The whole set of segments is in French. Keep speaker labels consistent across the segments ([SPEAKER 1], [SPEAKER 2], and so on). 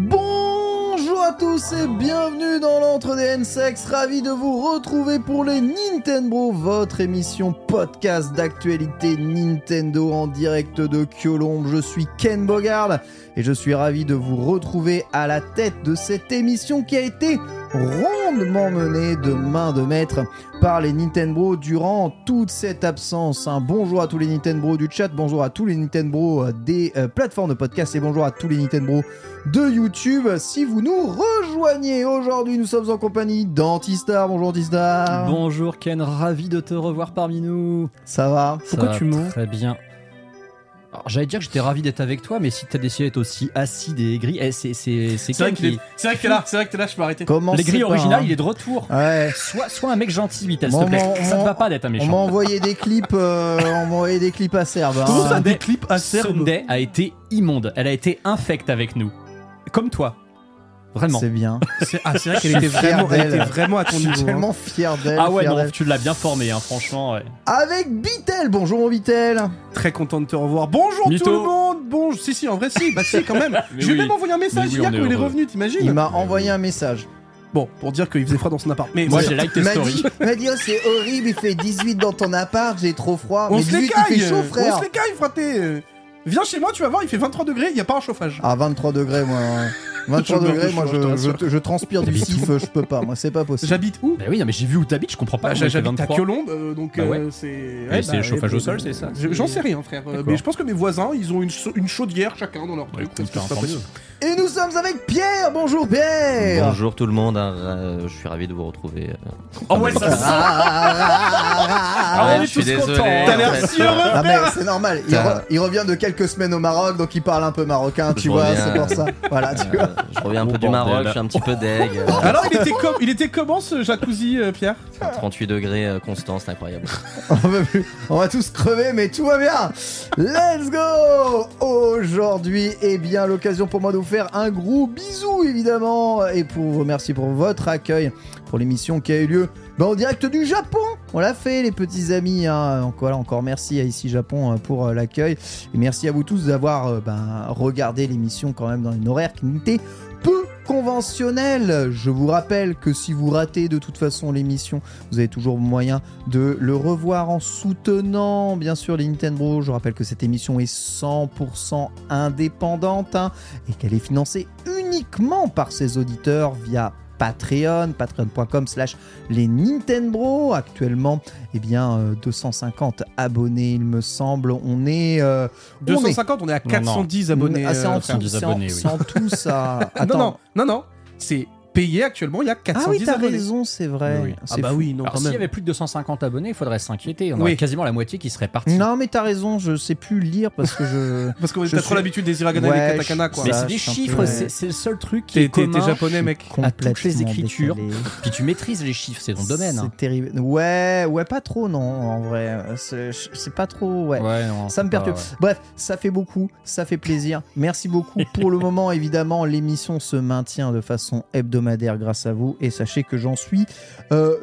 [SPEAKER 1] Bonjour à tous et bienvenue dans l'entre des N-Sex. Ravi de vous retrouver pour les Nintendo, votre émission podcast d'actualité Nintendo en direct de Kyolombe. Je suis Ken Bogard et je suis ravi de vous retrouver à la tête de cette émission qui a été rondement menée de main de maître par les Nintendo durant toute cette absence. Un bonjour à tous les Nintendo du chat, bonjour à tous les Nintendo euh, des euh, plateformes de podcast et bonjour à tous les Nintendo de YouTube. Si vous nous rejoignez aujourd'hui, nous sommes en compagnie d'Antistar. Bonjour Antistar.
[SPEAKER 2] Bonjour Ken, ravi de te revoir parmi nous.
[SPEAKER 1] Ça va
[SPEAKER 2] Pourquoi tu mens Très bien. Alors, J'allais dire que j'étais ravi d'être avec toi, mais si t'as décidé d'être aussi acide et aigri, eh, c'est c'est c'est
[SPEAKER 3] C'est vrai
[SPEAKER 2] Ken
[SPEAKER 3] qu'il
[SPEAKER 2] qui.
[SPEAKER 3] est- c'est vrai que t'es là, c'est vrai que t'es là, je peux arrêter.
[SPEAKER 1] Comment
[SPEAKER 2] L'aigri
[SPEAKER 1] c'est pas,
[SPEAKER 2] original,
[SPEAKER 1] hein
[SPEAKER 2] il est de retour.
[SPEAKER 1] Ouais.
[SPEAKER 2] Sois, sois un mec gentil, Vitel, s'il
[SPEAKER 1] Bon,
[SPEAKER 2] te plaît.
[SPEAKER 1] on-
[SPEAKER 2] ça
[SPEAKER 1] on-
[SPEAKER 2] ne va pas d'être un
[SPEAKER 1] On
[SPEAKER 2] méchant.
[SPEAKER 1] m'a envoyé des clips, euh, on m'a envoyé des clips acerbes. hein.
[SPEAKER 2] Comment ça,
[SPEAKER 3] Des clips acerbes.
[SPEAKER 2] Sunday a été immonde. Elle a été infecte avec nous. Comme toi. Vraiment.
[SPEAKER 1] C'est bien.
[SPEAKER 3] C'est- Ah, c'est vrai qu'elle
[SPEAKER 1] Je
[SPEAKER 3] était
[SPEAKER 1] suis fier
[SPEAKER 3] vraiment, elle
[SPEAKER 1] d'elle.
[SPEAKER 3] était vraiment à
[SPEAKER 1] Je
[SPEAKER 3] ton
[SPEAKER 1] suis
[SPEAKER 3] niveau. hein.
[SPEAKER 1] tellement fier d'elle.
[SPEAKER 2] Ah ouais,
[SPEAKER 1] fier
[SPEAKER 2] non,
[SPEAKER 1] d'elle.
[SPEAKER 2] tu l'as bien formé, hein, franchement. ouais.
[SPEAKER 1] Avec Bitel, bonjour mon Bitel.
[SPEAKER 3] Très content de te revoir. Bonjour
[SPEAKER 2] Mytho.
[SPEAKER 3] tout le monde. Bonjour. Si si, en vrai si, bah si quand même.
[SPEAKER 2] Mais
[SPEAKER 3] Je lui ai
[SPEAKER 2] oui.
[SPEAKER 3] même envoyé un
[SPEAKER 2] Mais
[SPEAKER 3] message
[SPEAKER 2] oui,
[SPEAKER 3] hier
[SPEAKER 2] on est
[SPEAKER 3] quand il est
[SPEAKER 2] heureux.
[SPEAKER 3] revenu,
[SPEAKER 1] Il
[SPEAKER 3] t'imagines
[SPEAKER 1] m'a envoyé un message.
[SPEAKER 3] Bon, pour dire qu'il faisait froid dans son appart. Mais
[SPEAKER 2] Moi,
[SPEAKER 3] ouais.
[SPEAKER 2] j'ai like tes
[SPEAKER 1] Il m'a
[SPEAKER 2] stories.
[SPEAKER 1] dit, il m'a dit, oh, c'est horrible, il fait 18 dans ton appart, j'ai trop froid.
[SPEAKER 3] on
[SPEAKER 1] mais
[SPEAKER 3] se les
[SPEAKER 1] 18,
[SPEAKER 3] caille.
[SPEAKER 1] il fait chaud,
[SPEAKER 3] euh, On
[SPEAKER 1] frère.
[SPEAKER 3] se les caille, fraté. Euh, Viens chez moi, tu vas voir, il fait 23 degrés, il y a pas un chauffage.
[SPEAKER 1] Ah, 23 degrés, moi. hein. 23
[SPEAKER 3] Je me
[SPEAKER 1] degrés,
[SPEAKER 3] couche,
[SPEAKER 1] moi,
[SPEAKER 3] je te
[SPEAKER 1] je,
[SPEAKER 3] rassure.
[SPEAKER 1] je- je transpire du sif, je peux pas, moi, c'est pas possible.
[SPEAKER 3] J'habite où
[SPEAKER 2] Bah oui, non, mais j'ai vu où t'habites, je comprends pas.
[SPEAKER 3] Bah,
[SPEAKER 2] comment il fait
[SPEAKER 3] J'habite à
[SPEAKER 2] 23.
[SPEAKER 3] Colombe, euh, donc
[SPEAKER 2] Bah ouais.
[SPEAKER 3] euh, c'est.
[SPEAKER 2] Et c'est chauffage au sol, c'est ça
[SPEAKER 3] Je- J'en sais rien, frère. euh,
[SPEAKER 2] D'accord.
[SPEAKER 3] Mais je pense que mes voisins, ils ont une sau- une chaudière chacun dans leur
[SPEAKER 2] Bah,
[SPEAKER 3] truc.
[SPEAKER 2] écoute,
[SPEAKER 3] parce que
[SPEAKER 2] t'as
[SPEAKER 3] c'est pas
[SPEAKER 2] un
[SPEAKER 3] possible.
[SPEAKER 1] Et nous sommes avec Pierre, bonjour Pierre.
[SPEAKER 4] Bonjour tout le monde, hein, euh, je suis ravi de vous retrouver. euh.
[SPEAKER 2] Oh ouais, ça
[SPEAKER 1] Ah, ah, ah, ah, ah.
[SPEAKER 2] on est
[SPEAKER 4] je suis
[SPEAKER 2] tous
[SPEAKER 4] désolé.
[SPEAKER 2] contents, hein.
[SPEAKER 3] T'as l'air
[SPEAKER 4] Ouais,
[SPEAKER 3] si
[SPEAKER 4] ça
[SPEAKER 3] heureux.
[SPEAKER 4] va.
[SPEAKER 1] Ah, mais c'est normal, il,
[SPEAKER 4] Putain.
[SPEAKER 1] re- il revient de quelques semaines au Maroc, donc il parle un peu marocain, tu
[SPEAKER 4] Je
[SPEAKER 1] vois,
[SPEAKER 4] reviens.
[SPEAKER 1] c'est pour ça. Voilà, tu vois.
[SPEAKER 4] Euh, je reviens un
[SPEAKER 2] Bon
[SPEAKER 4] peu du
[SPEAKER 2] bordel.
[SPEAKER 4] Maroc, je suis un petit peu deg. euh,
[SPEAKER 3] Alors, il était, com- il était comment ce jacuzzi, euh, Pierre
[SPEAKER 4] 38 degrés euh, constant, c'est incroyable.
[SPEAKER 1] On va, plus- on va tous crever, mais tout va bien. Let's go Aujourd'hui, eh bien, l'occasion pour moi de vous faire un gros bisou, évidemment, et pour vous remercier pour votre accueil pour l'émission qui a eu lieu ben, en direct du Japon. On l'a fait, les petits amis. hein. Donc voilà, encore merci à Ici Japon euh, pour euh, l'accueil. Et merci à vous tous d'avoir euh, ben, regardé l'émission quand même dans une horaire qui n'était peu conventionnelle. Je vous rappelle que si vous ratez de toute façon l'émission, vous avez toujours moyen de le revoir en soutenant bien sûr les Nintendo. Je rappelle que cette émission est 100% indépendante hein, et qu'elle est financée uniquement par ses auditeurs via Patreon, patreon.com slash les Nintendo. Actuellement, eh bien, euh, 250 abonnés, il me semble. On est... euh, on est-
[SPEAKER 3] 250, on est à 410 abonnés.
[SPEAKER 1] Ah, c'est en,
[SPEAKER 3] euh,
[SPEAKER 1] tout,
[SPEAKER 3] frère. Ah,
[SPEAKER 1] c'est en-
[SPEAKER 2] abonnés, oui.
[SPEAKER 1] c'est en tout, ça...
[SPEAKER 3] non,
[SPEAKER 1] Attends.
[SPEAKER 3] non, non, non, c'est payés actuellement, il y a 410
[SPEAKER 1] Ah oui, t'as
[SPEAKER 3] abonnés.
[SPEAKER 1] raison, c'est vrai.
[SPEAKER 3] Oui. Ah
[SPEAKER 1] C'est
[SPEAKER 3] bah
[SPEAKER 1] fou.
[SPEAKER 3] oui, non,
[SPEAKER 2] Alors,
[SPEAKER 3] quand
[SPEAKER 2] s'il y
[SPEAKER 3] même.
[SPEAKER 2] avait plus de 250 abonnés, il faudrait s'inquiéter. On
[SPEAKER 3] Oui.
[SPEAKER 2] aurait quasiment la moitié qui serait partie.
[SPEAKER 1] Non, mais t'as raison, je sais plus lire parce que je.
[SPEAKER 3] Parce que vous
[SPEAKER 1] Je
[SPEAKER 3] avez trop
[SPEAKER 1] suis-
[SPEAKER 3] l'habitude des hiragana et
[SPEAKER 1] Ouais,
[SPEAKER 3] des katakana,
[SPEAKER 1] je-
[SPEAKER 3] quoi.
[SPEAKER 2] mais
[SPEAKER 1] ça,
[SPEAKER 2] c'est des
[SPEAKER 1] je suis un
[SPEAKER 2] chiffres,
[SPEAKER 1] peu-
[SPEAKER 2] c'est c'est le seul truc qui
[SPEAKER 3] T'es
[SPEAKER 2] est
[SPEAKER 3] t'es- t'es
[SPEAKER 2] commun.
[SPEAKER 3] japonais, mec.
[SPEAKER 2] à toutes les
[SPEAKER 1] Complètement
[SPEAKER 2] écritures.
[SPEAKER 1] décalé.
[SPEAKER 2] Puis tu maîtrises les chiffres, c'est ton domaine. hein.
[SPEAKER 1] C'est terrible. Ouais, ouais, pas trop, non, en vrai. C'est c'est pas trop, ouais.
[SPEAKER 2] non,
[SPEAKER 1] Ça me
[SPEAKER 2] c'est pas-
[SPEAKER 1] perturbe.
[SPEAKER 2] ouais.
[SPEAKER 1] Bref, ça fait beaucoup, ça fait plaisir. Merci beaucoup. Pour le moment, évidemment, l'émission se maintient de façon hebdomadaire grâce à vous. Et sachez que j'en suis euh,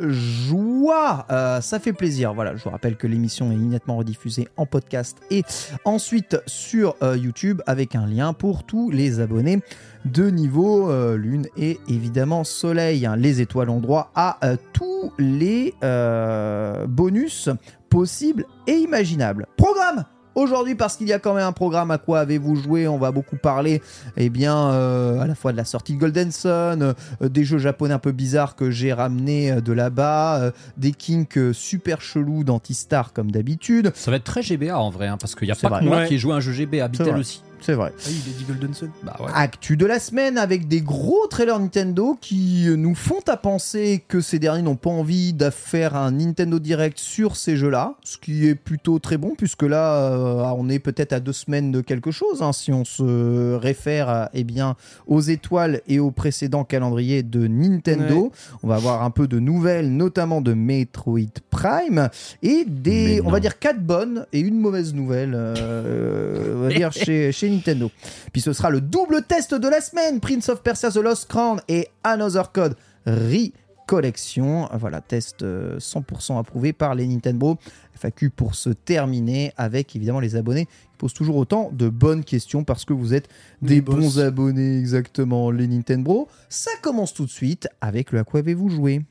[SPEAKER 1] joie. Euh, ça fait plaisir. Voilà, je vous rappelle que l'émission est immédiatement rediffusée en podcast et ensuite sur euh, YouTube avec un lien pour tous les abonnés de niveau euh, lune et évidemment soleil. hein. Les étoiles ont droit à euh, tous les euh, bonus possibles et imaginables. Programme Aujourd'hui, parce qu'il y a quand même un programme à quoi avez-vous joué, on va beaucoup parler eh bien, euh, à la fois de la sortie de Golden Sun, euh, euh, des jeux japonais un peu bizarres que j'ai ramenés euh, de là-bas, euh, des kinks euh, super chelous d'Antistar comme d'habitude.
[SPEAKER 2] Ça va être très GBA en vrai, hein, parce qu'il n'y a
[SPEAKER 1] C'est
[SPEAKER 2] pas
[SPEAKER 1] vrai.
[SPEAKER 2] que moi
[SPEAKER 3] Ouais.
[SPEAKER 2] qui ai joué à un jeu GBA,
[SPEAKER 1] C'est
[SPEAKER 2] Bitel
[SPEAKER 1] vrai. Ah.
[SPEAKER 2] aussi.
[SPEAKER 1] C'est vrai.
[SPEAKER 3] Ah oui, il est dit Golden Sun.
[SPEAKER 2] Bah ouais.
[SPEAKER 1] Actu de la semaine avec des gros trailers Nintendo qui euh, nous font à penser que ces derniers n'ont pas envie de faire un Nintendo Direct sur ces jeux-là, ce qui est plutôt très bon puisque là euh, on est peut-être à deux semaines de quelque chose hein, si on se réfère à, eh bien aux étoiles et au précédent calendrier de Nintendo.
[SPEAKER 3] Ouais.
[SPEAKER 1] On va avoir un peu de nouvelles, notamment de Metroid Prime et des,
[SPEAKER 4] Mais
[SPEAKER 1] on va
[SPEAKER 4] non.
[SPEAKER 1] dire quatre bonnes et une mauvaise nouvelle, euh, on va dire chez, chez Nintendo. Puis ce sera le double test de la semaine Prince of Persia The Lost Crown et Another Code Recollection. Voilà, test euh, 100% approuvé par les Nintendo FAQ pour se terminer avec évidemment les abonnés qui posent toujours autant de bonnes questions parce que vous êtes des
[SPEAKER 3] Les boss.
[SPEAKER 1] bons abonnés exactement, les Nintendo. Ça commence tout de suite avec le à quoi avez-vous joué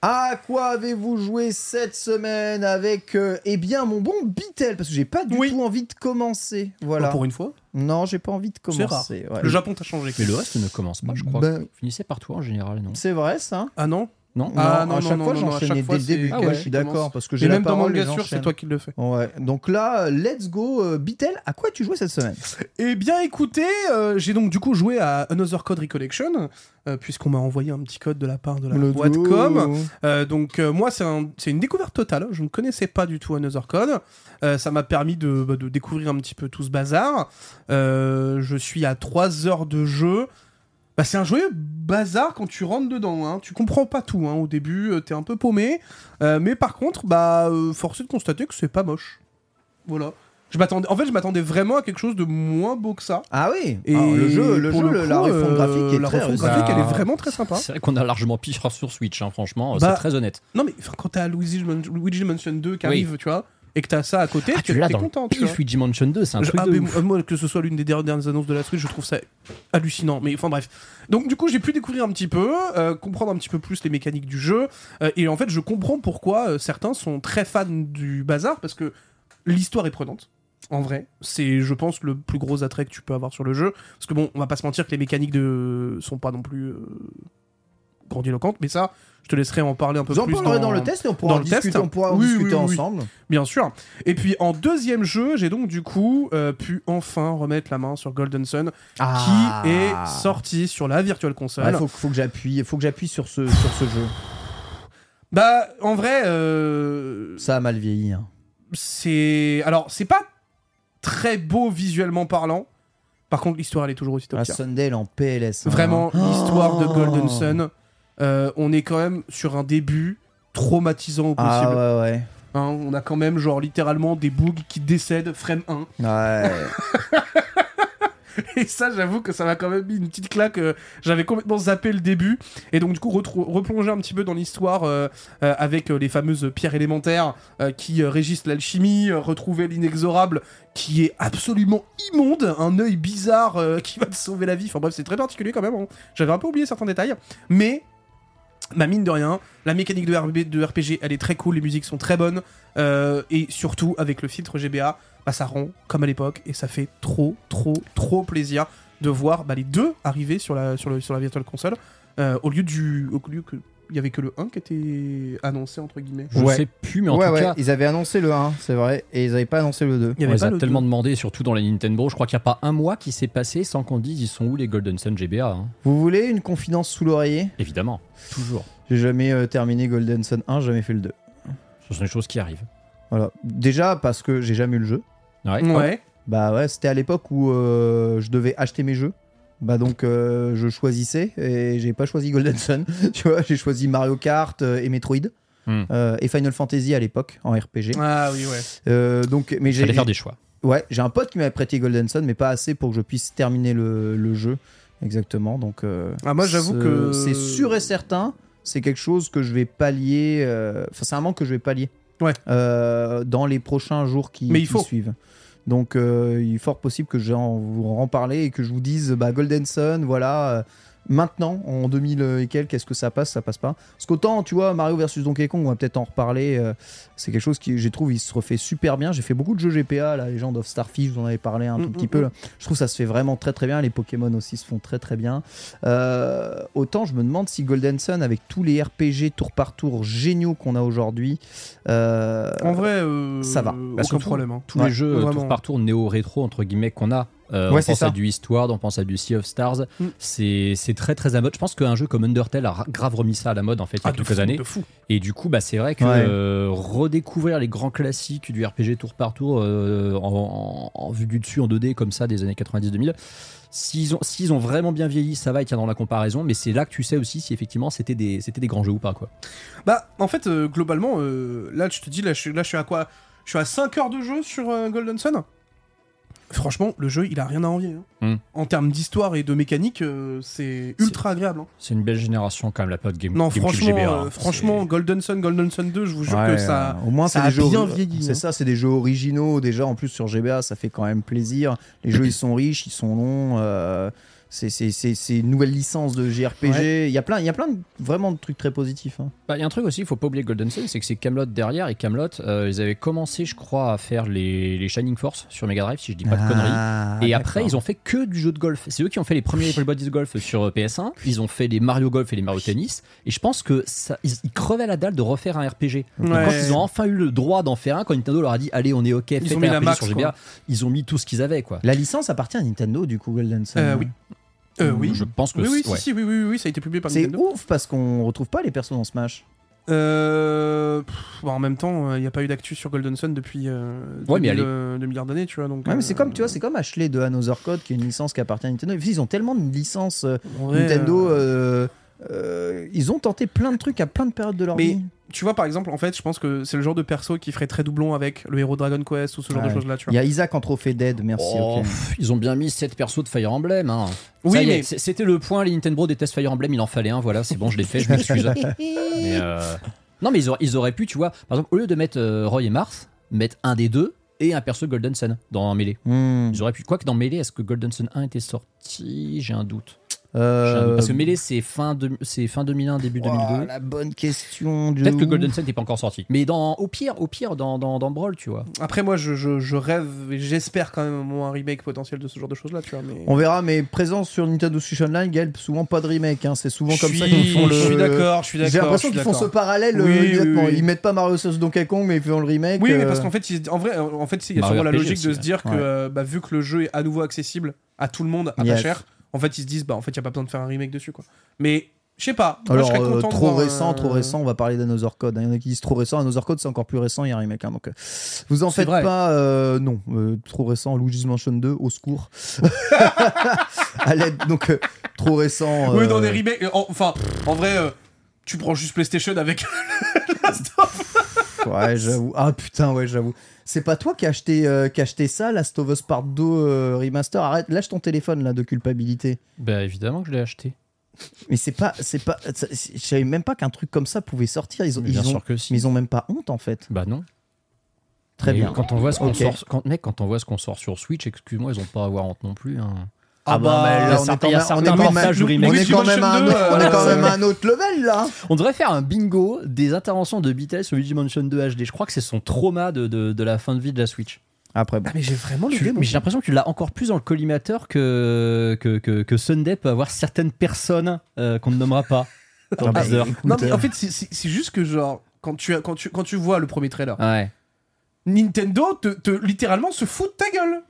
[SPEAKER 1] À quoi avez-vous joué cette semaine avec, euh, eh bien, mon bon Bitel Parce que j'ai pas du
[SPEAKER 3] Oui.
[SPEAKER 1] tout envie de commencer. Voilà.
[SPEAKER 3] Voilà. Pour une fois,
[SPEAKER 1] Non, j'ai pas envie de
[SPEAKER 3] c'est rare.
[SPEAKER 1] commencer. ouais.
[SPEAKER 3] Le Japon t'a changé.
[SPEAKER 2] Mais le reste ne commence pas, je crois.
[SPEAKER 1] Ben-
[SPEAKER 2] Vous Finissez par toi en général, non
[SPEAKER 1] C'est vrai, ça
[SPEAKER 3] Ah non
[SPEAKER 2] Non
[SPEAKER 3] Ah, non,
[SPEAKER 1] à
[SPEAKER 3] non,
[SPEAKER 1] chaque
[SPEAKER 3] non,
[SPEAKER 1] fois,
[SPEAKER 3] non, non, à
[SPEAKER 1] j'enchaînais
[SPEAKER 3] chaque fois,
[SPEAKER 1] dès le début.
[SPEAKER 3] c'est-
[SPEAKER 1] Ken,
[SPEAKER 3] Ah ouais,
[SPEAKER 1] je suis
[SPEAKER 3] tu
[SPEAKER 1] d'accord,
[SPEAKER 3] commences.
[SPEAKER 1] parce que
[SPEAKER 3] Et
[SPEAKER 1] j'ai la
[SPEAKER 3] même dans
[SPEAKER 1] parole.
[SPEAKER 3] Manga
[SPEAKER 1] les gens
[SPEAKER 3] Sûr, c'est
[SPEAKER 1] enchaînent.
[SPEAKER 3] toi qui le fais.
[SPEAKER 1] Ouais. Donc là, let's go, euh, Bitel. À quoi tu jouais cette semaine
[SPEAKER 3] Eh bien, écoutez, euh, j'ai donc du coup joué à Another Code Recollection, euh, puisqu'on m'a envoyé un petit code de la part de la boîte com. Euh, donc euh, moi c'est un- c'est une découverte totale, je ne connaissais pas du tout Another Code, Euh, ça m'a permis de, bah, de découvrir un petit peu tout ce bazar, Euh, je suis à 3 heures de jeu, Bah, c'est un jeu bazar quand tu rentres dedans, hein. tu comprends pas tout hein. au début, euh, t'es un peu paumé, Euh, mais par contre bah, euh, force est de constater que c'est pas moche, voilà. Je m'attendais, en fait je m'attendais vraiment à quelque chose de moins beau que ça.
[SPEAKER 1] Ah oui. Ah, le jeu, le
[SPEAKER 3] pour
[SPEAKER 1] jeu,
[SPEAKER 3] le
[SPEAKER 1] le- la
[SPEAKER 3] coup,
[SPEAKER 1] refonte
[SPEAKER 3] euh,
[SPEAKER 1] graphique est
[SPEAKER 3] la
[SPEAKER 1] très
[SPEAKER 3] refonte
[SPEAKER 1] réussie.
[SPEAKER 3] graphique, elle
[SPEAKER 2] Bah,
[SPEAKER 3] est vraiment très sympa.
[SPEAKER 2] C'est vrai qu'on a largement pire sur Switch, hein, franchement, euh,
[SPEAKER 3] Bah-
[SPEAKER 2] c'est très honnête.
[SPEAKER 3] Non, mais enfin, quand t'as Luigi, Man- Luigi Mansion 2 qui
[SPEAKER 2] Oui.
[SPEAKER 3] arrive, tu vois, et que t'as ça à côté,
[SPEAKER 2] Ah,
[SPEAKER 3] eh, t'es
[SPEAKER 2] tu l'as
[SPEAKER 3] t'es
[SPEAKER 2] dans le
[SPEAKER 3] content, tu vois.
[SPEAKER 2] pif Luigi Mansion 2, c'est un
[SPEAKER 3] Je-
[SPEAKER 2] truc
[SPEAKER 3] ah,
[SPEAKER 2] de
[SPEAKER 3] mais
[SPEAKER 2] ouf.
[SPEAKER 3] moi, moi, que ce soit l'une des dernières annonces de la Switch, je trouve ça hallucinant. Mais enfin, bref. Donc, du coup, j'ai pu découvrir un petit peu, euh, comprendre un petit peu plus les mécaniques du jeu. euh, et en fait, je comprends pourquoi euh, certains sont très fans du bazar, parce que l'histoire est prenante. En vrai, c'est, je pense, le plus gros attrait que tu peux avoir sur le jeu. Parce que bon, on va pas se mentir que les mécaniques de sont pas non plus euh, grandiloquentes, mais ça, je te laisserai en parler un peu
[SPEAKER 1] Vous en
[SPEAKER 3] plus.
[SPEAKER 1] parlerez dans le test et on pourra
[SPEAKER 3] dans
[SPEAKER 1] en
[SPEAKER 3] le
[SPEAKER 1] discuter,
[SPEAKER 3] test.
[SPEAKER 1] on pourra en
[SPEAKER 3] Oui,
[SPEAKER 1] discuter
[SPEAKER 3] oui, oui.
[SPEAKER 1] ensemble.
[SPEAKER 3] Bien sûr. Et puis en deuxième jeu, j'ai donc du coup euh, pu enfin remettre la main sur Golden Sun,
[SPEAKER 1] Ah.
[SPEAKER 3] qui est sorti sur la Virtual
[SPEAKER 1] Il
[SPEAKER 3] Console. Bah,
[SPEAKER 1] faut, faut que j'appuie, faut que j'appuie sur ce sur ce jeu.
[SPEAKER 3] Bah, en vrai, euh,
[SPEAKER 1] Ça a mal vieilli. hein.
[SPEAKER 3] c'est alors c'est pas très beau visuellement parlant. Par contre, l'histoire elle est toujours aussi top
[SPEAKER 1] Ah,
[SPEAKER 3] tier.
[SPEAKER 1] Sunday en PLS. hein.
[SPEAKER 3] Vraiment,
[SPEAKER 1] Oh.
[SPEAKER 3] l'histoire de Golden Sun, euh, on est quand même sur un début traumatisant au possible.
[SPEAKER 1] Ah ouais ouais.
[SPEAKER 3] Hein, on a quand même genre littéralement des bugs qui décèdent frame 1.
[SPEAKER 1] Ouais.
[SPEAKER 3] Et ça, j'avoue que ça m'a quand même mis une petite claque. euh, J'avais complètement zappé le début. Et donc, du coup, retrou- replonger un petit peu dans l'histoire euh, euh, avec euh, les fameuses pierres élémentaires euh, qui euh, régissent l'alchimie, euh, retrouver l'inexorable qui est absolument immonde, un œil bizarre euh, qui va te sauver la vie. Enfin bref, c'est très particulier quand même. hein. J'avais un peu oublié certains détails. Mais, bah, mine de rien, la mécanique de, RB de RPG, elle est très cool. Les musiques sont très bonnes. euh, et surtout, avec le filtre GBA, bah, ça rend comme à l'époque et ça fait trop trop trop plaisir de voir bah, les deux arriver sur la sur, le, sur la virtual console euh, au lieu du au lieu que il y avait que le 1 qui était annoncé entre guillemets.
[SPEAKER 2] Je
[SPEAKER 1] Ouais.
[SPEAKER 2] sais plus, mais en
[SPEAKER 1] ouais,
[SPEAKER 2] tout
[SPEAKER 1] ouais,
[SPEAKER 2] cas,
[SPEAKER 1] ils avaient annoncé le 1, c'est vrai, et ils avaient pas annoncé le 2.
[SPEAKER 3] Il y
[SPEAKER 2] on
[SPEAKER 3] avait
[SPEAKER 2] les
[SPEAKER 3] pas
[SPEAKER 2] a
[SPEAKER 3] le
[SPEAKER 2] tellement demandé, surtout dans la Nintendo. Je crois qu'il n'y a pas un mois qui s'est passé sans qu'on dise ils sont où les Golden Sun GBA. hein.
[SPEAKER 1] Vous voulez une confidence sous l'oreiller
[SPEAKER 2] Évidemment, toujours.
[SPEAKER 1] J'ai jamais euh, terminé Golden Sun 1, jamais fait le 2.
[SPEAKER 2] Ce sont des choses qui arrivent.
[SPEAKER 1] Voilà. Déjà parce que j'ai jamais eu le jeu.
[SPEAKER 2] Ouais.
[SPEAKER 3] deux. Ouais.
[SPEAKER 1] Bah ouais, c'était à l'époque où euh, je devais acheter mes jeux. Bah donc euh, je choisissais et j'ai pas choisi Golden Sun. tu vois, j'ai choisi Mario Kart euh, et Metroid
[SPEAKER 2] Hmm.
[SPEAKER 1] Euh, et Final Fantasy à l'époque en RPG.
[SPEAKER 3] Ah oui, ouais.
[SPEAKER 1] Euh, donc mais j'ai
[SPEAKER 2] Fallait faire des choix.
[SPEAKER 1] ouais, j'ai un pote qui m'avait prêté Golden Sun mais pas assez pour que je puisse terminer le, le jeu exactement. Donc euh,
[SPEAKER 3] Ah, moi, j'avoue
[SPEAKER 1] c'est-
[SPEAKER 3] que-
[SPEAKER 1] c'est sûr et certain, c'est quelque chose que je vais pallier euh, enfin c'est un manque que je vais pallier.
[SPEAKER 3] Ouais.
[SPEAKER 1] euh, dans les prochains jours qui,
[SPEAKER 3] Mais il
[SPEAKER 1] qui
[SPEAKER 3] faut.
[SPEAKER 1] suivent. Donc euh, il est fort possible que j'en vous en parle et que je vous dise bah, Golden Sun, voilà. euh, maintenant, en 2000 et quelques, est-ce que ça passe, ça passe pas Parce qu'autant, tu vois, Mario versus Donkey Kong, on va peut-être en reparler. euh, c'est quelque chose qui, je trouve, il se refait super bien. J'ai fait beaucoup de jeux GPA, la Legend of Starfish, vous en avez parlé un
[SPEAKER 3] Mm,
[SPEAKER 1] tout
[SPEAKER 3] mm,
[SPEAKER 1] petit
[SPEAKER 3] mm.
[SPEAKER 1] peu. là. Je trouve que ça se fait vraiment très très bien. Les Pokémon aussi se font très très bien. Euh, autant, je me demande si Golden Sun, avec tous les RPG tour par tour géniaux qu'on a aujourd'hui, euh,
[SPEAKER 3] En vrai, euh,
[SPEAKER 1] ça va.
[SPEAKER 2] Bah,
[SPEAKER 3] Aucun
[SPEAKER 2] surtout,
[SPEAKER 3] problème. hein.
[SPEAKER 2] Tous
[SPEAKER 1] Ouais,
[SPEAKER 2] les jeux euh,
[SPEAKER 3] vraiment.
[SPEAKER 2] tour par tour néo-rétro entre guillemets qu'on a. Euh,
[SPEAKER 1] Ouais,
[SPEAKER 2] on
[SPEAKER 1] c'est
[SPEAKER 2] pense
[SPEAKER 1] ça.
[SPEAKER 2] à du Histoire, on pense à du Sea of Stars.
[SPEAKER 3] Mm.
[SPEAKER 2] C'est c'est très très à mode. Je pense qu'un jeu comme Undertale a ra- grave remis ça à la mode en fait il y a
[SPEAKER 3] Ah, de
[SPEAKER 2] quelques
[SPEAKER 3] fou,
[SPEAKER 2] années.
[SPEAKER 3] De fou.
[SPEAKER 2] Et du coup, bah, c'est vrai que
[SPEAKER 1] Ouais.
[SPEAKER 2] euh, redécouvrir les grands classiques du RPG tour par tour euh, en, en- en vue du dessus en 2D comme ça des années 90-2000, s'ils ont, s'ils ont vraiment bien vieilli, ça va, ils tiendront la comparaison, mais c'est là que tu sais aussi si effectivement c'était des, c'était des grands jeux ou pas. Quoi.
[SPEAKER 3] Bah, en fait, euh, globalement, euh, là, je te dis, là, je, suis- là, je suis à quoi Je suis à 5 heures de jeu sur euh, Golden Sun. Franchement, le jeu, il a rien à envier. hein.
[SPEAKER 2] Hmm.
[SPEAKER 3] En termes d'histoire et de mécanique, euh, c'est ultra agréable. hein.
[SPEAKER 2] C'est une belle génération quand même, la pote Game,
[SPEAKER 3] Non,
[SPEAKER 2] GameCube
[SPEAKER 3] franchement,
[SPEAKER 2] GBA, hein.
[SPEAKER 3] euh, franchement, Golden Sun, Golden Sun 2, je vous jure
[SPEAKER 1] Ouais,
[SPEAKER 3] que ça.
[SPEAKER 1] euh, au moins
[SPEAKER 3] ça
[SPEAKER 1] c'est
[SPEAKER 3] a
[SPEAKER 1] des jeux
[SPEAKER 3] bien
[SPEAKER 1] ori-
[SPEAKER 3] vieilli,
[SPEAKER 1] C'est
[SPEAKER 3] hein.
[SPEAKER 1] ça, c'est des jeux originaux déjà en plus sur GBA, ça fait quand même plaisir. Les jeux ils sont riches, ils sont longs. euh, c'est- c'est c'est- c'est une nouvelle licence de JRPG. Il y a plein, il y a plein de, vraiment de trucs très positifs. hein.
[SPEAKER 2] Bah, Il y a un truc aussi, il faut pas oublier Golden Sun, c'est que c'est Camelot derrière et Camelot, euh, ils avaient commencé, je crois, à faire les, les Shining Force sur Mega Drive, si je dis pas
[SPEAKER 1] Ah,
[SPEAKER 2] de conneries. Et après, ils ont fait que du jeu de golf. C'est eux qui ont fait les premiers Everybody's Golf sur euh, PS1. Ils ont fait les Mario Golf et les Mario Tennis. Et je pense que ça, ils, ils crevaient la dalle de refaire un RPG. Donc,
[SPEAKER 3] Ouais.
[SPEAKER 2] quand ils ont enfin eu le droit d'en faire un, quand Nintendo leur a dit allez, on est ok, faites
[SPEAKER 3] ont
[SPEAKER 2] un
[SPEAKER 3] mis la
[SPEAKER 2] RPG
[SPEAKER 3] max,
[SPEAKER 2] sur GBA, ils ont mis tout ce qu'ils avaient quoi.
[SPEAKER 1] La licence appartient à Nintendo du coup Golden Sun.
[SPEAKER 3] Euh, oui. Euh, oui.
[SPEAKER 2] Je pense que
[SPEAKER 3] Oui, oui,
[SPEAKER 2] c'est- ouais.
[SPEAKER 3] si, si, oui, oui, oui, oui, ça a été publié par
[SPEAKER 1] C'est
[SPEAKER 3] Nintendo.
[SPEAKER 1] ouf parce qu'on retrouve pas les persos dans Smash.
[SPEAKER 3] Euh, pff, bah, en même temps, il n'y a pas eu d'actu sur Golden Sun depuis euh,
[SPEAKER 2] Ouais, mais
[SPEAKER 3] 2000,
[SPEAKER 2] allez.
[SPEAKER 3] euh, 2 milliards d'années, tu vois. Donc,
[SPEAKER 1] Ouais, mais
[SPEAKER 3] euh,
[SPEAKER 1] c'est comme tu vois, c'est comme Ashley de Another Code qui est une licence qui appartient à Nintendo. Ils ont tellement de licences euh,
[SPEAKER 3] en vrai,
[SPEAKER 1] Nintendo.
[SPEAKER 3] euh,
[SPEAKER 1] euh, euh, ils ont tenté plein de trucs à plein de périodes de leur
[SPEAKER 3] Mais
[SPEAKER 1] vie.
[SPEAKER 3] tu vois, par exemple, en fait, je pense que c'est le genre de perso qui ferait très doublon avec le héros Dragon Quest ou ce genre
[SPEAKER 1] Ouais.
[SPEAKER 3] de choses-là, tu
[SPEAKER 1] Il y
[SPEAKER 3] vois.
[SPEAKER 1] a Isaac en trophée dead, merci.
[SPEAKER 2] Oh,
[SPEAKER 1] ok.
[SPEAKER 2] pff, ils ont bien mis 7 persos de Fire Emblem. hein.
[SPEAKER 3] Oui,
[SPEAKER 2] Ça y est,
[SPEAKER 3] mais-
[SPEAKER 2] c'est- c'était le point. Les Nintendo détestent Fire Emblem, il en fallait un. Voilà, c'est bon, je l'ai fait, je m'excuse. Mais, euh, Non, mais ils auraient, ils auraient pu, tu vois, par exemple, au lieu de mettre euh, Roy et Mars, mettre un des deux et un perso Golden Sun dans Melee.
[SPEAKER 1] Hmm.
[SPEAKER 2] Ils auraient pu. Quoi que dans Melee, est-ce que Golden Sun 1 était sorti J'ai un doute. J'ai un doute.
[SPEAKER 1] Euh,
[SPEAKER 2] Parce que Melee, c'est fin, de, c'est fin 2001, début
[SPEAKER 1] ouah,
[SPEAKER 2] 2002.
[SPEAKER 1] La bonne question. du
[SPEAKER 2] Peut-être que
[SPEAKER 1] loup.
[SPEAKER 2] Golden Sun n'est pas encore sorti. Mais dans, au pire, au pire dans, dans, dans Brawl, tu vois.
[SPEAKER 3] Après, moi, je, je- je rêve et j'espère quand même au moins un remake potentiel de ce genre de choses-là, tu vois. Mais...
[SPEAKER 1] On verra, mais présence sur Nintendo Switch Online, Gaël, souvent pas de remake. hein. C'est souvent
[SPEAKER 3] Je
[SPEAKER 1] comme ça
[SPEAKER 3] suis-
[SPEAKER 1] qu'ils font le.
[SPEAKER 3] Je suis d'accord, je suis d'accord.
[SPEAKER 1] J'ai l'impression
[SPEAKER 3] je
[SPEAKER 1] qu'ils
[SPEAKER 3] suis
[SPEAKER 1] font ce
[SPEAKER 3] d'accord.
[SPEAKER 1] parallèle euh,
[SPEAKER 3] Oui, oui,
[SPEAKER 1] immédiatement.
[SPEAKER 3] oui, oui.
[SPEAKER 1] Ils mettent pas Mario Sauce Donkey Kong, mais ils font le remake.
[SPEAKER 3] Oui, mais
[SPEAKER 1] euh,
[SPEAKER 3] parce qu'en fait, ils- en vrai, euh, en fait, il y a
[SPEAKER 2] Mario
[SPEAKER 3] sûrement la
[SPEAKER 2] RPG
[SPEAKER 3] logique de
[SPEAKER 2] aussi, hein.
[SPEAKER 3] se dire que
[SPEAKER 1] ouais.
[SPEAKER 3] euh, bah, vu que le jeu est à nouveau accessible à tout le monde à
[SPEAKER 1] Yes.
[SPEAKER 3] pas cher, en fait, ils se disent bah en fait, il y a pas besoin de faire un remake dessus quoi. Mais je sais pas. moi,
[SPEAKER 1] Alors,
[SPEAKER 3] je serais
[SPEAKER 1] euh,
[SPEAKER 3] content de
[SPEAKER 1] trop
[SPEAKER 3] voir un-
[SPEAKER 1] récent, trop récent, on va parler d'Another Code. hein. Il y en a qui disent trop récent, Another Code c'est encore plus récent, il y a un remake. hein, donc, euh, vous en
[SPEAKER 2] C'est
[SPEAKER 1] faites
[SPEAKER 2] vrai.
[SPEAKER 1] pas, euh, non, euh, trop récent, Luigi's Mansion 2, au secours. à l'aide, donc euh, trop récent.
[SPEAKER 3] Oui,
[SPEAKER 1] euh,
[SPEAKER 3] dans des remakes. euh, en- Enfin, en vrai, euh, tu prends juste PlayStation avec.
[SPEAKER 1] Ouais, j'avoue. Ah putain, ouais, j'avoue. C'est pas toi qui as acheté, euh, qui a acheté ça, Last of Us Part 2 euh, remaster. Arrête, lâche ton téléphone là de culpabilité.
[SPEAKER 2] Bah, évidemment que je l'ai acheté.
[SPEAKER 1] Mais c'est pas, c'est pas, c'est- c'est- je savais même pas qu'un truc comme ça pouvait sortir. Ils ont,
[SPEAKER 2] Mais
[SPEAKER 1] ils
[SPEAKER 2] bien
[SPEAKER 1] ont-
[SPEAKER 2] sûr que si.
[SPEAKER 1] mais ils ont même pas honte en fait.
[SPEAKER 2] Bah, non.
[SPEAKER 1] Très
[SPEAKER 2] Mais
[SPEAKER 1] bien.
[SPEAKER 2] Quand on voit ce qu'on
[SPEAKER 1] Ok.
[SPEAKER 2] sort, quand, mec, quand on voit ce qu'on sort sur Switch, excuse-moi, ils ont pas à avoir honte non plus. hein.
[SPEAKER 1] Ah bah, mais là, on est
[SPEAKER 2] certains-
[SPEAKER 1] quand
[SPEAKER 2] il y a
[SPEAKER 1] même- on est
[SPEAKER 2] certains
[SPEAKER 1] quand même-
[SPEAKER 2] messages où les
[SPEAKER 3] on
[SPEAKER 2] mecs-
[SPEAKER 1] on
[SPEAKER 3] Luigi's
[SPEAKER 1] est quand même
[SPEAKER 3] Mansion
[SPEAKER 1] à un,
[SPEAKER 3] 2,
[SPEAKER 1] autre- on est quand
[SPEAKER 3] euh,
[SPEAKER 1] même à un autre level là.
[SPEAKER 2] On devrait faire un bingo des interventions de Beatles sur Luigi Mansion 2 HD. Je crois que c'est son trauma de, de- de la fin de vie de la Switch.
[SPEAKER 1] Après, bon.
[SPEAKER 3] mais j'ai vraiment
[SPEAKER 2] Tu- mais j'ai l'impression que tu l'as encore plus dans le collimateur que, que, que, que Sunday peut avoir certaines personnes euh, qu'on ne nommera pas. Dans
[SPEAKER 1] Ah,
[SPEAKER 2] deux heures.
[SPEAKER 1] écoute,
[SPEAKER 3] Non, mais en
[SPEAKER 1] euh,
[SPEAKER 3] fait, c'est- c'est c'est juste que, genre, quand tu, as- quand, tu, quand tu vois le premier trailer,
[SPEAKER 2] Ouais.
[SPEAKER 3] Nintendo te, te- littéralement se fout de ta gueule.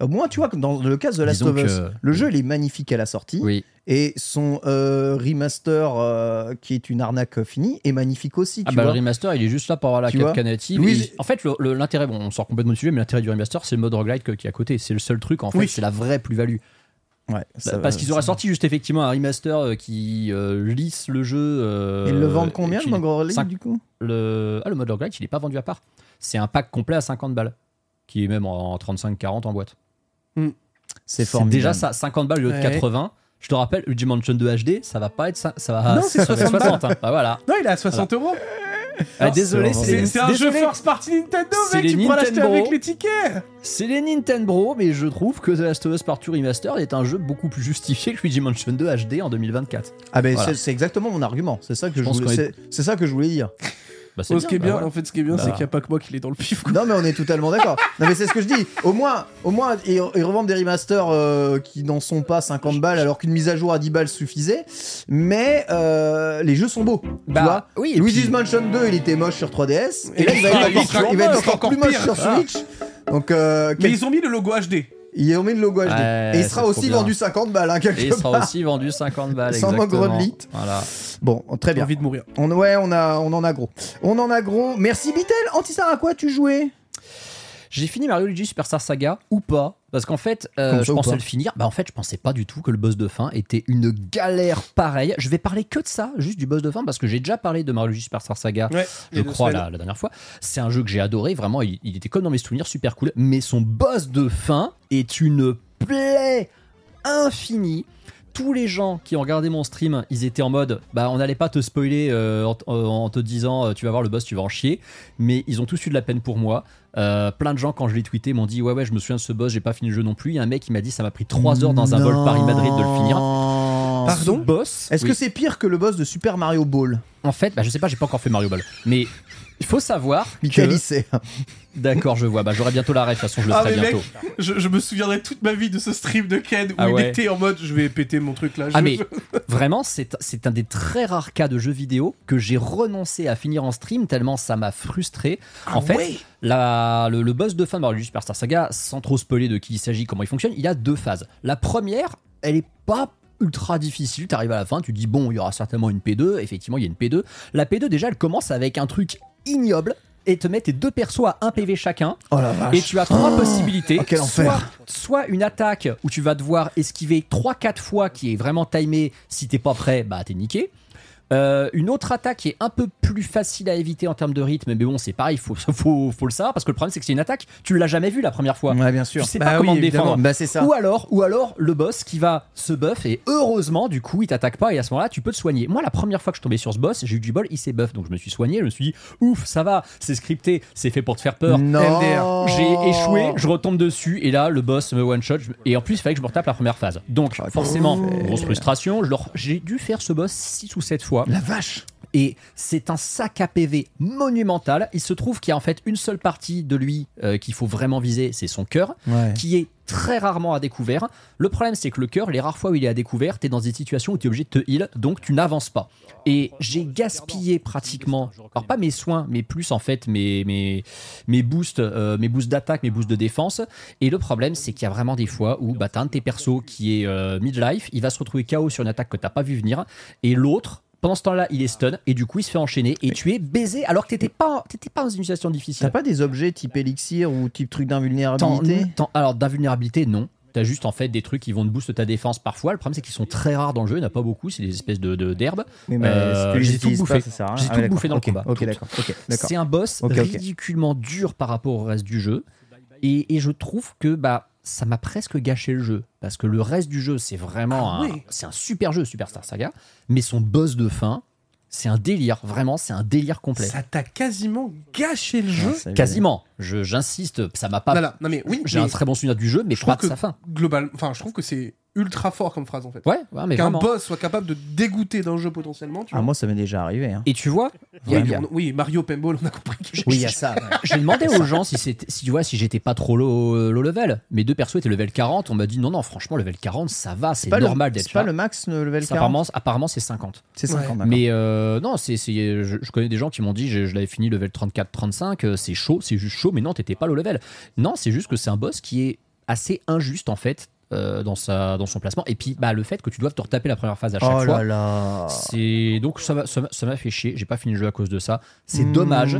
[SPEAKER 1] Au moins, tu vois, que dans le cas de The Last
[SPEAKER 2] Disons
[SPEAKER 1] of Us,
[SPEAKER 2] que- euh,
[SPEAKER 1] le jeu, il est magnifique à la sortie.
[SPEAKER 2] Oui.
[SPEAKER 1] Et son euh, remaster, euh, qui est une arnaque finie, est magnifique aussi.
[SPEAKER 2] Ah
[SPEAKER 1] tu
[SPEAKER 2] bah le
[SPEAKER 1] vois.
[SPEAKER 2] remaster, il est juste là pour avoir la
[SPEAKER 1] Tu
[SPEAKER 2] carte
[SPEAKER 1] vois
[SPEAKER 2] canative.
[SPEAKER 1] Louise-
[SPEAKER 2] Et En fait, le- le- l'intérêt, bon, on sort complètement du sujet, mais l'intérêt du remaster, c'est le mode roguelite que- qui est à côté. C'est le seul truc, en fait,
[SPEAKER 3] Oui.
[SPEAKER 2] c'est la vraie plus-value. Bah,
[SPEAKER 1] Ouais, ça
[SPEAKER 2] Parce
[SPEAKER 1] va,
[SPEAKER 2] qu'ils
[SPEAKER 1] ça
[SPEAKER 2] auraient
[SPEAKER 1] va.
[SPEAKER 2] sorti juste effectivement un remaster euh, qui euh, lisse le jeu. euh,
[SPEAKER 1] Ils le vendent combien,
[SPEAKER 2] et
[SPEAKER 1] le
[SPEAKER 2] puis
[SPEAKER 1] Mangro
[SPEAKER 2] cinq-
[SPEAKER 1] du coup
[SPEAKER 2] le... Ah, le mode roguelite, il n'est pas vendu à part. C'est un pack complet à 50 balles, qui est même en 35-40 en boîte.
[SPEAKER 1] C'est
[SPEAKER 2] C'est
[SPEAKER 1] formidable.
[SPEAKER 2] déjà ça, 50 balles au lieu de
[SPEAKER 3] Ouais.
[SPEAKER 2] 80. Je te rappelle, Luigi Mansion 2 HD, ça va pas être ça. ça va
[SPEAKER 3] Non, c'est
[SPEAKER 2] ça va être
[SPEAKER 3] 60 balles.
[SPEAKER 2] hein. Ah, voilà.
[SPEAKER 3] Non, il est à 60 euros.
[SPEAKER 2] Ah, désolé,
[SPEAKER 1] c'est-
[SPEAKER 2] les-
[SPEAKER 3] C'est c'est un jeu
[SPEAKER 2] désolé.
[SPEAKER 3] first party Nintendo,
[SPEAKER 2] C'est
[SPEAKER 3] mec.
[SPEAKER 2] les
[SPEAKER 3] Tu pourras l'acheter
[SPEAKER 2] Nintendo.
[SPEAKER 3] avec les tickets.
[SPEAKER 2] C'est les Nintendo, mais je trouve que The Last of Us Part II Remastered est un jeu beaucoup plus justifié que Luigi Mansion 2 HD en 2024.
[SPEAKER 1] Ah ben
[SPEAKER 2] Voilà.
[SPEAKER 1] c'est- c'est exactement mon argument. C'est ça que je,
[SPEAKER 2] pense
[SPEAKER 1] voulais.
[SPEAKER 2] qu'on
[SPEAKER 1] C'est c'est ça que je voulais dire.
[SPEAKER 2] Bah, c'est
[SPEAKER 3] Bon, Oh, ce qui est bien,
[SPEAKER 2] bah,
[SPEAKER 3] en fait, ce qui est bien,
[SPEAKER 2] Bah,
[SPEAKER 3] c'est
[SPEAKER 2] voilà.
[SPEAKER 3] qu'il n'y a pas que moi qui l'ai dans le pif. quoi.
[SPEAKER 1] Non mais on est totalement d'accord. non mais c'est ce que je dis. Au moins, au moins ils, ils revendent des remasters euh, qui n'en sont pas 50 balles alors qu'une mise à jour à 10 balles suffisait. Mais euh, les jeux sont beaux.
[SPEAKER 2] Bah,
[SPEAKER 1] tu vois
[SPEAKER 2] oui, et
[SPEAKER 1] Luigi's
[SPEAKER 2] puis-
[SPEAKER 1] Mansion 2 il était moche sur 3DS et,
[SPEAKER 3] Et
[SPEAKER 1] là il va
[SPEAKER 3] il
[SPEAKER 1] être
[SPEAKER 3] sera
[SPEAKER 1] encore, il va être
[SPEAKER 3] encore
[SPEAKER 1] encore plus moche
[SPEAKER 3] pire.
[SPEAKER 1] sur
[SPEAKER 3] Ah.
[SPEAKER 1] Switch. Donc euh,
[SPEAKER 3] Mais
[SPEAKER 1] quel-
[SPEAKER 3] ils ont mis le logo HD.
[SPEAKER 1] ils ont mis le logo HD
[SPEAKER 2] Ouais,
[SPEAKER 1] et il sera
[SPEAKER 2] c'est
[SPEAKER 1] aussi
[SPEAKER 2] trop bien.
[SPEAKER 1] vendu 50 balles hein, quelque
[SPEAKER 2] Et il sera
[SPEAKER 1] part.
[SPEAKER 2] aussi vendu 50 balles.
[SPEAKER 1] Sans
[SPEAKER 2] exactement.
[SPEAKER 1] Mangrelite.
[SPEAKER 2] Voilà.
[SPEAKER 1] Bon très
[SPEAKER 3] J'ai
[SPEAKER 1] bien.
[SPEAKER 3] envie de mourir.
[SPEAKER 1] On, ouais on a on en a gros. On en a gros. Merci Bitel. Antistar à quoi tu jouais
[SPEAKER 2] J'ai fini Mario Luigi Superstar Saga ou pas Parce qu'en fait, euh,
[SPEAKER 1] Comme ça,
[SPEAKER 2] je
[SPEAKER 1] ou
[SPEAKER 2] pensais
[SPEAKER 1] pas
[SPEAKER 2] le finir. Bah en fait, je pensais pas du tout que le boss de fin était une galère pareille. Je vais parler que de ça, juste du boss de fin, parce que j'ai déjà parlé de Mario Luigi Superstar Saga.
[SPEAKER 3] Ouais, il y
[SPEAKER 2] je
[SPEAKER 3] a deux
[SPEAKER 2] crois,
[SPEAKER 3] semaines.
[SPEAKER 2] la, la dernière fois. C'est un jeu que j'ai adoré, vraiment, il, il était comme dans mes souvenirs, super cool. Mais son boss de fin est une plaie infinie. Tous les gens qui ont regardé mon stream, ils étaient en mode, bah on n'allait pas te spoiler euh, en, euh, en te disant, euh, tu vas voir le boss, tu vas en chier. Mais ils ont tous eu de la peine pour moi. Euh, plein de gens, quand je l'ai tweeté, m'ont dit, ouais, ouais, je me souviens de ce boss, j'ai pas fini le jeu non plus. Il y a un mec qui m'a dit, ça m'a pris 3 heures dans un vol Paris-Madrid de le finir.
[SPEAKER 1] finir.
[SPEAKER 2] Ce boss.
[SPEAKER 1] Est-ce
[SPEAKER 2] Oui.
[SPEAKER 1] que c'est pire que le boss de Super Mario Ball
[SPEAKER 2] En fait, bah, je sais pas, j'ai pas encore fait Mario Ball. Mais il faut savoir.
[SPEAKER 1] Michael,
[SPEAKER 2] que-
[SPEAKER 1] il sait.
[SPEAKER 2] D'accord, je vois. Bah, j'aurai bientôt la ref, de toute façon, je le
[SPEAKER 3] Ah,
[SPEAKER 2] ferai
[SPEAKER 3] mais mec,
[SPEAKER 2] bientôt.
[SPEAKER 3] je, je me souviendrai toute ma vie de ce stream de Ken où
[SPEAKER 2] Ah
[SPEAKER 3] il
[SPEAKER 2] ouais.
[SPEAKER 3] était en mode je vais péter mon truc là.
[SPEAKER 2] Ah,
[SPEAKER 3] je-
[SPEAKER 2] mais
[SPEAKER 3] je-
[SPEAKER 2] vraiment, c'est c'est un des très rares cas de jeux vidéo que j'ai renoncé à finir en stream tellement ça m'a frustré.
[SPEAKER 1] Ah
[SPEAKER 2] en fait, la- le, le boss de fin de Mario Luigi Superstar Saga, sans trop spoiler de qui il s'agit, comment il fonctionne, il a deux phases. La première, elle est pas ultra difficile, t'arrives à la fin, tu dis bon, il y aura certainement une P2, effectivement, il y a une P2. La P2, déjà, elle commence avec un truc ignoble et te met tes deux persos à un PV chacun.
[SPEAKER 1] Oh la
[SPEAKER 2] Et tu as trois possibilités.
[SPEAKER 1] oh, quel enfer.
[SPEAKER 2] Soit, soit une attaque où tu vas devoir esquiver 3-4 fois qui est vraiment timée. Si t'es pas prêt, bah t'es niqué. Euh, une autre attaque qui est un peu plus facile à éviter en termes de rythme, mais bon, c'est pareil, faut, faut, faut le savoir parce que le problème c'est que c'est une attaque, tu l'as jamais vu la première fois.
[SPEAKER 1] Ouais, bien sûr.
[SPEAKER 2] Tu sais
[SPEAKER 3] Bah
[SPEAKER 2] pas
[SPEAKER 3] oui,
[SPEAKER 2] comment te
[SPEAKER 3] évidemment.
[SPEAKER 2] défendre.
[SPEAKER 1] Bah, c'est ça.
[SPEAKER 2] Ou alors, ou alors le boss qui va se buff et heureusement du coup il t'attaque pas et à ce moment-là tu peux te soigner. Moi la première fois que je tombais sur ce boss, j'ai eu du bol, il s'est buff donc je me suis soigné, je me suis dit ouf ça va, c'est scripté, c'est fait pour te faire peur.
[SPEAKER 1] Non.
[SPEAKER 2] J'ai échoué, je retombe dessus et là le boss me one shot et en plus il fallait que je me retape la première phase. Donc
[SPEAKER 1] Ah,
[SPEAKER 2] forcément grosse frustration, je le re- j'ai dû faire ce boss 6 ou 7 fois.
[SPEAKER 1] La vache.
[SPEAKER 2] Et c'est un sac à PV monumental. Il se trouve qu'il y a en fait une seule partie de lui euh, qu'il faut vraiment viser, c'est son cœur,
[SPEAKER 1] Ouais.
[SPEAKER 2] qui est très rarement à découvert. Le problème, c'est que le cœur, les rares fois où il est à découvert, t'es dans des situations où t'es obligé de te heal, donc tu n'avances pas. Et j'ai gaspillé pratiquement, alors pas mes soins, mais plus en fait mes, mes, mes boosts, euh, mes boosts d'attaque, mes boosts de défense. Et le problème, c'est qu'il y a vraiment des fois où bah, t'as un de tes persos qui est euh, mid-life, il va se retrouver KO sur une attaque que t'as pas vu venir, et l'autre. Pendant ce temps-là, il est stun et du coup, il se fait enchaîner et tu es baisé alors que t'étais pas, t'étais pas dans une situation difficile.
[SPEAKER 1] T'as pas des objets type élixir ou type truc
[SPEAKER 2] Tant-
[SPEAKER 1] d'invulnérabilité
[SPEAKER 2] tant- alors d'invulnérabilité, non. T'as juste en fait des trucs qui vont te booster ta défense parfois. Le problème c'est qu'ils sont très rares dans le jeu, il n'y en a pas beaucoup, c'est des espèces de de- d'herbes.
[SPEAKER 1] Oui, mais
[SPEAKER 2] Euh,
[SPEAKER 1] si tu les
[SPEAKER 2] j'ai tout
[SPEAKER 1] utilises
[SPEAKER 2] bouffé.
[SPEAKER 1] pas, ça sert à rien.
[SPEAKER 2] J'ai
[SPEAKER 1] Ah
[SPEAKER 2] tout
[SPEAKER 1] oui,
[SPEAKER 2] bouffé dans le
[SPEAKER 1] d'accord.
[SPEAKER 2] combat.
[SPEAKER 1] Ok,
[SPEAKER 2] Tout.
[SPEAKER 1] d'accord. Ok, d'accord.
[SPEAKER 2] C'est un boss
[SPEAKER 1] Ok, ok.
[SPEAKER 2] ridiculement dur par rapport au reste du jeu. Et, et je trouve que bah ça m'a presque gâché le jeu. Parce que le reste du jeu, c'est vraiment
[SPEAKER 3] Ah
[SPEAKER 2] un,
[SPEAKER 3] oui.
[SPEAKER 2] c'est un super jeu, Superstar Saga. Mais son boss de fin, c'est un délire. Vraiment, c'est un délire complet.
[SPEAKER 3] ça t'a quasiment gâché le jeu.
[SPEAKER 1] Ouais, Ah, ça,
[SPEAKER 2] Quasiment. Je- J'insiste, ça m'a pas.
[SPEAKER 3] Non, non, non, mais oui,
[SPEAKER 2] J'ai
[SPEAKER 3] mais
[SPEAKER 2] un très bon souvenir du jeu, mais
[SPEAKER 3] je
[SPEAKER 2] pas
[SPEAKER 3] trouve
[SPEAKER 2] de sa
[SPEAKER 3] que
[SPEAKER 2] fin.
[SPEAKER 3] global, enfin, je trouve que c'est ultra fort comme phrase en fait.
[SPEAKER 2] Ouais, ouais, mais
[SPEAKER 3] Qu'un
[SPEAKER 2] vraiment.
[SPEAKER 3] boss soit capable de dégoûter d'un jeu potentiellement, tu
[SPEAKER 1] Ah,
[SPEAKER 3] vois.
[SPEAKER 1] moi, ça m'est déjà arrivé. hein.
[SPEAKER 2] Et tu vois, il y a-
[SPEAKER 3] oui,
[SPEAKER 2] il y a-
[SPEAKER 3] on- oui, Mario Paintball, on a compris. que-
[SPEAKER 1] Oui, il y a ça. ouais.
[SPEAKER 2] J'ai demandé aux gens si c'était, si tu vois, si j'étais pas trop low, low level. Mes deux persos étaient level 40. On m'a dit non, non, franchement, level 40, ça va, c'est
[SPEAKER 1] pas le-
[SPEAKER 2] normal d'être
[SPEAKER 1] C'est pas
[SPEAKER 2] là.
[SPEAKER 1] le max le level
[SPEAKER 2] C'est
[SPEAKER 1] 40.
[SPEAKER 2] apparemment, apparemment, c'est 50.
[SPEAKER 1] C'est 50. d'accord.
[SPEAKER 2] Mais euh, non, c'est, c'est- je, je connais des gens qui m'ont dit je, je l'avais fini level 34-35, euh, c'est chaud, c'est juste chaud, mais non, t'étais pas low level. Non, c'est juste que c'est un boss qui est assez injuste en fait euh, dans, sa, dans son placement. Et puis bah, le fait que tu doives te retaper la première phase à chaque
[SPEAKER 1] Oh là
[SPEAKER 2] fois.
[SPEAKER 1] là.
[SPEAKER 2] C'est donc ça m'a- ça m'a ça m'a fait chier, j'ai pas fini le jeu à cause de ça. C'est
[SPEAKER 1] Hmm.
[SPEAKER 2] dommage.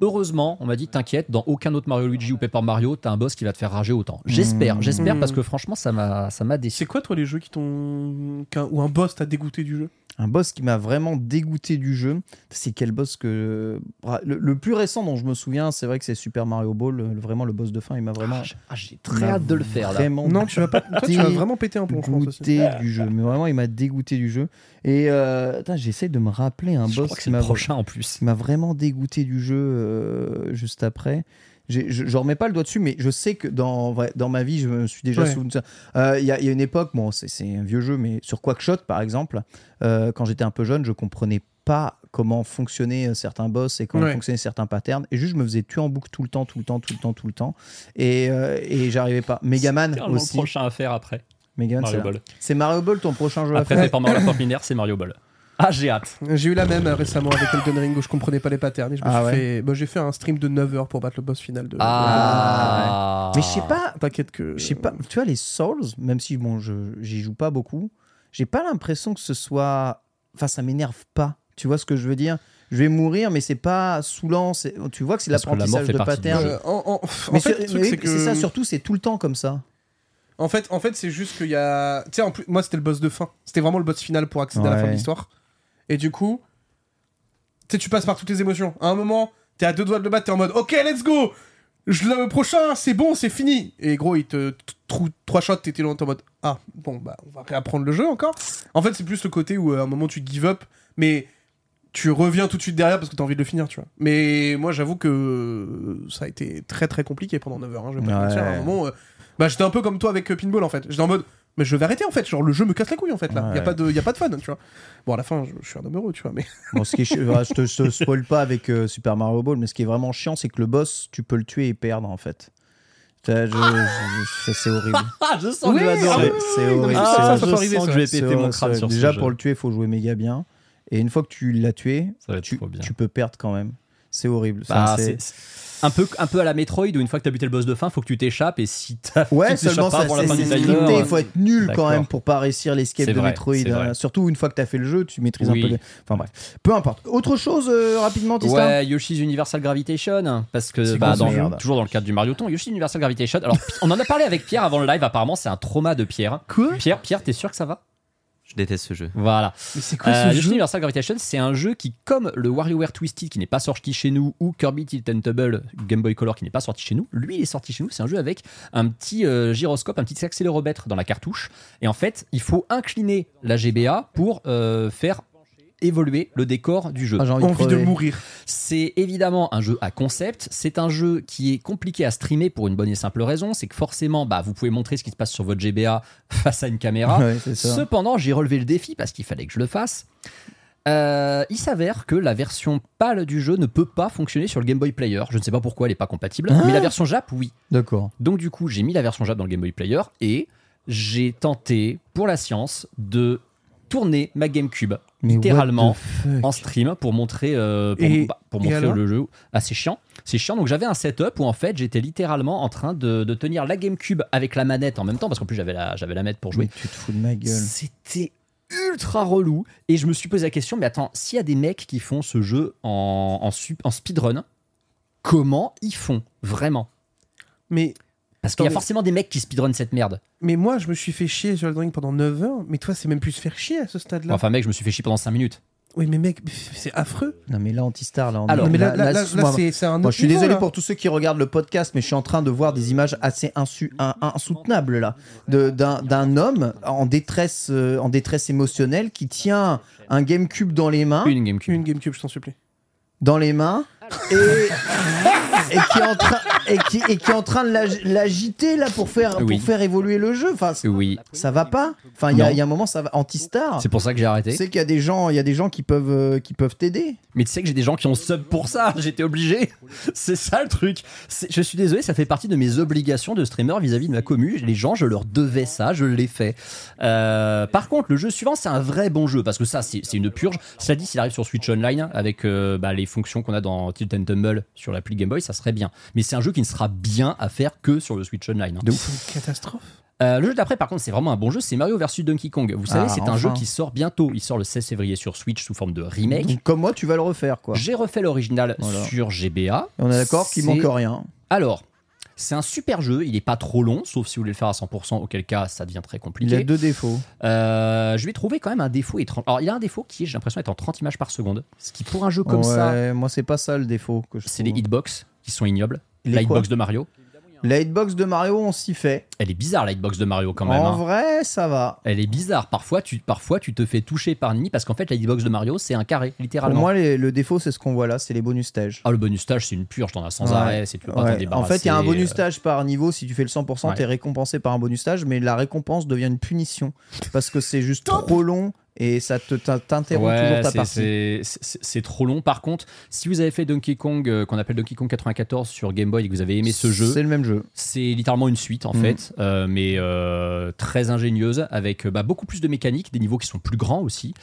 [SPEAKER 2] Heureusement, on m'a dit t'inquiète, dans aucun autre Mario Luigi ou Paper Mario, t'as un boss qui va te faire rager autant. J'espère,
[SPEAKER 1] Mmh.
[SPEAKER 2] j'espère
[SPEAKER 3] Mmh.
[SPEAKER 2] parce que franchement ça m'a ça m'a déçu.
[SPEAKER 3] C'est quoi toi les jeux qui t'ont qu'un- ou un boss t'a dégoûté du jeu
[SPEAKER 1] Un boss qui m'a vraiment dégoûté du jeu, c'est quel boss que. Bra- Le, le plus récent dont je me souviens, c'est vrai que c'est Super Mario Ball. le- vraiment, le boss de fin, il m'a vraiment.
[SPEAKER 2] Ah, j'ai- ah, j'ai très
[SPEAKER 1] Bah,
[SPEAKER 2] hâte de le faire là.
[SPEAKER 1] Vraiment
[SPEAKER 3] Non, tu vas pas. Toi, tu vas vraiment péter un plomb, je pense. aussi.
[SPEAKER 1] dégoûté du jeu. Mais vraiment, il m'a dégoûté du jeu. Et euh, attends, j'essaie de me rappeler un
[SPEAKER 2] Je
[SPEAKER 1] boss
[SPEAKER 2] crois que
[SPEAKER 1] qui
[SPEAKER 2] c'est le
[SPEAKER 1] m'a
[SPEAKER 2] prochain en plus.
[SPEAKER 1] qui m'a vraiment dégoûté du jeu euh, juste après. J'ai- Je, je remets pas le doigt dessus, mais je sais que dans, vrai- dans ma vie, je me suis déjà
[SPEAKER 3] Ouais.
[SPEAKER 1] souvenu de ça. Euh, Il y, a il y a une époque, bon, c'est- c'est un vieux jeu, mais sur Quackshot, par exemple, euh, quand j'étais un peu jeune, je comprenais pas comment fonctionnaient euh, certains boss et comment
[SPEAKER 3] Ouais.
[SPEAKER 1] fonctionnaient certains patterns. Et juste, je me faisais tuer en boucle tout le temps, tout le temps, tout le temps, tout le temps. Et, euh, et j'arrivais pas. Megaman
[SPEAKER 2] C'est vraiment
[SPEAKER 1] aussi.
[SPEAKER 2] le prochain à faire après.
[SPEAKER 1] Megaman, c'est
[SPEAKER 2] Mario
[SPEAKER 1] là.
[SPEAKER 2] Ball.
[SPEAKER 1] c'est Mario Ball, ton prochain jeu à
[SPEAKER 2] Après
[SPEAKER 1] faire.
[SPEAKER 2] Paper Mario la porte linéaire, c'est Mario Ball. Ah, j'ai hâte.
[SPEAKER 3] J'ai eu la même euh, récemment avec Elden Ring où je comprenais pas les patterns. Et je me
[SPEAKER 1] Ah
[SPEAKER 3] suis
[SPEAKER 1] ouais.
[SPEAKER 3] fait... bah, j'ai fait un stream de 9 heures pour battre le boss final de.
[SPEAKER 2] Ah.
[SPEAKER 1] Mais je sais pas,
[SPEAKER 3] T'inquiète que.
[SPEAKER 1] Je sais pas, tu vois, les Souls, même si bon, je j'y joue pas beaucoup, j'ai pas l'impression que ce soit. Enfin, ça m'énerve pas. Tu vois ce que je veux dire Je vais mourir, mais c'est pas saoulant. c'est- Tu vois que c'est
[SPEAKER 2] Parce que la mort
[SPEAKER 1] l'apprentissage
[SPEAKER 2] fait
[SPEAKER 1] de
[SPEAKER 2] partie du
[SPEAKER 1] pattern.
[SPEAKER 2] jeu.
[SPEAKER 3] Euh, en, en- en
[SPEAKER 1] Mais
[SPEAKER 3] fait,
[SPEAKER 1] sur-
[SPEAKER 3] le truc,
[SPEAKER 1] mais
[SPEAKER 3] c'est
[SPEAKER 1] oui,
[SPEAKER 3] que.
[SPEAKER 1] c'est ça, surtout, c'est tout le temps comme ça.
[SPEAKER 3] En fait, en fait c'est juste qu'il y a. Tu sais, en plus, moi, c'était le boss de fin. C'était vraiment le boss final pour accéder à la fin de
[SPEAKER 1] Ouais.
[SPEAKER 3] l'histoire. Et du coup, tu sais, tu passes par toutes les émotions. À un moment, t'es à deux doigts de le battre, t'es en mode Ok, let's go Je le prochain, c'est bon, c'est fini Et gros, il te t- trou trois shots, t'étais loin, t'es en mode Ah, bon, bah, on va réapprendre le jeu encore. En fait, c'est plus le côté où euh, à un moment, tu give up, mais. Tu reviens tout de suite derrière parce que t'as envie de le finir, tu vois. Mais moi, j'avoue que euh, ça a été très très compliqué pendant 9 heures. hein, je vais pas te
[SPEAKER 1] Ouais.
[SPEAKER 3] mentir. À un moment, euh, bah, j'étais un peu comme toi avec euh, Pinball en fait. J'étais en mode, mais je vais arrêter en fait. Genre, le jeu me casse la couille en fait là.
[SPEAKER 1] Ouais.
[SPEAKER 3] Y, a pas de, y a pas de fun, tu vois. Bon, à la fin, je, je suis un homme heureux, tu vois. Mais
[SPEAKER 1] Bon, ce qui est chi- voilà, je, te, je te spoil pas avec euh, Super Mario Ball, mais ce qui est vraiment chiant, c'est que le boss, tu peux le tuer et perdre en fait. Tu vois, je- je- je- C'est horrible.
[SPEAKER 2] Ah, je sens que
[SPEAKER 3] Oui,
[SPEAKER 2] je vais
[SPEAKER 3] ah
[SPEAKER 2] adorer.
[SPEAKER 3] oui,
[SPEAKER 1] C'est
[SPEAKER 3] oui, non, mais
[SPEAKER 1] horrible.
[SPEAKER 3] ça, ça, ça peut
[SPEAKER 2] je
[SPEAKER 3] arriver,
[SPEAKER 2] sens
[SPEAKER 3] ça.
[SPEAKER 2] que je vais
[SPEAKER 1] C'est
[SPEAKER 2] péter mon
[SPEAKER 1] horrible,
[SPEAKER 2] crâne
[SPEAKER 1] c'est
[SPEAKER 2] sur
[SPEAKER 1] horrible.
[SPEAKER 2] ce
[SPEAKER 1] Déjà
[SPEAKER 2] jeu.
[SPEAKER 1] pour le tuer, il faut jouer méga bien. Et une fois que tu l'as tué,
[SPEAKER 2] Ça va être
[SPEAKER 1] tu,
[SPEAKER 2] trop bien.
[SPEAKER 1] tu peux perdre quand même. C'est horrible.
[SPEAKER 2] Bah,
[SPEAKER 1] Enfin,
[SPEAKER 2] c'est- c'est un peu, un peu à la Metroid où une fois que t'as buté le boss de fin, faut que tu t'échappes et si t'as
[SPEAKER 1] Ouais,
[SPEAKER 2] si tu t'échappes
[SPEAKER 1] seulement
[SPEAKER 2] pas
[SPEAKER 1] ça,
[SPEAKER 2] avant la
[SPEAKER 1] c'est
[SPEAKER 2] fin du euh,
[SPEAKER 1] c'est
[SPEAKER 2] timer,
[SPEAKER 1] limité. Il faut être nul quand
[SPEAKER 2] D'accord.
[SPEAKER 1] même pour pas réussir l'escape
[SPEAKER 2] C'est
[SPEAKER 1] de
[SPEAKER 2] vrai,
[SPEAKER 1] Metroid.
[SPEAKER 2] c'est
[SPEAKER 1] hein.
[SPEAKER 2] vrai.
[SPEAKER 1] Surtout une fois que t'as fait le jeu, tu maîtrises
[SPEAKER 2] Oui.
[SPEAKER 1] un peu. les- Enfin bref, peu importe. Autre chose euh, rapidement, Tristan
[SPEAKER 2] Ouais, Yoshi's Universal Gravitation, parce que
[SPEAKER 1] C'est
[SPEAKER 2] bah,
[SPEAKER 1] quoi ce
[SPEAKER 2] dans-
[SPEAKER 1] merde
[SPEAKER 2] toujours dans le cadre du Mario Ton, Yoshi's Universal Gravitation. Alors, on en a parlé avec Pierre avant le live. Apparemment, c'est un trauma de Pierre.
[SPEAKER 3] Quoi
[SPEAKER 2] Pierre, Pierre, t'es sûr que ça va
[SPEAKER 4] Je déteste ce jeu.
[SPEAKER 2] Voilà.
[SPEAKER 3] Mais c'est
[SPEAKER 2] Euh, Yoshi's Universal Gravitation, c'est un jeu qui, comme le WarioWare Twisted, qui n'est pas sorti chez nous, ou Kirby Tentable Game Boy Color, qui n'est pas sorti chez nous, lui, il est sorti chez nous. C'est un jeu avec un petit euh, gyroscope, un petit accéléromètre dans la cartouche. Et en fait, il faut incliner la GBA pour euh, faire évoluer le décor du jeu.
[SPEAKER 1] Ah, j'ai envie,
[SPEAKER 3] Envie de
[SPEAKER 1] crever.
[SPEAKER 3] mourir.
[SPEAKER 2] C'est évidemment un jeu à concept. C'est un jeu qui est compliqué à streamer pour une bonne et simple raison. C'est que forcément, bah, vous pouvez montrer ce qui se passe sur votre GBA face à une caméra.
[SPEAKER 1] Ouais, c'est ça.
[SPEAKER 2] Cependant, j'ai relevé le défi parce qu'il fallait que je le fasse. Euh, il s'avère que la version PAL du jeu ne peut pas fonctionner sur le Game Boy Player. Je ne sais pas pourquoi elle n'est pas compatible,
[SPEAKER 1] Ah.
[SPEAKER 2] mais la version JAP, oui.
[SPEAKER 1] D'accord.
[SPEAKER 2] Donc du coup, j'ai mis la version Jap dans le Game Boy Player et j'ai tenté, pour la science, de tourner ma GameCube
[SPEAKER 1] Mais what
[SPEAKER 2] littéralement
[SPEAKER 1] the fuck
[SPEAKER 2] en stream pour montrer, euh, pour,
[SPEAKER 3] Et-
[SPEAKER 2] bah, pour
[SPEAKER 3] et
[SPEAKER 2] montrer
[SPEAKER 3] alors
[SPEAKER 2] le jeu. Ah, c'est chiant. C'est chiant. Donc j'avais un setup où en fait j'étais littéralement en train de, de tenir la GameCube avec la manette en même temps parce qu'en plus j'avais la, j'avais la manette pour jouer.
[SPEAKER 1] Mais tu te fous de ma gueule.
[SPEAKER 2] C'était ultra relou et je me suis posé la question mais attends, s'il y a des mecs qui font ce jeu en, en, sup- en speedrun, comment ils font vraiment
[SPEAKER 3] Mais,
[SPEAKER 2] Parce qu'il y a
[SPEAKER 3] Attendez.
[SPEAKER 2] forcément des mecs qui speedrun cette merde.
[SPEAKER 3] mais moi, je me suis fait chier sur Elden Ring pendant 9 heures. Mais toi, c'est même plus se faire chier à ce stade-là.
[SPEAKER 2] Enfin mec, je me suis fait chier pendant 5 minutes.
[SPEAKER 3] oui, mais mec, c'est affreux.
[SPEAKER 1] Non mais là, Antistar, là, on
[SPEAKER 2] Alors,
[SPEAKER 1] est-
[SPEAKER 3] non, mais là, là, là,
[SPEAKER 1] moi-
[SPEAKER 3] là, c'est c'est un
[SPEAKER 1] Moi,
[SPEAKER 3] autre
[SPEAKER 1] je suis
[SPEAKER 3] niveau,
[SPEAKER 1] désolé
[SPEAKER 3] là.
[SPEAKER 1] pour tous ceux qui regardent le podcast, mais je suis en train de voir des images assez insu- in- insoutenables là, de- d'un d'un homme en détresse, euh, en détresse émotionnelle qui tient un GameCube dans les mains,
[SPEAKER 2] Une GameCube.
[SPEAKER 3] Une GameCube, je t'en supplie.
[SPEAKER 1] dans les mains, et et qui est en train
[SPEAKER 5] et qui, et qui est en train de l'ag- l'agiter là pour faire,
[SPEAKER 2] Oui.
[SPEAKER 5] pour faire évoluer le jeu. Enfin, c'est-
[SPEAKER 2] Oui.
[SPEAKER 1] ça va pas enfin il y, a-
[SPEAKER 2] Non.
[SPEAKER 1] il y a un moment ça va anti-star
[SPEAKER 2] C'est pour ça que j'ai
[SPEAKER 1] tu
[SPEAKER 2] arrêté.
[SPEAKER 1] sais qu'il y a des gens il y a des gens qui peuvent euh, qui peuvent t'aider
[SPEAKER 2] Mais tu sais que j'ai des gens qui ont sub pour ça. J'étais obligé. C'est ça le truc. C'est- Je suis désolé, ça fait partie de mes obligations de streamer vis-à-vis de ma commu. Les gens, je leur devais ça, je l'ai fait. Euh, par contre, le jeu suivant, c'est un vrai bon jeu parce que ça, c'est c'est une purge. Cela dit, s'il arrive sur Switch Online avec euh, bah, les fonctions qu'on a dans Tilt and Tumble sur l'appli Game Boy, ça serait bien. Mais c'est un jeu qui ne sera bien à faire que sur le Switch Online. hein.
[SPEAKER 3] C'est une catastrophe.
[SPEAKER 2] Euh, le jeu d'après, par contre, c'est vraiment un bon jeu, c'est Mario vs Donkey Kong. Vous savez,
[SPEAKER 1] Ah,
[SPEAKER 2] c'est
[SPEAKER 1] enfin.
[SPEAKER 2] un jeu qui sort bientôt. Il sort le 16 février sur Switch sous forme de remake.
[SPEAKER 1] Donc, comme moi tu vas le refaire quoi
[SPEAKER 2] J'ai refait l'original
[SPEAKER 1] Voilà.
[SPEAKER 2] sur GBA.
[SPEAKER 1] Et on est d'accord qu'il
[SPEAKER 2] C'est-
[SPEAKER 1] manque rien
[SPEAKER 2] Alors, c'est un super jeu. Il est pas trop long, sauf si vous voulez le faire à 100%, auquel cas ça devient très
[SPEAKER 1] il a
[SPEAKER 2] compliqué.
[SPEAKER 1] deux défauts
[SPEAKER 2] Euh, je vais trouver quand même un défaut étrange. Alors, il y a un défaut qui est, j'ai l'impression, d'être en 30 images par seconde. Ce qui, pour un jeu comme ça,
[SPEAKER 1] Ouais, moi c'est pas ça le défaut que je
[SPEAKER 2] c'est les
[SPEAKER 1] trouve.
[SPEAKER 2] hitbox qui sont ignobles.
[SPEAKER 1] Les
[SPEAKER 2] la
[SPEAKER 1] quoi
[SPEAKER 2] hitbox de Mario,
[SPEAKER 1] la hitbox de Mario on s'y fait
[SPEAKER 2] elle est bizarre, la hitbox de Mario quand même.
[SPEAKER 1] en
[SPEAKER 2] hein.
[SPEAKER 1] vrai ça va
[SPEAKER 2] Elle est bizarre. Parfois, tu, parfois, tu te fais toucher par Nini parce qu'en fait, la hitbox de Mario, c'est un carré,
[SPEAKER 1] pour
[SPEAKER 2] littéralement.
[SPEAKER 1] moi les- le défaut c'est ce qu'on voit là c'est les bonus stages
[SPEAKER 2] Ah, le bonus stage, c'est une purge, t'en as sans
[SPEAKER 1] Ouais.
[SPEAKER 2] arrêt, c'est tu peux pas
[SPEAKER 1] Ouais.
[SPEAKER 2] t'en débarrasser.
[SPEAKER 1] En fait, il y a un bonus
[SPEAKER 2] euh,
[SPEAKER 1] stage par niveau. Si tu fais le 100%,
[SPEAKER 2] Ouais.
[SPEAKER 1] t'es récompensé par un bonus stage, mais la récompense devient une punition parce que c'est juste trop long et ça te t'in- t'interrompt
[SPEAKER 2] ouais,
[SPEAKER 1] toujours ta
[SPEAKER 2] c'est-
[SPEAKER 1] partie.
[SPEAKER 2] c'est- C'est c'est trop long. Par contre, si vous avez fait Donkey Kong, euh, qu'on appelle Donkey Kong 94 sur Game Boy et que vous avez aimé ce
[SPEAKER 1] c'est
[SPEAKER 2] jeu,
[SPEAKER 1] le même jeu.
[SPEAKER 2] c'est littéralement une suite en
[SPEAKER 1] Mhm.
[SPEAKER 2] fait, euh, mais euh, très ingénieuse, avec euh, bah, beaucoup plus de mécaniques, des niveaux qui sont plus grands aussi.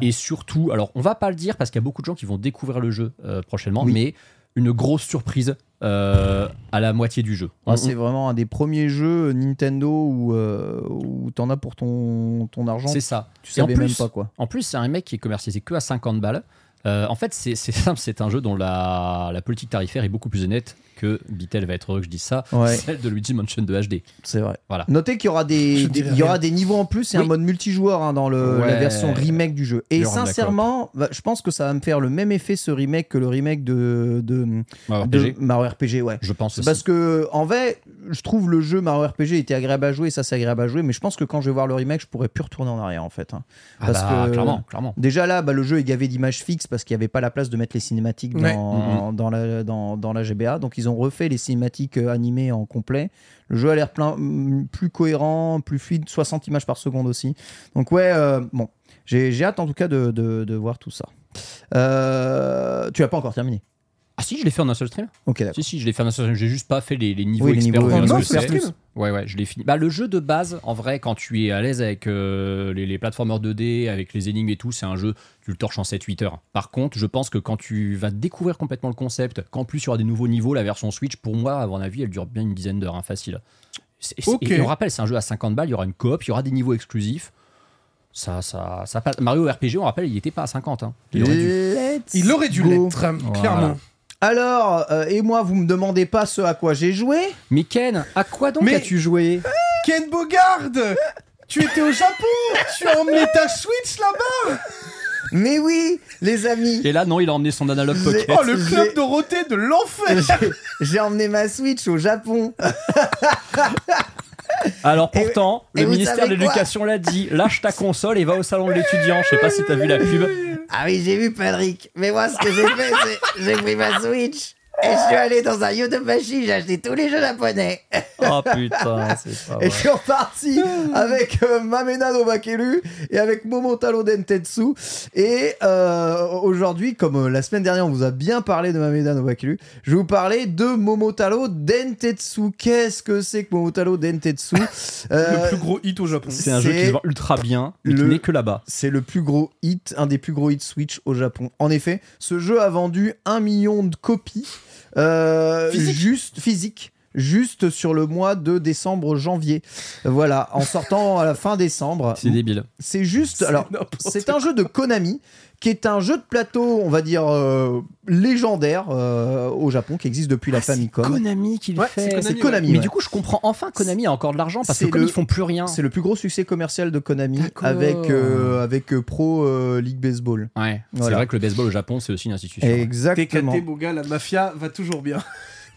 [SPEAKER 2] Et surtout, alors on va pas le dire parce qu'il y a beaucoup de gens qui vont découvrir le jeu euh, prochainement,
[SPEAKER 1] Oui.
[SPEAKER 2] mais une grosse surprise euh, à la moitié du jeu.
[SPEAKER 1] Ouais, Ah, c'est vraiment un des premiers jeux Nintendo où, euh, où t'en as pour ton, ton argent.
[SPEAKER 2] C'est ça.
[SPEAKER 1] Tu
[SPEAKER 2] Et en
[SPEAKER 1] savais même
[SPEAKER 2] plus-
[SPEAKER 1] pas quoi.
[SPEAKER 2] En plus, c'est un mec qui est commercialisé que à 50 balles. Euh, en fait, c'est c'est simple, c'est un jeu dont la, la politique tarifaire est beaucoup plus honnête que Bitel va être heureux que je dise ça,
[SPEAKER 1] Ouais.
[SPEAKER 2] celle de Luigi Mansion 2 HD.
[SPEAKER 1] C'est vrai.
[SPEAKER 2] Voilà.
[SPEAKER 1] Notez qu'il y aura des,
[SPEAKER 3] Je
[SPEAKER 1] des-
[SPEAKER 3] dirais
[SPEAKER 1] il y aura
[SPEAKER 3] rien.
[SPEAKER 1] des niveaux en plus et un
[SPEAKER 2] Oui.
[SPEAKER 1] mode multijoueur hein, dans le, la
[SPEAKER 2] Ouais.
[SPEAKER 1] version remake du jeu. Et
[SPEAKER 2] Il y aura de la
[SPEAKER 1] sincèrement, bah, je pense que ça va me faire le même effet ce remake que le remake de, de,
[SPEAKER 2] Mario
[SPEAKER 1] de
[SPEAKER 2] RPG,
[SPEAKER 1] Mario RPG. Ouais.
[SPEAKER 2] je pense
[SPEAKER 1] C'est
[SPEAKER 2] aussi.
[SPEAKER 1] parce que en vrai, je trouve le jeu Mario RPG était agréable à jouer, et ça c'est agréable à jouer, mais je pense que quand je vais voir le remake, je pourrais plus retourner en arrière en fait. hein.
[SPEAKER 2] Ah
[SPEAKER 1] parce
[SPEAKER 2] bah,
[SPEAKER 1] que-
[SPEAKER 2] clairement, clairement.
[SPEAKER 1] Déjà là, bah, le jeu est gavé d'images fixes parce qu'il n'y avait pas la place de mettre les cinématiques dans,
[SPEAKER 3] Ouais. Mm-hmm.
[SPEAKER 1] dans, la, dans, dans la GBA, donc ils ont refait les cinématiques euh, animées en complet. Le jeu a l'air plein, mm, plus cohérent, plus fluide, 60 images par seconde aussi. Donc ouais, euh, bon, j'ai j'ai hâte en tout cas de, de- de voir tout ça. Euh, tu n'as pas encore terminé.
[SPEAKER 2] Ah si, je l'ai fait en un seul stream.
[SPEAKER 1] Ok, d'accord.
[SPEAKER 2] Si, si, je l'ai fait en un seul stream. J'ai juste pas fait les, les niveaux
[SPEAKER 1] Oui, les
[SPEAKER 2] experts.
[SPEAKER 1] niveaux,
[SPEAKER 2] on verra
[SPEAKER 1] oui.
[SPEAKER 2] ce
[SPEAKER 1] Non,
[SPEAKER 2] que
[SPEAKER 1] c'est un
[SPEAKER 2] c'est.
[SPEAKER 3] stream.
[SPEAKER 2] Ouais, ouais, je l'ai fini. Bah, le jeu de base, en vrai, quand tu es à l'aise avec euh, les, les plateformers 2D, avec les énigmes et tout, c'est un jeu, tu le torches en 7-8 heures. Par contre, je pense que quand tu vas découvrir complètement le concept, qu'en plus il y aura des nouveaux niveaux, la version Switch, pour moi, à mon avis, elle dure bien une dizaine d'heures, hein, facile. C'est- c'est-
[SPEAKER 3] Ok.
[SPEAKER 2] Et on rappelle, c'est un jeu à 50 balles, il y aura une coop, il y aura des niveaux exclusifs. Ça, ça, ça passe. Mario RPG, on rappelle, il était pas à 50. hein. Il aurait dû.
[SPEAKER 1] Let's
[SPEAKER 3] Il aurait dû
[SPEAKER 1] go.
[SPEAKER 3] l'être, hein, clairement.
[SPEAKER 1] Alors, euh, et moi, vous me demandez pas ce à quoi j'ai joué
[SPEAKER 2] Mais Ken, à quoi donc
[SPEAKER 3] Mais-
[SPEAKER 2] as-tu joué
[SPEAKER 3] Ken Bogard Tu étais au Japon Tu as emmené ta Switch là-bas
[SPEAKER 1] Mais oui, les amis,
[SPEAKER 2] Et là, non, il a emmené son analogue
[SPEAKER 1] J'ai-
[SPEAKER 2] pocket.
[SPEAKER 3] Oh, le
[SPEAKER 1] J'ai-
[SPEAKER 3] club Dorothée de l'enfer
[SPEAKER 1] j'ai- j'ai emmené ma Switch au Japon.
[SPEAKER 2] Alors
[SPEAKER 1] Et-
[SPEAKER 2] pourtant,
[SPEAKER 1] et
[SPEAKER 2] le
[SPEAKER 1] vous
[SPEAKER 2] ministère de
[SPEAKER 1] savez quoi
[SPEAKER 2] l'Éducation l'a dit, lâche ta console et va au salon de l'étudiant. Je sais pas si t'as vu la pub.
[SPEAKER 1] Ah oui, j'ai vu Patrick. Mais moi, ce que j'ai fait, c'est j'ai pris ma Switch et je suis allé dans un Yodobashi, j'ai acheté tous les jeux japonais.
[SPEAKER 3] Ah
[SPEAKER 2] Oh putain, c'est pas
[SPEAKER 1] Et
[SPEAKER 2] vrai.
[SPEAKER 1] je suis reparti avec euh, Mamena no Bakelu et avec Momotaro Dentetsu. Et euh, aujourd'hui, comme euh, la semaine dernière, on vous a bien parlé de Mamena no Bakelu, je vais vous parler de Momotaro Dentetsu. Qu'est-ce que c'est que Momotaro Dentetsu
[SPEAKER 3] Le
[SPEAKER 1] Euh,
[SPEAKER 3] plus gros hit au Japon.
[SPEAKER 2] C'est un jeu qui
[SPEAKER 1] c'est
[SPEAKER 2] se vend ultra bien, mais qui
[SPEAKER 1] le-
[SPEAKER 2] n'est que là-bas.
[SPEAKER 1] c'est le plus gros hit, un des plus gros hits Switch au Japon. En effet, ce jeu a vendu un million de copies, euh,
[SPEAKER 3] Physique
[SPEAKER 1] juste physique, juste sur le mois de décembre-janvier. Voilà, en sortant à la fin décembre.
[SPEAKER 2] C'est débile.
[SPEAKER 1] C'est juste, alors,
[SPEAKER 3] n'importe
[SPEAKER 1] c'est un jeu de Konami qui est un jeu de plateau, on va dire euh, légendaire euh, au Japon, qui existe depuis la Famicom.
[SPEAKER 2] Ah, Konami qui le
[SPEAKER 3] Ouais,
[SPEAKER 2] fait.
[SPEAKER 3] c'est Konami,
[SPEAKER 1] C'est Konami.
[SPEAKER 2] Mais
[SPEAKER 1] ouais.
[SPEAKER 2] du coup, je comprends enfin Konami a encore de l'argent parce que
[SPEAKER 1] C'est
[SPEAKER 2] comme
[SPEAKER 1] le-
[SPEAKER 2] ils font plus rien.
[SPEAKER 1] c'est le plus gros succès commercial de Konami
[SPEAKER 2] D'accord.
[SPEAKER 1] avec euh, avec euh, Pro euh, League Baseball.
[SPEAKER 2] Ouais, c'est
[SPEAKER 1] Voilà.
[SPEAKER 2] vrai que le baseball au Japon, c'est aussi une institution.
[SPEAKER 1] Exactement.
[SPEAKER 3] TKT, Boga, la mafia va toujours bien.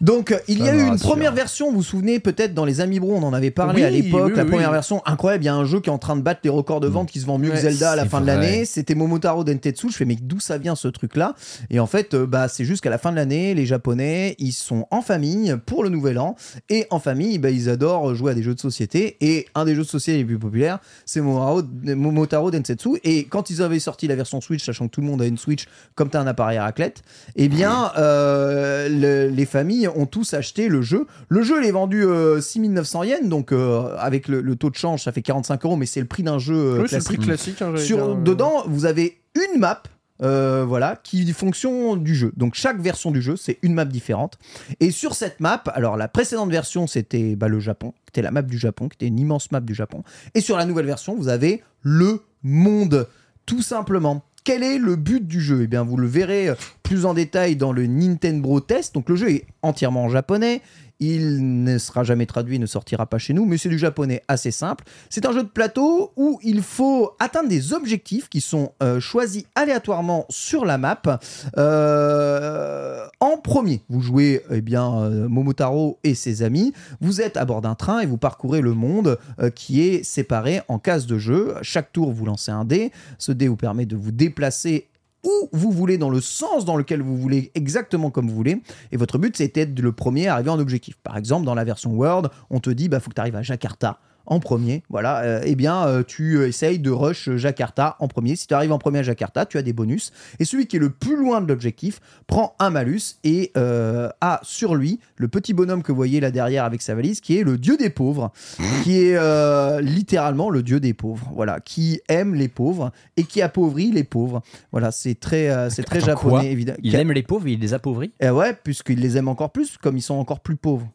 [SPEAKER 1] Donc, euh, il y a
[SPEAKER 2] Ça me
[SPEAKER 1] eu une
[SPEAKER 2] rassure.
[SPEAKER 1] première version, vous vous souvenez peut-être dans les Amiibo, on en avait parlé
[SPEAKER 3] Oui,
[SPEAKER 1] à l'époque.
[SPEAKER 3] oui,
[SPEAKER 1] la
[SPEAKER 3] oui,
[SPEAKER 1] première
[SPEAKER 3] oui.
[SPEAKER 1] version, incroyable, il y a un jeu qui est en train de battre les records de vente qui se vend mieux que
[SPEAKER 3] Ouais,
[SPEAKER 1] Zelda à la
[SPEAKER 2] c'est
[SPEAKER 1] fin de
[SPEAKER 2] vrai.
[SPEAKER 1] l'année. C'était Momotaro Dentetsu. Je fais, mais d'où ça vient ce truc-là Et en fait, euh, bah, c'est juste qu'à la fin de l'année, les Japonais, ils sont en famille pour le nouvel an. Et en famille, bah, ils adorent jouer à des jeux de société. Et un des jeux de société les plus populaires, c'est Momotaro, Momotaro Densetsu. Et quand ils avaient sorti la version Switch, sachant que tout le monde a une Switch, comme tu as un appareil à raclette, eh bien, euh, le- les familles ont tous acheté le jeu. Le jeu, il est vendu euh, 6900 yens, donc euh, avec le, le taux de change, ça fait 45 euros, mais c'est le prix d'un jeu euh,
[SPEAKER 3] Oui, c'est le
[SPEAKER 1] classique.
[SPEAKER 3] prix classique. hein, j'allais
[SPEAKER 1] Sur,
[SPEAKER 3] dire, euh,
[SPEAKER 1] dedans, vous avez une map. euh, voilà, qui fonction du jeu. Donc chaque version du jeu, c'est une map différente. Et sur cette map, alors la précédente version, c'était bah, le Japon, qui était la map du Japon, qui était une immense map du Japon. Et sur la nouvelle version, vous avez le monde, tout simplement. Quel est le but du jeu Eh bien, vous le verrez euh, plus en détail dans le Nintendo Test. Donc le jeu est entièrement en japonais. Il ne sera jamais traduit, ne sortira pas chez nous, mais c'est du japonais assez simple. C'est un jeu de plateau où il faut atteindre des objectifs qui sont euh, choisis aléatoirement sur la map. Euh, en premier, vous jouez eh bien euh, Momotaro et ses amis. Vous êtes à bord d'un train et vous parcourez le monde euh, qui est séparé en cases de jeu. Chaque tour, vous lancez un dé. Ce dé vous permet de vous déplacer où vous voulez, dans le sens dans lequel vous voulez, exactement comme vous voulez. Et votre but, c'est d'être le premier à arriver en objectif. Par exemple, dans la version Word, on te dit, bah, faut que tu arrives à Jakarta en premier. Voilà, euh, eh bien, euh, tu euh, essayes de rush Jakarta en premier. Si tu arrives en premier à Jakarta, tu as des bonus. Et celui qui est le plus loin de l'objectif prend un malus et euh, a sur lui le petit bonhomme que vous voyez là derrière avec sa valise, qui est le dieu des pauvres, qui est euh, littéralement le dieu des pauvres. Voilà, qui aime les pauvres et qui appauvrit les pauvres. Voilà, c'est très, euh, c'est très
[SPEAKER 2] Attends, quoi
[SPEAKER 1] japonais, évidemment.
[SPEAKER 2] Il aime les pauvres et il les appauvrit.
[SPEAKER 1] Eh ouais, puisqu'il les aime encore plus, comme ils sont encore plus pauvres.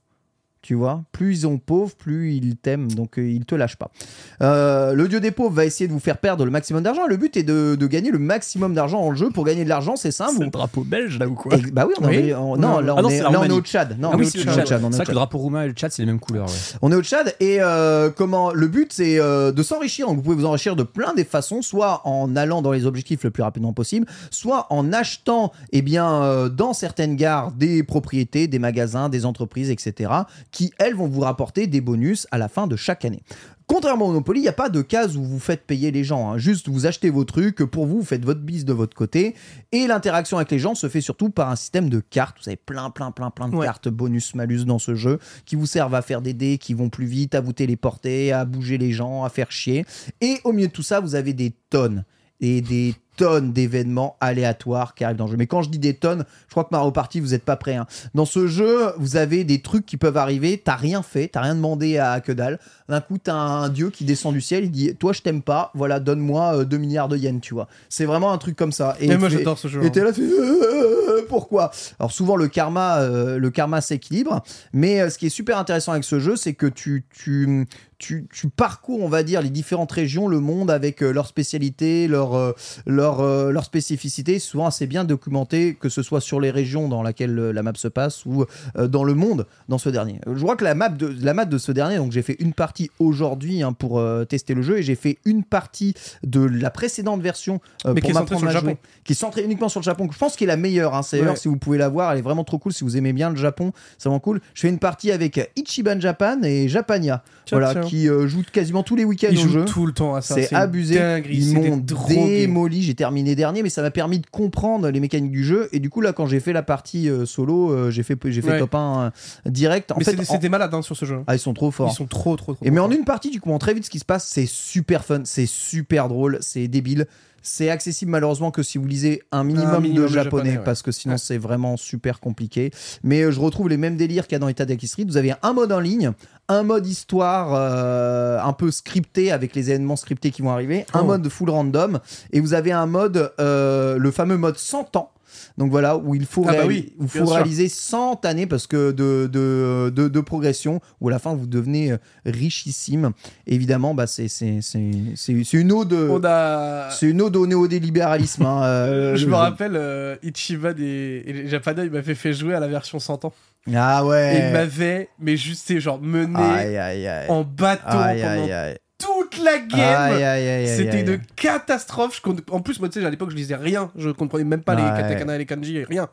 [SPEAKER 1] Tu vois, plus ils sont pauvres, plus ils t'aiment, donc euh, ils te lâchent pas. Euh, le dieu des pauvres va essayer de vous faire perdre le maximum d'argent. Le but est de, de gagner le maximum d'argent en jeu. Pour gagner de l'argent, c'est simple. vous-
[SPEAKER 2] drapeau belge là ou quoi
[SPEAKER 1] Ex- Bah oui, on en
[SPEAKER 3] Oui.
[SPEAKER 1] est- on- non, là
[SPEAKER 2] Ah
[SPEAKER 1] on
[SPEAKER 2] non,
[SPEAKER 1] est là,
[SPEAKER 2] c'est la
[SPEAKER 1] on est
[SPEAKER 2] Roumanie.
[SPEAKER 1] au Tchad. Non,
[SPEAKER 2] Ah
[SPEAKER 1] on est
[SPEAKER 2] oui,
[SPEAKER 1] au
[SPEAKER 2] c'est le
[SPEAKER 1] Tchad,
[SPEAKER 2] Tchad.
[SPEAKER 1] au Tchad, on est
[SPEAKER 2] C'est
[SPEAKER 1] au
[SPEAKER 2] vrai que
[SPEAKER 1] Tchad.
[SPEAKER 2] le drapeau roumain et le Tchad, c'est les mêmes couleurs. ouais.
[SPEAKER 1] On est au Tchad et euh, comment le but c'est euh, de s'enrichir. Donc vous pouvez vous enrichir de plein des façons, soit en allant dans les objectifs le plus rapidement possible, soit en achetant eh bien euh, dans certaines gares des propriétés, des magasins, des entreprises, etc. qui elles vont vous rapporter des bonus à la fin de chaque année. Contrairement au Monopoly, il n'y a pas de case où vous faites payer les gens. hein. Juste, vous achetez vos trucs, pour vous, vous faites votre bise de votre côté. Et l'interaction avec les gens se fait surtout par un système de cartes. Vous avez plein, plein, plein, plein de
[SPEAKER 3] Ouais.
[SPEAKER 1] cartes bonus-malus dans ce jeu qui vous servent à faire des dés qui vont plus vite, à vous téléporter, à bouger les gens, à faire chier. Et au milieu de tout ça, vous avez des tonnes et des tonnes d'événements aléatoires qui arrivent dans le jeu. Mais quand je dis des tonnes, je crois que Mario Party, vous n'êtes pas prêts. hein. Dans ce jeu, vous avez des trucs qui peuvent arriver, t'as rien fait, t'as rien demandé à que dalle. D'un coup, t'as un dieu qui descend du ciel, il dit Toi, je t'aime pas, voilà, donne-moi euh, 2 milliards de yens, tu vois. C'est vraiment un truc comme ça.
[SPEAKER 3] Et moi,
[SPEAKER 1] tu-
[SPEAKER 3] j'adore ce jeu. hein.
[SPEAKER 1] et t'es là, tu fais, Euh, pourquoi Alors souvent le karma, euh, le karma s'équilibre, mais euh, ce qui est super intéressant avec ce jeu, c'est que tu, tu, tu, tu parcours, on va dire, les différentes régions, le monde avec euh, leurs spécialités, leurs euh, leurs euh, leurs spécificités, souvent assez bien documentées, que ce soit sur les régions dans laquelle euh, la map se passe ou euh, dans le monde dans ce dernier. Euh, Je crois que la map de la map de ce dernier, donc j'ai fait une partie aujourd'hui hein, pour euh, tester le jeu et j'ai fait une partie de la précédente version euh,
[SPEAKER 3] Mais
[SPEAKER 1] pour
[SPEAKER 3] qui est centrée
[SPEAKER 1] m'apprendre
[SPEAKER 3] sur le
[SPEAKER 1] à
[SPEAKER 3] Japon.
[SPEAKER 1] jouer qui est centrée uniquement sur le Japon. que Je pense qu'il est la meilleure. Hein. C'est
[SPEAKER 3] Ouais.
[SPEAKER 1] d'ailleurs, si vous pouvez la voir, elle est vraiment trop cool. Si vous aimez bien le Japon, c'est vraiment cool. Je fais une partie avec euh, Ichiban Japan et Japania,
[SPEAKER 3] Tiens,
[SPEAKER 1] voilà,
[SPEAKER 3] tiens.
[SPEAKER 1] qui euh, jouent quasiment tous les week-ends
[SPEAKER 3] Ils
[SPEAKER 1] au jeu.
[SPEAKER 3] jouent tout le temps à ça.
[SPEAKER 1] C'est
[SPEAKER 3] une
[SPEAKER 1] abusé.
[SPEAKER 3] dinguerie,
[SPEAKER 1] Ils
[SPEAKER 3] c'est
[SPEAKER 1] m'ont
[SPEAKER 3] des drogués.
[SPEAKER 1] démoli. J'ai terminé dernier, mais ça m'a permis de comprendre les mécaniques du jeu. Et du coup, là, quand j'ai fait la partie euh, solo, euh, j'ai fait, j'ai fait
[SPEAKER 3] Ouais.
[SPEAKER 1] top 1 euh, direct. En
[SPEAKER 3] Mais
[SPEAKER 1] fait,
[SPEAKER 3] c'est des-
[SPEAKER 1] en-
[SPEAKER 3] c'est des malades hein, sur ce jeu.
[SPEAKER 1] ah, ils sont trop forts.
[SPEAKER 3] Ils sont trop, trop, trop.
[SPEAKER 1] Et mais
[SPEAKER 3] trop
[SPEAKER 1] en une partie, tu comprends très vite ce qui se passe. C'est super fun, c'est super drôle, c'est débile. C'est accessible malheureusement que si vous lisez un minimum,
[SPEAKER 3] minimum
[SPEAKER 1] de
[SPEAKER 3] de
[SPEAKER 1] japonais,
[SPEAKER 3] japonais, ouais.
[SPEAKER 1] parce que sinon
[SPEAKER 3] Ouais.
[SPEAKER 1] c'est vraiment super compliqué. Mais euh, je retrouve les mêmes délires qu'il y a dans Itadaki Street. Vous avez un mode en ligne, un mode histoire euh, un peu scripté avec les événements scriptés qui vont arriver, un
[SPEAKER 3] Oh.
[SPEAKER 1] mode full random et vous avez un mode, euh, le fameux mode 100 ans. Donc voilà, où il faut,
[SPEAKER 3] Ah bah
[SPEAKER 1] réali-
[SPEAKER 3] oui,
[SPEAKER 1] où il
[SPEAKER 3] bien
[SPEAKER 1] faut
[SPEAKER 3] sûr.
[SPEAKER 1] réaliser 100 années parce que de, de, de, de progression, où à la fin vous devenez euh, richissime. Évidemment, bah, c'est c'est- c'est- c'est- c'est une ode.
[SPEAKER 3] On a.
[SPEAKER 1] euh, C'est une ode au néolibéralisme. hein, euh,
[SPEAKER 3] je
[SPEAKER 1] le
[SPEAKER 3] me
[SPEAKER 1] jeu.
[SPEAKER 3] rappelle, euh, Ichiban et, et les Japonais, il m'avait fait jouer à la version 100 ans.
[SPEAKER 1] Ah
[SPEAKER 3] Et il
[SPEAKER 1] ouais.
[SPEAKER 3] m'avait, mais juste, c'est genre, mené
[SPEAKER 1] Aïe aïe aïe.
[SPEAKER 3] en bateau
[SPEAKER 1] Aïe
[SPEAKER 3] pendant
[SPEAKER 1] aïe aïe.
[SPEAKER 3] toute la game.
[SPEAKER 1] Aïe, aïe, aïe, aïe,
[SPEAKER 3] C'était
[SPEAKER 1] aïe.
[SPEAKER 3] une catastrophe. Je comp- En plus, moi, tu sais, à l'époque, je lisais rien. Je comprenais même pas
[SPEAKER 1] Ouais.
[SPEAKER 3] les katakana et les kanji, rien.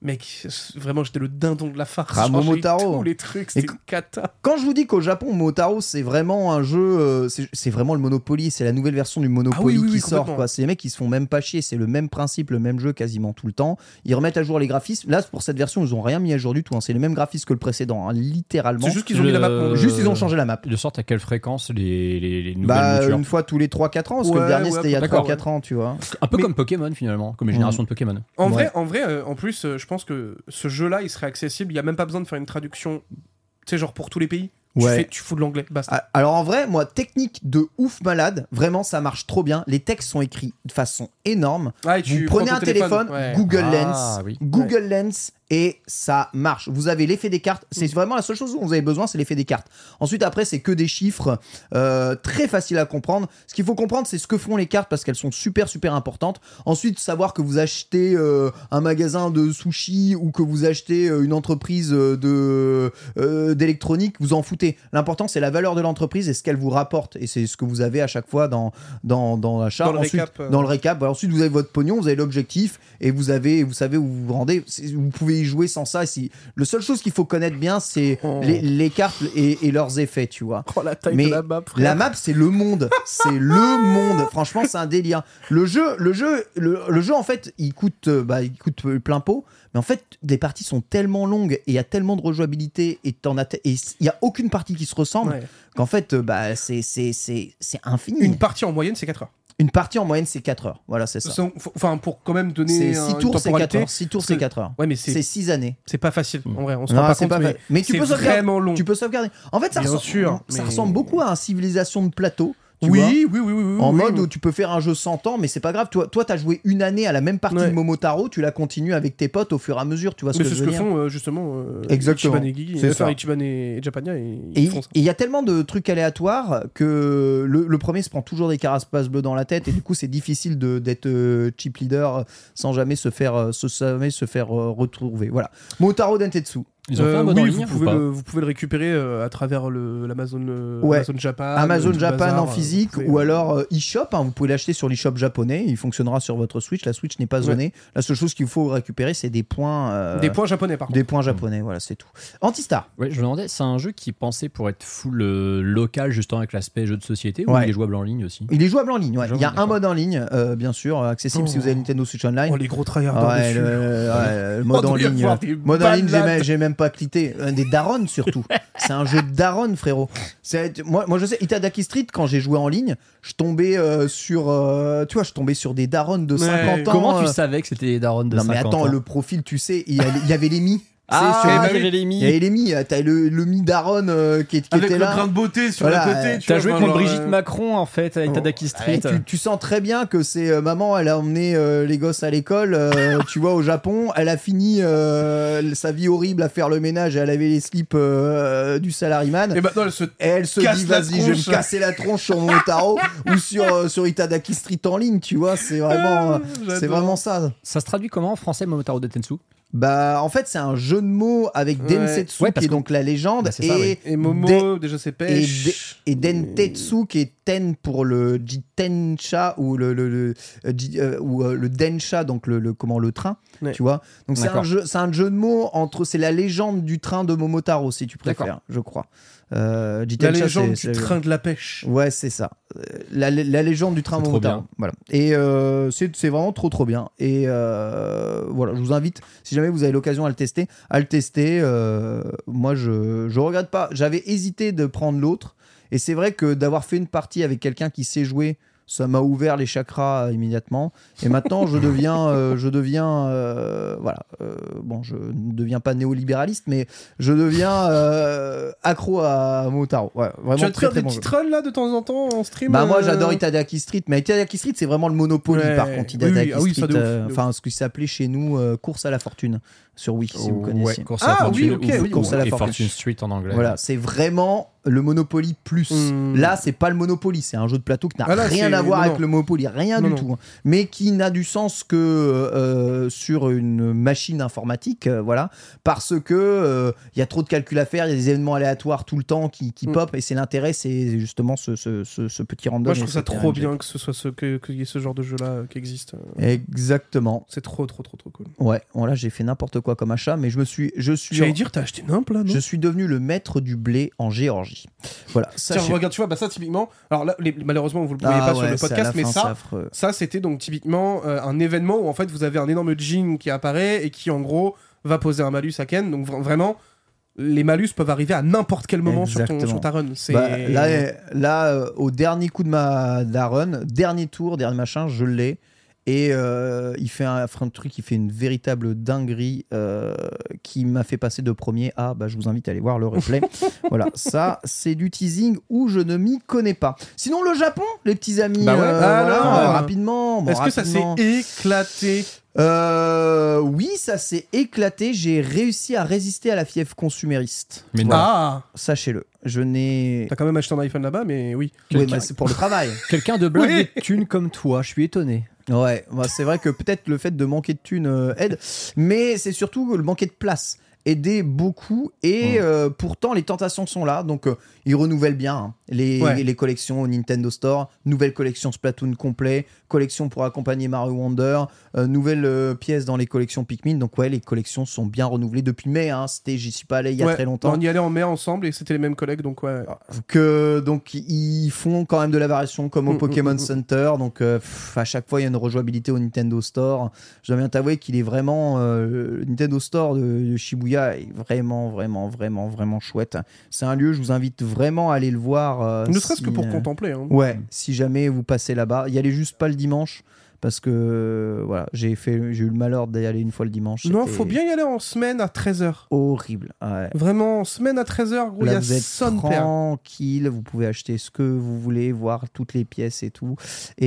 [SPEAKER 3] Mec, vraiment, j'étais le dindon de la farce.
[SPEAKER 5] Ah,
[SPEAKER 3] Je mangeais
[SPEAKER 5] Momotaro.
[SPEAKER 3] tous les trucs, c'était
[SPEAKER 5] Et-
[SPEAKER 3] une cata.
[SPEAKER 1] Quand je vous dis qu'au Japon, Motaro, c'est vraiment un jeu, euh, c'est c'est vraiment le Monopoly, c'est la nouvelle version du Monopoly
[SPEAKER 3] Ah oui, oui,
[SPEAKER 1] qui
[SPEAKER 3] oui,
[SPEAKER 1] sort.
[SPEAKER 3] complètement.
[SPEAKER 1] quoi. C'est les mecs qui se font même pas chier, c'est le même principe, le même jeu quasiment tout le temps. Ils remettent à jour les graphismes. Là, pour cette version, ils ont rien mis à jour du tout. hein. C'est les mêmes graphismes que le précédent, hein, littéralement.
[SPEAKER 3] C'est juste euh, qu'ils ont mis la map.
[SPEAKER 2] Le-
[SPEAKER 3] Juste-
[SPEAKER 1] Juste, ils ont changé la map.
[SPEAKER 2] De sorte à quelle fréquence les, les, les nouvelles
[SPEAKER 1] Bah,
[SPEAKER 2] montures
[SPEAKER 1] une fois tous les 3-4 ans, parce que
[SPEAKER 3] Ouais,
[SPEAKER 1] le dernier
[SPEAKER 3] ouais,
[SPEAKER 1] c'était il y a
[SPEAKER 2] d'accord,
[SPEAKER 1] 3-4 ans, tu vois.
[SPEAKER 2] Un peu
[SPEAKER 3] mais-
[SPEAKER 2] comme Pokémon finalement, comme les
[SPEAKER 1] Mm.
[SPEAKER 2] générations de Pokémon.
[SPEAKER 3] En
[SPEAKER 1] Ouais.
[SPEAKER 3] vrai, en, vrai euh, en plus, euh, je pense que ce jeu-là, il serait accessible. Il n'y a même pas besoin de faire une traduction, tu sais, genre pour tous les pays. Tu,
[SPEAKER 1] Ouais.
[SPEAKER 3] fais, tu fous de l'anglais, basta.
[SPEAKER 1] Ah, Alors en vrai, moi, technique de ouf malade, vraiment ça marche trop bien. Les textes sont écrits de façon énorme.
[SPEAKER 3] Ah, et
[SPEAKER 1] Vous
[SPEAKER 3] prends
[SPEAKER 1] prenez
[SPEAKER 3] ton
[SPEAKER 1] un téléphone,
[SPEAKER 3] ouais.
[SPEAKER 1] Google
[SPEAKER 2] Ah,
[SPEAKER 1] Lens,
[SPEAKER 2] oui.
[SPEAKER 1] Google Lens et ça marche. Vous avez l'effet des cartes.
[SPEAKER 3] Mm.
[SPEAKER 1] C'est vraiment la seule chose dont vous avez besoin, c'est l'effet des cartes. Ensuite, après, c'est que des chiffres euh, très faciles à comprendre. Ce qu'il faut comprendre, c'est ce que font les cartes parce qu'elles sont super super importantes. Ensuite, savoir que vous achetez euh, un magasin de sushi ou que vous achetez euh, une entreprise euh, de euh, d'électronique, vous en foutez. L'important, c'est la valeur de l'entreprise et ce qu'elle vous rapporte. Et c'est ce que vous avez à chaque fois dans dans dans l'achat.
[SPEAKER 3] Dans le
[SPEAKER 1] Ensuite,
[SPEAKER 3] récap, euh.
[SPEAKER 1] dans le récap. Voilà, ensuite, vous avez votre pognon, vous avez l'objectif et vous avez, vous savez où vous vous rendez. C'est- Vous pouvez y jouer sans ça. Si le seul chose qu'il faut connaître bien, c'est
[SPEAKER 3] Oh.
[SPEAKER 1] les, les cartes et, et leurs effets, tu vois.
[SPEAKER 3] Oh, la taille
[SPEAKER 1] Mais
[SPEAKER 3] de la map, frère.
[SPEAKER 1] La map, c'est le monde. C'est le monde. Franchement, c'est un délire. Le jeu, le jeu, le, le jeu, en fait, il coûte, euh, bah, il coûte euh, plein pot. Mais en fait, les parties sont tellement longues et il y a tellement de rejouabilité et t'en as te- et il y a aucune partie qui se ressemble
[SPEAKER 3] Ouais.
[SPEAKER 1] qu'en fait, euh, bah, c'est, c'est, c'est, c'est infini.
[SPEAKER 3] Une
[SPEAKER 1] Une,
[SPEAKER 3] partie en moyenne, c'est 4 heures.
[SPEAKER 1] partie en moyenne, c'est 4 heures. Voilà, c'est ça.
[SPEAKER 3] Sans- faut- Enfin, pour quand même donner
[SPEAKER 1] C'est
[SPEAKER 3] un-
[SPEAKER 1] 6
[SPEAKER 3] une
[SPEAKER 1] tours, c'est 4
[SPEAKER 3] temporalité.
[SPEAKER 1] heures. 6 tours,
[SPEAKER 3] Parce
[SPEAKER 1] c'est
[SPEAKER 3] que-
[SPEAKER 1] 4 heures.
[SPEAKER 3] Ouais, mais c'est
[SPEAKER 1] C'est 6 années.
[SPEAKER 3] c'est pas facile. En vrai, on se
[SPEAKER 1] Non,
[SPEAKER 3] rend pas
[SPEAKER 1] c'est
[SPEAKER 3] compte.
[SPEAKER 1] pas
[SPEAKER 3] mais
[SPEAKER 1] fa- mais tu
[SPEAKER 3] c'est
[SPEAKER 1] peux sauvegarder-
[SPEAKER 3] vraiment long.
[SPEAKER 1] Tu peux sauvegarder. En fait, ça,
[SPEAKER 3] Bien
[SPEAKER 1] ressemble,
[SPEAKER 3] sûr,
[SPEAKER 1] ça
[SPEAKER 3] mais-
[SPEAKER 1] ressemble beaucoup à un civilisation de plateau. tu vois.
[SPEAKER 3] Oui, oui, oui, oui, oui,
[SPEAKER 1] en
[SPEAKER 3] oui,
[SPEAKER 1] mode
[SPEAKER 3] oui.
[SPEAKER 1] où tu peux faire un jeu 100 ans, mais c'est pas grave. Toi, toi, t'as joué une année à la même partie
[SPEAKER 3] Ouais.
[SPEAKER 1] de Momotaro, tu la continues avec tes potes au fur et à mesure. Tu vois ce
[SPEAKER 3] Mais
[SPEAKER 1] que
[SPEAKER 3] c'est
[SPEAKER 1] je
[SPEAKER 3] ce
[SPEAKER 1] veux
[SPEAKER 3] que
[SPEAKER 1] dire.
[SPEAKER 3] font euh, justement euh,
[SPEAKER 1] Exactement.
[SPEAKER 3] Ichiban et Gigi.
[SPEAKER 1] C'est
[SPEAKER 3] Enfin,
[SPEAKER 1] ça.
[SPEAKER 3] Ichiban et, et Japania, et,
[SPEAKER 1] Et
[SPEAKER 3] ils
[SPEAKER 1] il
[SPEAKER 3] font ça.
[SPEAKER 1] et il y a tellement de trucs aléatoires que le, le premier se prend toujours des carapaces bleues dans la tête et du coup c'est difficile de- d'être euh, chip leader sans jamais se faire, euh, se, jamais se faire euh, retrouver. Voilà. Motaro Dentetsu.
[SPEAKER 2] Ils ont fait
[SPEAKER 3] Euh,
[SPEAKER 2] un mode en
[SPEAKER 3] oui,
[SPEAKER 2] ligne
[SPEAKER 3] vous
[SPEAKER 2] ou
[SPEAKER 3] pouvez,
[SPEAKER 2] pas
[SPEAKER 3] le, vous pouvez le récupérer euh, à travers le- l'Amazon euh,
[SPEAKER 1] Ouais.
[SPEAKER 3] Amazon Japan.
[SPEAKER 1] Amazon
[SPEAKER 3] euh, tout
[SPEAKER 1] Japan
[SPEAKER 3] bazar,
[SPEAKER 1] en
[SPEAKER 3] euh,
[SPEAKER 1] physique
[SPEAKER 3] vous pouvez-
[SPEAKER 1] ou alors euh, eShop. hein, vous pouvez l'acheter sur l'eShop japonais. Il fonctionnera sur votre Switch. La Switch n'est pas zonée. La seule chose qu'il faut récupérer, c'est des points. euh,
[SPEAKER 3] Des points japonais, par contre.
[SPEAKER 1] des points japonais. Voilà, c'est tout. Antistar.
[SPEAKER 2] Ouais, je me demandais, c'est un jeu qui pensait pour être full euh, local justement avec l'aspect jeu de société ou
[SPEAKER 1] Ouais.
[SPEAKER 2] il est jouable en ligne aussi
[SPEAKER 1] Il est jouable en ligne. ouais.
[SPEAKER 2] Jouable,
[SPEAKER 1] Il y a un
[SPEAKER 2] d'accord.
[SPEAKER 1] mode en ligne, euh, bien sûr, euh, accessible si vous avez Nintendo Switch Online.
[SPEAKER 3] Oh, les gros tryharders
[SPEAKER 1] Ouais,
[SPEAKER 3] dessus.
[SPEAKER 1] le, ouais, le mode
[SPEAKER 3] On
[SPEAKER 1] en
[SPEAKER 3] doit y
[SPEAKER 1] ligne.
[SPEAKER 3] avoir des
[SPEAKER 1] Mode en ligne, j'ai
[SPEAKER 3] balades.
[SPEAKER 1] même, j'ai même pas cliqué. Un des darons surtout. c'est un jeu de darons, frérot. C'est- Moi, moi, je sais, Itadaki Street, quand j'ai joué en ligne, je tombais euh, sur, euh, tu vois, je tombais sur des darons de
[SPEAKER 3] Ouais.
[SPEAKER 1] 50 ans.
[SPEAKER 2] Comment tu
[SPEAKER 1] euh,
[SPEAKER 2] savais que c'était Daron de
[SPEAKER 1] Non
[SPEAKER 2] 50
[SPEAKER 1] mais attends,
[SPEAKER 2] ans
[SPEAKER 1] le profil, tu sais, il y a- il y avait les mi.
[SPEAKER 2] Ah,
[SPEAKER 1] C'est sur-
[SPEAKER 2] oui, j'ai les mis.
[SPEAKER 1] il y avait les mi. T'as le, le mi daron euh, qui, qui
[SPEAKER 3] Avec
[SPEAKER 1] était
[SPEAKER 3] le
[SPEAKER 1] là.
[SPEAKER 3] grain de beauté sur
[SPEAKER 1] Voilà,
[SPEAKER 3] le côté.
[SPEAKER 1] euh, Oh,
[SPEAKER 3] tu
[SPEAKER 2] T'as
[SPEAKER 3] vois,
[SPEAKER 2] joué
[SPEAKER 3] enfin,
[SPEAKER 2] contre
[SPEAKER 3] genre,
[SPEAKER 2] Brigitte
[SPEAKER 3] euh,
[SPEAKER 2] Macron en fait à Itadaki
[SPEAKER 1] Ouais,
[SPEAKER 2] Street.
[SPEAKER 1] tu, tu sens très bien que c'est euh, maman, elle a emmené euh, les gosses à l'école, euh, tu vois, au Japon. Elle a fini euh, sa vie horrible à faire le ménage et à laver les slips euh, du salaryman.
[SPEAKER 3] Et bah, maintenant, elle se.
[SPEAKER 1] Et elle se
[SPEAKER 3] Casse
[SPEAKER 1] dit,
[SPEAKER 3] la
[SPEAKER 1] vas-y, je vais me
[SPEAKER 3] tronche.
[SPEAKER 1] casser la tronche sur mon tarot ou sur, euh, sur Itadaki Street en ligne, tu vois. C'est vraiment, euh, c'est
[SPEAKER 3] j'adore.
[SPEAKER 1] vraiment ça.
[SPEAKER 2] Ça se traduit comment en français Momotaro Detensu
[SPEAKER 1] Bah, en fait, c'est un jeu de mots avec
[SPEAKER 3] Ouais.
[SPEAKER 1] Densetsu,
[SPEAKER 2] Ouais,
[SPEAKER 1] qui
[SPEAKER 2] parce
[SPEAKER 1] est
[SPEAKER 2] que-
[SPEAKER 1] donc la légende,
[SPEAKER 2] Bah, c'est
[SPEAKER 1] et,
[SPEAKER 2] ça, oui.
[SPEAKER 3] Et Momo,
[SPEAKER 1] De-
[SPEAKER 3] déjà, c'est
[SPEAKER 1] et,
[SPEAKER 3] pêche.
[SPEAKER 1] de- et Dentetsu qui est Ten pour le Jitensha ou le, le, le- euh, Ji- euh, ou euh, le Densha donc le, le- comment le train
[SPEAKER 3] Ouais.
[SPEAKER 1] tu vois donc c'est un
[SPEAKER 2] D'accord.
[SPEAKER 1] jeu c'est un jeu de mots entre c'est la légende du train de Momotaro si tu préfères je crois euh,
[SPEAKER 3] La
[SPEAKER 1] Jitensha,
[SPEAKER 3] légende
[SPEAKER 1] c'est-
[SPEAKER 3] du
[SPEAKER 1] c'est-
[SPEAKER 3] train de la pêche.
[SPEAKER 1] Ouais, c'est ça. Euh, La, la légende du train
[SPEAKER 2] C'est trop
[SPEAKER 1] Momotaro.
[SPEAKER 2] bien.
[SPEAKER 1] Voilà. Et euh, c'est c'est vraiment trop trop bien. Et euh, voilà, je vous invite, si jamais vous avez l'occasion à le tester, à le tester. Euh, moi, je, je regrette pas. J'avais hésité de prendre l'autre. Et c'est vrai que d'avoir fait une partie avec quelqu'un qui sait jouer, ça m'a ouvert les chakras euh, immédiatement. Et maintenant, je deviens, euh, je deviens, euh, voilà, euh, bon, je ne deviens pas néolibéraliste, mais je deviens euh, accro à Momotaro. Ouais, vraiment
[SPEAKER 3] Tu vas te
[SPEAKER 1] très,
[SPEAKER 3] faire
[SPEAKER 1] très
[SPEAKER 3] des
[SPEAKER 1] bon jeu.
[SPEAKER 3] petits runs là de temps en temps en stream
[SPEAKER 1] Bah moi
[SPEAKER 3] euh,
[SPEAKER 1] j'adore Itadaki Street, mais Itadaki Street c'est vraiment le Monopoly
[SPEAKER 3] Ouais.
[SPEAKER 1] par contre.
[SPEAKER 3] Oui, oui,
[SPEAKER 1] Itadaki
[SPEAKER 3] ah oui, ça
[SPEAKER 1] Street,
[SPEAKER 3] de ouf,
[SPEAKER 1] euh,
[SPEAKER 3] de
[SPEAKER 1] enfin ce qui s'appelait chez nous euh, course à la fortune sur Wii si vous connaissez.
[SPEAKER 2] Course à
[SPEAKER 3] Ah,
[SPEAKER 2] la fortune
[SPEAKER 3] oui, ok,
[SPEAKER 2] ou-
[SPEAKER 3] oui,
[SPEAKER 2] ou-
[SPEAKER 1] course à la
[SPEAKER 2] et
[SPEAKER 1] fortune.
[SPEAKER 2] Fortune Street en anglais.
[SPEAKER 1] Voilà, c'est vraiment le Monopoly plus.
[SPEAKER 3] Hmm.
[SPEAKER 1] Là, c'est pas le Monopoly, c'est un jeu de plateau qui n'a
[SPEAKER 3] Ah là,
[SPEAKER 1] rien
[SPEAKER 3] c'est-
[SPEAKER 1] à voir
[SPEAKER 3] non,
[SPEAKER 1] avec
[SPEAKER 3] non.
[SPEAKER 1] le Monopoly, rien
[SPEAKER 3] Non,
[SPEAKER 1] du
[SPEAKER 3] non.
[SPEAKER 1] tout, hein. mais qui n'a du sens que euh, sur une machine informatique, euh, voilà, parce que euh, il y a trop de calculs à faire, il y a des événements aléatoires tout le temps qui, qui
[SPEAKER 3] Hmm.
[SPEAKER 1] pop, et c'est l'intérêt, c'est justement ce, ce- ce- ce petit random.
[SPEAKER 3] Moi, je
[SPEAKER 1] et
[SPEAKER 3] trouve
[SPEAKER 1] ce
[SPEAKER 3] ça trop
[SPEAKER 1] terrain de jeu.
[SPEAKER 3] bien que ce soit ce que qu'il y ait ce genre de jeu là qui existe. Euh,
[SPEAKER 1] Exactement.
[SPEAKER 3] C'est trop, trop, trop, trop cool.
[SPEAKER 1] Ouais, bon, là j'ai fait n'importe quoi comme achat, mais je me suis, je suis,
[SPEAKER 3] J'allais dire, t'as acheté Nimp là, non
[SPEAKER 1] je suis devenu le maître du blé en Géorgie. Voilà.
[SPEAKER 3] Tiens,
[SPEAKER 1] sachez-
[SPEAKER 3] regarde, tu vois, bah ça typiquement. Alors là, les- malheureusement, vous le voyez
[SPEAKER 1] Ah
[SPEAKER 3] pas sur
[SPEAKER 1] ouais,
[SPEAKER 3] le
[SPEAKER 1] c'est à
[SPEAKER 3] podcast,
[SPEAKER 1] la
[SPEAKER 3] mais
[SPEAKER 1] fin, c'est
[SPEAKER 3] ça,
[SPEAKER 1] affreux.
[SPEAKER 3] ça c'était donc typiquement euh, un événement où en fait vous avez un énorme jean qui apparaît et qui en gros va poser un malus à Ken. Donc vra- vraiment, les malus peuvent arriver à n'importe quel moment sur, ton,
[SPEAKER 1] Exactement.
[SPEAKER 3] sur ta run. C'est
[SPEAKER 1] Bah, là, eh, là euh, au dernier coup de ma de la run, dernier tour, dernier machin, je l'ai. Et euh, il fait un, enfin, un truc, il fait une véritable dinguerie euh, qui m'a fait passer de premier à bah, je vous invite à aller voir le replay. voilà, ça c'est du teasing où je ne m'y connais pas. Sinon, le Japon, les petits amis,
[SPEAKER 3] Bah ouais.
[SPEAKER 1] euh,
[SPEAKER 3] Alors,
[SPEAKER 1] voilà, rapidement. bon,
[SPEAKER 3] Est-ce que ça s'est
[SPEAKER 1] rapidement.
[SPEAKER 3] éclaté
[SPEAKER 1] Euh, oui, ça s'est éclaté. J'ai réussi à résister à la fièvre consumériste.
[SPEAKER 2] Mais non.
[SPEAKER 1] Voilà.
[SPEAKER 3] Ah
[SPEAKER 1] Sachez-le. Je n'ai.
[SPEAKER 3] T'as quand même acheté un iPhone là-bas, mais oui.
[SPEAKER 1] Oui,
[SPEAKER 2] Quelqu'un-
[SPEAKER 1] bah, c'est pour le travail.
[SPEAKER 2] Quelqu'un de blinde
[SPEAKER 3] Oui.
[SPEAKER 2] de thunes comme toi, je suis étonné.
[SPEAKER 1] Ouais, bah, c'est vrai que peut-être le fait de manquer de thunes euh, aide, mais c'est surtout le manquer de place aider beaucoup et euh, pourtant les tentations sont là donc euh, ils renouvellent bien hein. les,
[SPEAKER 3] Ouais.
[SPEAKER 1] les collections au Nintendo Store nouvelle collection Splatoon complet collection pour accompagner Mario Wonder euh, nouvelle euh, pièce dans les collections Pikmin donc ouais les collections sont bien renouvelées depuis mai hein. c'était j'y suis pas allé il y a
[SPEAKER 3] Ouais,
[SPEAKER 1] très longtemps Ah,
[SPEAKER 3] On y allait en mer ensemble et c'était les mêmes collègues, donc ouais.
[SPEAKER 1] que donc ils font quand même de la variation comme au
[SPEAKER 3] Mm, mm,
[SPEAKER 1] Pokémon
[SPEAKER 3] mm, mm.
[SPEAKER 1] Center donc euh, pff, à chaque fois il y a une rejouabilité au Nintendo Store je dois bien t'avouer qu'il est vraiment euh, le Nintendo Store de, de Shibuya est vraiment vraiment vraiment vraiment chouette c'est un lieu je vous invite vraiment à aller le voir euh,
[SPEAKER 3] ne serait-ce que
[SPEAKER 1] si,
[SPEAKER 3] pour
[SPEAKER 1] euh,
[SPEAKER 3] contempler. hein.
[SPEAKER 1] ouais si jamais vous passez là-bas y allez juste pas le dimanche parce que euh, voilà j'ai fait j'ai eu le malheur d'y aller une fois le dimanche
[SPEAKER 3] Non,
[SPEAKER 1] C'était
[SPEAKER 3] faut bien y aller en semaine à 13h.
[SPEAKER 1] horrible ouais.
[SPEAKER 3] Vraiment, en semaine à 13h, gros, il y
[SPEAKER 1] Là,
[SPEAKER 3] a
[SPEAKER 1] vous êtes
[SPEAKER 3] son père.
[SPEAKER 1] tranquille, vous pouvez acheter ce que vous voulez, voir toutes les pièces et tout.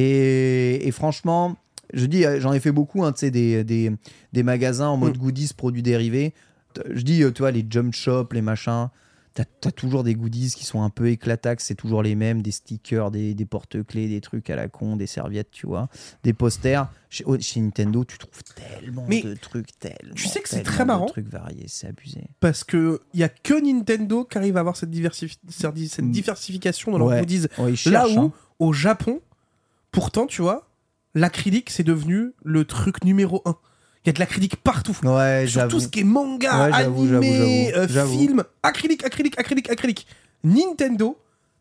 [SPEAKER 1] Et, et franchement, je dis, euh, j'en ai fait beaucoup, hein, tu sais, des, des, des magasins en mode
[SPEAKER 3] Mm.
[SPEAKER 1] goodies, produits dérivés. T- Je dis, euh, tu vois, les jump shops, les machins. T'as as toujours des goodies qui sont un peu éclataxes, c'est toujours les mêmes, des stickers, des, des porte-clés, des trucs à la con, des serviettes, tu vois, des posters. Chez, oh, chez Nintendo, tu trouves tellement
[SPEAKER 3] Mais
[SPEAKER 1] de trucs, tellement.
[SPEAKER 3] tu sais que c'est
[SPEAKER 1] tellement
[SPEAKER 3] très
[SPEAKER 1] de
[SPEAKER 3] marrant.
[SPEAKER 1] trucs variés, c'est abusé.
[SPEAKER 3] Parce que il y a que Nintendo qui arrive à avoir cette, diversifi- cette cette
[SPEAKER 1] Mm.
[SPEAKER 3] diversification dans leurs
[SPEAKER 1] Ouais.
[SPEAKER 3] goodies.
[SPEAKER 1] Oh, ils
[SPEAKER 3] Là
[SPEAKER 1] cherchent,
[SPEAKER 3] où,
[SPEAKER 1] hein.
[SPEAKER 3] au Japon, pourtant, tu vois, l'acrylique, c'est devenu le truc numéro 1. Il y a de l'acrylique partout.
[SPEAKER 1] Ouais,
[SPEAKER 3] Sur tout
[SPEAKER 1] j'avoue.
[SPEAKER 3] ce qui est manga,
[SPEAKER 1] Ouais, j'avoue,
[SPEAKER 3] animé,
[SPEAKER 1] j'avoue,
[SPEAKER 3] euh,
[SPEAKER 1] j'avoue.
[SPEAKER 3] film, acrylique, acrylique, acrylique, acrylique. Nintendo,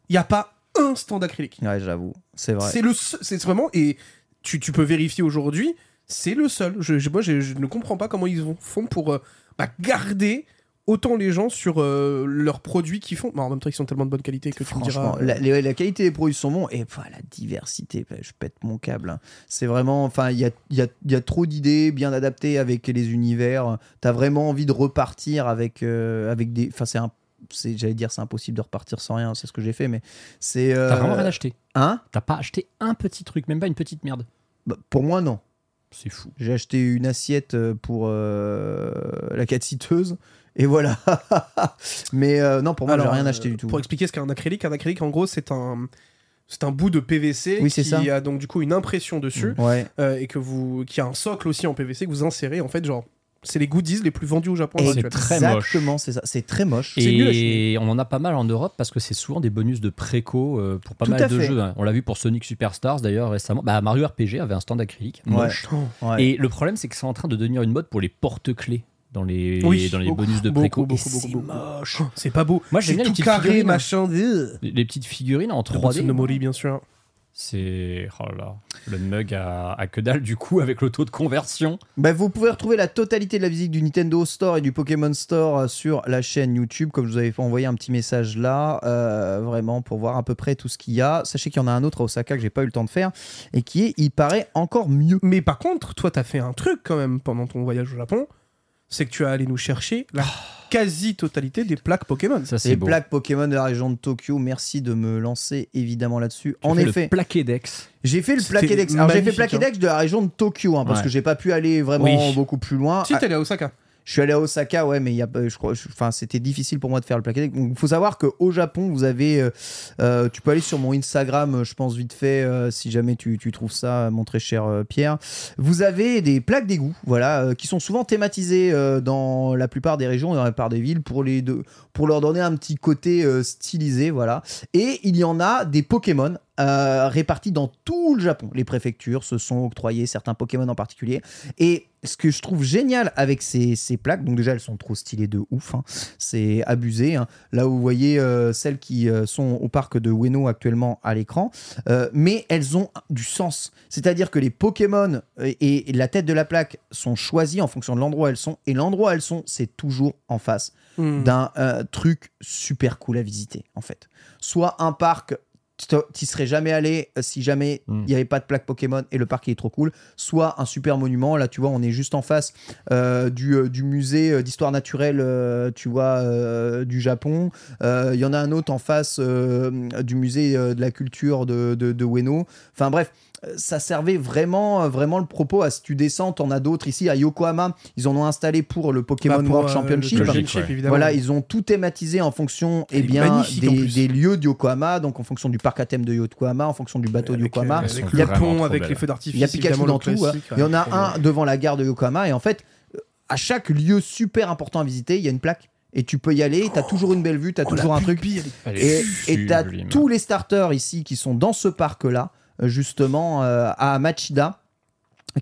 [SPEAKER 3] il n'y a pas un stand acrylique.
[SPEAKER 1] Ouais, j'avoue, c'est vrai.
[SPEAKER 3] C'est le seul- c'est vraiment et tu, tu peux vérifier aujourd'hui, c'est le seul. Je, je- moi je, je ne comprends pas comment ils vont- font pour euh, bah, garder autant les gens sur euh, leurs produits qu'ils font. Bah, en même temps, ils sont tellement de bonne qualité que tu me
[SPEAKER 1] Franchement,
[SPEAKER 3] diras.
[SPEAKER 1] la, les- la qualité des produits sont bons et enfin, la diversité, bah, je pète mon câble. hein. C'est vraiment, enfin, il y a, il y a- il y a trop d'idées bien adaptées avec les univers. T'as vraiment envie de repartir avec, euh, avec des. Enfin, c'est un. c'est- J'allais dire, c'est impossible de repartir sans rien, c'est ce que j'ai fait, mais c'est. euh,
[SPEAKER 2] T'as vraiment rien acheté.
[SPEAKER 1] hein
[SPEAKER 2] T'as pas acheté un petit truc, même pas une petite merde.
[SPEAKER 1] Bah, Pour moi, non.
[SPEAKER 2] C'est fou.
[SPEAKER 1] J'ai acheté une assiette euh, pour euh, la catciteuse et voilà. mais euh, non, pour moi, j'ai
[SPEAKER 3] Alors,
[SPEAKER 1] rien
[SPEAKER 3] euh,
[SPEAKER 1] acheté du tout.
[SPEAKER 3] Pour expliquer ce qu'est un acrylique, un acrylique en gros c'est un c'est un bout de PVC
[SPEAKER 1] Oui,
[SPEAKER 3] qui
[SPEAKER 1] c'est ça.
[SPEAKER 3] a donc du coup une impression dessus
[SPEAKER 1] Ouais.
[SPEAKER 3] euh, et que vous qui a un socle aussi en PVC que vous insérez en fait genre c'est les goodies les plus vendus au Japon. à l'heure actuelle.
[SPEAKER 2] très
[SPEAKER 1] Exactement, c'est ça. C'est très moche.
[SPEAKER 3] C'est nul à
[SPEAKER 2] Et on en a pas mal en Europe parce que c'est souvent des bonus de préco euh, pour pas
[SPEAKER 1] Tout à
[SPEAKER 2] mal de
[SPEAKER 1] fait.
[SPEAKER 2] jeux. hein. On l'a vu pour Sonic Superstars d'ailleurs récemment. Bah, Mario RPG avait un stand acrylique.
[SPEAKER 1] Ouais.
[SPEAKER 2] moche.
[SPEAKER 1] Ouais.
[SPEAKER 2] Et le problème, c'est que c'est en train de devenir une mode pour les porte-clés dans les,
[SPEAKER 3] Oui,
[SPEAKER 2] dans les
[SPEAKER 3] beaucoup,
[SPEAKER 2] bonus de
[SPEAKER 3] beaucoup,
[SPEAKER 2] préco.
[SPEAKER 3] beaucoup,
[SPEAKER 2] Et
[SPEAKER 3] beaucoup,
[SPEAKER 2] c'est
[SPEAKER 3] beaucoup. Oh,
[SPEAKER 2] moche.
[SPEAKER 3] C'est pas beau.
[SPEAKER 2] Moi, j'aime
[SPEAKER 3] C'est
[SPEAKER 2] bien les
[SPEAKER 3] tout
[SPEAKER 2] petites
[SPEAKER 3] carré,
[SPEAKER 2] figurines.
[SPEAKER 3] machin. ugh.
[SPEAKER 2] Les, les petites figurines en
[SPEAKER 3] De
[SPEAKER 2] 3D.
[SPEAKER 3] Mori, bien sûr.
[SPEAKER 2] C'est. Oh là là. Le mug à, à que dalle, du coup, avec le taux de conversion.
[SPEAKER 1] Bah, vous pouvez retrouver la totalité de la visite du Nintendo Store et du Pokémon Store euh, sur la chaîne YouTube, comme je vous avais fait envoyer un petit message là, euh, vraiment pour voir à peu près tout ce qu'il y a. Sachez qu'il y en a un autre à Osaka que j'ai pas eu le temps de faire et qui est, il paraît, encore mieux.
[SPEAKER 3] Mais par contre, toi, t'as fait un truc quand même pendant ton voyage au Japon. C'est que tu as allé nous chercher la
[SPEAKER 1] Oh.
[SPEAKER 3] quasi-totalité des plaques Pokémon.
[SPEAKER 2] Ça, c'est
[SPEAKER 1] Les
[SPEAKER 2] beau.
[SPEAKER 1] plaques Pokémon de la région de Tokyo, merci de me lancer évidemment là-dessus. En
[SPEAKER 2] Fais
[SPEAKER 1] effet,
[SPEAKER 2] Le plaqué d'ex.
[SPEAKER 1] j'ai fait le
[SPEAKER 3] C'était
[SPEAKER 1] plaquedex. Alors j'ai fait
[SPEAKER 3] magnifique, hein.
[SPEAKER 1] plaquedex de la région de Tokyo, hein, parce
[SPEAKER 2] Ouais.
[SPEAKER 1] que j'ai pas pu aller vraiment
[SPEAKER 2] Oui.
[SPEAKER 1] beaucoup plus loin.
[SPEAKER 3] Ah,
[SPEAKER 1] Ah,
[SPEAKER 3] Si t'es allé à Osaka.
[SPEAKER 1] Je suis allé à Osaka, ouais, mais il y a, euh, je crois, je- enfin, c'était difficile pour moi de faire le plaqué. Il faut savoir qu'au Japon, vous avez, euh, euh, tu peux aller sur mon Instagram, euh, je pense vite fait, euh, si jamais tu, tu trouves ça, mon très cher euh, Pierre. Vous avez des plaques d'égout, voilà, euh, qui sont souvent thématisées euh, dans la plupart des régions et dans la plupart des villes pour les deux, pour leur donner un petit côté euh, stylisé, voilà. Et il y en a des Pokémon. euh, répartis dans tout le Japon. Les préfectures se sont octroyées certains Pokémon en particulier. Et ce que je trouve génial avec ces, ces plaques, donc déjà elles sont trop stylées de ouf, hein. c'est abusé. hein. Là où vous voyez euh, celles qui euh, sont au parc de Ueno actuellement à l'écran, euh, mais elles ont du sens. C'est-à-dire que les Pokémon et, et la tête de la plaque sont choisis en fonction de l'endroit où elles sont, et l'endroit où elles sont, c'est toujours en face
[SPEAKER 3] Hmm.
[SPEAKER 1] d'un euh, truc super cool à visiter, en fait. Soit un parc, tu serais jamais allé euh, si jamais il
[SPEAKER 2] Mm.
[SPEAKER 1] n'y avait pas de plaque Pokémon et le parc il est trop cool. Soit un super monument. Là, tu vois, on est juste en face euh, du, euh, du musée euh, d'histoire naturelle, euh, tu vois, euh, du Japon. Euh, Il y en a un autre en face euh, du musée euh, de la culture de, de, de Ueno. Enfin bref, euh, ça servait vraiment, euh, vraiment le propos. À si tu descends, t'en as d'autres ici à Yokohama. Ils en ont installé pour le Pokémon
[SPEAKER 3] Bah, pour,
[SPEAKER 1] World
[SPEAKER 3] euh,
[SPEAKER 1] Championship.
[SPEAKER 3] le
[SPEAKER 2] Logique,
[SPEAKER 3] Championship,
[SPEAKER 2] ouais.
[SPEAKER 3] évidemment.
[SPEAKER 1] Voilà, ils ont tout thématisé en fonction eh
[SPEAKER 3] Elle est
[SPEAKER 1] bien,
[SPEAKER 3] magnifique, en
[SPEAKER 1] des,
[SPEAKER 3] plus.
[SPEAKER 1] des lieux de Yokohama, donc en fonction du parc à thème de Yokohama, en fonction du bateau de
[SPEAKER 3] Avec, euh,
[SPEAKER 1] Yokohama.
[SPEAKER 3] avec
[SPEAKER 2] Elles sont
[SPEAKER 3] le
[SPEAKER 2] vraiment
[SPEAKER 3] pont,
[SPEAKER 2] trop
[SPEAKER 3] avec
[SPEAKER 2] belles.
[SPEAKER 3] les feux d'artifice.
[SPEAKER 1] Il y a Pikachu
[SPEAKER 3] évidemment,
[SPEAKER 1] dans
[SPEAKER 3] le
[SPEAKER 1] tout. hein.
[SPEAKER 3] classique,
[SPEAKER 1] Il y en
[SPEAKER 3] ouais, trop
[SPEAKER 1] a
[SPEAKER 3] bien.
[SPEAKER 1] un devant la gare de Yokohama. Et en fait, euh, à chaque lieu super important à visiter, il y a une plaque. Et tu peux y aller, t'as toujours une belle vue, t'as
[SPEAKER 3] Oh, la
[SPEAKER 1] toujours un truc.
[SPEAKER 3] pupille, elle est
[SPEAKER 2] Elle est
[SPEAKER 1] Et et t'as
[SPEAKER 2] sublime.
[SPEAKER 1] tous les starters ici qui sont dans ce parc-là, euh, justement euh, à Machida,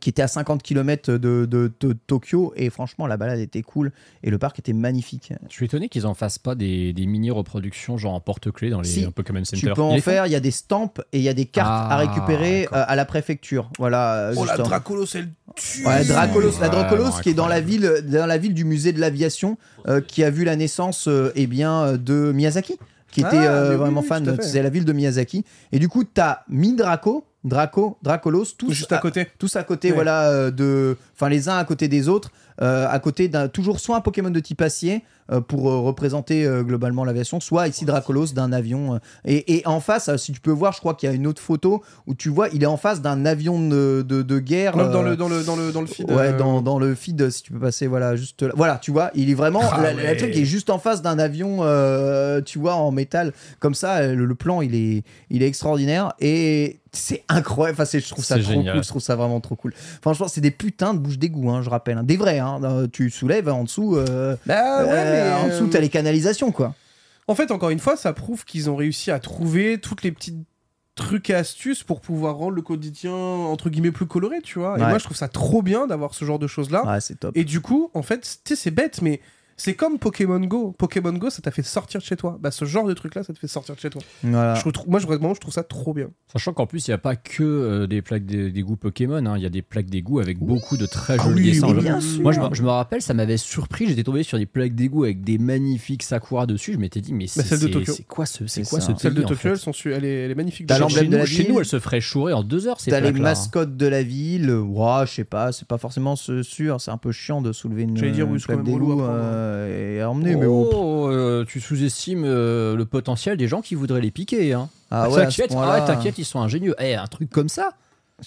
[SPEAKER 1] qui était à 50 km de, de- de Tokyo. Et franchement, la balade était cool et le parc était magnifique.
[SPEAKER 2] Je suis étonné qu'ils en fassent pas des, des mini reproductions genre en porte-clés dans les
[SPEAKER 1] Si,
[SPEAKER 2] Pokémon Center.
[SPEAKER 1] Tu peux
[SPEAKER 2] Ils
[SPEAKER 1] en
[SPEAKER 2] les font
[SPEAKER 1] faire, il y a des stamps et il y a des cartes
[SPEAKER 2] Ah,
[SPEAKER 1] à récupérer
[SPEAKER 2] d'accord.
[SPEAKER 1] euh, à la préfecture. Voilà, euh,
[SPEAKER 3] Oh la Ah,
[SPEAKER 1] justement.
[SPEAKER 3] Dracolos, elle tue
[SPEAKER 1] Ouais, Dracolos, la
[SPEAKER 2] Vraiment
[SPEAKER 1] Dracolos qui est dans la
[SPEAKER 2] incroyable.
[SPEAKER 1] ville, dans la ville du musée de l'aviation, euh, qui a vu la naissance, euh, eh bien, euh, de Miyazaki, qui était
[SPEAKER 3] Ah,
[SPEAKER 1] euh,
[SPEAKER 3] mais oui,
[SPEAKER 1] vraiment
[SPEAKER 3] oui,
[SPEAKER 1] fan.
[SPEAKER 3] tout à
[SPEAKER 1] de-
[SPEAKER 3] fait.
[SPEAKER 1] C'est la ville de Miyazaki. Et du coup, t'as mis Draco, Draco, Dracolos, tous
[SPEAKER 3] Juste à côté.
[SPEAKER 1] tous à côté,
[SPEAKER 3] Ouais.
[SPEAKER 1] voilà, euh, de, enfin les uns à côté des autres, euh, à côté d'un toujours soit un Pokémon de type acier euh, pour euh, représenter euh, globalement l'aviation, soit ici Dracolos d'un avion. euh, et, et en face, euh, si tu peux voir, je crois qu'il y a une autre photo où tu vois, il est en face d'un avion de, de, de guerre.
[SPEAKER 3] Dans, dans
[SPEAKER 1] euh,
[SPEAKER 3] le, dans, le, dans, le, dans le feed.
[SPEAKER 1] Ouais,
[SPEAKER 3] euh,
[SPEAKER 1] dans, dans le feed, si tu peux passer, voilà, juste là. Voilà, tu vois, il est vraiment.
[SPEAKER 3] Ah
[SPEAKER 1] la,
[SPEAKER 3] ouais.
[SPEAKER 1] la truc est juste en face d'un avion, euh, tu vois, en métal. Comme ça, euh, le, le plan, il est, il est extraordinaire et c'est incroyable. Enfin, c'est- je trouve ça
[SPEAKER 2] C'est
[SPEAKER 1] trop
[SPEAKER 2] génial.
[SPEAKER 1] cool, je trouve ça vraiment trop cool. Franchement, c'est des putains de bouches d'égout, hein, je rappelle. hein. Des vrais, hein. Euh, Tu soulèves en dessous. euh,
[SPEAKER 3] Bah ouais,
[SPEAKER 1] euh,
[SPEAKER 3] mais,
[SPEAKER 1] En dessous,
[SPEAKER 3] euh,
[SPEAKER 1] t'as les canalisations, quoi.
[SPEAKER 3] En fait, encore une fois, ça prouve qu'ils ont réussi à trouver toutes les petites trucs et astuces pour pouvoir rendre le quotidien entre guillemets plus coloré, tu vois. Et
[SPEAKER 1] Ouais.
[SPEAKER 3] moi, je trouve ça trop bien d'avoir ce genre de choses là.
[SPEAKER 1] Ouais, c'est top.
[SPEAKER 3] hein. Et du coup, en fait, tu sais, c'est bête, mais c'est comme Pokémon Go. Pokémon Go, ça t'a fait sortir de chez toi. Bah, ce genre de truc là, ça te fait sortir de chez toi.
[SPEAKER 1] Voilà.
[SPEAKER 3] Je retrouve- moi, je- vraiment, je trouve ça trop bien.
[SPEAKER 2] Sachant qu'en plus, il n'y a pas que euh, des plaques d'é- d'égout Pokémon, hein. il y a des plaques d'égout avec beaucoup de très
[SPEAKER 1] Ah
[SPEAKER 2] jolis
[SPEAKER 1] oui,
[SPEAKER 2] dessins.
[SPEAKER 1] mais
[SPEAKER 2] Je-
[SPEAKER 1] bien sûr.
[SPEAKER 2] Moi, je, me- je me rappelle, ça m'avait surpris, j'étais tombé sur des plaques d'égout avec des magnifiques sakura dessus. Je m'étais dit,
[SPEAKER 1] Bah,
[SPEAKER 2] mais c'est
[SPEAKER 3] celle de
[SPEAKER 2] c'est-
[SPEAKER 3] Tokyo.
[SPEAKER 2] c'est quoi ce, c'est
[SPEAKER 1] C'est
[SPEAKER 2] quoi
[SPEAKER 1] ça.
[SPEAKER 2] ce
[SPEAKER 3] Celle de
[SPEAKER 2] pays, en
[SPEAKER 3] Tokyo,
[SPEAKER 2] fait
[SPEAKER 3] elles sont su- elle, est, elle est magnifique.
[SPEAKER 1] T'as
[SPEAKER 2] Chez-
[SPEAKER 3] Déjà.
[SPEAKER 1] l'emblème
[SPEAKER 2] chez
[SPEAKER 1] de la
[SPEAKER 2] nous- Chez nous,
[SPEAKER 1] ville.
[SPEAKER 2] elle se ferait chourer en deux heures. ces
[SPEAKER 1] T'as les
[SPEAKER 2] plaques-là, hein.
[SPEAKER 1] mascottes de la ville, ouah, je sais pas, c'est pas forcément ce- sûr, c'est un peu chiant de soulever une,
[SPEAKER 3] J'allais dire, oui,
[SPEAKER 1] une
[SPEAKER 3] c'est quand
[SPEAKER 1] plaque
[SPEAKER 3] même relou à
[SPEAKER 1] d'égout
[SPEAKER 3] prendre. hein.
[SPEAKER 1] euh, et à emmener, mais bon.
[SPEAKER 2] Oh, euh, tu sous-estimes euh, le potentiel des gens qui voudraient les piquer. Hein.
[SPEAKER 1] Ah ouais, à ce
[SPEAKER 2] t'inquiète,
[SPEAKER 1] point-là,
[SPEAKER 2] ah ouais, t'inquiète, ils sont ingénieux. Eh, un truc comme ça.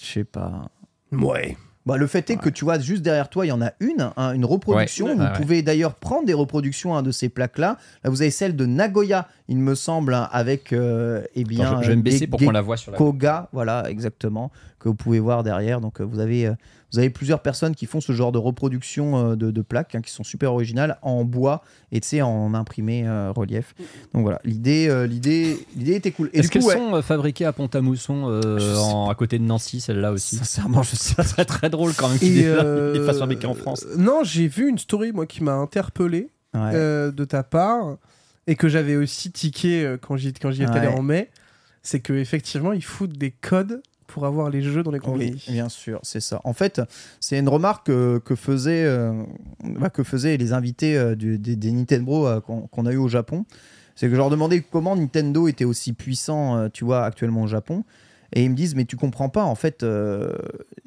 [SPEAKER 1] Je sais pas.
[SPEAKER 3] Ouais.
[SPEAKER 1] Bah, le fait est que tu vois, juste derrière toi, il y en a une, hein, une reproduction.
[SPEAKER 2] Ouais.
[SPEAKER 1] Vous
[SPEAKER 2] Ouais, ouais.
[SPEAKER 1] pouvez d'ailleurs prendre des reproductions hein, de ces plaques-là. Là, vous avez celle de Nagoya, il me semble, hein, avec, euh, eh bien,
[SPEAKER 2] Attends, je, je vais me
[SPEAKER 1] euh,
[SPEAKER 2] baisser
[SPEAKER 1] Ge-
[SPEAKER 2] pour qu'on la voit sur la.
[SPEAKER 1] Koga, voilà exactement, que vous pouvez voir derrière. Donc euh, vous avez, euh, vous avez plusieurs personnes qui font ce genre de reproduction euh, de, de plaques hein, qui sont super originales en bois et tu sais en imprimé euh, relief. Donc voilà, l'idée, euh, l'idée, l'idée était cool. Et
[SPEAKER 2] Est-ce
[SPEAKER 1] du
[SPEAKER 2] qu'elles
[SPEAKER 1] coup, ouais,
[SPEAKER 2] sont euh, fabriquées à Pont-à-Mousson, euh,
[SPEAKER 1] Je sais
[SPEAKER 2] en- à côté de Nancy, celle-là aussi
[SPEAKER 1] sincèrement, je sais.
[SPEAKER 2] Ça serait très drôle quand même qu'il
[SPEAKER 3] Et,
[SPEAKER 2] les fasse-
[SPEAKER 3] euh,
[SPEAKER 2] les fasse fabriquer en France.
[SPEAKER 3] euh, Non, j'ai vu une story, moi, qui m'a interpellé
[SPEAKER 1] Ouais.
[SPEAKER 3] euh, de ta part et que j'avais aussi tiqué euh, quand j'y quand j'y étais allé
[SPEAKER 1] Ouais.
[SPEAKER 3] en mai. C'est que effectivement, ils foutent des codes pour avoir les jeux dans les
[SPEAKER 1] Oui,
[SPEAKER 3] compagnies.
[SPEAKER 1] bien sûr, c'est ça. En fait, c'est une remarque euh, que, faisaient, euh, bah, que faisaient les invités euh, du- des, des Nintendo euh, qu'on qu'on a eu au Japon. C'est que je leur demandais comment Nintendo était aussi puissant, euh, tu vois, actuellement au Japon. Et ils me disent, mais tu comprends pas, en fait, euh,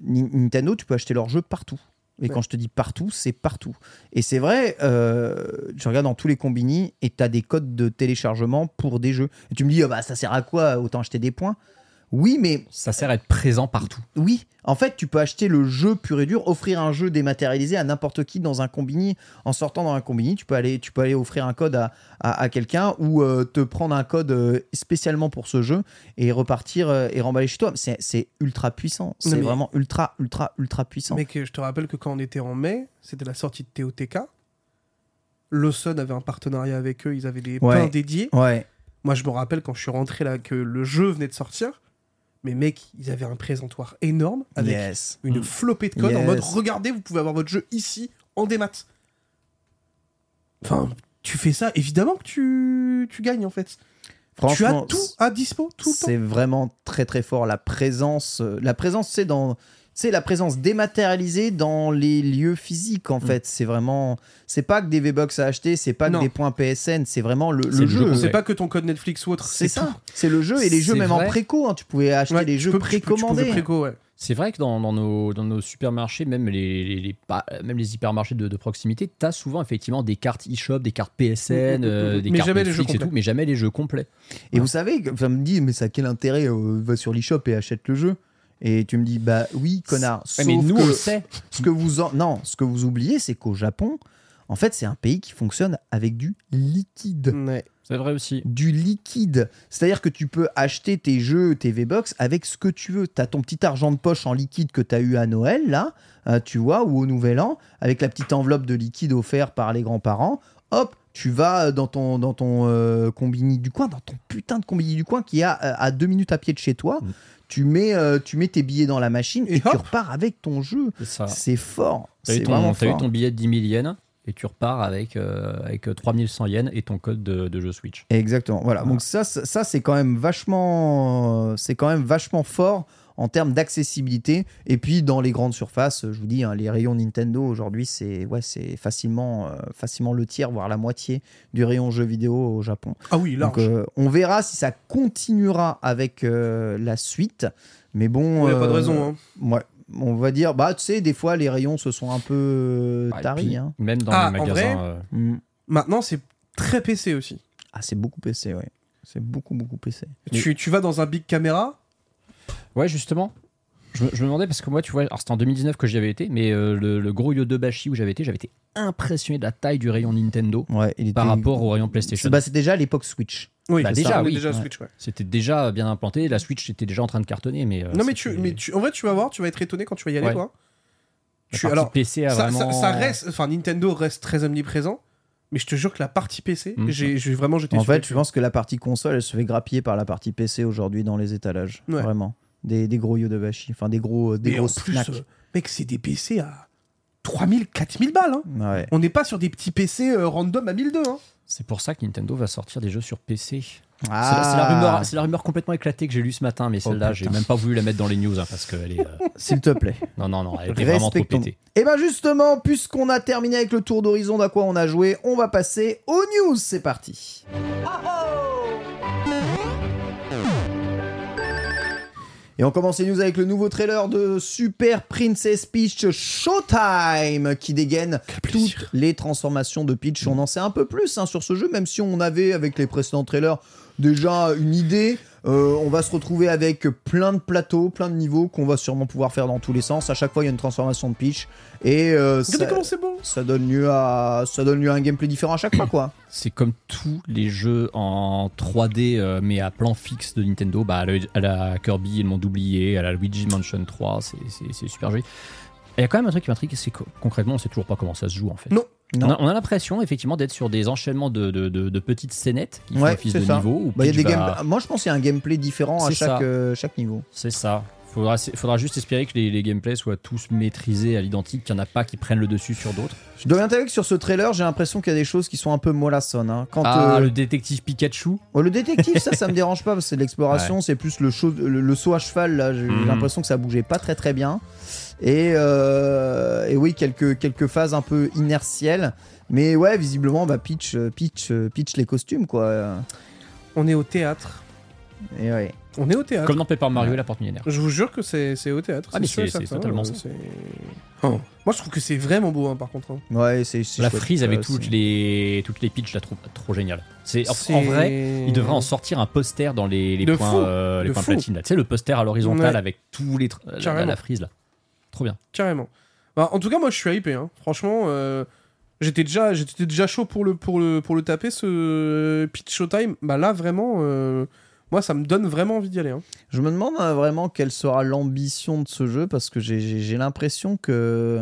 [SPEAKER 1] Ni- Nintendo, tu peux acheter leurs jeux partout. Et
[SPEAKER 3] Ouais.
[SPEAKER 1] quand je te dis partout, c'est partout. Et c'est vrai, euh, je regarde dans tous les combini et tu as des codes de téléchargement pour des jeux. Et tu me dis, Ah bah, ça sert à quoi Autant acheter des points. Oui, mais
[SPEAKER 2] Ça sert à être présent partout.
[SPEAKER 1] oui, en fait, tu peux acheter le jeu pur et dur, offrir un jeu dématérialisé à n'importe qui dans un combini. En sortant dans un combini, tu peux aller, tu peux aller offrir un code à, à, à quelqu'un ou euh, te prendre un code euh, spécialement pour ce jeu et repartir euh, et remballer chez toi. C'est- C'est ultra puissant. C'est
[SPEAKER 3] mais-
[SPEAKER 1] vraiment ultra, ultra, ultra puissant.
[SPEAKER 3] Mais que je te rappelle que quand on était en mai, c'était la sortie de TOTK. Lawson avait un partenariat avec eux, ils avaient des
[SPEAKER 1] Ouais.
[SPEAKER 3] pains dédiés.
[SPEAKER 1] Ouais.
[SPEAKER 3] Moi, je me rappelle quand je suis rentré là que le jeu venait de sortir. Mais mec, ils avaient un présentoir énorme avec
[SPEAKER 1] Yes.
[SPEAKER 3] une flopée de codes en
[SPEAKER 1] Hmm. Yes.
[SPEAKER 3] mode regardez, vous pouvez avoir votre jeu ici en démat. Enfin, tu fais ça, évidemment que tu, tu gagnes en fait. Tu as
[SPEAKER 1] Franchement,
[SPEAKER 3] tout à dispo tout le temps.
[SPEAKER 1] C'est vraiment très très fort la présence. euh, La présence, c'est dans, c'est la présence dématérialisée dans les lieux physiques en fait. C'est vraiment, c'est pas que des V Bucks à acheter, c'est pas
[SPEAKER 3] Mm. Non.
[SPEAKER 1] que des points PSN, c'est vraiment le,
[SPEAKER 2] C'est
[SPEAKER 1] le jeu.
[SPEAKER 2] qu'on
[SPEAKER 3] C'est
[SPEAKER 2] ouais.
[SPEAKER 3] pas que ton code Netflix ou autre.
[SPEAKER 1] C'est
[SPEAKER 3] tout.
[SPEAKER 1] ça. C'est le jeu et les jeux
[SPEAKER 2] C'est
[SPEAKER 1] même
[SPEAKER 2] vrai.
[SPEAKER 1] en préco. hein, tu pouvais acheter
[SPEAKER 3] Ouais,
[SPEAKER 1] les
[SPEAKER 3] tu
[SPEAKER 1] jeux
[SPEAKER 3] peux- tu peux- tu pouvais
[SPEAKER 1] précommandés. hein.
[SPEAKER 3] préco, ouais.
[SPEAKER 2] C'est vrai que dans, dans nos, dans nos supermarchés, même les, les- les pa- même les hypermarchés de, de proximité, t'as souvent effectivement des cartes e-shop, des cartes
[SPEAKER 3] Mm,
[SPEAKER 2] PSN, euh, des
[SPEAKER 3] Mais
[SPEAKER 2] cartes
[SPEAKER 3] jamais les jeux
[SPEAKER 2] Netflix et
[SPEAKER 3] complets.
[SPEAKER 2] tout, mais jamais les jeux complets.
[SPEAKER 1] Et vous savez, que- ça me dit, mais ça a quel intérêt euh, Va sur l'eShop et achète le jeu. Et tu me dis, bah oui, connard.
[SPEAKER 2] Ouais, mais
[SPEAKER 1] sauf
[SPEAKER 2] nous,
[SPEAKER 1] que-
[SPEAKER 3] euh,
[SPEAKER 2] on le sait.
[SPEAKER 1] Ce que vous en- non, ce que vous oubliez, c'est qu'au Japon, en fait, c'est un pays qui fonctionne avec du liquide.
[SPEAKER 2] C'est vrai aussi.
[SPEAKER 1] Du liquide. C'est-à-dire que tu peux acheter tes jeux, tes V-Box avec ce que tu veux. Tu as ton petit argent de poche en liquide que tu as eu à Noël, là, euh, tu vois, ou au Nouvel An, avec la petite enveloppe de liquide offerte par les grands-parents. Hop, tu vas dans ton, dans ton euh, combini du coin, dans ton putain de combini du coin qui est à, à deux minutes à pied de chez
[SPEAKER 2] Mm.
[SPEAKER 1] toi. Tu, mets, euh, tu mets tes billets dans la machine et,
[SPEAKER 3] Et
[SPEAKER 1] tu
[SPEAKER 3] hop.
[SPEAKER 1] repars avec ton jeu.
[SPEAKER 2] C'est ça.
[SPEAKER 1] C'est fort.
[SPEAKER 2] T'as eu,
[SPEAKER 1] C'est
[SPEAKER 2] ton-
[SPEAKER 1] vraiment
[SPEAKER 2] t'as eu
[SPEAKER 1] fort.
[SPEAKER 2] ton billet de 10 000 yens et tu repars avec, euh, avec 3100 yens et ton code de, de jeu Switch.
[SPEAKER 1] Exactement. Voilà.
[SPEAKER 2] Voilà.
[SPEAKER 1] Donc ça, ça, ça, c'est quand même vachement, euh, c'est quand même vachement fort en termes d'accessibilité. Et puis dans les grandes surfaces, euh, je vous dis, hein, les rayons Nintendo aujourd'hui, c'est ouais, c'est facilement, euh, facilement le tiers, voire la moitié du rayon jeux vidéo au Japon.
[SPEAKER 3] Ah oui, large.
[SPEAKER 1] Donc euh, on verra si ça continuera avec euh, la suite. Mais bon,
[SPEAKER 3] Il n'y a pas de
[SPEAKER 1] euh,
[SPEAKER 3] raison. hein.
[SPEAKER 1] ouais. On va dire, bah tu sais, des fois les rayons se sont un peu euh,
[SPEAKER 2] Ah, et
[SPEAKER 1] taris.
[SPEAKER 2] puis,
[SPEAKER 1] hein.
[SPEAKER 2] Même dans
[SPEAKER 3] Ah,
[SPEAKER 2] les
[SPEAKER 3] en
[SPEAKER 2] magasins.
[SPEAKER 3] vrai
[SPEAKER 2] euh,
[SPEAKER 1] Mm.
[SPEAKER 3] Maintenant, c'est très PC aussi.
[SPEAKER 1] Ah, c'est beaucoup PC, ouais. C'est beaucoup, beaucoup PC.
[SPEAKER 2] Mais-
[SPEAKER 3] Tu, tu vas dans un big caméra,
[SPEAKER 2] Ouais, justement. Je me, je me demandais parce que moi, tu vois, alors c'était en 2019 que j'y avais été, mais euh, le, le gros Yodobashi où j'avais été, j'avais été impressionné de la taille du rayon Nintendo
[SPEAKER 1] Ouais, il
[SPEAKER 2] par
[SPEAKER 1] était-
[SPEAKER 2] rapport au rayon PlayStation.
[SPEAKER 1] C'est bah, c'est déjà à l'époque Switch.
[SPEAKER 3] oui,
[SPEAKER 2] Bah,
[SPEAKER 3] c'est
[SPEAKER 2] déjà,
[SPEAKER 3] ça, on est
[SPEAKER 2] oui.
[SPEAKER 3] déjà à
[SPEAKER 1] Ouais. Bah,
[SPEAKER 3] Switch. ouais.
[SPEAKER 2] C'était déjà bien implanté, la Switch était déjà en train de cartonner, mais. euh,
[SPEAKER 3] non, mais,
[SPEAKER 2] c'était-
[SPEAKER 3] tu, mais tu- en vrai, tu vas voir, tu vas être étonné quand tu vas y aller.
[SPEAKER 2] Ouais.
[SPEAKER 3] Toi.
[SPEAKER 2] la
[SPEAKER 3] tu-
[SPEAKER 2] partie
[SPEAKER 3] alors,
[SPEAKER 2] PC a
[SPEAKER 3] Ça,
[SPEAKER 2] vraiment. euh,
[SPEAKER 3] ça- ça reste, enfin, Nintendo reste très omniprésent, mais je te jure que la partie PC,
[SPEAKER 2] Mm.
[SPEAKER 3] j'ai j'ai vraiment jeté
[SPEAKER 1] En
[SPEAKER 3] sur
[SPEAKER 1] fait,
[SPEAKER 3] le cul.
[SPEAKER 1] je pense que la partie console, elle se fait grappiller par la partie PC aujourd'hui dans les étalages.
[SPEAKER 3] Ouais.
[SPEAKER 1] Vraiment. Des, des gros Yodobashi. Enfin, des gros, des
[SPEAKER 3] Mais en
[SPEAKER 1] gros
[SPEAKER 3] plus,
[SPEAKER 1] snacks.
[SPEAKER 3] euh, mec, c'est des PC à 3000, 4000 balles. hein.
[SPEAKER 1] Ouais.
[SPEAKER 3] On n'est pas sur des petits PC euh, random à 1002. Hein.
[SPEAKER 2] C'est pour ça que Nintendo va sortir des jeux sur PC.
[SPEAKER 1] Ah.
[SPEAKER 2] C'est la- C'est la, rumeur- c'est la rumeur complètement éclatée que j'ai lue ce matin, mais
[SPEAKER 1] Oh,
[SPEAKER 2] celle-là, j'ai
[SPEAKER 1] putain.
[SPEAKER 2] même pas voulu la mettre dans les news hein, parce qu'elle est. euh,
[SPEAKER 1] S'il te plaît.
[SPEAKER 2] Non, non, non, elle était vraiment trop
[SPEAKER 1] Respectons.
[SPEAKER 2] pétée.
[SPEAKER 1] Et ben justement, puisqu'on a terminé avec le tour d'horizon d'à quoi on a joué, on va passer aux news. C'est parti. Et on commence les news avec le nouveau trailer de Super Princess Peach Showtime qui dégaine toutes les transformations de Peach. On en sait un peu plus hein, sur ce jeu, même si on avait avec les précédents trailers déjà une idée. Euh, on va se retrouver avec plein de plateaux, plein de niveaux qu'on va sûrement pouvoir faire dans tous les sens. À chaque fois, il y a une transformation de Peach et euh,
[SPEAKER 3] Regardez
[SPEAKER 1] ça,
[SPEAKER 3] comment c'est beau.
[SPEAKER 1] ça donne lieu à ça donne lieu à un gameplay différent à chaque fois, quoi.
[SPEAKER 2] C'est comme tous les jeux en 3D euh, mais à plan fixe de Nintendo, bah, à, la, à la Kirby et le monde oublié, à la Luigi Mansion 3, c'est- c'est c'est super joli. Il y a quand même un truc qui m'intrigue, c'est que concrètement on sait toujours pas comment ça se joue en fait.
[SPEAKER 3] Non.
[SPEAKER 1] Non.
[SPEAKER 2] On a, on a l'impression effectivement d'être sur des enchaînements de, de- de- de petites scénettes qui font
[SPEAKER 1] Ouais,
[SPEAKER 2] office
[SPEAKER 1] c'est
[SPEAKER 2] de
[SPEAKER 1] ça.
[SPEAKER 2] niveau. où
[SPEAKER 1] Bah, il y a
[SPEAKER 2] Peach
[SPEAKER 1] des
[SPEAKER 2] va-
[SPEAKER 1] game... Moi, je pense qu'il y a un gameplay différent à
[SPEAKER 2] C'est
[SPEAKER 1] chaque,
[SPEAKER 2] ça.
[SPEAKER 1] euh, chaque niveau.
[SPEAKER 2] C'est ça. Faudra, faudra juste espérer que les, les gameplays soient tous maîtrisés à l'identique, qu'il n'y en a pas qui prennent le dessus sur d'autres.
[SPEAKER 1] Je dois bien t'avouer que sur ce trailer, j'ai l'impression qu'il y a des choses qui sont un peu mollassonnes. hein. Quand
[SPEAKER 2] Ah,
[SPEAKER 1] euh,
[SPEAKER 2] le détective Pikachu.
[SPEAKER 1] oh, le détective, ça, ça me dérange pas, parce que c'est de l'exploration, c'est plus le, cho- le, le saut à cheval, là, j'ai
[SPEAKER 2] Mhm.
[SPEAKER 1] l'impression que ça bougeait pas très très bien. Et, euh, et oui, quelques, quelques phases un peu inertielles. Mais ouais, visiblement, bah, pitch, pitch, pitch les costumes, quoi.
[SPEAKER 3] On est au théâtre.
[SPEAKER 1] Et ouais.
[SPEAKER 3] On est au théâtre.
[SPEAKER 2] Comme dans Paper Mario et la porte millénaire.
[SPEAKER 3] Je vous jure que c'est c'est au théâtre.
[SPEAKER 2] Ah, mais
[SPEAKER 3] sûr et
[SPEAKER 2] c'est- c'est
[SPEAKER 3] certain,
[SPEAKER 2] totalement
[SPEAKER 3] euh,
[SPEAKER 2] ça.
[SPEAKER 3] c'est- Oh. Moi, je trouve que c'est vraiment beau, hein, par contre. hein.
[SPEAKER 1] Ouais, c'est c'est
[SPEAKER 2] La
[SPEAKER 1] chouette,
[SPEAKER 2] frise avec
[SPEAKER 1] euh,
[SPEAKER 2] toutes
[SPEAKER 1] c'est-
[SPEAKER 2] les, toutes les pitchs, je la trouve trop géniale. C'est, en, en vrai, il devrait en sortir un poster dans les, les
[SPEAKER 3] De
[SPEAKER 2] points,
[SPEAKER 3] fou.
[SPEAKER 2] euh, les
[SPEAKER 3] De
[SPEAKER 2] points
[SPEAKER 3] fou.
[SPEAKER 2] platine. Là. Tu sais, le poster à l'horizontale
[SPEAKER 3] Ouais.
[SPEAKER 2] avec tous les. tr- la- la,
[SPEAKER 3] Carrément.
[SPEAKER 2] la frise là. Trop bien.
[SPEAKER 3] Carrément. Bah, en tout cas, moi, je suis hypé. hein. Franchement, euh, j'étais déjà, j'étais déjà chaud pour le, pour le, pour le taper ce Pitch Showtime. Bah là, vraiment, euh, moi, ça me donne vraiment envie d'y aller. hein.
[SPEAKER 1] Je me demande euh, vraiment quelle sera l'ambition de ce jeu parce que j'ai- j'ai j'ai l'impression que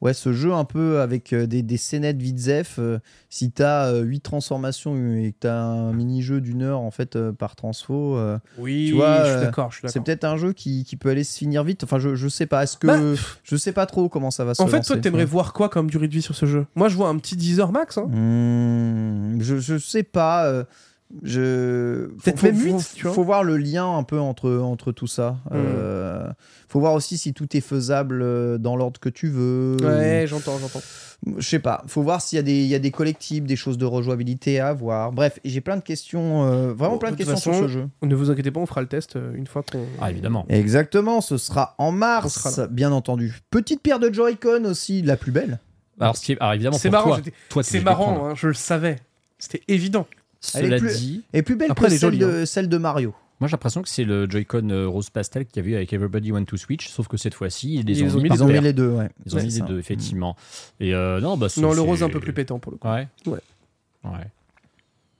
[SPEAKER 1] ouais, ce jeu un peu avec euh, des, des scénettes vite zef, euh, si t'as as 8 transformations et que t'as un mini-jeu d'une heure en fait euh, par transfo, euh,
[SPEAKER 3] Oui,
[SPEAKER 1] Tu vois,
[SPEAKER 3] je suis
[SPEAKER 1] euh,
[SPEAKER 3] d'accord. Je suis
[SPEAKER 1] c'est
[SPEAKER 3] d'accord.
[SPEAKER 1] peut-être un jeu qui, qui peut aller se finir vite. Enfin, je, je sais pas. Est-ce que
[SPEAKER 3] Bah,
[SPEAKER 1] je sais pas trop comment ça va se
[SPEAKER 3] En fait,
[SPEAKER 1] lancer.
[SPEAKER 3] toi, t'aimerais voir quoi comme durée de vie sur ce jeu Moi, je vois un petit 10 heures max. hein.
[SPEAKER 1] Hmm, je, je sais pas. euh, je...
[SPEAKER 3] Peut-être
[SPEAKER 1] faut-
[SPEAKER 3] même
[SPEAKER 1] faut-
[SPEAKER 3] huit,
[SPEAKER 1] faut-
[SPEAKER 3] tu vois. Hmm.
[SPEAKER 1] faut voir le lien un peu entre, entre tout ça. Euh, faut voir aussi si tout est faisable euh, dans l'ordre que tu veux.
[SPEAKER 3] Ouais, j'entends, j'entends.
[SPEAKER 1] Je sais pas. Faut voir s'il y, a des- il y a des collectibles, des choses de rejouabilité à voir. Bref, j'ai plein de questions, euh, vraiment
[SPEAKER 3] Bon,
[SPEAKER 1] plein de,
[SPEAKER 3] de toute
[SPEAKER 1] questions sur
[SPEAKER 3] façon,
[SPEAKER 1] ce jeu.
[SPEAKER 3] Ne vous inquiétez pas, on fera le test euh, une fois qu'on.
[SPEAKER 2] Ah, évidemment.
[SPEAKER 1] Exactement, ce sera en mars,
[SPEAKER 3] On sera
[SPEAKER 1] bien entendu. Petite paire de Joy-Con aussi, la plus belle.
[SPEAKER 2] Alors, ce qui est, alors, évidemment,
[SPEAKER 3] C'est
[SPEAKER 2] pour
[SPEAKER 3] marrant,
[SPEAKER 2] toi,
[SPEAKER 3] j'étais-
[SPEAKER 2] toi, tu
[SPEAKER 3] c'est
[SPEAKER 2] dois
[SPEAKER 3] marrant,
[SPEAKER 2] prendre.
[SPEAKER 3] hein, je le savais. C'était évident.
[SPEAKER 1] Elle est
[SPEAKER 2] Cela
[SPEAKER 1] plus-
[SPEAKER 2] dit,
[SPEAKER 1] Et plus belle que
[SPEAKER 3] Après, elle est
[SPEAKER 1] celle,
[SPEAKER 3] jolie, hein.
[SPEAKER 1] de, celle de Mario.
[SPEAKER 2] moi j'ai l'impression que c'est le Joy-Con euh, rose pastel qu'il y avait avec Everybody Want to Switch, sauf que cette fois-ci, ils les ont, mis,
[SPEAKER 1] Ils
[SPEAKER 2] par
[SPEAKER 1] ont mis
[SPEAKER 2] paire.
[SPEAKER 1] les deux, ouais.
[SPEAKER 2] Ils ont
[SPEAKER 1] Ouais,
[SPEAKER 2] mis les
[SPEAKER 1] ça.
[SPEAKER 2] deux, effectivement. Et euh, non, bah, c'est-
[SPEAKER 3] Non, le rose
[SPEAKER 2] c'est-
[SPEAKER 3] un peu plus pétant pour le coup.
[SPEAKER 2] Ouais.
[SPEAKER 3] Ouais.
[SPEAKER 2] Ouais.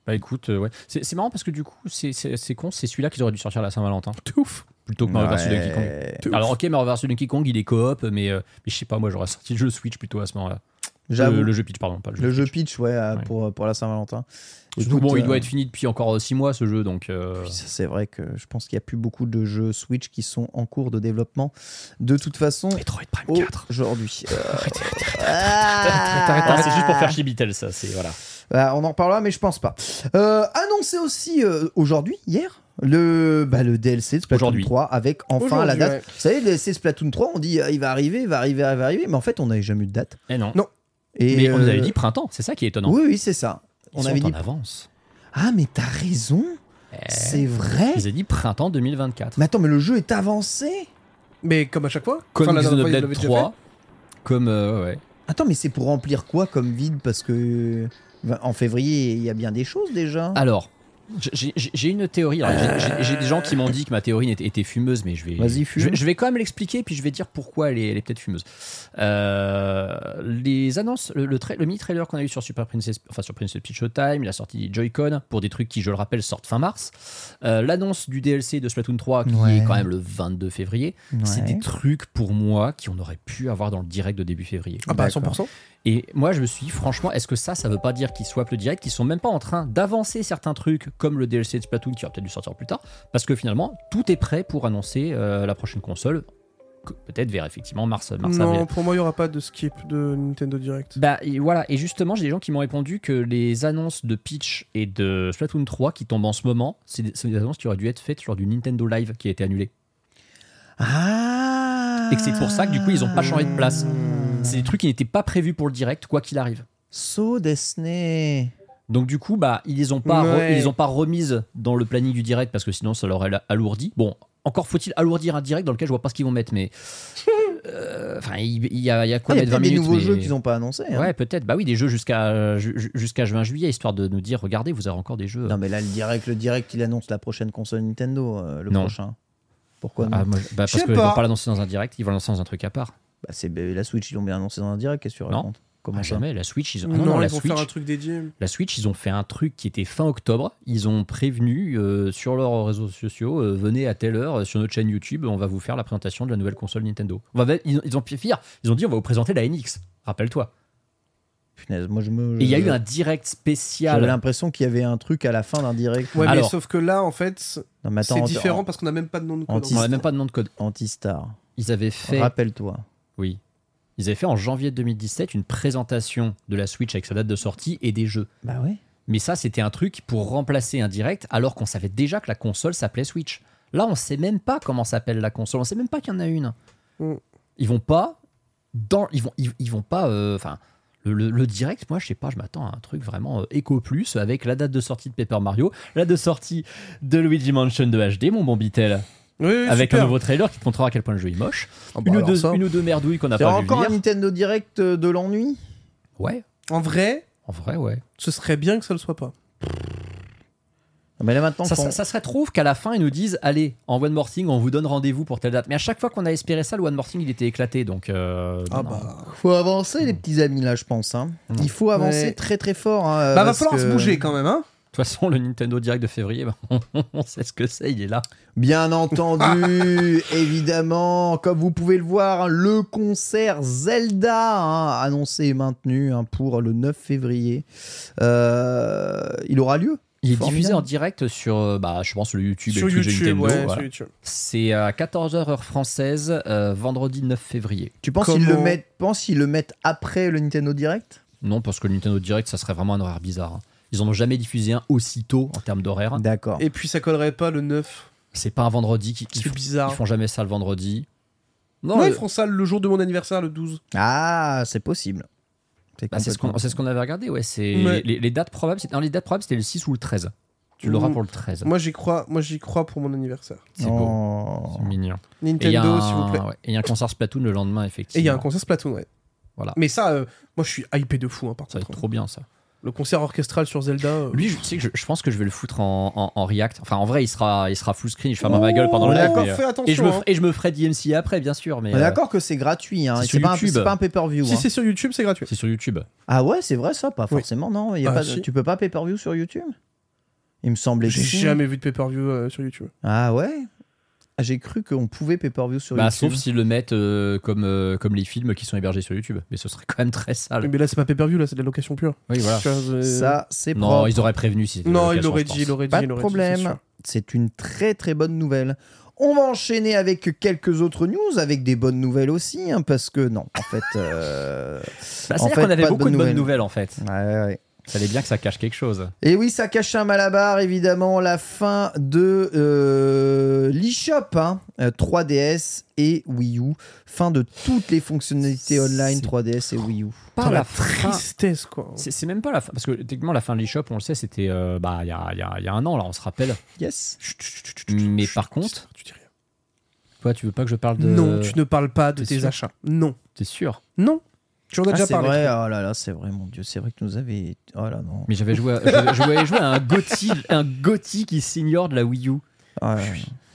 [SPEAKER 2] Bah écoute, euh, ouais. C'est c'est marrant parce que du coup, c'est- c'est c'est con, c'est celui-là qu'ils auraient dû sortir à la Saint-Valentin.
[SPEAKER 3] T'es ouf.
[SPEAKER 2] Plutôt que Mario vs Donkey Kong.
[SPEAKER 1] Ouais.
[SPEAKER 3] T'es ouf.
[SPEAKER 2] Alors ok, Mario vs Donkey Kong, il est coop, mais, euh, mais je sais pas, moi j'aurais sorti le jeu Switch plutôt à ce moment-là.
[SPEAKER 1] J'avoue.
[SPEAKER 2] Le, le
[SPEAKER 1] Le,
[SPEAKER 2] jeu Pitch, pardon, pas le jeu.
[SPEAKER 1] jeu
[SPEAKER 2] Peach.
[SPEAKER 1] pitch, ouais, euh,
[SPEAKER 2] Ouais.
[SPEAKER 1] Pour, pour la Saint-Valentin.
[SPEAKER 2] Surtout que
[SPEAKER 1] Écoute,
[SPEAKER 2] bon, il
[SPEAKER 1] euh,
[SPEAKER 2] doit être fini depuis encore 6 mois ce jeu, donc... euh,
[SPEAKER 1] puis ça, C'est vrai que je pense qu'il n'y a plus beaucoup de jeux Switch qui sont en cours de développement. De toute façon,
[SPEAKER 2] Metroid
[SPEAKER 1] Oh.
[SPEAKER 2] Prime 4
[SPEAKER 1] aujourd'hui. euh,
[SPEAKER 2] Ah, c'est juste pour faire Chibitel ça, c'est voilà.
[SPEAKER 1] Voilà, bah, on en reparlera, mais je pense pas. Euh, annoncé aussi euh, aujourd'hui, hier, le, bah, le DLC de Splatoon
[SPEAKER 2] Aujourd'hui.
[SPEAKER 1] 3 avec enfin la
[SPEAKER 3] Aujourd'hui,
[SPEAKER 1] date.
[SPEAKER 3] ouais.
[SPEAKER 1] Vous savez, le DLC Splatoon 3, on dit euh, il va arriver, il va arriver, il va arriver, mais en fait, on n'avait jamais eu de date.
[SPEAKER 2] Eh non.
[SPEAKER 3] Non,
[SPEAKER 1] Et,
[SPEAKER 2] mais on nous
[SPEAKER 1] euh,
[SPEAKER 2] avait dit printemps, c'est ça qui est étonnant.
[SPEAKER 1] Oui, oui, c'est ça.
[SPEAKER 2] Ils
[SPEAKER 1] on
[SPEAKER 2] sont
[SPEAKER 1] avait
[SPEAKER 2] en
[SPEAKER 1] dit.
[SPEAKER 2] avance.
[SPEAKER 1] Ah, mais t'as raison, c'est vrai.
[SPEAKER 2] Ils avaient dit printemps 2024.
[SPEAKER 1] Mais attends, mais le jeu est avancé
[SPEAKER 3] Mais comme à chaque fois.
[SPEAKER 2] Comme
[SPEAKER 3] enfin, la dernière
[SPEAKER 2] Xenoblade
[SPEAKER 3] fois, ils l'avaient déjà
[SPEAKER 2] 3, comme... euh, ouais.
[SPEAKER 1] Attends, mais c'est pour remplir quoi comme vide Parce que. ben, En février, il y a bien des choses déjà.
[SPEAKER 2] Alors, j- j'ai- j'ai j'ai une théorie. Alors, j'ai- j'ai- J'ai des gens qui m'ont dit que ma théorie n'était- était fumeuse, mais je vais,
[SPEAKER 1] Vas-y, fume.
[SPEAKER 2] je, vais- je vais quand même l'expliquer, puis je vais dire pourquoi elle est, elle est peut-être fumeuse. Euh, les annonces, le, le, trai- le mini-trailer qu'on a eu sur Super Princess, enfin sur Princess Peach Showtime, la sortie des Joy-Con, pour des trucs qui, je le rappelle, sortent fin mars. Euh, L'annonce du DLC de Splatoon 3, qui
[SPEAKER 1] Ouais.
[SPEAKER 2] est quand même le 22 février, c'est
[SPEAKER 1] Ouais.
[SPEAKER 2] des trucs pour moi qui on aurait pu avoir dans le direct de début février.
[SPEAKER 3] Ah bah à
[SPEAKER 1] D'accord.
[SPEAKER 3] 100%.
[SPEAKER 2] Et moi, je me suis dit, franchement, est-ce que ça, ça veut pas dire qu'ils swappent le direct, qu'ils sont même pas en train d'avancer certains trucs, comme le DLC de Splatoon qui aura peut-être dû sortir plus tard, parce que finalement, tout est prêt pour annoncer euh, la prochaine console, que- peut-être vers effectivement mars, mars,
[SPEAKER 3] non,
[SPEAKER 2] avril.
[SPEAKER 3] pour moi, il n'y aura pas de skip de Nintendo Direct.
[SPEAKER 2] Bah et voilà, et justement, j'ai des gens qui m'ont répondu que les annonces de Peach et de Splatoon 3 qui tombent en ce moment, c'est des, c'est des annonces qui auraient dû être faites lors du Nintendo Live qui a été annulé.
[SPEAKER 1] Ah
[SPEAKER 2] Et que c'est pour ça que du coup, ils ont pas changé de place. C'est des trucs qui n'étaient pas prévus pour le direct, quoi qu'il arrive.
[SPEAKER 1] So Disney
[SPEAKER 2] Donc du coup, bah, ils les ont pas, re-
[SPEAKER 3] Ouais.
[SPEAKER 2] ils les ont pas remises dans le planning du direct parce que sinon ça leur aurait alourdi. Bon, encore faut-il alourdir un direct dans lequel je vois pas ce qu'ils vont mettre, mais Euh, enfin, il il y, a il y a
[SPEAKER 1] Ah,
[SPEAKER 2] quoi
[SPEAKER 1] Il y a
[SPEAKER 2] mettre 20
[SPEAKER 1] peut-être des
[SPEAKER 2] minutes
[SPEAKER 1] nouveaux
[SPEAKER 2] mais-
[SPEAKER 1] jeux qu'ils n'ont pas annoncés. hein.
[SPEAKER 2] Ouais, peut-être. Bah oui, des jeux jusqu'à ju- ju- jusqu'à juin juillet, histoire de nous dire, regardez, vous avez encore des jeux.
[SPEAKER 1] Non, mais là, le direct, le direct, il annonce la prochaine console Nintendo, euh, le
[SPEAKER 2] Non.
[SPEAKER 1] prochain. Pourquoi non
[SPEAKER 2] Ah, moi, je- bah,
[SPEAKER 3] Je
[SPEAKER 2] parce
[SPEAKER 3] sais
[SPEAKER 2] qu'ils vont
[SPEAKER 3] pas.
[SPEAKER 2] pas l'annoncer dans un direct, ils vont l'annoncer dans un truc à part.
[SPEAKER 1] Bah, c'est bah, la Switch, ils l'ont bien annoncé dans un direct, qu'est-ce que tu
[SPEAKER 2] Non.
[SPEAKER 1] racontes Comment
[SPEAKER 2] Ah,
[SPEAKER 1] ça
[SPEAKER 2] jamais. La Switch, ils ont. ah non,
[SPEAKER 3] non,
[SPEAKER 2] non,
[SPEAKER 3] ils
[SPEAKER 2] la
[SPEAKER 3] vont
[SPEAKER 2] Switch.
[SPEAKER 3] faire un truc dédié.
[SPEAKER 2] La Switch, ils ont fait un truc qui était fin octobre. Ils ont prévenu euh, sur leurs réseaux sociaux, euh, venez à telle heure euh, sur notre chaîne YouTube, on va vous faire la présentation de la nouvelle console Nintendo. On va, ils, ont, ils ont pu faire- ils ont dit, on va vous présenter la NX. Rappelle-toi.
[SPEAKER 1] Punaise, moi je me.
[SPEAKER 2] Et il y a
[SPEAKER 1] je-
[SPEAKER 2] eu un direct
[SPEAKER 1] Euh, J'avais
[SPEAKER 2] spécial.
[SPEAKER 1] l'impression qu'il y avait un truc à la fin d'un direct.
[SPEAKER 3] Ouais, mais
[SPEAKER 2] Alors-
[SPEAKER 3] sauf que là, en fait,
[SPEAKER 1] Non, mais attends,
[SPEAKER 3] c'est
[SPEAKER 1] en-
[SPEAKER 3] différent parce qu'on n'a même pas de nom de code.
[SPEAKER 1] anti-
[SPEAKER 2] On n'a même pas de nom de code.
[SPEAKER 1] en- Anti-Star.
[SPEAKER 2] Ils avaient fait,
[SPEAKER 1] Rappelle-toi.
[SPEAKER 2] oui, ils avaient fait en janvier 2017 une présentation de la Switch avec sa date de sortie et des jeux.
[SPEAKER 1] Bah ouais.
[SPEAKER 2] Mais ça, c'était un truc pour remplacer un direct, alors qu'on savait déjà que la console s'appelait Switch. Là, on sait même pas comment s'appelle la console, on sait même pas qu'il y en a une.
[SPEAKER 3] Mm.
[SPEAKER 2] Ils vont pas dans, ils vont, ils, ils vont pas, euh, enfin, le, le direct, moi, je sais pas, je m'attends à un truc vraiment euh, éco plus avec la date de sortie de Paper Mario, la date de sortie de Luigi Mansion de HD, mon bon Bitel,
[SPEAKER 3] Oui, oui,
[SPEAKER 2] avec
[SPEAKER 3] super.
[SPEAKER 2] un nouveau trailer qui te montrera à quel point le jeu est moche.
[SPEAKER 1] Ah bah
[SPEAKER 2] une, ou
[SPEAKER 1] alors
[SPEAKER 2] deux,
[SPEAKER 1] ça.
[SPEAKER 2] une ou deux merdouilles qu'on n'a
[SPEAKER 1] C'est
[SPEAKER 2] pas vu
[SPEAKER 1] encore un
[SPEAKER 2] venir.
[SPEAKER 1] Nintendo Direct euh, de l'ennui
[SPEAKER 2] Ouais,
[SPEAKER 3] En vrai,
[SPEAKER 2] en vrai, ouais.
[SPEAKER 3] ce serait bien que ça le soit pas.
[SPEAKER 1] Ah, Mais là maintenant,
[SPEAKER 2] Ça,
[SPEAKER 1] qu'on-
[SPEAKER 2] ça, ça serait trop qu'à la fin, ils nous disent Allez, en One More Thing, on vous donne rendez-vous pour telle date. Mais à chaque fois qu'on a espéré ça, le One More Thing, il était éclaté. Donc, euh,
[SPEAKER 3] Ah
[SPEAKER 2] non, non.
[SPEAKER 3] bah.
[SPEAKER 1] faut avancer les petits amis là, je pense. hein. Il faut avancer
[SPEAKER 3] Ouais.
[SPEAKER 1] très très fort. hein,
[SPEAKER 3] Bah, va
[SPEAKER 1] parce
[SPEAKER 3] falloir
[SPEAKER 1] que-
[SPEAKER 3] se bouger quand même, hein.
[SPEAKER 2] De toute façon, le Nintendo Direct de février, bah, on sait ce que c'est, il est là.
[SPEAKER 1] Bien entendu, évidemment, comme vous pouvez le voir, hein, le concert Zelda hein, annoncé et maintenu hein, pour le 9 février, Euh, il aura lieu.
[SPEAKER 2] Il est
[SPEAKER 1] Formidable.
[SPEAKER 2] diffusé en direct sur, euh, bah, je pense, le YouTube et
[SPEAKER 3] Sur
[SPEAKER 2] le Twitch de
[SPEAKER 3] YouTube,
[SPEAKER 2] Nintendo,
[SPEAKER 3] ouais,
[SPEAKER 2] voilà.
[SPEAKER 3] sur YouTube.
[SPEAKER 2] C'est à 14h heure française, euh, vendredi 9 février.
[SPEAKER 1] Tu penses qu'ils le
[SPEAKER 3] Comment
[SPEAKER 1] mettent, penses qu'ils le mettent après le Nintendo Direct
[SPEAKER 2] Non, parce que le Nintendo Direct, ça serait vraiment un horaire bizarre. hein. Ils en ont jamais diffusé un aussitôt en termes d'horaire.
[SPEAKER 1] D'accord.
[SPEAKER 3] Et puis ça collerait pas le 9.
[SPEAKER 2] C'est pas un vendredi qui. Ils,
[SPEAKER 3] C'est
[SPEAKER 2] font-
[SPEAKER 3] bizarre.
[SPEAKER 2] ils font jamais ça le vendredi. Non,
[SPEAKER 3] Non,
[SPEAKER 2] le-
[SPEAKER 3] ils font ça le jour de mon anniversaire, le 12.
[SPEAKER 1] Ah, c'est possible.
[SPEAKER 2] Bah, c'est ce qu'on
[SPEAKER 1] complètement-
[SPEAKER 2] c'est ce qu'on avait regardé, ouais. C'est
[SPEAKER 3] Ouais.
[SPEAKER 2] les, les dates probables. c'est- non, les dates probables, c'était le 6 ou le 13. Tu l'auras
[SPEAKER 3] Mm.
[SPEAKER 2] pour le 13.
[SPEAKER 3] Moi j'y crois, moi j'y crois pour mon anniversaire.
[SPEAKER 2] C'est beau.
[SPEAKER 1] Oh.
[SPEAKER 2] C'est mignon. Et il y a
[SPEAKER 3] Nintendo,
[SPEAKER 2] un-
[SPEAKER 3] s'il vous plaît.
[SPEAKER 2] ouais, et il y a un concert Splatoon le lendemain,
[SPEAKER 3] Et
[SPEAKER 2] effectivement.
[SPEAKER 3] il y a un concert Splatoon, ouais.
[SPEAKER 2] Voilà.
[SPEAKER 3] Mais ça, euh, moi je suis hypé de fou, hein, par
[SPEAKER 2] Ça va
[SPEAKER 3] contre.
[SPEAKER 2] être trop bien, ça.
[SPEAKER 3] Le concert orchestral sur Zelda. euh,
[SPEAKER 2] Lui, je sais que je, je pense que je vais le foutre en, en- en React. Enfin, en vrai, il sera, il sera full screen. Je ferme ma gueule pendant
[SPEAKER 3] Oh,
[SPEAKER 2] le live.
[SPEAKER 3] d'accord,
[SPEAKER 2] mais, euh,
[SPEAKER 3] fais attention.
[SPEAKER 2] Et je, me, f-
[SPEAKER 3] hein.
[SPEAKER 2] et je me ferai DMC après, bien sûr. Mais
[SPEAKER 1] On est
[SPEAKER 2] euh,
[SPEAKER 1] D'accord que c'est gratuit, hein.
[SPEAKER 2] c'est
[SPEAKER 1] c'est
[SPEAKER 2] sur
[SPEAKER 1] pas, un-
[SPEAKER 2] YouTube.
[SPEAKER 1] c'est pas un pay-per-view.
[SPEAKER 3] Si
[SPEAKER 1] hein.
[SPEAKER 3] c'est sur YouTube, c'est gratuit.
[SPEAKER 2] c'est sur YouTube.
[SPEAKER 1] Ah ouais, c'est vrai ça, pas forcément, non. Il Y a
[SPEAKER 3] Ah,
[SPEAKER 1] pas,
[SPEAKER 3] si.
[SPEAKER 1] Tu peux pas pay-per-view sur YouTube Il me semblait que
[SPEAKER 3] J'ai
[SPEAKER 1] si.
[SPEAKER 3] jamais vu de pay-per-view euh, sur YouTube.
[SPEAKER 1] Ah ouais Ah, J'ai cru qu'on pouvait pay-per-view sur
[SPEAKER 2] Bah,
[SPEAKER 1] YouTube.
[SPEAKER 2] sauf s'ils le mettent euh, comme, euh, comme les films qui sont hébergés sur YouTube. Mais ce serait quand même très sale.
[SPEAKER 3] Mais là, c'est pas pay-per-view, là, c'est de la location pure.
[SPEAKER 2] Oui, voilà.
[SPEAKER 3] Tu vois, euh,
[SPEAKER 1] Ça, c'est
[SPEAKER 2] Non,
[SPEAKER 1] propre.
[SPEAKER 2] ils auraient prévenu si c'était
[SPEAKER 3] Non,
[SPEAKER 2] l'occasion,
[SPEAKER 3] il l'aurait
[SPEAKER 2] je pense.
[SPEAKER 3] dit, il l'aurait dit.
[SPEAKER 1] Pas
[SPEAKER 3] il
[SPEAKER 1] de
[SPEAKER 3] l'aurait dit, c'est
[SPEAKER 1] problème.
[SPEAKER 3] sûr.
[SPEAKER 1] C'est une très très bonne nouvelle. On va enchaîner avec quelques autres news, avec des bonnes nouvelles aussi, hein, parce que non, en fait. euh,
[SPEAKER 2] Bah,
[SPEAKER 1] en
[SPEAKER 2] C'est-à-dire
[SPEAKER 1] fait,
[SPEAKER 2] qu'on avait
[SPEAKER 1] pas
[SPEAKER 2] beaucoup de bonnes nouvelles en fait.
[SPEAKER 1] Ouais, ouais, ouais.
[SPEAKER 2] Fallait bien que ça cache quelque chose.
[SPEAKER 1] Et oui, ça cache un malabar, évidemment, la fin de euh, l'eShop, hein, euh, 3DS et Wii U. Fin de toutes les fonctionnalités online
[SPEAKER 2] C'est
[SPEAKER 1] 3DS et Wii U.
[SPEAKER 3] Putain, la
[SPEAKER 2] fin.
[SPEAKER 3] tristesse, quoi.
[SPEAKER 2] C'est c'est même pas la fin. Parce que techniquement, la fin de l'eShop, on le sait, c'était euh, bah, il y, a, il y a- il y a un an, là, on se rappelle.
[SPEAKER 1] Yes.
[SPEAKER 3] Chut, chut, chut, chut, chut,
[SPEAKER 2] Mais
[SPEAKER 3] chut,
[SPEAKER 2] par
[SPEAKER 3] chut,
[SPEAKER 2] contre,
[SPEAKER 3] tu dis rien.
[SPEAKER 2] toi, tu veux pas que je parle de.
[SPEAKER 3] Non, tu ne parles pas de
[SPEAKER 2] T'es
[SPEAKER 3] tes
[SPEAKER 2] sûr
[SPEAKER 3] achats. Non.
[SPEAKER 2] T'es sûr
[SPEAKER 3] Non. Tu en as
[SPEAKER 1] Ah,
[SPEAKER 3] déjà
[SPEAKER 1] c'est
[SPEAKER 3] parlé.
[SPEAKER 1] vrai, oh là là, c'est vrai, mon Dieu, c'est vrai que nous avait. Oh là non.
[SPEAKER 2] Mais j'avais joué, à- j'avais- j'avais joué à un Gotti, un Gotti qui s'ignore de la Wii U.
[SPEAKER 1] Ouais.